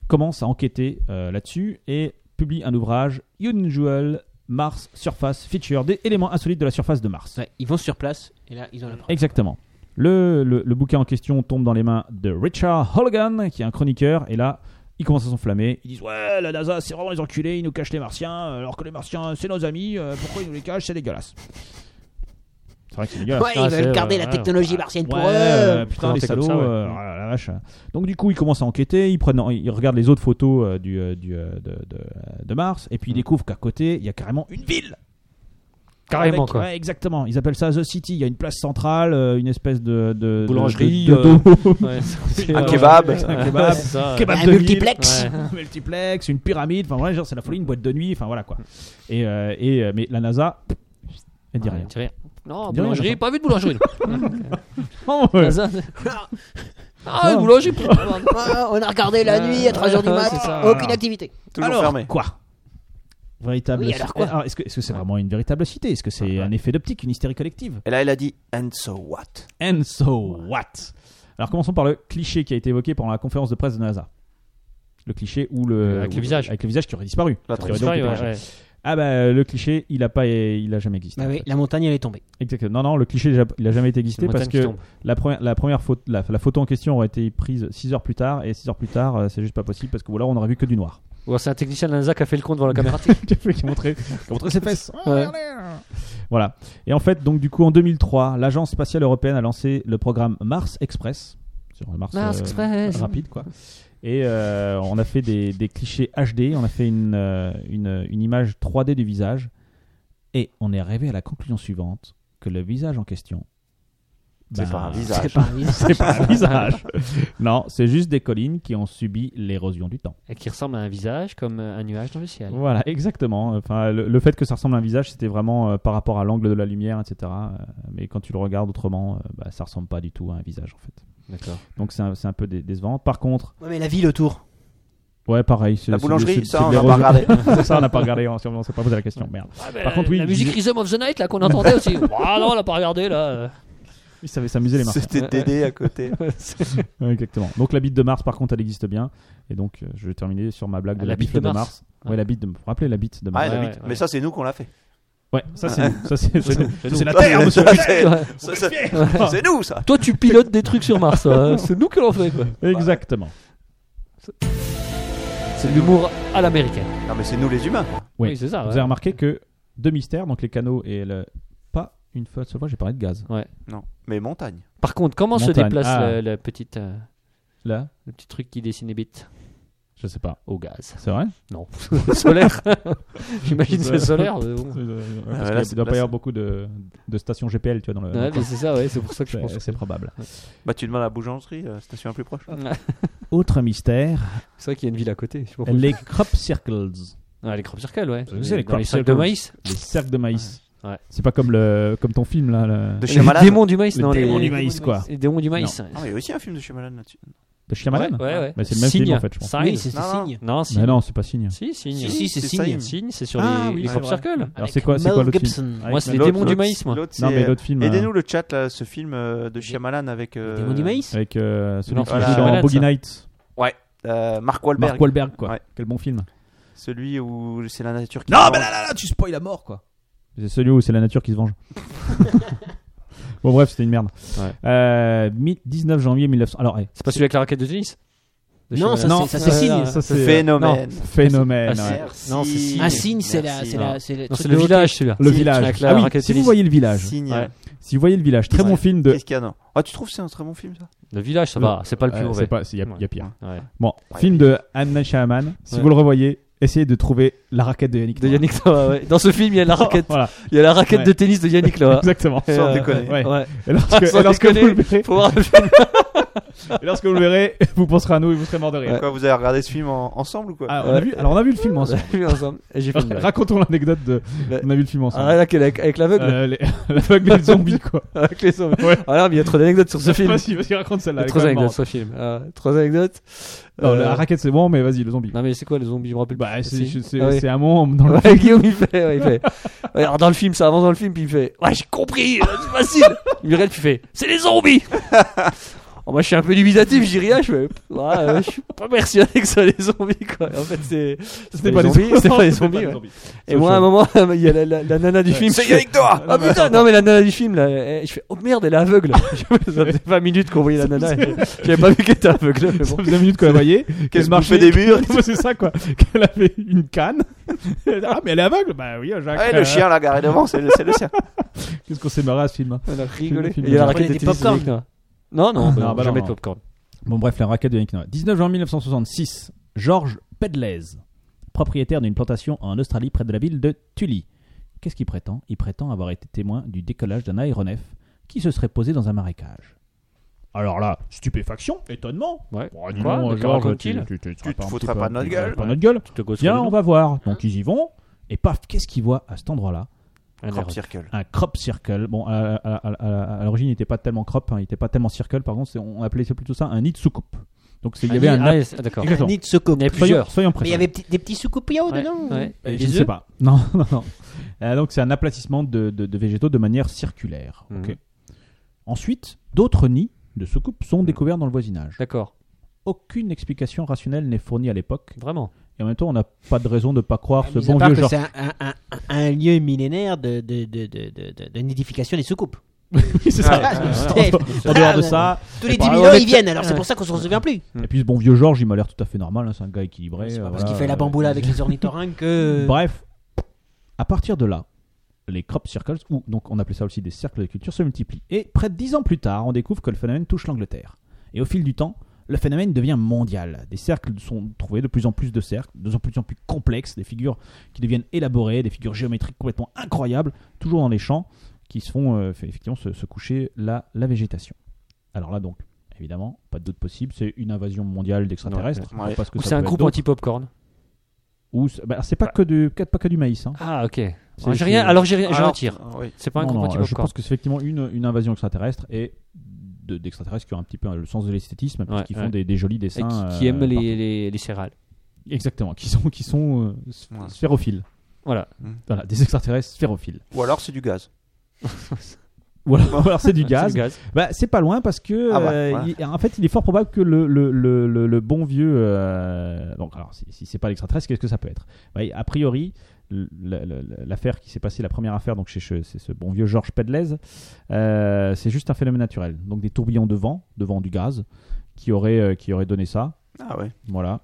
B: commencent à enquêter euh, là-dessus et publient un ouvrage, Unusual Mars Surface Feature, des éléments insolites de la surface de Mars.
E: Ouais, ils vont sur place et là, ils ont la preuve.
B: Exactement. Le, le- le bouquin en question tombe dans les mains de Richard Holligan, qui est un chroniqueur, et là, il commence à s'enflammer. Ils disent Ouais, la NASA, c'est vraiment les enculés, ils nous cachent les martiens, euh, alors que les martiens, c'est nos amis, euh, pourquoi ils nous les cachent C'est dégueulasse. C'est vrai que c'est dégueulasse.
G: Ouais,
C: Ah,
G: ils
C: c'est-
G: veulent garder la
C: ouais,
G: technologie
C: ouais.
G: martienne
B: Ouais,
G: pour eux.
B: euh,
C: Comment
B: putain, les
C: c'est comme
B: salauds,
C: ça, ouais.
B: euh, ah, la vache. Donc, du coup, ils commencent à enquêter, ils, prennent, ils regardent les autres photos euh, du, euh, du, euh, de, de- euh, de Mars, et puis ils
C: Mm.
B: découvrent qu'à côté, il y a carrément une ville
C: Carrément,
B: avec-
C: quoi.
B: ouais, exactement. Ils appellent ça The City. Il y a une place centrale, euh, une espèce de. de
C: Boulangerie,
B: de- de- de-
C: Ouais, c'est-
D: Un
C: euh,
D: Ah, kebab.
B: Un kebab.
C: c'est ça.
B: Kebab
G: Un
B: de ville,
G: multiplex.
C: Ouais.
B: un multiplex, une pyramide. Enfin, voilà, genre, c'est la folie, une boîte de nuit. Enfin, voilà quoi. Et, euh, et, euh, mais la NASA, elle dit
C: Ouais,
B: rien.
C: dis rien. Non,
B: Dis rien,
C: boulangerie,
B: Vincent.
C: pas vu de boulangerie.
B: Oh, ouais.
C: Ah, boulangerie. putain.
G: Ah, on a regardé la nuit à 3h du
C: Ouais,
G: mat.
C: c'est ça.
G: Aucune activité.
D: Toujours
B: alors,
D: fermé.
B: Quoi Véritable.
G: Oui, alors quoi
B: Alors, est-ce que est-ce que c'est vraiment une véritable cité Est-ce que c'est un effet d'optique, une hystérie collective
D: Et là, elle a dit And so what
B: And so what Alors commençons par le cliché qui a été évoqué pendant la conférence de presse de NASA. Le cliché ou le
C: Avec le
B: ou-
C: visage.
B: avec le visage qui aurait disparu.
D: La
B: Qui
C: Ouais,
B: aurait donc
C: ouais,
B: été
C: ouais,
B: mangé.
C: ouais.
B: Ah bah le cliché, il a pas, il a jamais existé.
E: Bah oui, la montagne, elle est tombée.
B: Exactement. Non non, le cliché, il a- il a jamais été
C: C'est
B: existé
C: une
B: parce
C: montagne qui
B: que
C: tombe.
B: la première, la première photo, la, la photo en question aurait été prise 6 heures plus tard et 6 heures plus tard, euh, c'est juste pas possible parce que ou alors on aurait vu que du noir.
C: Ou alors c'est un technicien de la NASA qui a fait le compte devant la caméra.
B: qui a montré, qui a montré ses fesses. Ah, regardez, euh. Voilà. Et en fait, donc du coup, en 2003, l'agence spatiale européenne a lancé le programme Mars Express sur le Mars,
C: Mars
B: euh,
C: Express.
E: Mm-hmm.
B: rapide quoi. Et euh, on a fait des, des clichés HD, on a fait une, euh, une, une image 3D du visage, et on est arrivé à la conclusion suivante que le visage en question,
D: C'est
B: ben,
D: pas un visage.
B: c'est pas un visage. non, c'est juste des collines qui ont subi l'érosion du temps.
C: Et qui ressemble à un visage comme euh, un nuage dans le ciel.
B: Voilà, exactement. Enfin, le, le fait que ça ressemble à un visage, c'était vraiment euh, par rapport à l'angle de la lumière, etc. Euh, mais quand tu le regardes autrement, euh, bah, ça ressemble pas du tout à un visage en fait.
C: D'accord.
B: Donc c'est un, c'est un peu dé- décevant. Par contre,
E: Ouais, mais la ville autour.
B: ouais, pareil. c'est-
D: La
B: c'est-
D: boulangerie,
B: c'est- c'est
D: ça, on
B: de
D: n'a pas
B: l'érosion.
D: regardé.
B: ça, on n'a pas regardé, on on s'est pas posé la question. Merde. Par contre, oui,
C: la
B: il
C: musique
B: disait-
C: Rhythm of the Night là qu'on entendait aussi. Ah non, on l'a pas regardé là.
B: Ils savaient s'amuser les martiens.
D: C'était Dédé à côté.
B: Ouais, exactement. Donc la bite de Mars, par contre, elle existe bien. Et donc, euh, je vais terminer sur ma blague de
C: Ah,
B: la, bite de Mars. Ouais,
C: Ouais.
B: la bite de. Vous vous rappelez la bite de
D: Ah,
B: Mars
D: elle a
C: Ouais,
D: huit.
C: ouais, ouais.
D: Mais ça, c'est nous qu'on l'a fait.
B: Ouais, ça c'est nous. Ça c'est ça, c'est-
C: nous.
B: c'est la Terre, monsieur.
D: Ça, c'est-
C: Ouais.
D: ça, c'est- c'est nous, ça.
C: Toi, tu pilotes des trucs sur Mars. hein. C'est nous qui l'on fait. quoi.
B: Exactement.
C: C'est de l'humour à l'américaine.
D: Non, mais c'est nous les humains. quoi.
B: Oui.
C: Oui, c'est ça.
B: Vous
C: ouais.
B: avez remarqué que deux mystères, donc les canaux et le. Pas une fois, seule fois, j'ai parlé de gaz.
D: Non, mais montagne.
C: Par contre, comment se
B: Montagne.
C: déplace
B: Ah.
C: la, la petite euh,
B: Là,
C: Le petit truc qui dessine les bits
B: je sais pas.
C: au gaz.
B: C'est vrai
C: Non, solaire. J'imagine c'est solaire. mais bon.
B: Euh,
D: Ah,
B: Parce
D: là,
B: qu'il
D: c'est-
B: doit
D: là,
B: pas y
D: c'est-
B: avoir beaucoup de, de stations GPL, tu vois, dans le.
C: Ouais, mais c'est ça, ouais, c'est pour ça que je
B: C'est-
C: pense.
B: c'est probable.
D: Bah, tu demandes à la boulangerie, euh, station la plus proche.
B: Autre mystère,
C: C'est vrai qu'il y a une ville à côté. Je sais pas pourquoi.
B: les crop circles,
C: Ah, les crop circles, ouais.
B: Vous savez, les
C: Dans les
B: crop
C: sacs de
B: circles.
C: maïs.
B: les cercles de maïs.
C: Ouais.
B: C'est pas comme le comme ton film là, le-
D: De
C: Les
D: Shyamalan.
C: démons du maïs,
B: Le
C: non.
B: démon
C: les...
B: du maïs, quoi.
C: Les démons du maïs.
D: Ah, il y a aussi un film de Shyamalan là-dessus.
B: de Shyamalan.
C: Ouais, ouais, ouais.
B: Mais c'est le même
C: Signe.
B: film en fait, je pense.
C: Sign.
E: Oui, c'est c'est
D: Non, non.
E: signe.
C: Non,
B: Mais
C: signe.
B: non, c'est pas signe.
C: Si, signe.
D: Si,
C: Si,
D: c'est
C: signe.
D: signe.
C: Signe, c'est sur
B: Ah
C: les,
B: oui,
C: les
B: c'est
C: crop
B: vrai.
C: circles.
B: Alors
E: Avec
B: c'est quoi, c'est
E: Mel
B: quoi l'autre film
E: Gibson.
C: Moi, c'est les
D: l'autre-
C: démons du
D: l'autre-
C: maïs, moi.
D: L'autre,
B: Non,
D: c'est-
B: mais l'autre film. euh,
D: Aidez-nous le chat, là, ce film euh, de Shyamalan avec. euh,
E: Démon du maïs
B: Avec euh, celui
C: Non,
B: qui
D: voilà.
B: joue dans
C: Shyamalan,
B: Boogie
C: ça.
B: Nights,
D: euh, Mark Wahlberg.
B: Mark Wahlberg, quoi.
D: Ouais.
B: Quel bon film.
D: Celui où c'est la nature qui.
B: Non, mais là, là, là, tu spoil la mort, quoi. C'est celui où c'est la nature qui se venge. bon, bref, c'était une merde. Euh, mi- 19 janvier 1900. Alors, eh, euh,
C: C'est pas celui avec la raquette de tennis De
E: Non,
C: Shyamalan.
E: ça, c'est- ça c'est signe.
B: ça, c'est.
D: Phénomène.
B: non, phénomène.
C: Ah,
B: ouais.
D: Merci.
C: Non, c'est signe.
E: Un signe, c'est la,
D: Merci.
E: c'est la, c'est le
C: Non,
E: truc
C: c'est le
E: de
C: village celui-là.
B: Le
E: Si,
B: village.
C: avec la
B: Ah oui,
C: raquette
B: si vous
C: tennis.
B: voyez le village.
D: Signe.
C: Ouais.
B: Si vous voyez le village, très
D: Ouais.
B: bon film de.
D: Qu'est-ce qu'il y a non Ah, tu trouves que c'est un très bon film ça
C: Le village, ça va, c'est pas le plus
B: Euh,
C: mauvais.
B: c'est pas, il y, a- y a pire.
C: Ouais.
B: Bon,
D: Ouais.
B: film de Anna Shaman. Si
C: Ouais.
B: vous le revoyez, essayez de trouver la raquette de Yannick.
C: De
B: Noah.
C: Yannick Noah, ouais. Dans ce film, il y a la raquette,
B: Voilà,
C: il y a la raquette
B: Ouais.
C: de tennis de Yannick Noah.
B: exactement.
C: Et,
D: Sans
C: euh,
D: déconner.
B: ouais.
C: Ouais.
B: Et lorsque,
C: Sans
B: et lorsque vous
C: déconner.
B: le verrez,
C: Faut voir le film.
B: et lorsque vous le verrez, vous penserez à nous et vous serez mort de rire.
D: Quoi, vous avez regardé ce film en- ensemble ou quoi
B: Ah, on a vu, alors on a vu le film
C: On l'a
B: ensemble.
C: vu ensemble. Et j'ai fait une blague.
B: Racontons l'anecdote de.
C: Ouais.
B: On a vu le film
C: Ah,
B: ensemble.
C: là, qu'elle- avec, avec l'aveugle,
B: Euh, les- La vague des zombies quoi.
C: avec les hommes.
B: Ouais.
C: Ah là, mais il y a trop d'anecdotes sur ce film.
B: Vas-y, vas-y, raconte
C: Il y
B: celle-là.
C: a
B: elle est
C: Trois
B: quand même
C: anecdotes sur ce film. Ah, Trois anecdotes.
B: marrante. Non,
C: Euh,
B: la raquette c'est bon, mais vas-y, le zombie.
C: Non, mais c'est quoi les zombies Je me rappelle
B: Bah,
C: plus.
B: c'est
C: Si.
B: je- c'est-
C: Ah oui.
B: c'est un moment dans le.
C: Ouais, Guillaume, il fait, ouais, il fait. Ouais, alors, dans le film, ça avance dans le film, puis il fait Ouais, j'ai compris, euh, c'est facile. Muriel, puis il fait C'est les zombies Oh, Moi, je suis un peu dubitatif, j'y rien, je fais Ouais, euh, je suis pas persuadé que ce soit les zombies, quoi. En fait, c'est.
B: C'était
C: C'était
B: pas des
C: pas les
B: zombies.
C: zombies, c'était pas les
B: C'était
C: zombies, ouais.
B: C'est
C: Et moi, à un
B: chaud.
C: moment, il y a la, la- la nana du film.
D: C'est
C: je fais,
D: Yannick Noah
C: Ah putain, non mais la nana du film là, elle- je fais oh merde, elle est aveugle. Ça faisait 20 minutes qu'on voyait la nana, et j'avais pas vu qu'elle était aveugle. Mais
B: Ça
C: bon.
B: faisait une minute qu'on la voyait.
D: Qu'elle se
B: marchait
D: bouffait des murs.
B: Ouais, c'est ça quoi. Qu'elle avait une canne. ah, mais elle est aveugle. Bah oui, Jacques.
D: Ah, Ouais,
B: euh,
D: le chien là garé devant, c'est le, c'est le sien.
B: Qu'est-ce qu'on s'est marré à ce film. hein.
C: Elle a
B: rigolé.
C: rigolé.
B: Et
C: Il y a la
B: on
E: prenait
C: raquette
E: des
C: des
E: pop-corn.
C: popcorn. Non, non, bah
B: Non, bah
C: non,
B: non,
C: jamais
B: non.
C: de popcorn.
B: Bon, bref, la raquette de Yannick Noah. 19 juin 1966, Georges Pedlez, propriétaire d'une plantation en Australie près de la ville de Tully. Qu'est-ce qu'il prétend Il prétend avoir été témoin du décollage d'un aéronef qui se serait posé dans un marécage. Alors là, stupéfaction, étonnement.
C: Ouais.
B: Oh, dis
C: Quoi
B: donc,
C: De quoi
B: Georges,
C: raconte-t-il
B: tu, tu,
D: Tu
B: seras
D: te
B: un
D: foutrais
B: petit peu-
D: pas de notre
B: tu te foutrais
D: gueule
B: Pas de notre gueule. Tiens, on va voir. Donc ils y vont. Et paf, qu'est-ce qu'ils voient à cet endroit-là
C: Un
D: Crop
C: aéronef.
D: circle.
B: un crop circle. Bon, à, à- à- à- à l'origine, il n'était pas tellement crop, hein, il n'était pas tellement circle. Par contre, c'est- on appelait ça plutôt ça un nid de soucoupe. Donc, c'est- il y avait un.
C: Ah, ouais, c'est- d'accord.
B: Exactement.
E: Nid de Soko.
C: Il y en avait
B: Soyons,
C: plusieurs.
B: soyons
E: Mais il
B: précis.
E: y avait petit- des petits soucoupillons
C: Ouais,
E: dedans.
C: ouais.
B: Euh,
C: Et
B: je
C: les
B: ne sais
C: yeux
B: pas. Non, non, non. Euh, donc, c'est un aplatissement de, de- de végétaux de manière circulaire.
C: Mhm.
B: ok. Ensuite, d'autres nids de soucoupe
C: Mhm.
B: sont découverts dans le voisinage.
C: D'accord,
B: Aucune explication rationnelle n'est fournie à l'époque.
C: vraiment.
B: Et en même temps, on n'a pas de raison de ne pas croire
E: Ah,
B: ce
E: Mis à
B: bon
E: part
B: vieux
E: que
B: Georges.
E: C'est un, un- un- un- un lieu millénaire de, de, de, de, de, de- de nidification des soucoupes.
B: Oui, c'est ça.
E: Ah,
B: En- en dehors de ça,
E: Tous les
C: pas
E: 10 000
C: grave.
E: ans, ils viennent, alors c'est
C: Ouais.
E: pour ça qu'on s'en souvient plus.
B: et puis ce bon vieux Georges, il m'a l'air tout à fait normal. hein, c'est un gars équilibré.
E: C'est
B: euh,
E: pas parce qu'il
B: voilà,
E: fait la
B: euh,
E: bamboula avec les ornithorynques euh, que.
B: Bref, à partir de là, les crop circles, ou donc on appelait ça aussi des cercles de culture, se multiplient. Et près de dix ans plus tard, on découvre que le phénomène touche l'Angleterre. Et au fil du temps, le phénomène devient mondial. Des cercles sont trouvés, de plus en plus de cercles, de plus en plus complexes, des figures qui deviennent élaborées, des figures géométriques complètement incroyables, toujours dans les champs, qui se font euh, fait- effectivement se, se coucher la, la végétation. Alors là donc, évidemment, pas de doute possible, c'est une invasion mondiale d'extraterrestres.
D: Ouais.
B: parce que
C: Ou
B: ça
C: c'est un
B: peut être
C: groupe
B: d'autres.
C: anti-popcorn.
B: Ou c'est bah, c'est pas, que du- pas que du maïs. hein.
C: Ah, ok.
B: C'est-
C: Alors, j'ai rien-
B: c'est-
C: alors j'ai rien- je
D: Alors,
C: retire.
D: ah, oui.
C: C'est pas un
B: Non,
C: groupe
B: non, euh, je
C: anti-popcorn.
B: pense que c'est effectivement une, une invasion extraterrestre et de- d'extraterrestres qui ont un petit peu euh, le sens de l'esthétisme, parce
C: Ouais,
B: qui
C: ouais.
B: font des, des jolis
C: Et
B: dessins.
C: qui, qui
B: euh,
C: aime les,
B: partout.
C: les, les céréales.
B: Exactement, qui sont, qui sont euh, sph-
D: Ouais.
B: sphérophiles.
C: Voilà.
B: Voilà, des extraterrestres sphérophiles.
D: Ou alors c'est du gaz.
B: Ou alors, ou alors c'est du
C: C'est
B: gaz.
C: du gaz.
B: Bah, c'est pas loin parce que,
D: Ah bah,
B: euh,
D: voilà.
B: il- en fait, il est fort probable que le, le, le, le- le bon vieux. euh, donc, alors, si, si c'est pas l'extraterrestre, qu'est-ce que ça peut être Bah, A priori, l- la- la- la- l'affaire qui s'est passée, la première affaire, donc chez che- c'est ce bon vieux Georges Pedlez, euh, c'est juste un phénomène naturel. Donc, des tourbillons de vent, de vent du gaz, qui auraient, euh, qui auraient donné ça.
D: Ah ouais.
B: Voilà.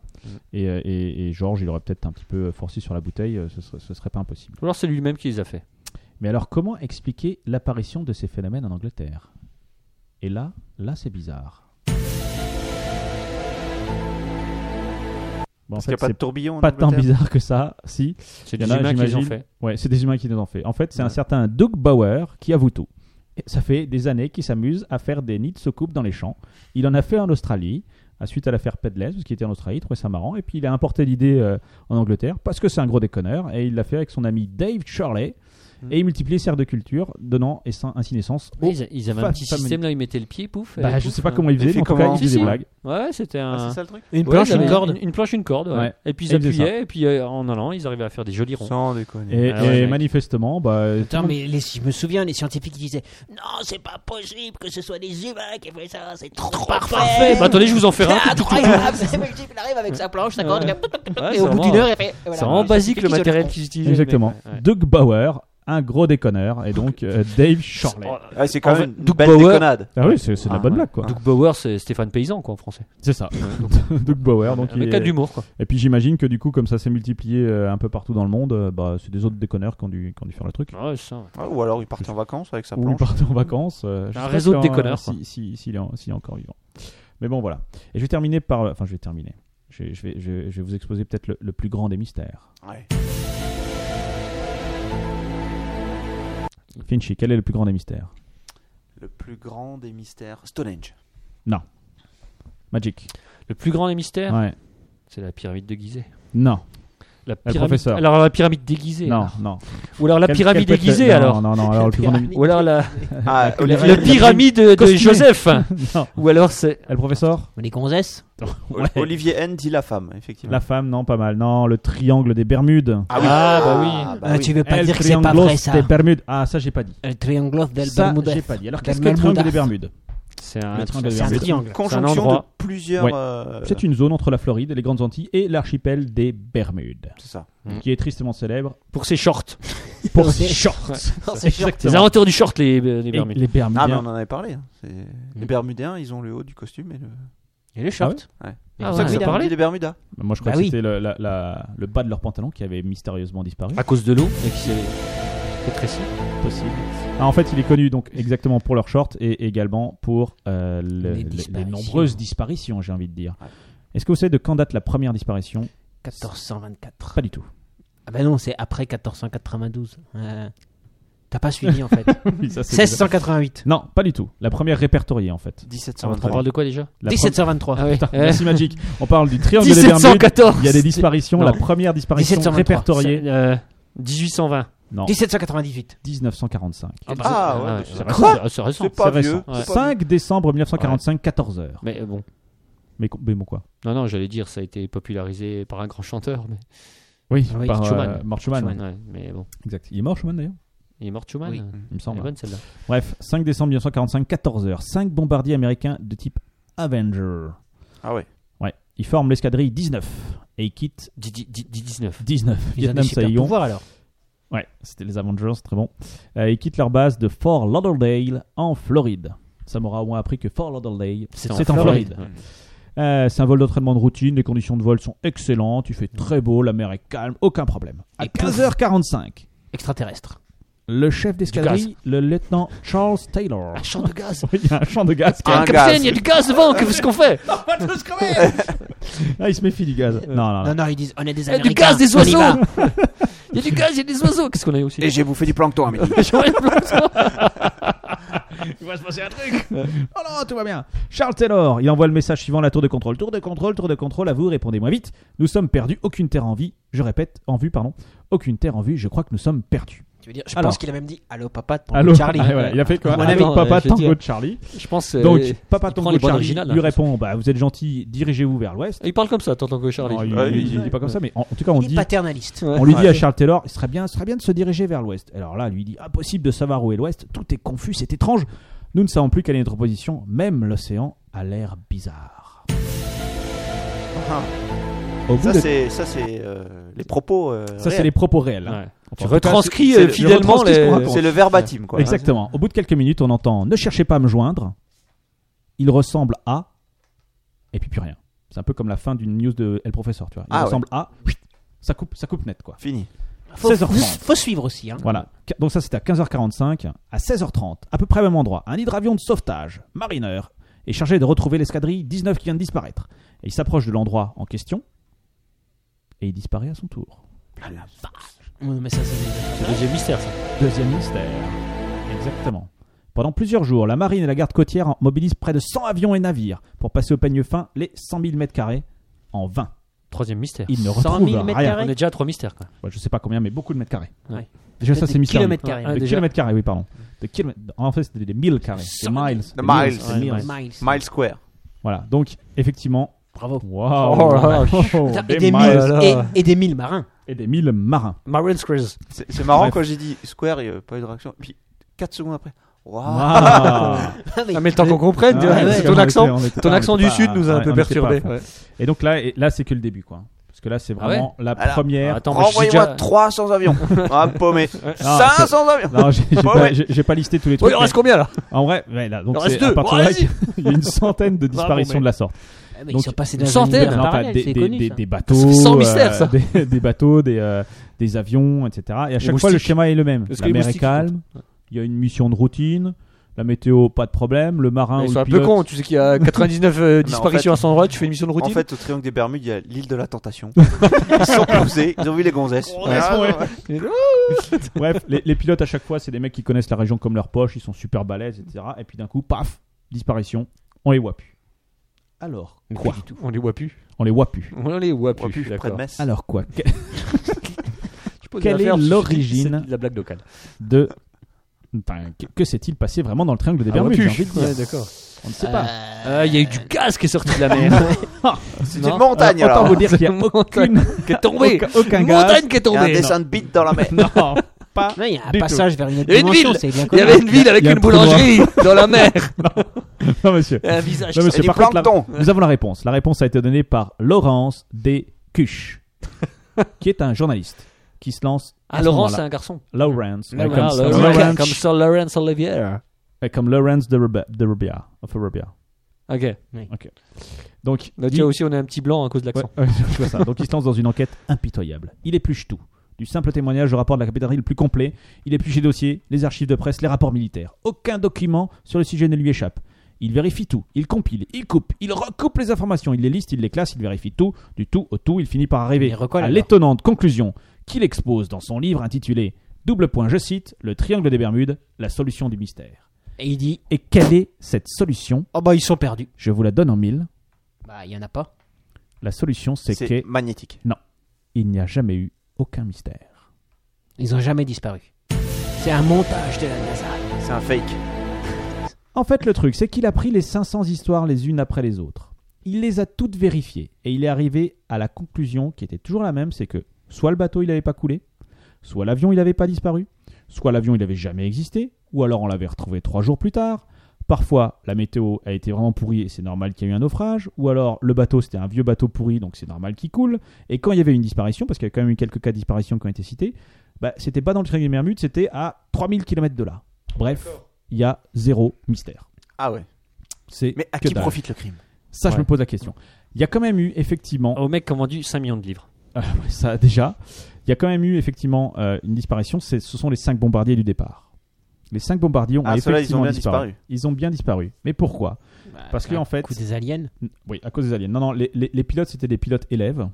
B: Et, euh, et, et Georges, il aurait peut-être un petit peu forcé sur la bouteille, euh, ce serait, ce serait pas impossible.
C: Ou alors c'est lui-même qui les a fait.
B: Mais alors, comment expliquer l'apparition de ces phénomènes en Angleterre Et là, là, c'est bizarre. Bon, en
D: Parce qu'il
B: fait,
D: n'y a pas de
B: c'est
D: tourbillon. en
B: pas tant
D: Angleterre.
B: bizarre que ça, si.
C: C'est
B: Il y
C: des
B: en a,
C: humains qui les ont
B: j'imagine.
C: fait.
B: Ouais, c'est des humains qui nous en fait. En fait, c'est un certain Doug Bauer qui avoue tout. Et Ça fait des années qu'il s'amuse à faire des nids de soucoupe dans les champs. Il en a fait en Australie, à suite à l'affaire Pedless, parce qu'il était en Australie, il trouvait ça marrant. Et puis il a importé l'idée euh, en Angleterre, parce que c'est un gros déconneur. Et il l'a fait avec son ami Dave Shirley.
D: Mm.
B: Et il multiplie les serres de culture, donnant et sin- ainsi naissance au.
C: Mais ils, ils avaient un
B: Fa-
C: petit
B: fameux-
C: système là, ils mettaient le pied, pouf.
B: Bah,
C: et
B: je
C: pouf,
B: sais pas
C: hein.
B: comment il faisait,
D: Il fait
B: mais en tout cas,
D: comment
B: il faisait
C: Si,
B: des
C: si.
B: blagues.
C: Ouais, c'était un.
D: Ah, c'est ça le truc
E: Une
C: Ouais,
E: planche,
C: ils avaient
E: une corde.
C: Une, une planche, une corde. ouais.
B: Ouais.
C: Et puis
B: Et
C: ils
B: ils faisaient
C: appuyaient, et puis euh, en allant, ils arrivaient à faire des jolis ronds.
D: Sans déconner.
B: Et,
C: Ah ouais,
B: et
C: mec.
B: manifestement, bah, tout le
G: Attends,
B: monde-
G: mais les- je me souviens, les scientifiques qui disaient Non, c'est pas possible que ce soit des humains qui aient fait ça, c'est trop, parfait.
C: Bah, attendez, je vous en fais un.
G: C'est incroyable. C'est le type, il arrive avec sa planche, sa corde, il fait-
B: Ah,
C: Ouais, hein.
G: et
C: c'est
G: au bout
C: vraiment-
G: d'une heure, il fait. voilà.
C: C'est vraiment
G: Ça,
C: basique le
G: qui se
C: matériel
G: prend
C: qu'ils utilisent.
B: Exactement. Doug Bauer, un gros déconneur, et donc euh, Dave Shirley.
D: Ah, c'est quand
C: En
D: même
C: fait,
D: une
C: Doug
D: belle
C: Bauer-
D: déconnade.
B: Ah oui, c'est c'est de la
D: Ah,
B: bonne
D: ouais.
B: blague, quoi.
C: Doug Bauer, c'est Stéphane Paysan, quoi, en français.
B: C'est ça. Doug Bauer. Donc,
C: Un
B: il
C: cas
B: est-
C: d'humour, quoi.
B: Et puis j'imagine que du coup, comme ça s'est multiplié euh, un peu partout dans le monde, euh, bah, c'est des autres déconneurs qui ont dû, qui ont dû faire le truc.
C: Ouais, c'est ça.
D: Ah, ou alors il partait en vacances avec sa
B: Ou ils
D: planche.
B: partent en vacances. euh, je
C: Un
B: sais pas
C: réseau de
B: si-
C: déconneurs,
B: si- si- S'il est, en- s'il est encore vivant. Mais bon, voilà. Et je vais terminer par. Enfin, je vais terminer. Je, je vais, je, je vais vous exposer peut-être le- le plus grand des mystères.
D: Ouais.
B: Finchy, quel est le plus grand des mystères
D: Le plus grand des mystères. Stonehenge.
B: Magic.
C: Le plus grand des mystères,
B: Ouais.
C: c'est la pyramide de Gizeh.
B: Non.
C: La pyramide...
B: professeur.
C: Alors la pyramide déguisée.
B: Non,
C: alors.
B: non.
C: Ou alors la
B: Quel-
C: pyramide
B: quel peut être-
C: déguisée,
B: non,
C: alors.
B: Non, non, alors le plus grand des mystères.
C: Ou alors la,
D: Ah,
C: la,
D: Olivier,
C: la pyramide de,
B: Cosmique.
C: Joseph.
B: Non.
C: Ou alors c'est.
B: Et Le professeur
E: Les gonzesses.
B: Ouais.
D: Olivier N dit la femme, effectivement.
B: La femme, non, pas mal. Non, le triangle des Bermudes.
D: Ah oui.
C: Ah, bah oui.
D: bah
E: Ah,
D: oui.
E: Tu veux pas
B: El
E: dire que c'est pas
B: trianglos
E: vrai ça
B: des Bermudes. Ah, ça, j'ai pas dit.
E: Le triangle del
B: ça,
E: Bermuda.
B: j'ai pas dit. Alors,
E: Del
B: qu'est-ce que le triangle des
E: Bermuda.
B: Bermudes
C: C'est un.
B: Le triangle des
E: C'est un
B: Bermudes.
E: triangle.
C: C'est un
D: Conjonction de
C: endroit.
D: plusieurs.
B: Ouais.
D: euh,
B: C'est une zone entre la Floride, les grandes Antilles et l'archipel des Bermudes,
D: C'est ça.
B: qui est tristement célèbre
C: Pour ses shorts.
B: pour ses shorts.
C: Les
B: Exactement.
C: inventeurs du short, les, euh, les
B: Et
C: Bermudes.
B: Les Bermudes.
D: Ah, mais on en avait parlé. hein. C'est- Les Bermudéens, ils ont le haut du costume et le.
C: Et les
B: shorts.
C: Ah,
D: C'est
C: ouais,
D: pour ça
C: ça
D: que c'est
C: parlait.
D: les Bermudas.
B: Moi, je crois
E: Bah
B: que
E: oui.
B: c'était le, la- la- le bas de leur pantalon qui avait mystérieusement disparu.
E: Ah.
C: À cause de l'eau. Et qui s'est rétréci.
B: possible. Ah, en fait, il est connu donc exactement pour leurs shorts et également pour euh, le-
E: Les
B: le- les,
E: disparitions.
B: nombreuses disparitions, j'ai envie de dire.
D: Ouais.
B: Est-ce que vous savez de quand date la première disparition
E: 1424.
B: Pas du tout.
E: Ah bah non, c'est après 1492. Euh, T'as pas suivi en fait.
B: Oui, ça, c'est déjà-
E: 1688.
B: Non, pas du tout. La première répertoriée en fait.
C: On parle
D: 1723.
C: de quoi déjà
B: La
E: 1723.
C: Ah oui.
B: première-
C: Eh.
B: Merci Magic. On parle du triangle des Bermudes.
C: 1714.
B: Il y a des disparitions.
C: Non.
B: La première disparition
E: 1723.
B: répertoriée.
C: C'est, euh, 1820.
B: Non,
E: 1798.
B: 1945.
D: Ah, ouais,
C: Ah,
D: bah,
C: c'est
D: c'est
C: récent,
D: quoi
C: c'est- c'est récent.
D: C'est pas
B: C'est
D: vieux.
B: récent.
C: Ouais.
D: c'est pas
B: 5 décembre 1945, 14h.
C: Mais euh, bon.
B: Mais, co- mais bon quoi
C: Non, non, j'allais dire, ça a été popularisé par un grand chanteur. Mais,
B: Oui,
E: Oui,
B: par
C: Schumann.
B: euh, Mort Schumann.
C: Ouais, mais bon.
B: Exact. Il est mort Schumann d'ailleurs,
C: Il est mort Schumann
D: Oui.
C: Elle
B: il me
C: est
B: semble.
C: bonne celle-là.
B: Bref, 5 décembre 1945, 14h, 5 bombardiers américains de type Avenger.
D: Ah ouais.
B: Ouais, ils forment l'escadrille 19 et ils quittent
C: Dis- dis- dis- dis 19.
B: 19
E: Ils ont
B: Vietnam
E: des super
B: Saigon.
E: pouvoirs alors.
B: Ouais, c'était les Avengers, c'est très bon. Euh, ils quittent leur base de Fort Lauderdale en Floride. Ça m'aura au moins appris que Fort Lauderdale, c'est en, Floride.
C: Ouais.
B: Euh, c'est un vol d'entraînement de routine, les conditions de vol sont excellentes, il fait très beau, la mer est calme, aucun problème. À
E: Et pouf.
B: 15h45,
E: Extraterrestre.
B: le chef d'escadrille, le lieutenant Charles Taylor.
E: Ah,
C: Un champ de gaz.
B: Il y a un champ de gaz qui
D: Un
C: Capitaine,
D: gaz.
C: il y a du gaz devant. Qu'est-ce qu'on fait
B: Ah, il se méfie du gaz. Non, non, non.
E: Non, non, ils disent on est
H: Eh,
E: des
C: Il y a du
E: Américains.
C: gaz, des
E: on y
C: oiseaux.
E: va.
C: Il y a du gaz, il y a des oiseaux. Qu'est-ce qu'on a eu aussi
D: Et j'ai bouffé du plancton à midi.
C: J'aurais le blanc.
B: Oh non, tout va bien. Charles Taylor, il envoie le message suivant à la tour de contrôle. Tour de contrôle, tour de contrôle, à vous, répondez-moi vite. Nous sommes perdus, aucune terre en vie. Je répète, en vue, pardon. Aucune terre en vue, je crois que nous sommes perdus.
E: Tu veux dire, je
B: Alors.
E: pense qu'il a même dit allô papa pour
B: Allô
E: Charlie.
B: Ah, voilà, Il a fait quoi
E: Mon
B: Avec
E: ami.
B: Papa
C: euh, je veux
B: Tango
C: dire-
B: Charlie.
C: Je pense. euh,
B: Donc, Papa
C: il prend les
B: Tango
C: bandes
B: Charlie
C: originales,
B: lui
C: hein.
B: répond bah, Vous êtes gentil, dirigez-vous vers l'ouest.
C: Il parle comme ça, t'entends que Charlie.
B: Non, Oh, il,
D: Ouais,
B: il-
D: il-
B: il dit pas comme ça, mais en, en tout cas, on
E: Il est
B: dit.
E: paternaliste.
B: On lui dit à Charles Taylor, il serait bien, ce serait bien de se diriger vers l'ouest. Alors là, lui il dit, impossible de savoir où est l'ouest, tout est confus, c'est étrange. Nous ne savons plus quelle est notre position, même l'océan a l'air bizarre.
D: Ah.
B: Au bout
D: Ça,
B: de-
D: c'est ça, c'est, euh, les propos. euh,
B: ça, c'est
D: réels.
B: les propos réels. hein.
C: Ouais.
B: Enfin,
C: Tu
B: en tout cas,
C: retranscris
D: c'est-
C: euh,
D: c'est- je
C: fidèlement
B: retranscris ce qu'on
C: les.
B: raconte.
D: C'est le verbatim, quoi. hein.
B: Exactement. Au bout de quelques minutes, on entend Ne cherchez pas à me joindre. Il ressemble à. Et puis plus rien. C'est un peu comme la fin d'une news de El Professeur, tu vois. Il
D: Ah ouais.
B: ressemble à. Ça coupe, ça coupe net, quoi.
D: Fini.
E: Faut,
B: 16h30.
E: faut suivre aussi. Hein.
B: Voilà. Qu- Donc ça, c'était à 15h45. À 16h30, à peu près au même endroit, un hydravion de sauvetage, marineur, est chargé de retrouver l'escadrille 19 qui vient de disparaître. Et il s'approche de l'endroit en question et il disparaît à son tour.
E: Ouais, mais ça, c'est-
C: C'est le deuxième mystère, ça.
B: Deuxième mystère. Exactement. Pendant plusieurs jours, la marine et la garde côtière mobilisent près de 100 avions et navires pour passer au peigne fin les 100 000 mètres carrés en 20.
C: Troisième mystère.
B: Ils ne
E: 100 000
B: retrouvent
E: mètres
B: rien.
E: carrés
C: On est déjà à trois mystères, quoi.
B: Ouais, je sais pas combien, mais beaucoup de mètres carrés.
C: Ouais.
B: Déjà, ça,
E: Peut-être
B: c'est
E: des
B: mystérieux.
E: kilomètres carrés.
B: De
C: Ouais, Ah, déjà.
B: kilomètres carrés, oui, pardon. De kilomètres- En fait, c'était des milles carrés. Des miles.
D: Des
B: Des
D: miles.
B: des
C: Ouais,
B: milles.
E: Miles.
D: Mile Square.
B: Voilà. Donc, effectivement.
E: Bravo.
B: Waouh.
C: Oh là là.
B: Oh,
E: Putain,
B: des
E: et, des
B: miles.
E: mille,
C: euh,
E: et, et des mille marins.
B: Et des milles marins.
C: Marion Scrooge.
D: C'est c'est marrant
B: Bref.
D: quand j'ai dit Square, il n'y a pas eu de réaction. Puis 4 secondes après, waouh.
B: Ah.
C: Ah, mais le temps qu'on comprenne,
B: Ah ouais,
C: c'est
B: on
C: ton
B: était-
C: accent.
B: on était-
C: Ton
B: on
C: accent
B: était
C: du
B: pas-
C: sud nous a un
B: ouais,
C: peu
B: on était pas à
C: perturbés.
B: fond.
C: ouais.
B: Et donc là, et- là c'est que le début, quoi. Parce que là, c'est
C: Ah
B: vraiment la
D: Alors,
B: première.
C: Attends, moi, je suis
D: Renvoyez-moi
C: déjà-
D: 300 avions. Ah, paumé.
B: Ah,
D: 500 avions.
B: Non, j'ai j'ai
D: Ouais,
B: pas,
D: ouais.
B: j'ai- j'ai pas listé tous les
C: Ah Ouais,
B: trucs.
C: Oh, il en
B: mais
C: reste combien là
B: en vrai, ouais, là, donc
C: Il en
B: c'est
C: reste
B: à
C: deux.
B: partir
C: Ouais,
B: de là
C: vas-y.
B: qu'il y a une centaine de disparitions de la sorte.
E: Ah, mais
B: Donc,
E: ils sont passés
C: une
E: dans un
C: centaine.
E: univers
C: Non,
B: t'as
E: parallèle,
B: des,
E: c'est
B: des-
E: connu,
B: des-
E: ça.
B: des bateaux,
C: Ça fait 100
B: euh,
C: mystères, ça.
B: des, des bateaux, des, euh, des avions, etc. Et à chaque fois, le
C: moustiques.
B: schéma est le même.
C: Est-ce que
B: La
C: les
B: mer est
C: moustiques,
B: calme, il y a une mission de routine, la météo, pas de problème, le marin
C: Ils
B: ou
C: sont
B: le
C: un peu
B: pilote.
C: cons, tu sais qu'il y a 99 euh,
D: en
C: disparitions
D: fait-
C: à son endroit, tu fais une mission de routine.
D: En fait, au triangle des Bermudes, il y a l'île de la Tentation. Ils sont poussés, ils ont vu les gonzesses. Ah,
B: ouais.
D: ouais.
B: Bref, les, les pilotes, à chaque fois, c'est des mecs qui connaissent la région comme leur poche, ils sont super balèzes, etc. Et puis d'un coup, paf, disparition, on les voit plus. Alors, quoi
C: on les voit plus.
B: On les voit plus.
C: On les voit plus.
D: Plus près de
C: d'accord.
D: Metz.
B: Alors quoi Que-
C: Je pose
B: Quelle
C: l'affaire,
B: est
C: c'est-
B: l'origine
C: c'est de la blague locale
B: de... Enfin, que que s'est-il passé vraiment dans le triangle
C: Ah,
B: des Bermudes j'ai envie de dire.
C: Ouais, d'accord.
B: On ne sait pas.
E: Euh,
C: Ah, Il y a eu du gaz qui est sorti de la mer. Ah,
D: C'est une montagne
B: Alors, Euh, autant
D: alors.
B: vous dire qu'il n'y a
C: C'est une montagne
B: aucune,
C: qui est tombée.
B: aucun, aucun
C: Une
B: gaz.
C: montagne qui est
D: Il y a un
C: tombée.
D: dessin de bite dans la mer.
C: Euh,
B: Non, pas.
E: Ouais, Il y a un
B: du
E: passage vers une autre
C: Il y avait une
E: dimension,
C: ville.
E: c'est bien
C: Il y
E: connu. hein.
C: avait une ville avec
B: il y a
C: une
B: un trou noir.
C: boulangerie dans la mer.
B: Non, monsieur.
C: Un visage.
B: Non,
D: Et
B: monsieur.
D: Ah, du
B: Par contre, la-
D: plancton.
B: nous avons la réponse. La réponse a été donnée par Laurence D. Cuche, qui est un journaliste qui se lance. à
C: Ah,
B: ce
C: Laurent, c'est
B: moment-là.
C: un garçon.
B: Lawrence. ouais,
C: Ah,
B: comme-
C: Laurent,
B: Lawrence.
C: Comme ça, Laurence Olivier.
B: Ouais, Comme Lawrence de Rubia. De Rubia. Of Rubia.
C: Ok.
B: Donc,
C: Là, tu
B: il-
C: vois aussi, on est un petit blanc à cause de
B: Ouais,
C: l'accent.
B: ouais, je vois ça. Donc il se lance dans une enquête impitoyable. Il épluche tout. Du simple témoignage au rapport de la capitainerie le plus complet, il épluche les dossiers, les archives de presse, les rapports militaires. Aucun document sur le sujet ne lui échappe. Il vérifie tout, il compile, il coupe, il recoupe les informations, il les liste, il les classe, il vérifie tout, du tout au tout, il finit par arriver
E: Il recolle,
B: à
E: alors.
B: l'étonnante conclusion qu'il expose dans son livre intitulé Double point, je cite, Le triangle des Bermudes, la solution du mystère.
E: Et il dit
B: Et quelle est cette solution
E: Oh bah ils sont perdus.
B: Je vous la donne en mille.
E: Bah il y en a pas.
B: La solution, c'est
D: C'est
B: qu'il
D: magnétique.
B: n'y a jamais eu aucun mystère.
E: Ils ont jamais disparu. C'est un montage de la NASA.
D: C'est un fake.
B: En fait, le truc, c'est qu'il a pris les 500 histoires les unes après les autres. Il les a toutes vérifiées et il est arrivé à la conclusion qui était toujours la même, c'est que soit le bateau il n'avait pas coulé, soit l'avion il n'avait pas disparu, soit l'avion il n'avait jamais existé, ou alors on l'avait retrouvé trois jours plus tard. Parfois, la météo a été vraiment pourrie et c'est normal qu'il y ait eu un naufrage, ou alors le bateau c'était un vieux bateau pourri donc c'est normal qu'il coule. Et quand il y avait une disparition, parce qu'il y a quand même eu quelques cas de disparition qui ont été cités, bah, c'était pas dans le triangle des Bermudes, c'était à 3000 km de là. Bref, il y a zéro mystère.
D: Ah ouais.
B: C'est
D: Mais à
B: que
D: qui
B: dalle.
D: profite le crime
B: Ça, je
C: Ouais.
B: me pose la question. Il y a quand même eu,
D: Oh.
B: effectivement,
C: Au mec qui a vendu 5 millions de livres.
B: ça déjà, il y a quand même eu, effectivement, euh, une disparition. C'est- Ce sont les cinq bombardiers du départ. Les cinq bombardiers ont
D: Ah, ceux-là,
B: effectivement
D: ils ont bien disparu.
B: Ils ont bien disparu. Mais pourquoi Parce que, en fait,
E: Bah, coup des aliens.
B: oui, à cause des aliens. Non, non, les, les- les pilotes, c'était des pilotes élèves.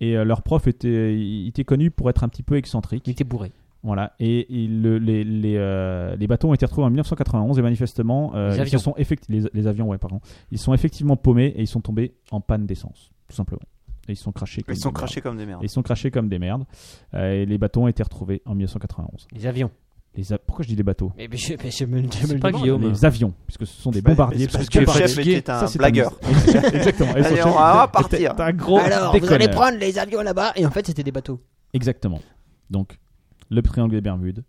B: Et euh, leur prof était, il était connu pour être un petit peu excentrique.
E: Ils étaient bourrés.
B: Voilà, et, et le- les, les, euh, les bateaux ont été retrouvés en 1991 et manifestement, euh,
E: Les
B: ils se
E: avions.
B: sont effecti- les, les avions, ouais, pardon. Ils sont effectivement paumés et ils sont tombés en panne d'essence, tout simplement. Et ils sont crachés comme
D: Ils
B: des
D: sont
B: merdes.
D: crachés comme des
B: Et
D: merdes.
B: Ils sont crachés comme des merdes. Euh, et les bateaux ont été retrouvés en 1991.
E: Les avions.
B: Les a- Pourquoi je dis les bateaux
E: Mais je, mais je me, je me
C: C'est
E: le
C: pas
E: demande.
C: Guillaume.
B: Les avions, puisque ce sont des bombardiers.
D: Parce
B: puisque
D: que le
B: bombardiers-
D: chef était
B: Ça,
D: un
B: c'est
D: blagueur.
B: mystère. Exactement. Et son
D: Allez,
B: chef
D: on va
B: était-
D: partir.
B: était un gros
E: Alors, vous allez
B: déconneur.
E: prendre les avions là-bas et en fait c'était des bateaux.
B: Exactement. Donc, le triangle des Bermudes,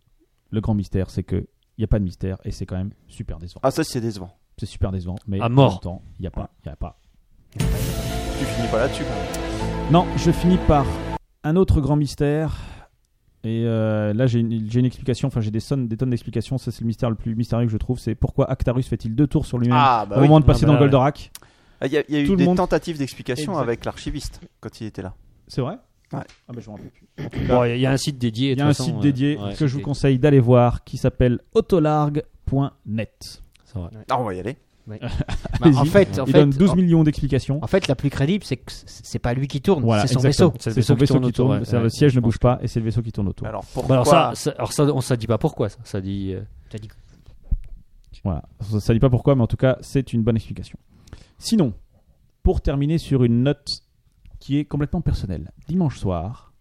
B: le grand mystère, c'est que il n'y a pas de mystère et c'est quand même super décevant.
D: Ah, ça, c'est décevant.
B: C'est super décevant, mais
C: À mort.
B: en même temps, il n'y a pas, il y a pas.
D: Tu finis pas là-dessus. quand même.
B: Non, je finis par un autre grand mystère. Et euh, là, j'ai une, j'ai une explication. Enfin, j'ai des, sonnes- des tonnes d'explications. Ça, c'est le mystère le plus mystérieux que je trouve. C'est pourquoi Actarus fait-il deux tours sur lui-même
D: Ah, bah
B: au
D: oui.
B: moment de passer
C: Ah, bah
B: dans
C: là,
B: Goldorak
D: Ah, Il y a, il y a
B: Tout
D: eu
B: le
D: des
B: monde-
D: tentatives d'explication
B: Exact.
D: avec l'archiviste quand il était là.
B: C'est vrai
D: Ouais.
B: Ah, bah, je m'en rappelle plus.
C: Bon, il y a un site dédié.
B: Il y a un site dédié
C: euh,
B: que je vous
C: conseille.
B: conseille d'aller voir qui s'appelle autolargue.net.
D: Ah, on va y aller.
H: Ouais. Bah,
B: Allez-y.
H: en fait, en
B: Il
H: fait,
B: donne 12
H: en-
B: millions d'explications.
H: en fait, la plus crédible, c'est que c- c'est pas lui qui tourne,
B: Voilà,
H: c'est son
B: exactement.
H: vaisseau.
C: C'est le
B: C'est son vaisseau qui tourne,
C: ouais,
B: c'est-à-dire
C: ouais.
B: le siège ne bouge pas et c'est le vaisseau qui tourne autour.
D: Alors
C: Bah,
D: pourquoi
C: alors, ça, ça- alors ça, on ne dit pas pourquoi. Ça, ça dit. euh,
H: T'as dit-
B: Voilà. Ça, ça dit pas pourquoi, mais en tout cas, c'est une bonne explication. Sinon, pour terminer sur une note qui est complètement personnelle, dimanche soir,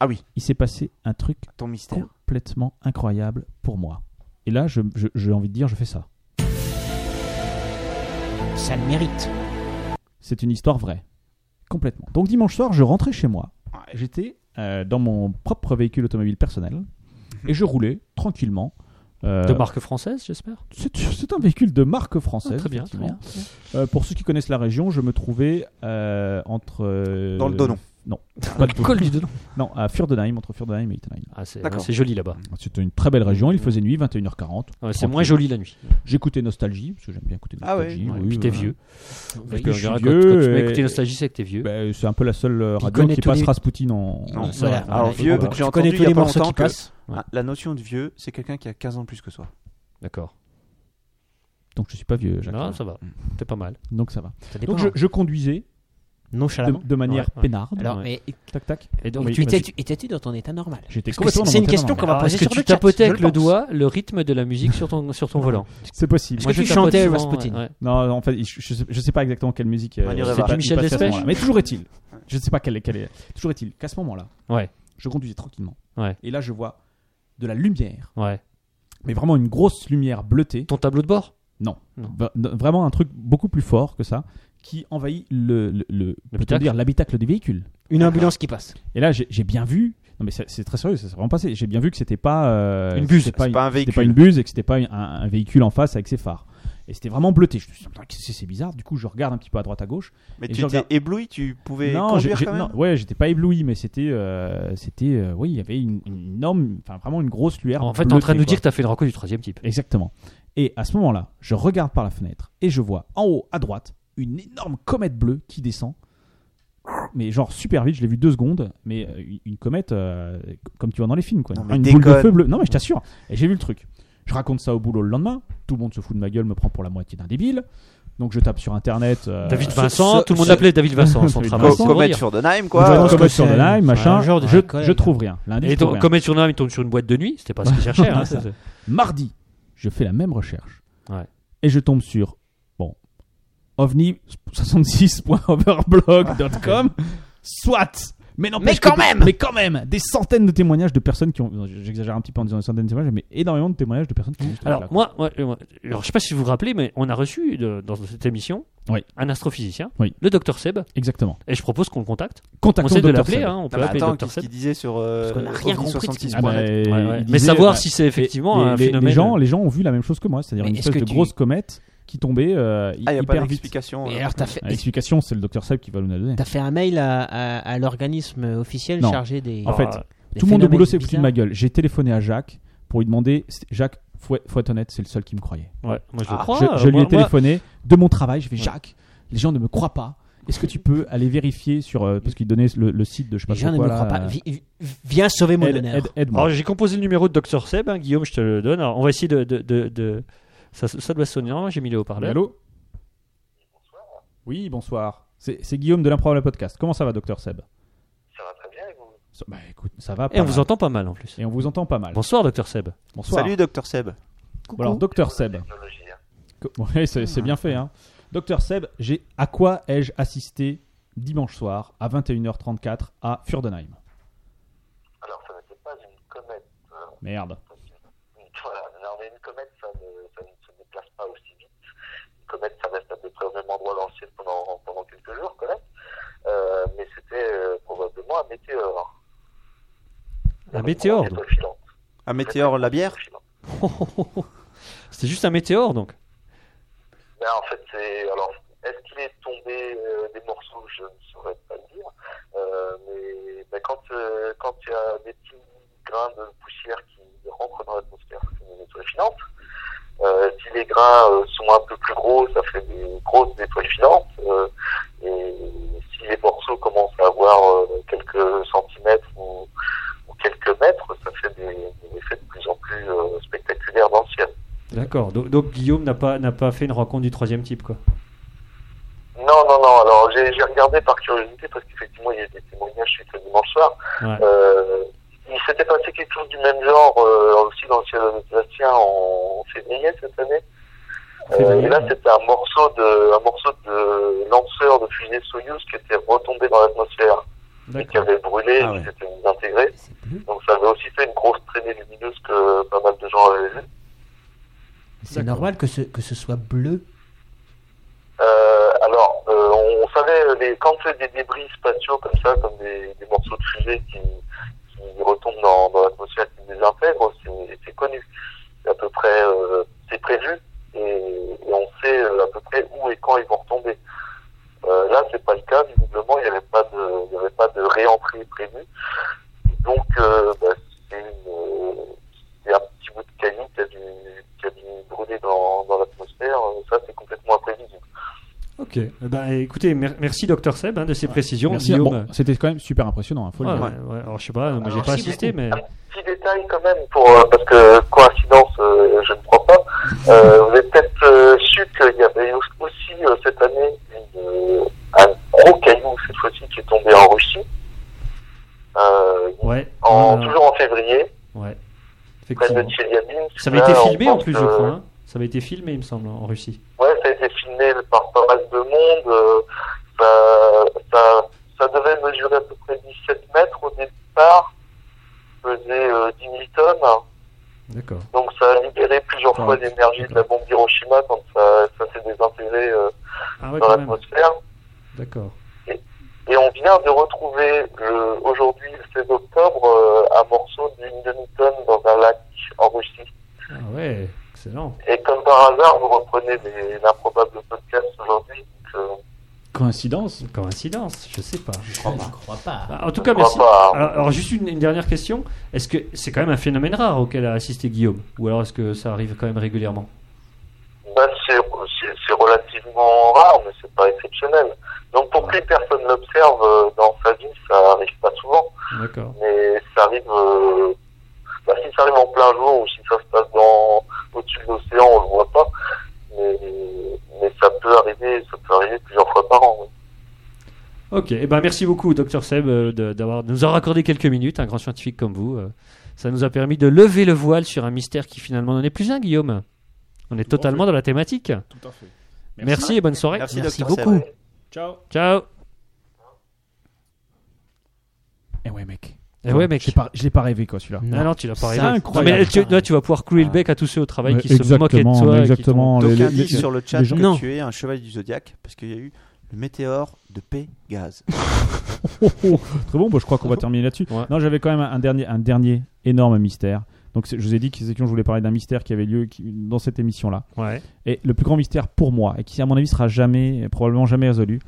D: Ah oui.
B: il s'est passé un truc
D: ton mystère
B: complètement incroyable pour moi. Et là, je- je- j'ai envie de dire, je fais ça.
E: Ça le mérite.
B: C'est une histoire vraie. Complètement. Donc dimanche soir, je rentrais chez moi. J'étais euh, dans mon propre véhicule automobile personnel et je roulais tranquillement. euh,
C: De marque française, j'espère.
B: C'est c'est un véhicule de marque française.
C: Ah, très bien, très
B: effectivement.
C: bien.
B: Euh, pour ceux qui connaissent la région, je me trouvais euh, entre. euh,
D: Dans le Donon.
B: Non, pas de
C: Col du dedans.
B: Non, à Furdenheim, entre Furdenheim et Ittenheim. Euh,
C: Ah, c'est
D: D'accord.
C: c'est joli là-bas.
B: Ah, C'était une très belle région, il faisait nuit, 21h40.
C: Ouais, c'est
B: Mm. Tranquille.
C: moins joli la nuit.
B: J'écoutais Nostalgie, parce que j'aime bien écouter
D: Ah ouais.
B: Nostalgie.
C: Ouais,
B: oui,
C: puis t'es
B: voilà.
C: vieux.
B: Parce
C: Parce
B: que
C: que
B: je suis
C: quand,
B: vieux,
C: quand tu m'as
B: et-
C: écouté Nostalgie, c'est que t'es vieux.
B: Ben, c'est un peu la seule euh, radio
H: connaît
B: qui
H: tous
B: passe
H: les-
B: Rasputin en.
D: Non,
B: en-
D: ça
H: va.
B: en-
D: Alors,
B: en-
D: vieux,
B: en-
D: j'ai
H: Tu connais
D: entendu
H: tous
D: il y a
H: les
D: pas
H: morceaux
D: longtemps
H: qui
D: que
H: passent.
D: Ah, la notion de vieux, c'est quelqu'un qui a 15 ans de plus que soi.
C: D'accord.
B: Donc je suis pas vieux, Jacques. Mm.
C: Non, ça va. T'es pas mal.
B: Donc ça va.
H: Ça dépend.
B: Donc je, je conduisais de,
H: Nonchalamment.
B: de manière
C: Ouais, ouais.
B: peinarde.
H: Alors,
C: Ouais.
H: mais
B: Tac tac.
C: Et donc,
B: Oui,
H: tu
B: vas-y.
H: étais- tu- étais-tu dans ton état normal
B: J'étais
H: Parce que
B: complètement.
H: c'est-
B: dans
H: c'est
B: mon
H: une
B: état
H: question
B: normal.
H: qu'on va
C: Alors,
H: poser
C: est-ce que
H: sur
C: tu
H: le chat.
C: tapotais
H: je
C: avec le
H: pense.
C: doigt le rythme de la musique sur ton, sur ton volant
B: C'est possible.
H: Est-ce
C: Moi,
H: que
C: je
H: tu
C: tapote
H: chantais
C: souvent,
H: Rasputin
C: ouais, ouais.
B: Non, en fait, je, je sais, je sais pas exactement quelle musique.
D: On
B: c'est
D: dirait
B: pas-
D: pas.
B: il
C: Michel
B: passait à ce
C: Despech
B: moment-là. Mais toujours est-il, je ne sais pas quelle est, quelle est. Toujours est-il qu'à ce moment-là,
C: Ouais.
B: je conduisais tranquillement.
C: Ouais.
B: Et là, je vois de la lumière,
C: Ouais.
B: mais vraiment une grosse lumière bleutée.
C: Ton tableau de bord
B: Va- de- Vraiment un truc beaucoup plus fort que ça, qui envahit le, le, le- peut-on
C: L'habitacle.
B: dire l'habitacle du véhicule.
H: Une ambulance qui passe.
B: Et là, j'ai j'ai bien vu. Non, mais c'est c'est très sérieux, ça s'est vraiment passé. J'ai bien vu que c'était pas euh,
C: Une buse.
B: c'était
D: C'est pas un
B: c'était pas
D: véhicule.
B: une buse et que c'était pas un, un véhicule en face avec ses phares. Et c'était vraiment bleuté. Je me suis dit, Putain, qu'est-ce que c'est c'est bizarre. Du coup, je regarde un petit peu à droite à gauche.
D: Mais
B: Et
D: tu
B: je
D: étais
B: regarde-
D: ébloui, tu pouvais
B: non, j'ai-
D: conduire
B: j'ai-
D: quand même
B: non, ouais, j'étais pas ébloui, mais c'était, euh, c'était, euh, oui, il y avait une, une énorme, enfin vraiment une grosse lueur.
C: En fait, t'es
B: bleutée,
C: en train de nous
B: quoi.
C: dire que t'as fait une reco du troisième type.
B: Exactement. Et à ce moment-là, je regarde par la fenêtre et je vois en haut à droite une énorme comète bleue qui descend. Mais genre super vite, je l'ai vu deux secondes, mais euh, une- une comète euh, comme tu vois dans les films quoi.
D: Non, mais
B: une boule de
D: déconne.
B: feu bleue. Non mais je t'assure, et j'ai vu le truc. Je raconte ça au boulot le lendemain, tout le monde se fout de ma gueule, me prend pour la moitié d'un débile. Donc je tape sur internet euh,
C: David
B: euh,
C: Vincent,
H: ce-
C: tout le monde
H: ce-
C: l'appelait David Vincent, son
B: David
C: travail.
D: Co-
C: c'est
D: Comète
C: dire.
D: Furdenheim,
B: je
D: quoi.
B: tape
H: pense
B: Comet
H: que c'est-
B: sur le live, machin,
C: un genre de-
B: je,
H: ouais, quand même.
B: je trouve rien. Lundi, je
C: euh, Et
B: trouve
C: ton
B: rien.
C: Comet sur il tombe sur une boîte de nuit, c'était pas ce qu'il cherchait. hein, c'est- c'est-
B: Mardi, je fais la même recherche.
C: Ouais.
B: Et je tombe sur, bon, ovni66.overblog.com, soit mais non,
H: Mais quand même
B: Mais quand même Des centaines de témoignages de personnes qui ont. non, J'exagère un petit peu en disant des centaines de témoignages, mais énormément de témoignages de personnes qui ont.
C: Alors, moi, moi, euh, moi, alors, je sais pas si vous vous rappelez, mais on a reçu de- dans cette émission
B: Oui.
C: un astrophysicien,
B: Oui.
C: le docteur Seb,
B: Exactement.
C: et je non, mais attends, qu'est-ce qu'il disait sur, euh, Ovni 66. je propose qu'on le contacte. on
B: Contactons
C: sait de
B: Dr.
C: l'appeler, hein,
B: Seb.
C: on peut
D: Non, mais
C: l'appeler
D: attends,
C: Dr
D: qu'est-ce
C: Seb.
D: qu'il disait sur euh,
H: qu'on a rien
D: Ovni
H: compris de ce qu'il
D: 66.
B: Ah, bah, il
C: Mais
B: disait,
C: savoir
B: bah,
C: si c'est effectivement
B: les-
C: un
B: les, les
C: phénomène. euh.
B: gens, les gens ont vu la même chose que moi, c'est-à-dire
H: Mais
B: une
H: est-ce
B: espèce de
H: que tu-
B: grosse comète qui tombait euh,
D: Ah, il a pas
B: hyper vite.
D: d'explication.
H: Et
D: euh.
H: alors, t'as fait,
B: Ah, L'explication, c'est le docteur Seb qui va nous la donner.
H: t'as fait un mail à, à- à l'organisme officiel
B: Non.
H: chargé des.
B: En fait,
C: Alors,
H: des
B: Tout le monde au
H: phénomènes
B: boulot s'est foutu de
H: bizarres.
B: ma gueule. J'ai téléphoné à Jacques pour lui demander. C'était- Jacques, faut, faut être honnête, c'est le seul qui me croyait.
C: euh, ouais, moi je le
D: Ah,
C: crois.
B: je, je
C: euh,
B: lui
C: moi-
B: ai téléphoné de mon travail. Je fais Jacques, les gens ne me croient pas. Est-ce que tu peux aller vérifier sur euh, parce qu'il donnait le, le site de je sais pas
H: Les gens ne
B: trop
H: me
B: quoi,
H: croient
B: là,
H: pas.
B: euh,
H: Vi- vi- Viens sauver mon
B: aide-
H: honneur.
B: aide-
C: moi.
B: Aide-moi.
H: Oh,
C: Alors, j'ai composé le numéro de Dr Seb, hein, Guillaume, je te le donne. Alors, on va essayer de. de- de- de- Ça, ça doit sonner. Normalement, j'ai mis le
B: Oui,
C: haut-parleur.
B: Allô. Oui, bonsoir. C'est c'est Guillaume de l'improbable podcast. Comment ça va, docteur Seb Ça va très bien. Bah écoute, ça va.
C: Et
B: pas
C: on vous
B: mal.
C: entend pas mal en plus.
B: Et on vous entend pas mal.
C: Bonsoir, Docteur Seb.
B: Bonsoir.
D: Salut, docteur Seb.
B: Bon, alors,
I: Euh,
B: docteur Seb.
I: hein.
B: Co- Ouais, c'est c'est bien fait. Hein. Docteur Seb, j'ai à quoi ai-je assisté dimanche soir à 21h34 à Furdenheim
I: Alors, ça n'était pas une comète. euh,
B: Merde.
I: Voilà, non, mais une comète, ça ne, ça ne se déplace pas aussi vite. Une comète, ça reste à peu près au même endroit dans le ciel pendant, pendant quelques jours, quand même. Euh, mais c'était euh, probablement un météore.
C: Un météore,
I: Une
C: donc.
I: étoile filante.
D: Un météore, la bière
I: Étoile filante.
C: C'était juste un météore, donc.
I: Mais Ben, en fait, c'est. Alors, est-ce qu'il est tombé euh, des morceaux Je ne saurais pas le dire. Euh, mais ben, quand euh, quand il y a des petits grains de poussière qui rentrent dans l'atmosphère, c'est une étoile filante. Euh, si les grains euh, sont un peu plus gros, ça fait des grosses étoiles filantes. Euh, et si les morceaux commencent à avoir euh, quelques centimètres ou, ou quelques mètres, ça fait des, des effets de plus en plus euh, spectaculaires dans le ciel.
H: D'accord. Donc, donc Guillaume n'a pas, n'a pas fait une rencontre du troisième type, quoi.
I: Non, non, non. Alors, j'ai j'ai regardé par curiosité parce qu'effectivement, il y a eu des témoignages suite le dimanche soir.
H: Ouais.
I: Euh, il s'était passé quelque chose du même genre euh, aussi dans le ciel alsacien en février cette année. Euh,
H: Février,
I: et là,
H: ouais.
I: c'était un morceau de un morceau de lanceur de fusée Soyuz qui était retombé dans l'atmosphère et qui
H: D'accord.
I: avait brûlé,
D: Ah ouais.
I: qui s'était désintégré. Donc, ça avait aussi fait une grosse traînée lumineuse que pas mal de gens avaient vue.
E: C'est normal que ce, que ce soit bleu.
I: Euh, alors, euh, on savait euh, les, quand c'est des débris spatiaux comme ça, comme des, des morceaux de fusée qui, qui retombent dans, dans l'atmosphère, qui se désintègrent, c'est c'est connu. C'est à peu près, euh, c'est prévu et, et on sait euh, à peu près où et quand ils vont retomber. Euh, là, c'est pas le cas. Visiblement, il n'y avait pas de, il y avait pas de réentrée prévue. Donc, euh, bah, c'est une- euh, c'est un petit bout de caillou qui a dû, qui a dû brûler dans, dans l'atmosphère. Ça, c'est complètement imprévisible.
H: Ok. Eh ben, écoutez, mer- merci Docteur Seb hein, de ces précisions.
B: Merci.
H: Guillaume,
B: Bon, c'était quand même super impressionnant. hein, faut le
H: Ouais,
B: dire.
H: ouais, ouais. Alors je sais pas, moi j'ai
I: Alors,
H: pas
I: si,
H: assisté, mais
I: petit détail quand même, pour, euh, parce que coïncidence, euh, je ne crois pas. Euh, vous avez peut-être euh, su qu'il y avait au- aussi euh, cette année une, euh, un gros caillou, cette fois-ci, qui est tombé en Russie, euh,
H: ouais.
I: en,
H: euh,
I: toujours en février,
H: ouais.
I: près de
H: Effectivement.
I: Tcheliabinsk.
H: Ça avait été
I: Là, on
H: filmé en
I: pense
H: plus,
I: que-
H: je crois. hein. Ça avait été filmé, il me semble, en Russie.
I: Ouais, ça a été filmé par pas mal de monde. euh, ça, ça, ça devait mesurer à peu près 17 mètres au départ, faisait euh, 10 000 tonnes.
H: D'accord.
I: Donc ça a libéré plusieurs fois l'énergie de la bombe d'Hiroshima quand ça, ça s'est désintégré euh,
H: Ah ouais,
I: dans
H: quand même.
I: l'atmosphère.
H: D'accord.
I: Et on vient de retrouver le- aujourd'hui, le 16 octobre, euh, un morceau d'une demi-tonne dans un lac en Russie.
H: Ah ouais, excellent.
I: Et comme par hasard, vous reprenez les- l'improbable podcast aujourd'hui. donc, euh,
B: Coïncidence.
H: Oh, Coïncidence, je sais pas.
E: Je crois pas. crois pas.
H: Ah, En tout cas,
I: Je crois
H: merci.
I: pas.
H: Alors, alors, juste une, une dernière question. Est-ce que c'est quand même un phénomène rare auquel a assisté Guillaume Ou alors est-ce que ça arrive quand même régulièrement
I: Bah, c'est c'est- c'est relativement rare, mais c'est pas exceptionnel. Donc pour que les personnes l'observent euh, dans sa vie, ça arrive pas souvent.
H: D'accord.
I: mais ça arrive euh, bah, si ça arrive en plein jour ou si ça se passe dans au-dessus de l'océan on le voit pas mais, mais ça peut arriver ça peut arriver plusieurs fois par an oui.
H: Ok, eh ben, merci beaucoup, docteur Seb, euh, de, d'avoir, de nous avoir accordé quelques minutes, un grand scientifique comme vous. euh. Ça nous a permis de lever le voile sur un mystère qui finalement n'en est plus un, Guillaume. On est totalement dans la thématique.
B: Tout à fait.
H: Merci, et bonne soirée.
D: Merci,
J: Merci
D: Dr. Seb.
J: beaucoup.
B: Ciao.
H: Ciao.
B: Eh ouais, mec.
H: Eh ouais, mec.
B: Je l'ai pas, je l'ai pas rêvé, quoi, celui-là.
H: Ah Non, non, tu l'as pas
B: C'est
H: rêvé.
B: incroyable.
H: Non, mais là, tu, là, tu vas pouvoir clouer le bec à tous ceux au travail
B: Mais
H: qui se moquent de
B: exactement,
H: toi. et qui
B: exactement.
H: t'ont-
B: les-
D: Donc
B: les-
D: un dit
B: les-
D: sur le chat
B: les
D: que
B: gens-
D: tu es un chevalier du zodiaque parce qu'il y a eu le météore de Pégase.
B: Euh, Oh, oh. Très bon, bon, je crois qu'on va terminer là-dessus.
H: Ouais.
B: Non, j'avais quand même un dernier, un dernier énorme mystère. Donc, c'est- je vous ai dit que je voulais parler d'un mystère qui avait lieu qui- dans cette émission-là.
H: Ouais.
B: Et le plus grand mystère pour moi, et qui à mon avis sera jamais, probablement jamais résolu,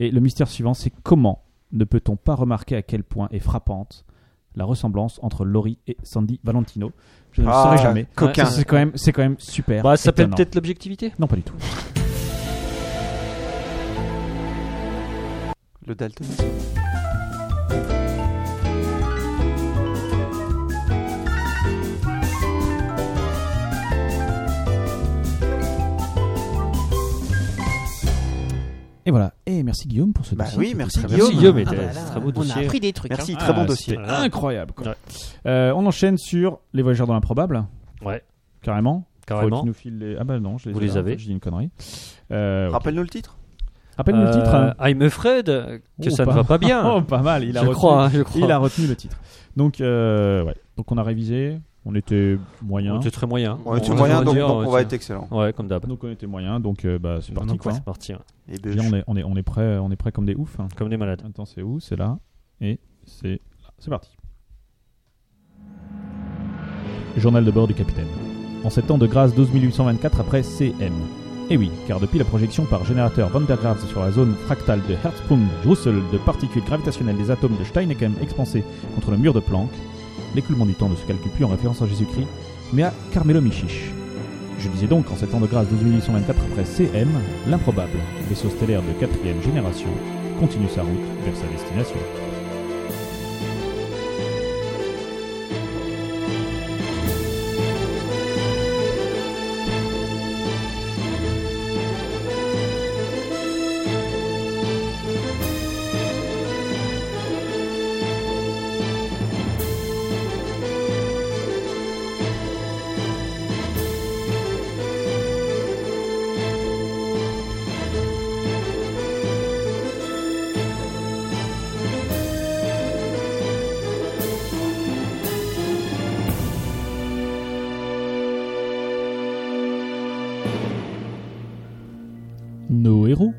B: et le mystère suivant, c'est comment ne peut-on pas remarquer à quel point est frappante la ressemblance entre Laurie et Sandy Valentino Je ne
D: Ah.
B: le saurais jamais.
D: Coquin.
B: Ça, C'est quand même, c'est quand même super.
H: Bah, ça s'appelle
B: étonnant.
H: peut-être l'objectivité.
B: Non, pas du tout.
D: Le Bah daltonisme.
B: Et voilà. Et merci Guillaume pour ce
D: Bah
B: dossier
D: oui,
B: qui était
D: merci
B: très bien.
D: Guillaume.
H: Guillaume était
E: Ah bah là,
H: c'est un très beau
E: on a
H: dossier.
E: appris des trucs.
D: Merci,
E: hein.
D: très bon
B: Ah,
D: dossier.
B: c'était Incroyable. quoi.
H: Ouais.
B: Euh, on enchaîne sur les voyageurs dans l'improbable.
H: Ouais.
B: Carrément. Faut que
H: Carrément.
B: tu nous files les... Ah bah non, je les,
H: Vous
B: ai
H: les
B: là.
H: avez.
B: Je dis une connerie. Euh, ok.
D: Rappelle-nous le titre.
B: Rappelle-nous le
H: Euh,
B: titre. hein.
H: I'm afraid que
B: Oh,
H: ça ne va pas
B: oh,
H: bien.
B: pas mal. Il a
H: je,
B: retenu,
H: crois, hein, je crois.
B: Il a retenu le titre. Donc, euh, ouais. Donc on a révisé. On était moyen.
H: On était très moyen.
D: On est
H: On
D: au moyen,
H: va
D: donc,
H: dire, euh,
D: donc on va
B: euh,
H: tiens.
D: être excellent.
H: Ouais, comme d'hab.
B: Donc on était moyen. Donc euh, bah, c'est parti.
H: Donc,
B: quoi.
H: ouais, c'est parti. hein.
D: Et
B: Je
D: ben,
B: veux dire, on, est, on, est, on est prêt. On est prêt comme des oufs. hein.
H: Comme des malades.
B: Attends, c'est où C'est là. Et c'est là. C'est parti. Journal de bord du capitaine. En sept ans de grâce 12824 après CM. Et oui, car depuis la projection par générateur Van der Graaf sur la zone fractale de Hertzsprung-Russell de particules gravitationnelles des atomes de Steinecken expansées contre le mur de Planck, l'écoulement du temps ne se calcule plus en référence à Jésus-Christ, mais à Carmelo Michich. Je disais donc en sept ans de grâce 12824 après CM, l'improbable vaisseau stellaire de quatrième génération continue sa route vers sa destination.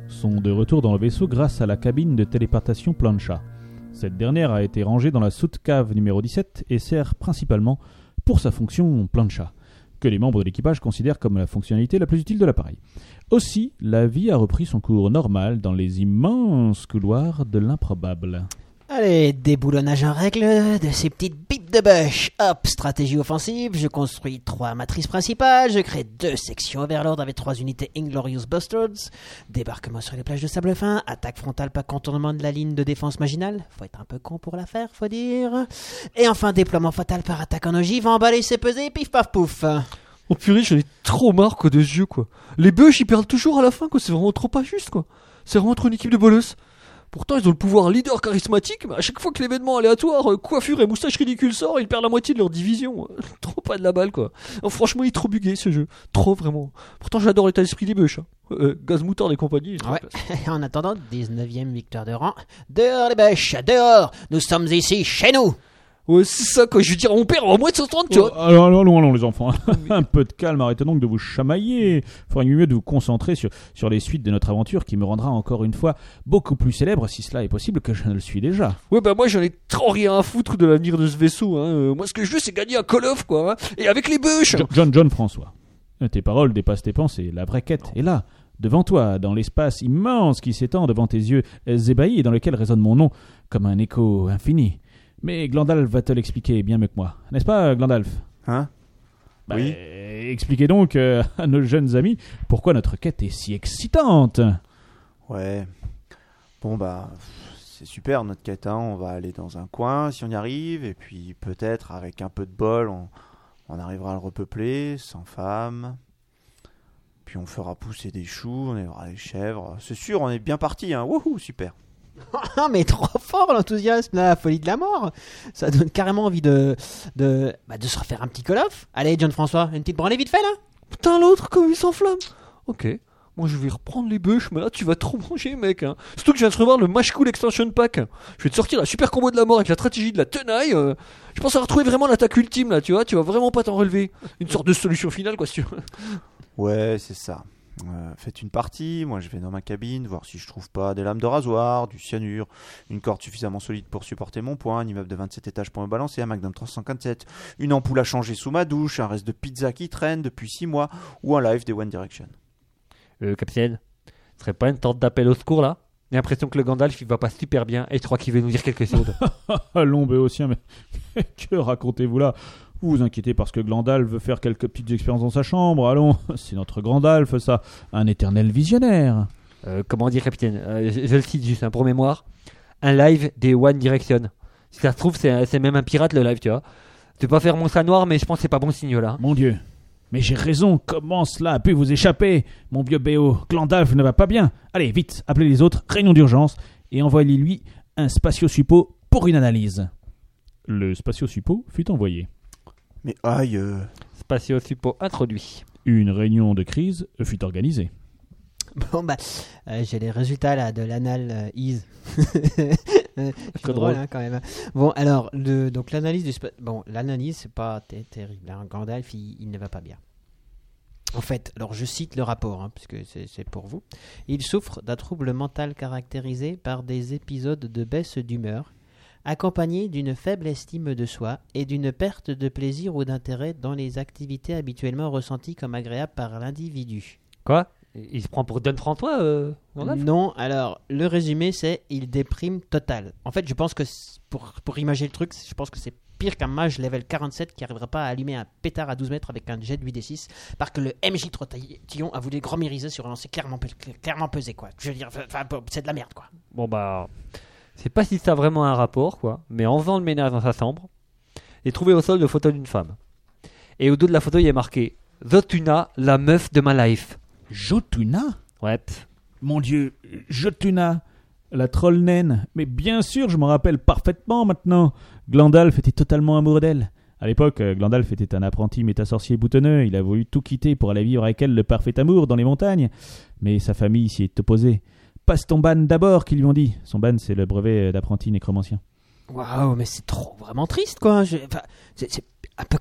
B: sont de retour dans le vaisseau grâce à la cabine de téléportation plancha. Cette dernière a été rangée dans la soute cave numéro 17 et sert principalement pour sa fonction plancha, que les membres de l'équipage considèrent comme la fonctionnalité la plus utile de l'appareil. Aussi, la vie a repris son cours normal dans les immenses couloirs de l'improbable.
K: Allez, déboulonnage en règle de ces petites bipes de bûche. Hop, stratégie offensive, je construis trois matrices principales, je crée deux sections Overlord avec trois unités Inglorious Bastards, débarquement sur les plages de sable fin, attaque frontale par contournement de la ligne de défense marginale, faut être un peu con pour la faire, faut dire, et enfin déploiement fatal par attaque en ogive, emballer c'est peser, pif paf pouf.
H: Oh purée, j'en ai trop marre quoi, de ce jeu quoi. Les bûches ils perdent toujours à la fin quoi, c'est vraiment trop pas juste quoi. C'est vraiment trop une équipe de bolosses. Pourtant ils ont le pouvoir leader charismatique, mais à chaque fois que l'événement aléatoire, euh, coiffure et moustache ridicule sort, ils perdent la moitié de leur division. trop pas de la balle quoi. Non, franchement il est trop bugué ce jeu. Trop vraiment. Pourtant j'adore l'état d'esprit des bûches. Hein. Euh, gaz moutarde et compagnie. ils sont
K: Ouais.
H: classe.
K: en attendant, 19e victoire de rang. Dehors les bêches, dehors, nous sommes ici, chez nous.
H: Ouais, c'est ça quoi, je veux dire on perd en moins de 130 tu
B: Oh,
H: vois.
B: alors, alors, allons, allons, les enfants. un peu de calme, arrêtez donc de vous chamailler. Feriez mieux de vous concentrer sur, sur les suites de notre aventure qui me rendra encore une fois beaucoup plus célèbre, si cela est possible, que je ne le suis déjà.
H: Ouais bah moi j'en ai trop rien à foutre de l'avenir de ce vaisseau. Hein. Euh, Moi ce que je veux c'est gagner un Call of quoi. hein. Et avec les bûches
B: Jo- John, John François, Euh, tes paroles dépassent tes pensées. La vraie quête est là, devant toi, dans l'espace immense qui s'étend devant tes yeux euh, ébahis et dans lequel résonne mon nom comme un écho infini. Mais Glandalf va te l'expliquer bien mieux que moi. N'est-ce pas, Glandalf
D: Hein
B: Bah,
D: Oui.
B: euh, Expliquez donc euh, à nos jeunes amis pourquoi notre quête est si excitante.
D: Ouais. Bon, bah, pff, c'est super notre quête. hein. On va aller dans un coin si on y arrive. Et puis, peut-être, avec un peu de bol, on, on arrivera à le repeupler sans femme. Puis, on fera pousser des choux, on élevera des chèvres. C'est sûr, on est bien parti. Hein. Wouhou, super.
E: Ah, mais trop fort l'enthousiasme, la folie de la mort. Ça donne carrément envie de de, bah, de se refaire un petit call-off. Allez, John François, une petite branlée vite fait là.
H: Putain, l'autre, comme il s'enflamme Ok. Moi, je vais reprendre les bûches, mais là, tu vas trop manger, mec. Hein. Surtout que je viens de recevoir le Mash Cool Extension Pack. Je vais te sortir la super combo de la mort avec la stratégie de la tenaille. euh. Je pense avoir trouvé vraiment l'attaque ultime, là, tu vois. Tu vas vraiment pas t'en relever. Une sorte de solution finale, quoi, si tu veux.
D: Ouais, c'est ça. Euh, faites une partie, moi je vais dans ma cabine voir si je trouve pas des lames de rasoir, du cyanure, une corde suffisamment solide pour supporter mon poids, un immeuble de 27 étages pour me balancer, un McDonald's 357, une ampoule à changer sous ma douche, un reste de pizza qui traîne depuis 6 mois ou un live des One Direction.
H: Euh, capitaine, ce serait pas une tente d'appel au secours, là J'ai l'impression que le Gandalf, il va pas super bien, et je crois qu'il veut nous dire quelque chose.
B: Allons, Béotien, mais que racontez-vous là Vous vous inquiétez parce que Glandalf veut faire quelques petites expériences dans sa chambre. Allons, c'est notre Glandalf, ça, un éternel visionnaire.
H: Euh, comment dire, capitaine Euh, je, je le cite juste hein, pour mémoire. Un live des One Direction. Si ça se trouve, c'est un- c'est même un pirate le live, tu vois. Tu peux pas faire mon chat noir, mais je pense que c'est pas bon signe là.
B: Mon Dieu, mais j'ai raison, comment cela a pu vous échapper Mon vieux Béo, Glandalf ne va pas bien. Allez, vite, appelez les autres, réunion d'urgence, et envoyez-lui un spatio-suppo pour une analyse. Le spatio-suppo fut envoyé.
D: Mais aïe, euh,
H: Spatio Suppo introduit.
B: Une réunion de crise fut organisée.
E: Bon bah, euh, j'ai les résultats là de l'anal euh, ease. C'est
H: Trop
E: drôle,
H: drôle.
E: hein, quand même. Bon alors, le, donc l'analyse du spa- bon l'analyse c'est pas ter- terrible. hein. Gandalf il, il ne va pas bien. En fait, alors je cite le rapport, hein, puisque c'est c'est pour vous. Il souffre d'un trouble mental caractérisé par des épisodes de baisse d'humeur, accompagné d'une faible estime de soi et d'une perte de plaisir ou d'intérêt dans les activités habituellement ressenties comme agréables par l'individu.
H: Quoi Il se prend pour Don François, euh, Gandalf
E: Non, alors le résumé c'est il déprime total. En fait, je pense que c'est- pour, pour imager le truc, je pense que c'est pire qu'un mage level 47 qui arrivera pas à allumer un pétard à 12 mètres avec un jet de 8d6 parce que le MJ Trotillon a voulu grand miriser sur un lancer clairement, pe- clairement pesé quoi. Je veux dire, enfin, enfin, bon, c'est de la merde quoi.
H: Bon bah. C'est pas si ça a vraiment un rapport, quoi. Mais en faisant le ménage dans sa chambre, j'ai trouvé au sol le photo d'une femme. Et au dos de la photo, il est marqué Zotuna, la meuf de ma life.
B: Jotuna
H: Ouais.
B: Mon Dieu, Jotuna, la troll naine. Mais bien sûr, je m'en rappelle parfaitement maintenant. Glandalf était totalement amoureux d'elle. À l'époque, euh, Glandalf était un apprenti métasorcier boutonneux. Il a voulu tout quitter pour aller vivre avec elle le parfait amour dans les montagnes. Mais sa famille s'y est opposée. Passe ton ban d'abord, qu'ils lui ont dit. Son ban, c'est le brevet euh, d'apprenti nécromancien.
E: Waouh, mais c'est trop vraiment triste quoi. Je- enfin, c'est c'est un peu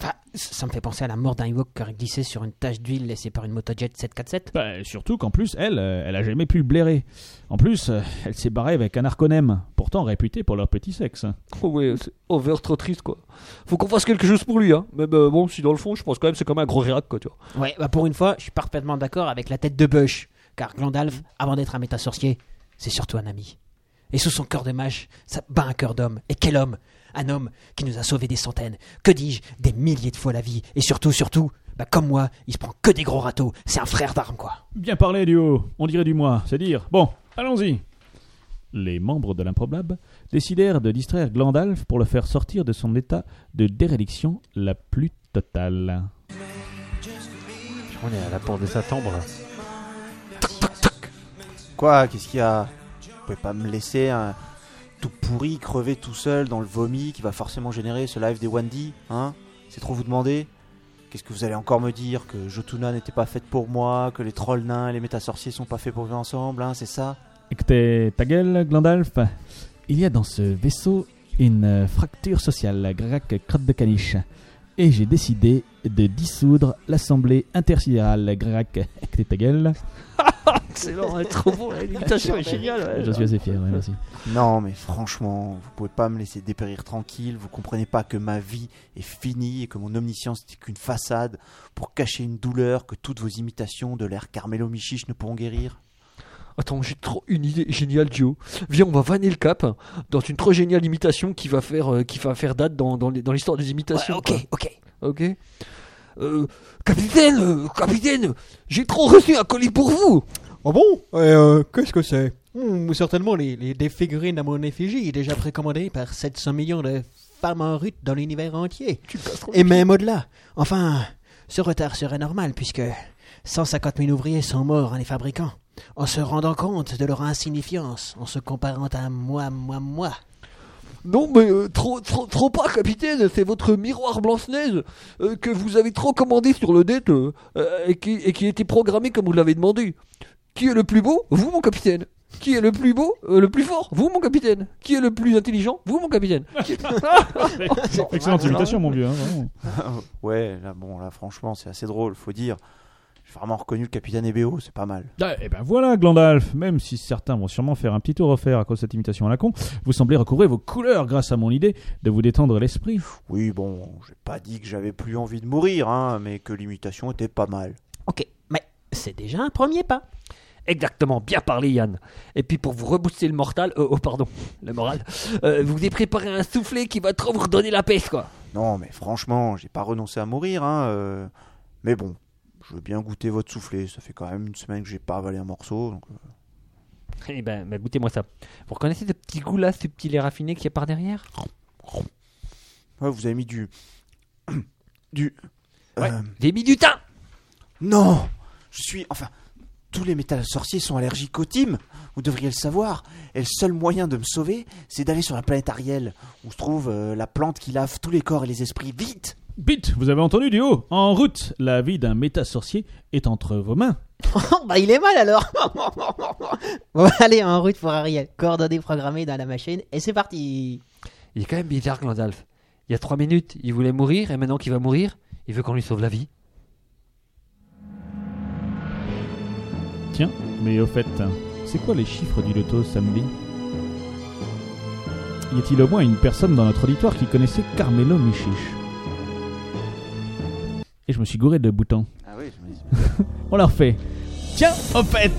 E: Enfin, ça me fait penser à la mort d'un Ewok glissé sur une tache d'huile laissée par une motojet 747.
B: Bah, surtout qu'en plus, elle, euh, elle a jamais pu le blairer. En plus, euh, elle s'est barrée avec un arconème, pourtant réputé pour leur petit sexe.
H: Oh ouais, c'est over trop triste quoi. Faut qu'on fasse quelque chose pour lui hein. Mais bah, bon, si dans le fond, je pense quand même c'est quand même un gros réac quoi, tu vois.
E: Ouais, bah pour une fois, je suis parfaitement d'accord avec la tête de Bush. Car Glandalf, avant d'être un méta-sorcier, c'est surtout un ami. Et sous son cœur de mage, ça bat un cœur d'homme. Et quel homme Un homme qui nous a sauvé des centaines, que dis-je, des milliers de fois la vie. Et surtout, surtout, bah comme moi, il se prend que des gros râteaux. C'est un frère d'armes, quoi.
B: Bien parlé du haut, on dirait du moi, c'est dire. Bon, allons-y. Les membres de l'improbable décidèrent de distraire Glandalf pour le faire sortir de son état de dérédiction la plus totale.
L: On est à la porte des septembre là.
D: Quoi Qu'est-ce qu'il y a Vous pouvez pas me laisser hein, tout pourri, crever tout seul dans le vomi qui va forcément générer ce live des Wandy, hein C'est trop vous demander Qu'est-ce que vous allez encore me dire Que Jotuna n'était pas faite pour moi, que les trolls nains et les métasorciers sont pas faits pour vivre ensemble, hein, c'est ça
B: Écoutez, ta gueule, Glandalf. Il y a dans ce vaisseau une euh, fracture sociale, Grac crotte de caniche. Et j'ai décidé de dissoudre l'assemblée intersidérale, Grac écoutez ta gueule.
H: Excellent, elle est trop bon, la imitation est géniale. ouais.
B: Je suis assez fier, ouais, merci.
D: Non, mais franchement, vous pouvez pas me laisser dépérir tranquille. Vous comprenez pas que ma vie est finie et que mon omniscience n'est qu'une façade pour cacher une douleur que toutes vos imitations de l'air Carmelo Michiche ne pourront guérir.
H: Attends, j'ai trop une idée géniale, Joe. Viens, on va vanner le cap dans une trop géniale imitation qui va faire, euh, qui va faire date dans, dans les- dans l'histoire des imitations.
E: ok, ok.
H: quoi. Ok. Euh, capitaine, euh, capitaine, j'ai trop reçu un colis pour vous.
M: Oh bon Et, euh, Qu'est-ce que c'est Hmm, Certainement les, les- des figurines à mon effigie, déjà précommandées par 700 millions de femmes en rut dans l'univers entier.
H: Tu me casses trop les
M: Et même au-delà. Enfin, ce retard serait normal puisque 150 000 ouvriers sont morts en les fabriquant. En se rendant compte de leur insignifiance, en se comparant à moi, moi, moi.
H: Non, mais euh, trop, trop, trop pas, capitaine. C'est votre miroir blanc-neige euh, que vous avez trop commandé sur le net euh, euh, et, qui, et qui était programmé comme vous l'avez demandé. Qui est le plus beau Vous, mon capitaine. Qui est le plus beau Euh, Le plus fort Vous, mon capitaine. Qui est le plus intelligent Vous, mon capitaine. Qui-
B: Excellente imitation, mon vieux. hein, vraiment.
D: ouais, là, bon, là, franchement, c'est assez drôle, faut dire. J'ai vraiment reconnu le capitaine Ebeo, c'est pas mal.
B: Ah, et ben voilà, Glandalf, même si certains vont sûrement faire un petit tour refaire à cause de cette imitation à la con, vous semblez recouvrer vos couleurs grâce à mon idée de vous détendre l'esprit.
D: Oui, bon, j'ai pas dit que j'avais plus envie de mourir, hein, mais que l'imitation était pas mal.
E: Ok, mais c'est déjà un premier pas.
H: Exactement, bien parlé Yann. Et puis pour vous rebooster le mortal, euh, oh pardon, le moral, euh, vous avez préparé un soufflet qui va trop vous redonner la pêche quoi.
D: Non, mais franchement, j'ai pas renoncé à mourir, hein. euh, Mais bon, je veux bien goûter votre soufflé. Ça fait quand même une semaine que j'ai pas avalé un morceau. donc, euh,
H: Eh ben, mais goûtez-moi ça. Vous reconnaissez ce petit goût là, ce petit lait raffiné qui est par derrière
D: ouais, vous avez mis du. du.
H: Ouais.
D: euh,
H: J'ai mis du thym
D: Non Je suis. Enfin. Tous les métal sorciers sont allergiques au thym. Vous devriez le savoir. Et le seul moyen de me sauver, c'est d'aller sur la planète Ariel, où se trouve euh, la plante qui lave tous les corps et les esprits. Vite
B: Bit, vous avez entendu du haut En route, la vie d'un méta-sorcier est entre vos mains.
E: Oh, bah il est mal alors Bon allez, en route pour Ariel. Coordonnées programmées dans la machine et c'est parti
H: Il est quand même bizarre Glandalf. Il y a trois minutes, il voulait mourir et maintenant qu'il va mourir, il veut qu'on lui sauve la vie.
B: Tiens, mais au fait, c'est quoi les chiffres du loto samedi Y a-t-il au moins une personne dans notre auditoire qui connaissait Carmelo Michiche Et je me suis gouré de boutons.
D: Ah oui, je me dis.
B: On leur fait. Tiens, au fait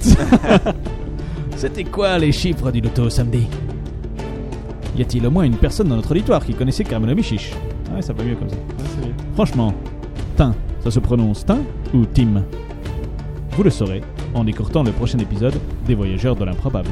B: C'était quoi les chiffres du loto samedi Y a-t-il au moins une personne dans notre auditoire qui connaissait Carmelo Michiche Ouais, ça va mieux comme ça. Franchement, Tin, ça se prononce Tin ou Tim Vous le saurez en écourtant le prochain épisode des Voyageurs de l'improbable.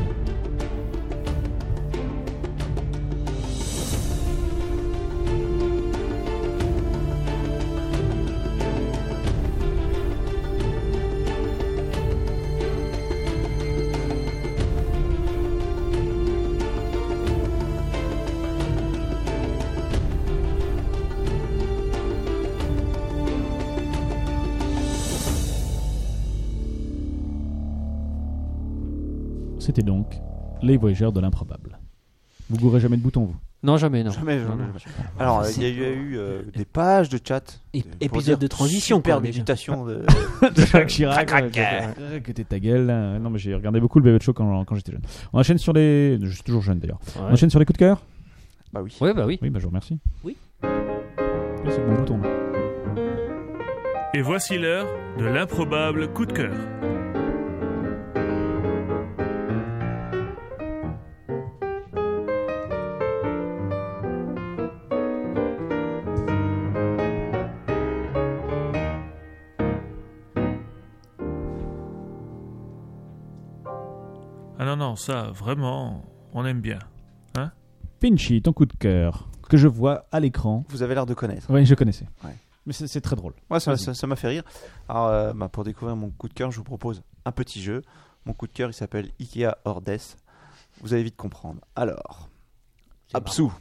B: C'était donc Les Voyageurs de l'improbable. Vous gourrez jamais de boutons, vous
C: Non, jamais, non.
D: Jamais,
C: Non,
D: jamais,
C: non.
D: jamais. Alors, euh, il y a eu, euh, des pages de chat.
E: Et-
D: pour
E: épisode
D: dire
E: de transition,
D: Super
E: quoi, déjà.
D: députation de.
B: Jacques Chirac. ouais, Que t'es ta gueule. là. Non, mais j'ai regardé beaucoup le bébé de show quand, quand j'étais jeune. On enchaîne sur les. Je suis toujours jeune d'ailleurs. On
C: Ouais.
B: enchaîne sur les coups de cœur
D: Bah oui.
C: Ouais, bah oui.
B: Oui, bah je vous remercie.
E: Oui.
B: Oui, c'est le bon bouton. là.
F: Et voici l'heure de l'improbable coup de cœur. Ah non, non, ça, vraiment, on aime bien.
B: Pinchy, ton coup de cœur que je vois à l'écran.
D: Vous avez l'air de connaître.
B: Oui, je connaissais.
D: Ouais.
B: Mais c'est c'est très drôle.
D: Ouais, ça,
B: Vas-y.
D: ça- ça m'a fait rire. Alors, euh, bah, pour découvrir mon coup de cœur, je vous propose un petit jeu. Mon coup de cœur, il s'appelle Ikea Ordes. Vous allez vite comprendre. Alors, Absou.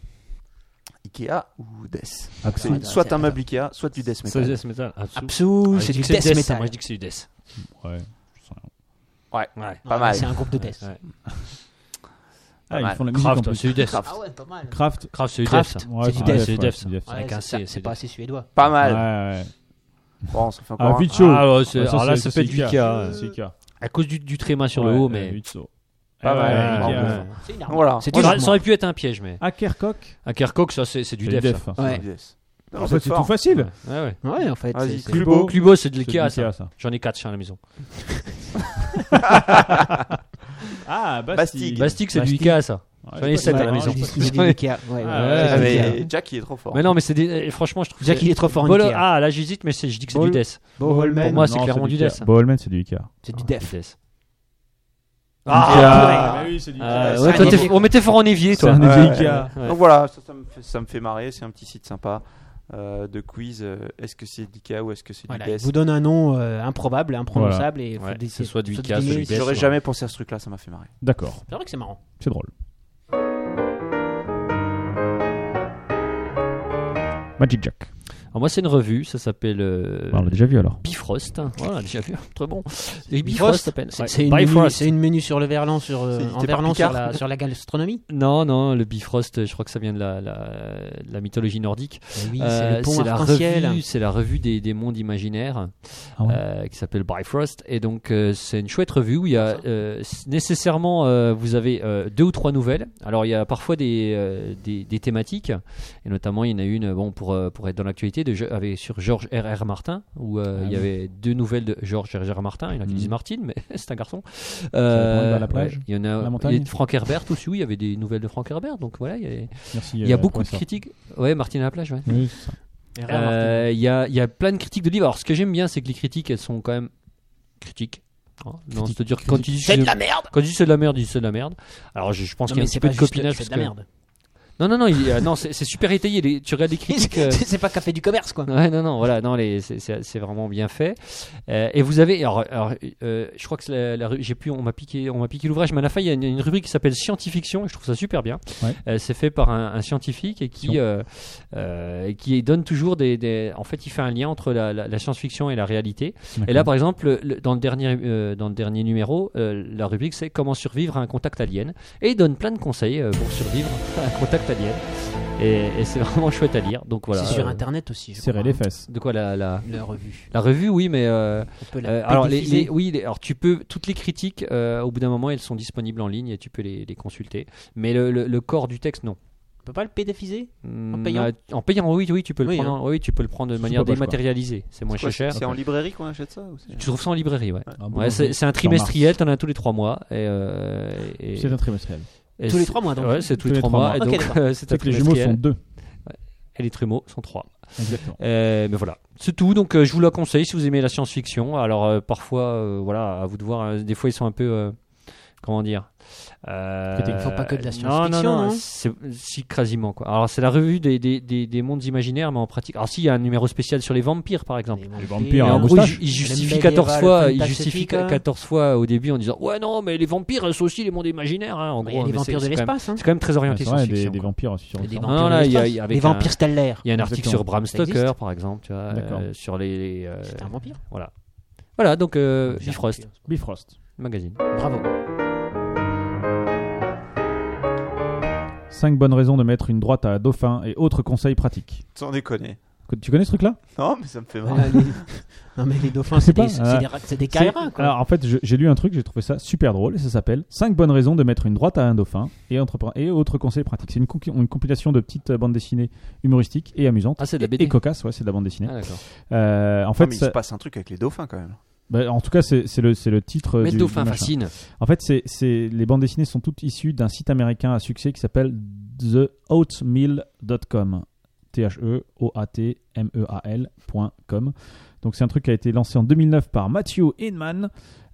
D: Ikea ou Des
B: Absolument.
D: C'est soit un meuble Ikea, soit du Death
C: C'est du
D: Metal.
C: death metal. Absou.
E: Absous,
C: Ah, je
E: c'est
C: dis
E: du
C: que
E: death metal.
C: Moi, je dis que c'est du death.
B: Ouais.
C: Ouais.
D: Pas
E: Ah,
D: mal.
E: C'est un groupe de death.
C: Ouais.
B: Ah, ils
D: mal.
B: font la musique en
C: Kraft,
B: plus.
C: c'est du death.
D: Kraft.
E: Ah ouais, pas mal.
B: Kraft.
C: Kraft, c'est du
E: Kraft.
C: death.
B: Ouais,
E: C'est du
B: ouais,
E: death.
B: ouais,
C: C'est du
B: ouais,
C: death.
B: c'est du death.
E: Ouais,
C: Avec un
E: c'est ça,
C: C,
E: c'est
C: c'est
E: pas
C: death.
E: assez suédois.
D: Pas
B: Ouais,
D: mal.
B: ouais.
D: Bon, on se fait encore
B: Ah,
D: un.
B: Vito.
C: Ah, ouais, c'est-
B: Ah, ça,
C: alors là,
B: c'est-
C: ça
B: c'est
C: peut être du
B: Ikea.
C: K. hein.
B: C'est Ikea.
C: À cause du, du tréma sur
B: Ouais,
C: le haut,
B: euh,
C: mais.
B: Vito.
D: Pas
B: Ah,
D: mal.
B: ouais,
C: Ouais,
B: Ikea.
C: ouais.
E: C'est une arme.
D: Voilà.
E: C'est
D: On
E: une
D: a-
C: Ça
E: arme.
C: ça aurait pu être un piège, mais.
B: Ackercock.
C: Un Kerkok, ça, c'est c'est du
B: C'est du
C: death.
B: def.
E: Ouais.
D: Du Death. Non,
B: En
D: vous
B: fait, Ah,
D: êtes
B: c'est tout
D: fort.
C: Ouais,
B: facile.
C: ouais, ouais.
E: Ouais, en fait.
D: Vas-y,
E: c'est-
D: Clubo.
C: Clubo, c'est de
B: C'est du
C: l'IKEA,
B: Ikea,
C: ça.
B: ça.
C: J'en ai 4 chez à la maison.
B: Ah,
D: Bastille.
C: Bastique, c'est du
B: Bastille.
C: Ikea, ça.
B: Ouais,
C: J'en ai
B: c'est
C: sept
B: pas
C: à la
B: mal,
C: maison.
B: hein, je
E: Il est
C: Ouais.
E: délicat, ouais, ouais,
B: Ah,
D: Ah,
E: c'est délicat.
D: mais Jack, il est trop fort.
C: Mais non, mais c'est des... eh, franchement, je trouve
E: Jack,
C: que-
E: il est trop fort en
C: Bolo-
E: Ikea.
C: Ah, là, j'hésite, mais c'est- je dis que c'est du
E: Bol-
C: death.
E: Bon, Holman,
C: Pour moi,
B: Non,
C: c'est clairement
B: du
C: du
B: Ikea.
C: death.
B: Bowlman, c'est du Ikea.
E: c'est du death.
C: Ah,
B: oui, c'est du
C: Ah,
E: c'est
C: ouais,
E: un
C: toi, t'es-
E: évier.
C: on mettait fort en évier,
B: C'est
C: toi.
B: un
D: Ouais.
B: évier Ikea.
C: Ouais.
D: Donc voilà, ça, ça me fait, ça me fait marrer. C'est un petit site sympa euh, de quiz. euh, est-ce que c'est d'IKEA ou est-ce que c'est
E: Voilà,
D: du
E: il
D: Death
E: vous donne un nom euh, improbable, imprononçable et faut
C: Ouais,
E: décider-
C: c'est soit du
E: faut
C: Ikea, soit
E: désigner-
C: du Death.
D: J'aurais
C: ouais.
D: jamais pensé à ce truc-là, ça m'a fait marrer.
B: D'accord,
E: C'est vrai que c'est marrant.
B: c'est drôle. Magic Jack.
C: Alors, moi, c'est une revue, ça s'appelle euh,
B: Bah, on l'a déjà vu alors.
C: Bifrost. Voilà, déjà vu, très bon. Et
E: Bifrost,
C: Bifrost, s'appelle.
E: C'est
C: Ouais.
E: c'est une, menu-
C: Bifrost.
E: c'est une menu sur le Verlan, sur, euh,
D: C'est-
E: en
D: c'était par
E: Verlan sur
D: Picard.
E: la, sur la gastronomie.
C: Non, non, le Bifrost, je crois que ça vient de la, la, la mythologie nordique.
E: Bah oui,
C: Euh,
E: c'est le pont
C: la
E: arc-en-ciel.
C: revue, c'est la revue des, des mondes imaginaires
B: Ah ouais.
C: euh, qui s'appelle Bifrost et donc euh, c'est une chouette revue où il y a euh, s- nécessairement euh, vous avez euh, deux ou trois nouvelles. Alors il y a parfois des, euh, des, des thématiques et notamment il y en a une bon pour euh, pour être dans l'actualité de Je- avec sur George R.R. Martin où euh,
B: Ah
C: il y
B: oui.
C: avait deux nouvelles de George R.R. Martin, il y en a qui
B: Mhm.
C: disent Martin mais c'est un garçon. Euh,
B: Ça dépend, il va à la
C: ouais,
B: plage,
C: il y en a
B: la
C: il y
B: montagne.
C: a de Frank Herbert aussi, oui, il y avait des nouvelles de Frank Herbert donc voilà, il y a,
B: Merci.
C: il y a
B: euh,
C: beaucoup
B: pour
C: de
B: ça.
C: critiques. Ouais, Martin à la plage, ouais.
B: Oui, c'est ça.
C: Euh, Il y, a, il y a plein de critiques de livres. Alors, ce que j'aime bien, c'est que les critiques, elles sont quand même critiques. Hein, non,
B: Critiques,
C: c'est-à-dire que quand ils disent c'est de la merde, quand ils disent c'est de la merde, ils disent c'est de la merde. Alors, je, je pense
E: Non, mais
C: qu'il y a un petit
E: c'est
C: peu
E: pas
C: de
E: juste,
C: copinage.
E: c'est de la
C: parce que-
E: merde.
C: Non, non, non, il- euh, non, c'est c'est super étayé. les- tu regardes les critiques. euh,
E: C'est c'est pas café du commerce, quoi.
C: Ouais, non, non, voilà, non, les, c'est- c'est c'est vraiment bien fait. Euh, et vous avez, alors, alors, euh, je crois que c'est la, la ru- j'ai pu, on m'a piqué, on m'a piqué l'ouvrage, mais à la fin, il y a une, une rubrique qui s'appelle scientifiction, et je trouve ça super bien.
B: Ouais.
C: Euh, c'est fait par un, un scientifique et
B: Sion.
C: qui, euh, euh, qui donne toujours des, des- en fait, il fait un lien entre la, la- la science-fiction et la réalité. Et là,
B: D'accord.
C: par exemple, le- dans le dernier, euh, dans le dernier numéro, euh, la rubrique c'est comment survivre à un contact alien. Et il donne plein de conseils euh, pour survivre à un contact alien. Et, et c'est vraiment chouette à lire. Donc voilà.
E: c'est sur
C: euh,
E: internet aussi. Je
B: Serrer
E: crois,
B: les
E: hein.
B: fesses.
C: de quoi la, la,
E: La revue.
C: la revue, oui, mais euh,
E: On peut la
C: euh, alors les,
E: pédophiler.
C: les- oui, les- alors tu peux toutes les critiques euh, au bout d'un moment elles sont disponibles en ligne et tu peux les, les consulter, mais le, le- le corps du texte non.
E: On peut pas le pédophiser
C: Mm,
E: payant
C: euh, En payant, oui, oui, tu peux le
E: Oui,
C: prendre, en- oui, tu peux le prendre de
B: Sous
C: manière
B: ta poche, quoi.
C: dématérialisée, c'est moins
D: C'est quoi,
C: cher.
D: C'est en librairie qu'on achète ça ou c'est-
C: Tu trouves ça en librairie, ouais.
B: Ah, bon,
C: Ouais, c'est c'est un
B: Jean-Marc.
C: trimestriel, t'en as tous les trois mois. Et, euh, et-
B: C'est un trimestriel.
C: et
E: Tous les
C: c'est-
E: trois mois, donc.
C: Ouais, c'est tous les trois mois. Et
E: Ok,
C: donc, euh, c'est un
B: C'est que les jumeaux
C: trimestriel.
B: sont deux.
C: Et les trumeaux sont trois.
B: Exactement.
C: Euh, mais voilà, c'est tout. Donc euh, je vous la conseille si vous aimez la science-fiction. Alors euh, parfois, euh, voilà, à vous de voir. euh, des fois, ils sont un peu, euh, comment dire, euh,
B: Critiques. Ils font
E: pas que de la
C: non,
E: science-fiction, hein.
C: Non, non,
E: non
C: c'est- si quasiment quoi. Alors c'est la revue des, des, des, des mondes imaginaires, mais en pratique. Alors si, il y a un numéro spécial sur les vampires, par exemple.
E: Les
B: vampires,
C: Mais
B: hein.
C: en
B: un
C: gros,
B: moustache.
C: il il justifie
E: Le
C: 14
E: médiéval,
C: fois,
E: le
C: il justifie
E: fantastique, hein.
C: 14 fois au début en disant ouais non mais les vampires c'est aussi les mondes imaginaires hein, en
E: Bah, Il y
C: gros.
E: a les
C: mais c'est-
E: vampires de
C: c'est quand même-
E: l'espace. hein.
C: Ah, C'est quand même très
B: Ouais,
C: orienté
B: c'est vrai, des,
C: science-fiction.
B: des
C: quoi.
B: vampires sur
E: Il y a des
B: sur-
E: vampires
C: hein. non,
E: de
C: là, il y a-
E: l'espace.
C: il y a- avec
E: Les vampires
C: un-
E: stellaires.
C: Il y a un article
B: Exactement.
C: sur Bram
E: Ça
C: Stoker
E: existe.
C: par exemple, tu vois,
B: D'accord.
C: euh, sur les, les, euh,
E: C'est un vampire. hein.
C: voilà. Voilà, donc euh,
E: C'est un
C: Bifrost
E: vampire.
B: Bifrost.
C: magazine.
E: Bravo.
B: 5 bonnes raisons de mettre une droite à Dauphin et autres conseils pratiques.
D: Sans déconner.
B: Tu connais ce truc-là
D: Non, mais ça me fait marrer.
E: Ah, les- Non, mais les dauphins,
B: Je sais
E: c'est
B: pas,
E: des, c'est
B: euh,
C: hein.
E: des ra- c'est des
B: C'est-
E: carrérins, quoi.
B: Alors en fait, je- j'ai lu un truc, j'ai trouvé ça super drôle, et ça s'appelle 5 bonnes raisons de mettre une droite à un dauphin et, entrepre- et autres conseils pratiques. C'est une, conqui- une compilation de petites euh, bandes dessinées humoristiques et amusantes.
C: Ah, c'est de la
B: Et-
C: BD.
B: Et cocasses, ouais, c'est de la bande dessinée.
C: Ah, d'accord.
B: Euh, en
D: Non,
B: fait,
D: Ah, mais il
B: ça-
D: se passe un truc avec les dauphins quand même.
B: bah, en tout cas, c'est c'est le, c'est le titre
C: Mais
B: du,
C: dauphin
B: du machin.
C: fascine.
B: En fait, c'est c'est- les bandes dessinées sont toutes issues d'un site américain à succès qui s'appelle theoatmeal.com. E T-H-E-O-A-T-M-E-A-L.com. Donc, c'est un truc qui a été lancé en 2009 par Matthew Inman,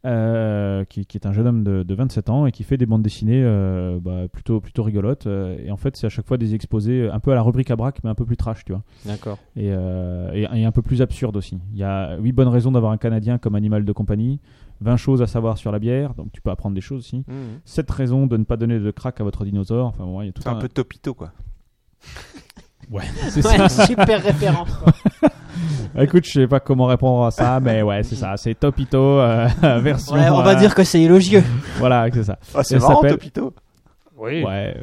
B: euh, qui, qui est un jeune homme de, de 27 ans et qui fait des bandes dessinées euh, bah, plutôt, plutôt rigolotes. euh, et en fait, c'est à chaque fois des exposés un peu à la rubrique à braque, mais un peu plus trash, tu vois
C: D'accord.
B: et, euh, et- et un peu plus absurde aussi. Il y a 8 bonnes raisons d'avoir un Canadien comme animal de compagnie, 20 choses à savoir sur la bière, donc tu peux apprendre des choses aussi, 7 raisons de ne pas donner de crack à votre dinosaure, enfin bon, il y a tout
D: Mmh. C'est un peu topito quoi.
B: C'est ça.
E: Ouais, super référence. quoi.
B: Écoute, je sais pas comment répondre à ça, mais ouais, c'est ça, c'est Topito euh, version...
E: Ouais, on va
B: euh,
E: dire que c'est élogieux.
B: Voilà, c'est ça.
D: Ah, c'est
B: Elle
D: marrant
B: s'appelle-
D: Topito.
C: Oui.
B: Ouais, euh,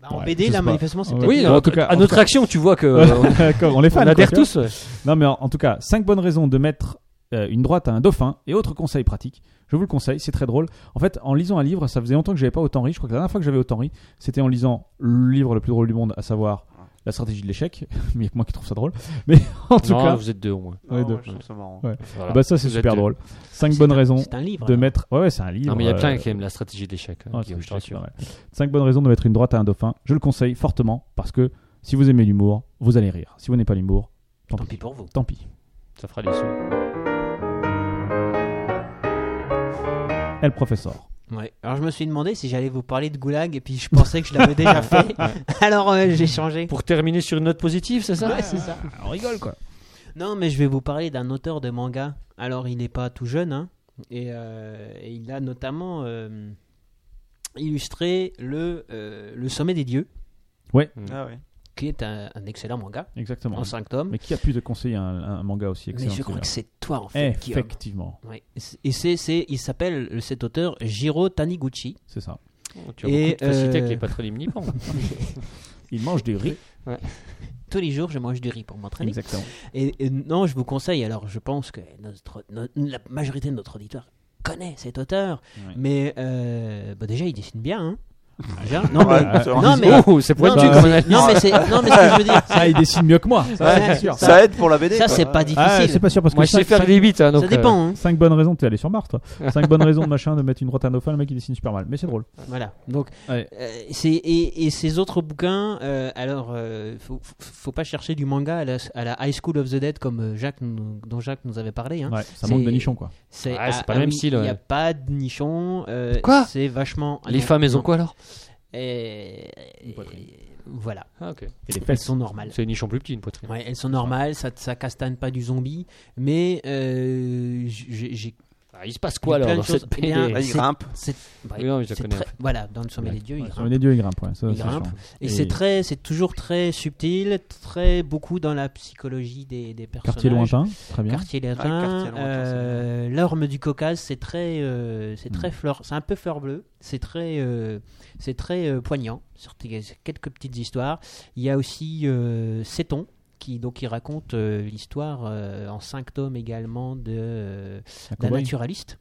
E: Bah, en
B: Ouais, je
E: BD,
B: sais
E: là,
B: pas.
E: manifestement, c'est
B: Ouais.
E: peut-être.
C: Oui,
B: Bon, en
C: en
B: tout
C: tout
B: cas-
C: à
B: en
C: notre
B: tout cas-
C: action, tu vois que euh,
B: d'accord, on est
C: on
B: fans. quoi,
C: adhère
B: tu vois.
C: tous. euh, ouais.
B: Non, mais en, en tout cas, 5 bonnes raisons de mettre euh, une droite à un dauphin et autres conseils pratiques. Je vous le conseille, c'est très drôle. En fait, en lisant un livre, ça faisait longtemps que j'avais pas autant ri. Je crois que la dernière fois que j'avais autant ri, c'était en lisant le livre le plus drôle du monde, à savoir La stratégie de l'échec. Mais il y a que moi qui trouve ça drôle. Mais en tout
C: Non,
B: cas,
C: vous êtes deux au moins.
B: Ouais, deux.
D: moi, je trouve ça marrant.
B: Ouais.
C: Voilà.
B: bah ça c'est
C: Vous êtes
B: super
C: deux.
B: drôle. 5
E: C'est
B: bonnes
E: un-
B: raisons
E: C'est un livre.
B: de
E: alors.
B: mettre. Ouais, ouais, c'est un livre.
C: Non, mais il y a
B: euh,
C: plein qui aiment la stratégie de l'échec. hein,
B: ouais,
C: Guillaume,
B: c'est-
C: je te
B: c'est
C: rassure.
B: pas mal. Cinq bonnes raisons de mettre une droite à un dauphin. Je le conseille fortement parce que si vous aimez l'humour, vous allez rire. Si vous n'aimez pas l'humour, tant,
E: Tant
B: pis.
E: pis pour vous.
B: Tant pis.
C: Ça fera des sons.
B: Et le professeur.
E: Ouais. Alors, je me suis demandé si j'allais vous parler de Goulag, et puis je pensais que je l'avais déjà fait. Alors, euh, j'ai changé.
C: Pour terminer sur une note positive, c'est ça
E: Ouais, c'est ça.
C: Ah,
B: On rigole quoi.
E: Non, mais je vais vous parler d'un auteur de manga. Alors, il n'est pas tout jeune, hein, et, euh, et il a notamment euh, illustré le, euh, le Sommet des Dieux,
D: Ah ouais.
E: qui est un, un excellent manga
B: Exactement.
E: en 5 tomes.
B: Mais qui a pu te conseiller un, un manga aussi
E: Mais
B: excellent
E: je crois que
B: celui-là
E: c'est toi, en fait, Guillaume.
B: Effectivement,
E: Ouais. Et c'est, c'est- il s'appelle cet auteur Jiro Taniguchi.
B: c'est ça.
C: Tu as
E: Et,
C: beaucoup de facilité
E: euh,
C: avec les patronymes nippons.
B: Il mange du riz.
E: Tous les jours, je mange du riz pour m'entraîner.
B: Exactement.
E: Et, et non, je vous conseille. Alors, je pense que notre, no- la majorité de notre auditoire connaît cet auteur,
B: Ouais.
E: mais euh, bah déjà, il dessine bien. hein. Déjà, non mais, euh,
D: Ouais, c'est vrai.
E: non, mais,
C: oh, c'est
E: non,
C: pointu
E: mais
C: comme
E: c'est-
C: analyse.
E: non, mais c'est- non, mais ce que je veux dire,
C: Ah,
B: Ça, il dessine mieux que moi. Ça,
E: Ouais.
B: c'est sûr.
E: Ça,
D: Ça aide pour la BD.
E: ça
D: quoi.
E: c'est pas difficile.
B: Ah, c'est pas sûr parce
C: Moi,
B: que
C: je sais faire des bits. hein, donc,
E: ça dépend. hein.
B: 5 bonnes raisons, t'es allé sur Mars toi. 5 bonnes raisons de machin de mettre une droite à un dauphin, le mec il dessine super mal. Mais c'est drôle.
E: Voilà. Donc,
B: Ouais.
E: euh, c'est et, et ces autres bouquins, euh, alors, euh, faut, faut- faut pas chercher du manga à la, à la High School of the Dead comme euh, Jacques nous- dont Jacques nous avait parlé. hein.
B: Ouais, ça
E: C'est-
B: manque de nichon quoi.
E: C'est
C: Ouais, c'est pas le même style,
E: Il n'y
C: ouais.
E: a pas de nichon. euh,
C: Quoi
E: C'est vachement.
C: Les
E: non,
C: femmes, elles ont
E: non.
C: quoi alors
E: Et- Voilà.
C: Ah, ok.
B: Et les
E: Elles
B: fesses.
E: sont normales.
C: C'est une nichon plus petit, une poitrine.
E: Ouais, elles sont normales, ça, ça castane pas du zombie, mais euh, j'ai j'ai-
C: Ah, il se passe quoi
E: Il y a
C: alors
E: plein
C: dans
E: de choses.
C: cette
E: Eh bien,
C: BD?
D: Vas-y,
E: c'est-
D: grimpe.
E: c'est bah,
C: Oui, non, mais je
E: c'est
C: connais,
E: très-
C: en fait.
E: voilà dans le sommet des dieux, il
B: Ouais,
E: grimpe.
B: Sur les dieux, il grimpe. Ouais, ça,
E: Il
B: c'est
E: grimpe.
B: sûr.
E: Et,
B: Et-
E: c'est très, c'est toujours très subtil, très beaucoup dans la psychologie des, des personnages.
B: Quartier lointain, très bien.
E: Quartier lointain.
D: Ah, quartier lointain,
E: euh, L'orme du Caucase, c'est très, euh, c'est très
B: Hmm.
E: fleur, c'est un peu fleur bleue. C'est très, euh, c'est très euh, poignant. Sur t- quelques petites histoires. Il y a aussi euh, Séton. Qui, donc, qui raconte euh, l'histoire euh, en cinq tomes également de, euh,
B: Un
E: d'un
B: cowboy.
E: naturaliste.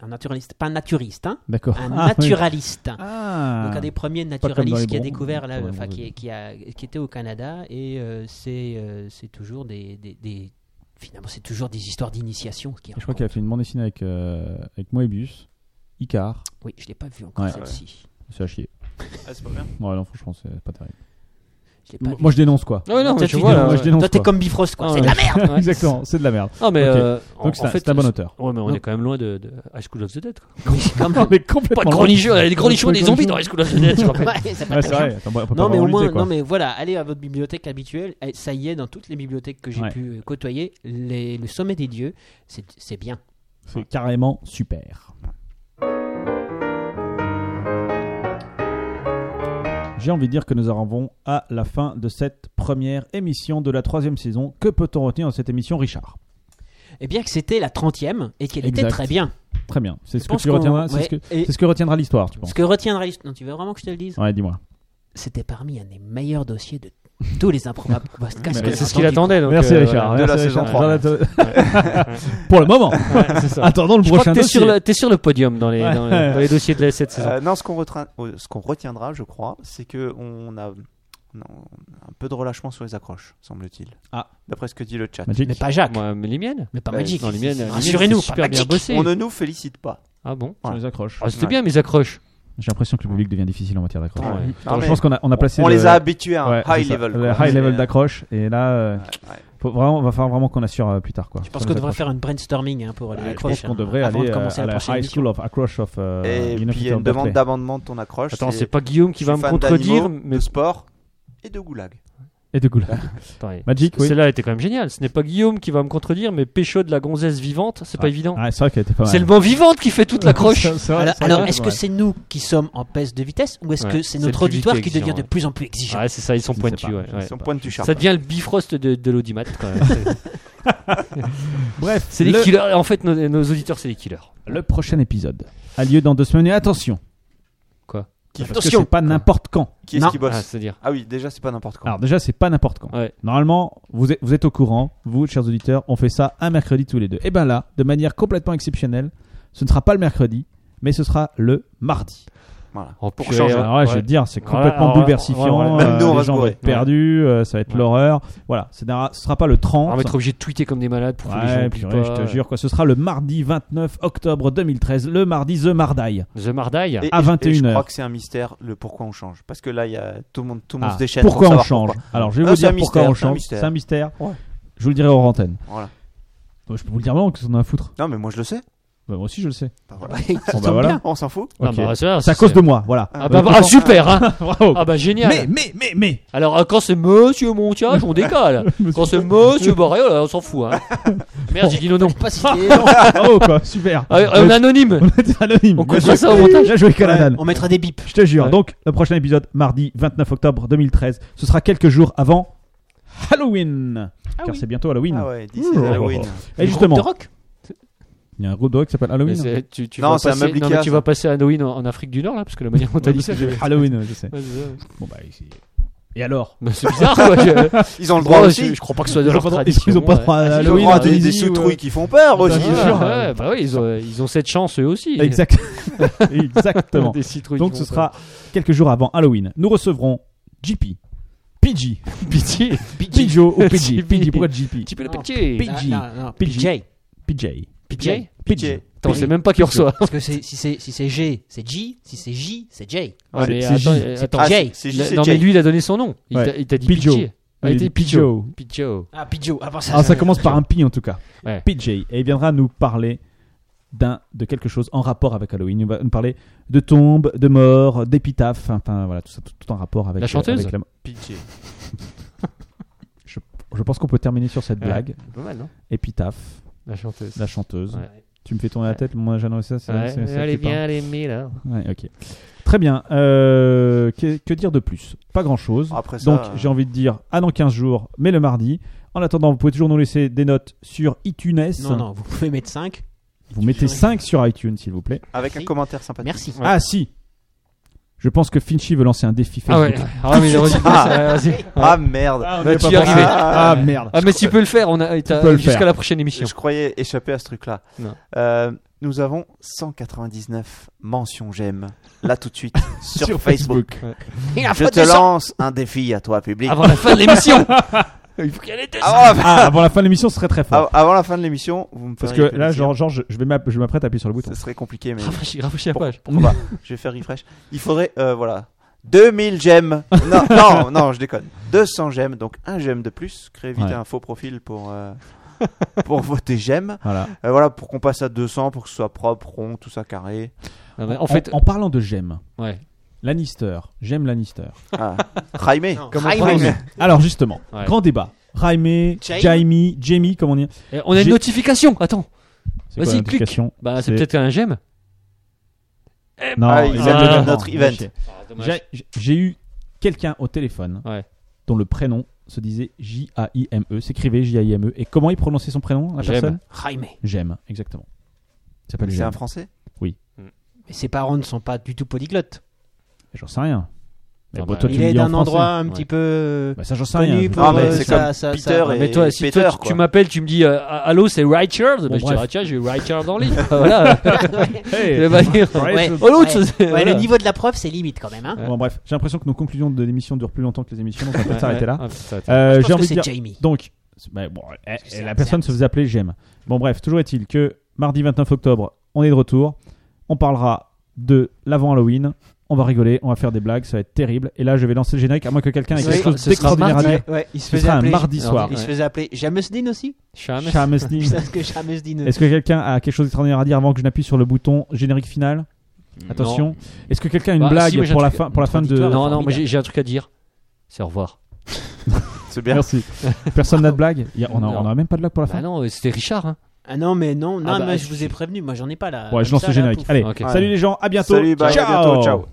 E: Un naturaliste, pas un naturiste, hein,
B: D'accord.
E: un
B: Ah, oui.
E: naturaliste.
B: Ah.
E: Donc un des premiers
B: comme dans les
E: naturalistes qui a
B: Bronzes,
E: découvert, là,
B: dans les
E: enfin,
B: Bronzes.
E: qui, qui, a, qui était au Canada, et euh, c'est euh, c'est toujours des, des, des- finalement c'est toujours des histoires d'initiation. qu'il
B: Je crois
E: raconte.
B: qu'il a fait une bande dessinée avec, euh, avec Moebius, Icar.
E: Oui, je l'ai pas vu encore
B: Ouais.
E: celle-ci.
B: C'est à chier.
D: Ah, c'est pas bien.
B: Ouais, non, franchement, c'est pas terrible.
E: Je l'ai pas
B: Moi,
E: vu.
B: moi, je dénonce quoi.
C: Non, non, mais
E: Toi, tu
C: tu vois.
E: dis-
C: là,
B: moi, je
C: Ah, ouais.
B: dénonce
E: Toi t'es
B: quoi.
E: comme Bifrost, quoi.
C: Ah,
E: c'est
C: ouais.
E: de la merde.
C: Ouais.
B: Exactement, c'est de la merde.
C: Non, mais
B: Ok.
C: euh, en-
B: Donc, c'est
C: en
B: un-
C: fait,
B: c'est un bon auteur.
C: Ouais, mais on
B: Donc-
C: est quand même loin de, de High School of the Dead. Quoi.
E: Oui, c'est comme-
B: On est complètement
C: Pas de
B: loin.
C: gros nichons, il y a des gros nichons,
B: Pas de
C: des
B: gros
C: zombies dans High School of the Dead. je rappelle.
E: Ouais, c'est pas
B: Ouais, c'est
E: terrible.
B: vrai. Attends, on peut pas
E: Non mais
B: vraiment
E: au
B: le
E: moins,
B: dire, quoi.
E: non mais voilà, allez à votre bibliothèque habituelle. Eh, Ça y est, dans toutes les bibliothèques que j'ai
B: Ouais.
E: pu euh, côtoyer, les- le sommet des dieux, c'est c'est bien.
B: C'est carrément super. J'ai envie de dire que nous arrivons à la fin de cette première émission de la troisième saison. Que peut-on retenir de cette émission, Richard
E: et Eh bien que c'était la 30e et qu'elle était
B: Exact.
E: très bien.
B: Très bien. C'est ce, que
E: pense
B: tu
E: qu'on-
B: retiendras- c'est
E: ouais,
B: ce que-
E: et-
B: c'est ce que retiendra l'histoire, tu penses.
E: Ce que retiendra l'histoire. Non, tu veux vraiment que je te le dise
B: Ouais, dis-moi.
E: C'était parmi un des meilleurs dossiers de tous les improbables podcasts.
B: Mais
E: que
C: C'est ce
E: j'ai
C: qu'il
E: entendus.
C: attendait. donc,
B: Merci
C: euh,
B: Richard.
C: voilà.
D: de la
B: Merci,
D: saison
B: Richard.
D: 3.
B: Dans la-
C: Ouais.
B: Pour le moment.
C: Ouais, c'est ça.
B: Attendons le
C: Je crois que
B: prochain
C: t'es sur,
B: dossier.
C: le- t'es sur le podium dans les,
B: Ouais.
C: dans les, dans les dossiers de la, cette saison.
D: Euh, non, ce qu'on retra- euh, ce qu'on retiendra, je crois, c'est que on a, on a un peu de relâchement sur les accroches, semble-t-il.
B: Ah.
D: D'après ce que dit le chat.
B: Magic.
E: Mais pas Jacques,
C: Moi, mais les miennes.
E: mais pas
D: Bah,
E: Magic.
C: Non, les miennes. les miennes,
E: Rassurez-nous,
C: c'est super
E: pas
C: bien
E: Magic.
C: bossé.
D: On ne nous félicite pas.
C: Ah bon
B: On les accroche.
C: Ah, C'était
D: Ouais.
C: bien mes accroches.
B: J'ai l'impression que le public devient difficile en matière d'accroche.
C: Attends, ouais.
D: Non,
B: Je
D: mais
B: pense qu'on a, on a placé.
D: on
B: le-
D: les a habitués à un
B: Ouais, c'est
D: high
B: ça.
D: level.
B: Le
D: quoi.
B: high level
D: C'est-
B: d'accroche. Et là, euh,
D: Ouais, ouais.
B: faut vraiment, va falloir vraiment qu'on assure euh, plus tard. Quoi,
E: Je pense
B: sur
E: qu'on
B: les
E: devrait
B: accroches.
E: faire une brainstorming hein, pour
B: Ouais,
E: les
B: Je pense
E: accroches.
B: qu'on
E: hein,
B: devrait
E: avant
B: aller
E: de
B: euh,
E: commencer
B: à
E: la
B: la
E: prochaine
B: High
E: émission.
B: School of Accroche of euh,
D: Et puis il y
B: University
D: a
B: of
D: une demande
B: Berkeley.
D: d'amendement de ton accroche.
C: Attends, c'est pas Guillaume qui
D: je
C: va
D: suis
C: me
D: fan
C: contredire,
D: d'animaux,
C: mais
D: de sport et de goulag.
B: Et de Goula.
C: Attends, ouais.
B: Magic, oui.
C: celle-là était quand même géniale. Ce n'est pas Guillaume qui va me contredire, mais Pécho de la gonzesse vivante, c'est pas évident.
B: Ah, c'est vrai qu'elle était pas mal.
C: C'est le mot vivante qui fait toute l'accroche.
B: C'est- c'est vrai-
E: Alors,
B: c'est
E: alors,
B: vrai,
E: est-ce que
B: ouais.
E: c'est nous qui sommes en baisse de vitesse ou est-ce
C: Ouais,
E: que c'est
C: c'est le
E: notre
C: public
E: auditoire qui
C: exigeant,
E: devient de
C: ouais.
E: plus en plus exigeant
C: Ouais, c'est ça, ils sont
B: Ah, Je ne sais
C: pointus.
B: pas,
C: ouais,
B: bah, je ne
C: ouais.
D: Son point du
C: Ça devient le bifrost de, de l'audimat quand même. C'est-
B: Bref,
C: c'est les
B: le-
C: killers. En fait, nos, nos auditeurs, c'est les killers.
B: le prochain épisode a lieu dans deux semaines. Et attention, parce que
E: Attention
B: c'est pas n'importe quand.
D: Qui est-ce
E: Non.
D: qui
C: Ah,
D: bosse
C: c'est-à-dire.
D: Ah oui, déjà c'est pas n'importe quoi.
B: Alors déjà, c'est pas n'importe quand.
C: Ouais.
B: Normalement, vous êtes, vous êtes au courant, vous, chers auditeurs, on fait ça un mercredi tous les deux. Et bien là, de manière complètement exceptionnelle, ce ne sera pas le mercredi, mais ce sera le mardi.
D: Voilà.
C: Oh,
D: Pour
C: purée,
D: changer.
C: ouais.
B: Alors là, je vais te dire, c'est
C: Voilà,
B: complètement
C: alors là,
B: bouleversifiant. euh,
C: voilà,
D: voilà. Même nous, on
B: les
D: va se
B: gens vont
D: gourer.
B: être perdus, euh, ça va être
C: Ouais.
B: l'horreur. Voilà, ce ne sera pas le 30.
D: Ah,
C: On va être Ah, obligé de tweeter comme des malades pour que les gens
B: Ouais,
C: oublient
B: purée, je
C: pas.
B: te jure quoi. Ce sera le mardi 29 octobre 2013, le mardi The Mardaille.
C: The Mardaille.
D: Et-
B: à
D: et- et
B: 21
D: Je
B: heures.
D: crois que c'est un mystère le pourquoi on change. Parce que là, il y a tout le monde, tout le monde
B: Ah,
D: se déchaîne. pour
B: pourquoi on
D: savoir
B: change
D: pourquoi.
B: Alors, je vais
D: Non,
B: vous
D: c'est un
B: dire pourquoi
D: mystère,
B: on
D: c'est un
B: change.
D: mystère.
B: C'est un mystère.
D: Ouais.
B: Je vous le dirai hors antenne.
D: Voilà.
B: Je peux vous le dire maintenant, que ça en a à foutre.
D: Non, mais moi je le sais.
B: Bah, moi aussi, je le sais.
D: Bah, voilà.
B: Bon, bah, voilà.
D: On s'en fout.
C: Ah,
B: Ok.
C: bah, ça,
B: C'est à cause de moi, voilà.
C: Ah, bah,
B: Euh,
C: bah, ah, super, hein.
B: Bravo.
C: Ah bah génial.
B: mais, mais, mais, mais.
C: Alors euh, quand c'est Monsieur Montiage, on décale. quand c'est Monsieur Barrel, on s'en fout. Hein. Merde, j'ai dit non non.
E: Pas cité.
B: Bravo, quoi. Super.
C: Ah, euh, un anonyme.
B: On était anonyme.
C: On
B: Bien
C: coupera
B: joué.
C: ça au montage.
B: Bien joué, Canadan.
E: On mettra des bips.
B: Je te jure.
C: Ouais.
B: Donc, le prochain épisode, mardi 29 octobre 2013. Ce sera quelques jours avant Halloween. Car c'est bientôt Halloween.
D: Ah ouais, dis, c'est
B: Ouh.
D: Halloween.
B: Et justement,
E: De rock
B: il y a un groupe de rock qui s'appelle
C: Mais
B: Halloween.
C: c'est- tu, tu
D: Non,
C: vas
D: c'est un
C: passer-
D: meuble
C: non,
D: Ikea,
C: mais tu
D: ça.
C: vas passer Halloween en, en Afrique du Nord là, parce que la manière dont t'as dit ça. je-
B: Halloween, je sais.
C: Ouais, c'est ça.
B: Bon, bah, ici. Et alors
C: Bah, c'est bizarre quoi. Je,
D: Ils ont le droit
C: Bon, je,
D: aussi.
C: je crois pas que ce soit de
B: Ils
C: leur
B: ont pas droit-
C: tradition.
B: ils ont pas
C: ouais. Ah,
B: droit à
D: Ils ont le
B: bah, Halloween.
D: droit
B: en
D: à des, des
B: Tunisie,
D: sous-trouilles
B: ouais.
D: qui font peur aussi.
B: Bah,
C: Ouais,
B: c'est sûr.
C: hein. ouais, bah oui, ils ont, euh, ils ont cette chance eux aussi.
B: Exact. Exactement.
C: Des citrouilles
B: Donc
C: qui
B: ce
C: vont
B: sera quelques jours avant Halloween. Nous recevrons JP, PG,
C: pas- Pidgey.
B: Pidgeot ou PG,
C: JP.
B: PG, pourquoi JP
C: Petit peu le
E: Non.
C: Pidgey.
B: PG,
E: Ah, Non, non, non,
B: PG.
E: PJ.
B: PJ,
C: Pidgey.
B: PJ.
C: Attends, je sais même pas qui reçoit.
E: Parce que c'est- si c'est si c'est G, c'est J. Si c'est J, c'est J.
C: Ouais,
B: C'est-
C: mais
B: c'est
C: attends,
B: J.
C: euh,
E: C'est
C: attends.
E: Jay.
D: Ah, c'est-
C: Le-
D: c'est
C: non, mais
D: Jay.
C: lui, il a donné son nom. Il
B: Ouais.
C: t'a- il t'a dit
B: Pidgeot.
C: Pidgey. Il a
B: Il
C: été
B: dit
C: Pidgeot. Pidgeot.
E: Ah, Pidgeot. Ah, bon,
B: Alors ça commence par un P en tout cas.
C: Ouais.
B: PJ. Et il viendra nous parler d'un de quelque chose en rapport avec Halloween. Il va nous parler de tombes, de morts, d'épitaphes, enfin voilà, tout ça tout, tout en rapport avec
C: La chanteuse
B: avec
D: Pitié.
B: Je pense qu'on peut terminer sur cette
C: Ouais.
B: blague.
C: Pas mal, non
B: Épitaphe,
C: La chanteuse.
B: la chanteuse.
C: Ouais.
B: Tu me fais tourner la tête, moi j'annonce ça. c'est-
C: Ouais,
B: c'est- c'est-
C: elle est
B: tu parles.
C: bien, elle est aimée, là.
B: Ouais, ok. Très bien. Euh, que, que dire de plus Pas grand-chose.
D: Après ça,
B: Donc
D: euh,
B: j'ai envie de dire, à dans 15 jours, mais le mardi. En attendant, vous pouvez toujours nous laisser des notes sur iTunes.
E: Non, non, vous pouvez mettre 5.
B: Vous mettez 5 sur iTunes, s'il vous plaît.
D: Avec un commentaire sympathique.
E: Merci.
C: Ouais.
B: Ah si Je pense que Finchy veut lancer un défi
C: Ah
B: Facebook.
C: ouais, ah, mais vas-y, vas-y. vas-y.
D: Ah merde.
B: Ah, on
C: Bah,
B: y est
C: tu
B: pas
C: y es
B: pensé.
C: arrivé.
B: Ah, merde.
C: Ah, mais tu peux le faire, on a,
B: peux le
C: t'as- jusqu'à
B: faire.
C: la prochaine émission.
D: Je croyais échapper à ce truc-là.
C: Non.
D: Euh, nous avons 199 mentions j'aime. Là tout de suite sur, Facebook.
E: Il a
D: Je te lance un défi à toi public.
C: Avant la fin de l'émission Il faut qu'elle ait deux
D: Avant la,
B: Ah, avant la fin de l'émission, ce serait très
C: Ah
B: fort.
D: av- avant la fin de l'émission, vous me
B: Parce que
D: feriez
B: là,
D: plaisir.
B: genre, genre, je je vais m'app- je m'apprête à appuyer sur le bouton.
D: ce serait compliqué mais
C: Rafraîchis, rafraîchis la
D: Pour-
C: page.
D: pourquoi pas Je vais faire refresh. Il faudrait euh, voilà 2000 j'aime. Non non non, je déconne. 200 j'aime donc un j'aime de plus. Créez vite
B: Ouais.
D: un faux profil pour euh, pour voter j'aime.
B: Voilà.
D: Euh, voilà pour qu'on passe à 200 pour que ce soit propre, rond, tout ça carré.
C: Non, mais en fait,
B: en parlant de j'aime,
C: ouais.
B: Lannister, j'aime Lannister.
D: Ah. Jaime.
C: Comment
E: Jaime.
C: on prononce
B: Alors justement,
C: Ouais.
B: grand débat. Jaime,
E: Jaime.
B: Jaime, Jamie, comme on dit.
C: Eh, On a une
B: J'ai-
C: notification, attends.
B: C'est quoi
C: Vas-y,
B: l'indication
C: Bah,
B: C'est-
C: c'est peut-être Ah, un j'aime.
B: Non,
D: Ah, ils
B: non,
D: aiment
B: non,
D: notre
B: non,
D: event.
B: J'ai j'ai eu quelqu'un au téléphone
C: Ouais.
B: dont le prénom se disait J-A-I-M-E, E, s'écrivait J-A-I-M-E. Et comment il prononçait son prénom, la
C: J'aime.
B: personne
E: Jaime.
B: J'aime, exactement. Il s'appelle
D: C'est
B: J'aime.
D: un français
E: Mais ses parents ne sont pas du tout polyglottes.
B: J'en sais rien. Mais
C: Ah
B: bon,
C: bah,
B: toi, tu
E: Il
B: le
E: est
B: dis en
E: d'un
B: français.
E: endroit un
C: Ouais.
E: petit peu euh,
B: Bah, ça, j'en sais rien.
E: connu
B: je-
E: pour
D: Ah, mais
E: euh,
D: c'est
E: ça-
D: comme
E: ça-
D: Peter
E: ça-
D: et
C: mais toi, si
D: Peter,
C: toi, tu- tu,
D: quoi.
C: m'appelles, tu me dis euh, Ah, Allô, c'est Richard Bah, Je
B: bref.
C: dirais ah, Tiens, j'ai Richard dans le lit. Ah, voilà. Je vais pas dire.
B: Ouais.
C: Oh, l'autre,
E: Ouais.
C: c'est-
E: Ouais,
C: voilà.
E: Le niveau de la preuve, c'est limite quand même. Hein.
B: Bon, bref, j'ai l'impression que nos conclusions de l'émission durent plus longtemps que les émissions, donc on va peut-être
C: Ouais,
B: s'arrêter
C: ouais.
B: là.
C: Ah, putain, attends.
B: Euh,
E: Je
B: J'ai
E: pense que
B: envie de
E: c'est
B: dire.
E: Jamie.
B: Donc, c'est- bah, bon, elle-
E: que c'est
B: la
E: un-
B: personne
E: c'est
B: se faisait appeler J'aime. Bon, bref, toujours est-il que mardi 29 octobre, on est de retour. On parlera de l'avant Halloween. On va rigoler, on va faire des blagues, ça va être terrible. Et là, je vais lancer le générique, à moins que quelqu'un ait
E: Oui,
B: quelque chose
C: ce sera
B: d'extraordinaire à
E: mardi.
B: dire.
E: Ouais, il se
B: Ce
E: faisait
B: sera un
E: appeler.
B: mardi
C: Non,
B: soir.
E: Il se
C: Ouais.
E: faisait appeler James Dean aussi.
C: Chame.
B: Shamus Dean.
E: Putain, ce que James Dean.
B: Est-ce que quelqu'un a quelque chose d'extraordinaire à dire avant que je n'appuie sur le bouton générique final Attention. Est-ce que quelqu'un a une
C: Bah,
B: blague
C: si, moi, j'ai
B: pour,
C: un
B: la
C: truc-
B: fin, pour la fin de.
C: Non, non, non moi j'ai j'ai un truc à dire. C'est au revoir.
D: C'est bien.
B: Merci. Personne n'a de blague Il y a- On
C: Non.
B: n'aura même pas de blague pour la
C: Bah
B: fin
C: non, euh, c'était Richard. Hein.
E: Ah non, mais non, non,
C: Ah bah,
E: mais
C: je-
E: je vous ai prévenu, moi j'en ai pas là.
B: Ouais, je
E: Comme
B: lance
E: ça,
B: le
E: là,
B: générique.
E: pouf.
B: Allez,
C: Ok.
B: salut les gens, à bientôt.
D: Salut, bye, à bientôt, ciao.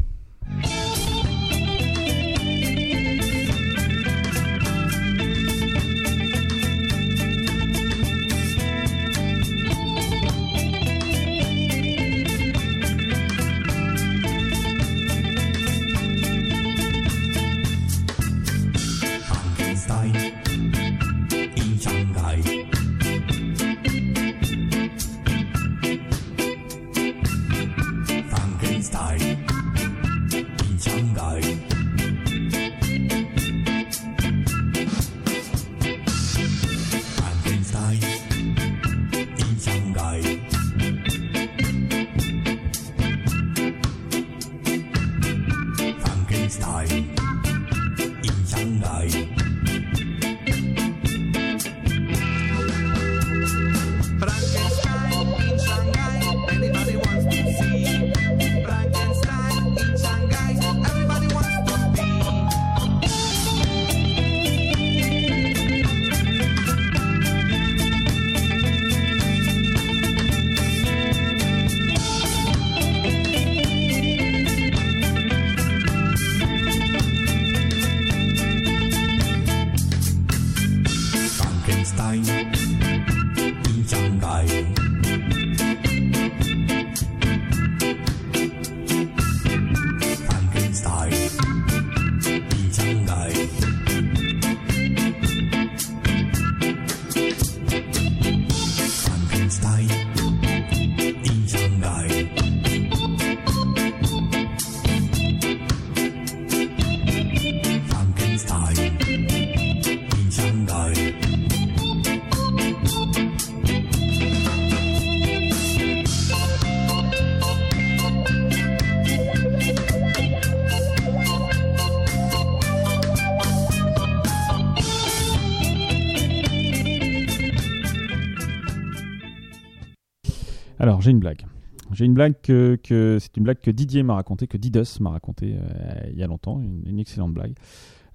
B: Alors, j'ai une blague. J'ai une blague que, que- c'est une blague que Didier m'a racontée, que Didus m'a racontée euh, il y a longtemps, une, une excellente blague.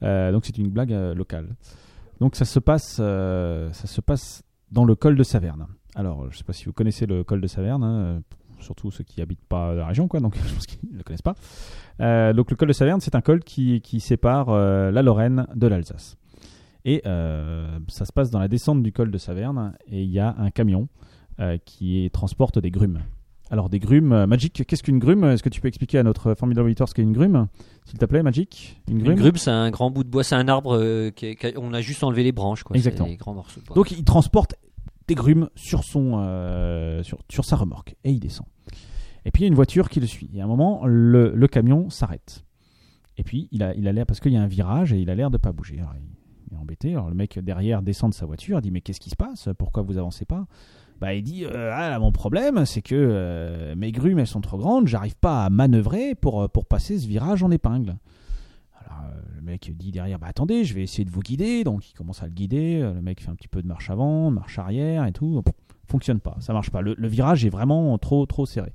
B: Euh, donc c'est une blague euh, locale. Donc ça se passe, euh, ça se passe dans le col de Saverne. Alors je ne sais pas si vous connaissez le col de Saverne, hein, euh, surtout ceux qui habitent pas la région, quoi. Donc je pense qu'ils ne le connaissent pas. Euh, donc le col de Saverne, c'est un col qui, qui sépare euh, la Lorraine de l'Alsace. Et euh, ça se passe dans la descente du col de Saverne et il y a un camion euh, qui est- transporte des grumes. Alors des grumes, euh, Magic, qu'est-ce qu'une grume Est-ce que tu peux expliquer à notre formidable auditeur ce qu'est une grume S'il te plaît, Magic Une
C: Une grume, c'est un grand bout de bois, c'est un arbre euh, qui est- qui a- on a juste enlevé les branches, quoi.
B: Exactement.
C: C'est Des grands morceaux de bois.
B: Donc il transporte des grumes sur, son, euh, sur, sur sa remorque et il descend. Et puis il y a une voiture qui le suit. Et à un moment, le, le camion s'arrête. Et puis il a il a l'air, parce qu'il y a un virage et il a l'air de pas bouger. Alors, il, il est embêté. Alors le mec derrière descend de sa voiture, dit Mais qu'est-ce qui se passe Pourquoi vous avancez pas bah, il dit euh, ah, là, mon problème c'est que euh, mes grumes elles sont trop grandes j'arrive pas à manœuvrer pour, euh, pour passer ce virage en épingle alors, euh, le mec dit derrière, bah attendez, je vais essayer de vous guider. Donc, il commence à le guider. Euh, Le mec fait un petit peu de marche avant, de marche arrière et tout. Pff, Fonctionne pas, ça marche pas. Le, le virage est vraiment trop, trop serré.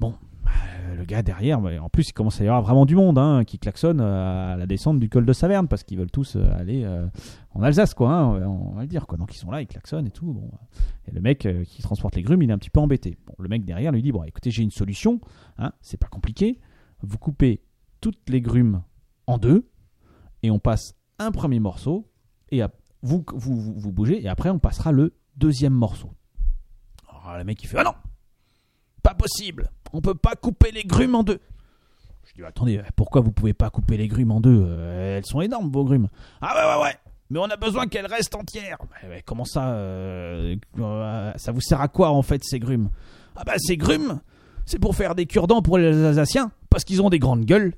B: Bon, euh, le gars derrière, bah, en plus, il commence à y avoir vraiment du monde hein, qui klaxonne euh, à la descente du col de Saverne parce qu'ils veulent tous euh, aller euh, en Alsace, quoi. hein, on va le dire, quoi. Donc, ils sont là, ils klaxonnent et tout. Bon. Et le mec euh, qui transporte les grumes, il est un petit peu embêté. Bon, le mec derrière lui dit, bon, écoutez, j'ai une solution. hein, c'est pas compliqué. Vous coupez toutes les grumes en deux et on passe un premier morceau et ap- vous, vous, vous, vous bougez et après on passera le deuxième morceau. Alors le mec il fait Ah non Pas possible On peut pas couper les grumes en deux Je dis Attendez, pourquoi vous pouvez pas couper les grumes en deux Euh, Elles sont énormes vos grumes Ah ouais ouais ouais mais on a besoin qu'elles restent entières. Mais- mais comment ça euh, euh, Ça vous sert à quoi en fait ces grumes Ah bah ces grumes, c'est pour faire des cure-dents pour les Alsaciens parce qu'ils ont des grandes gueules.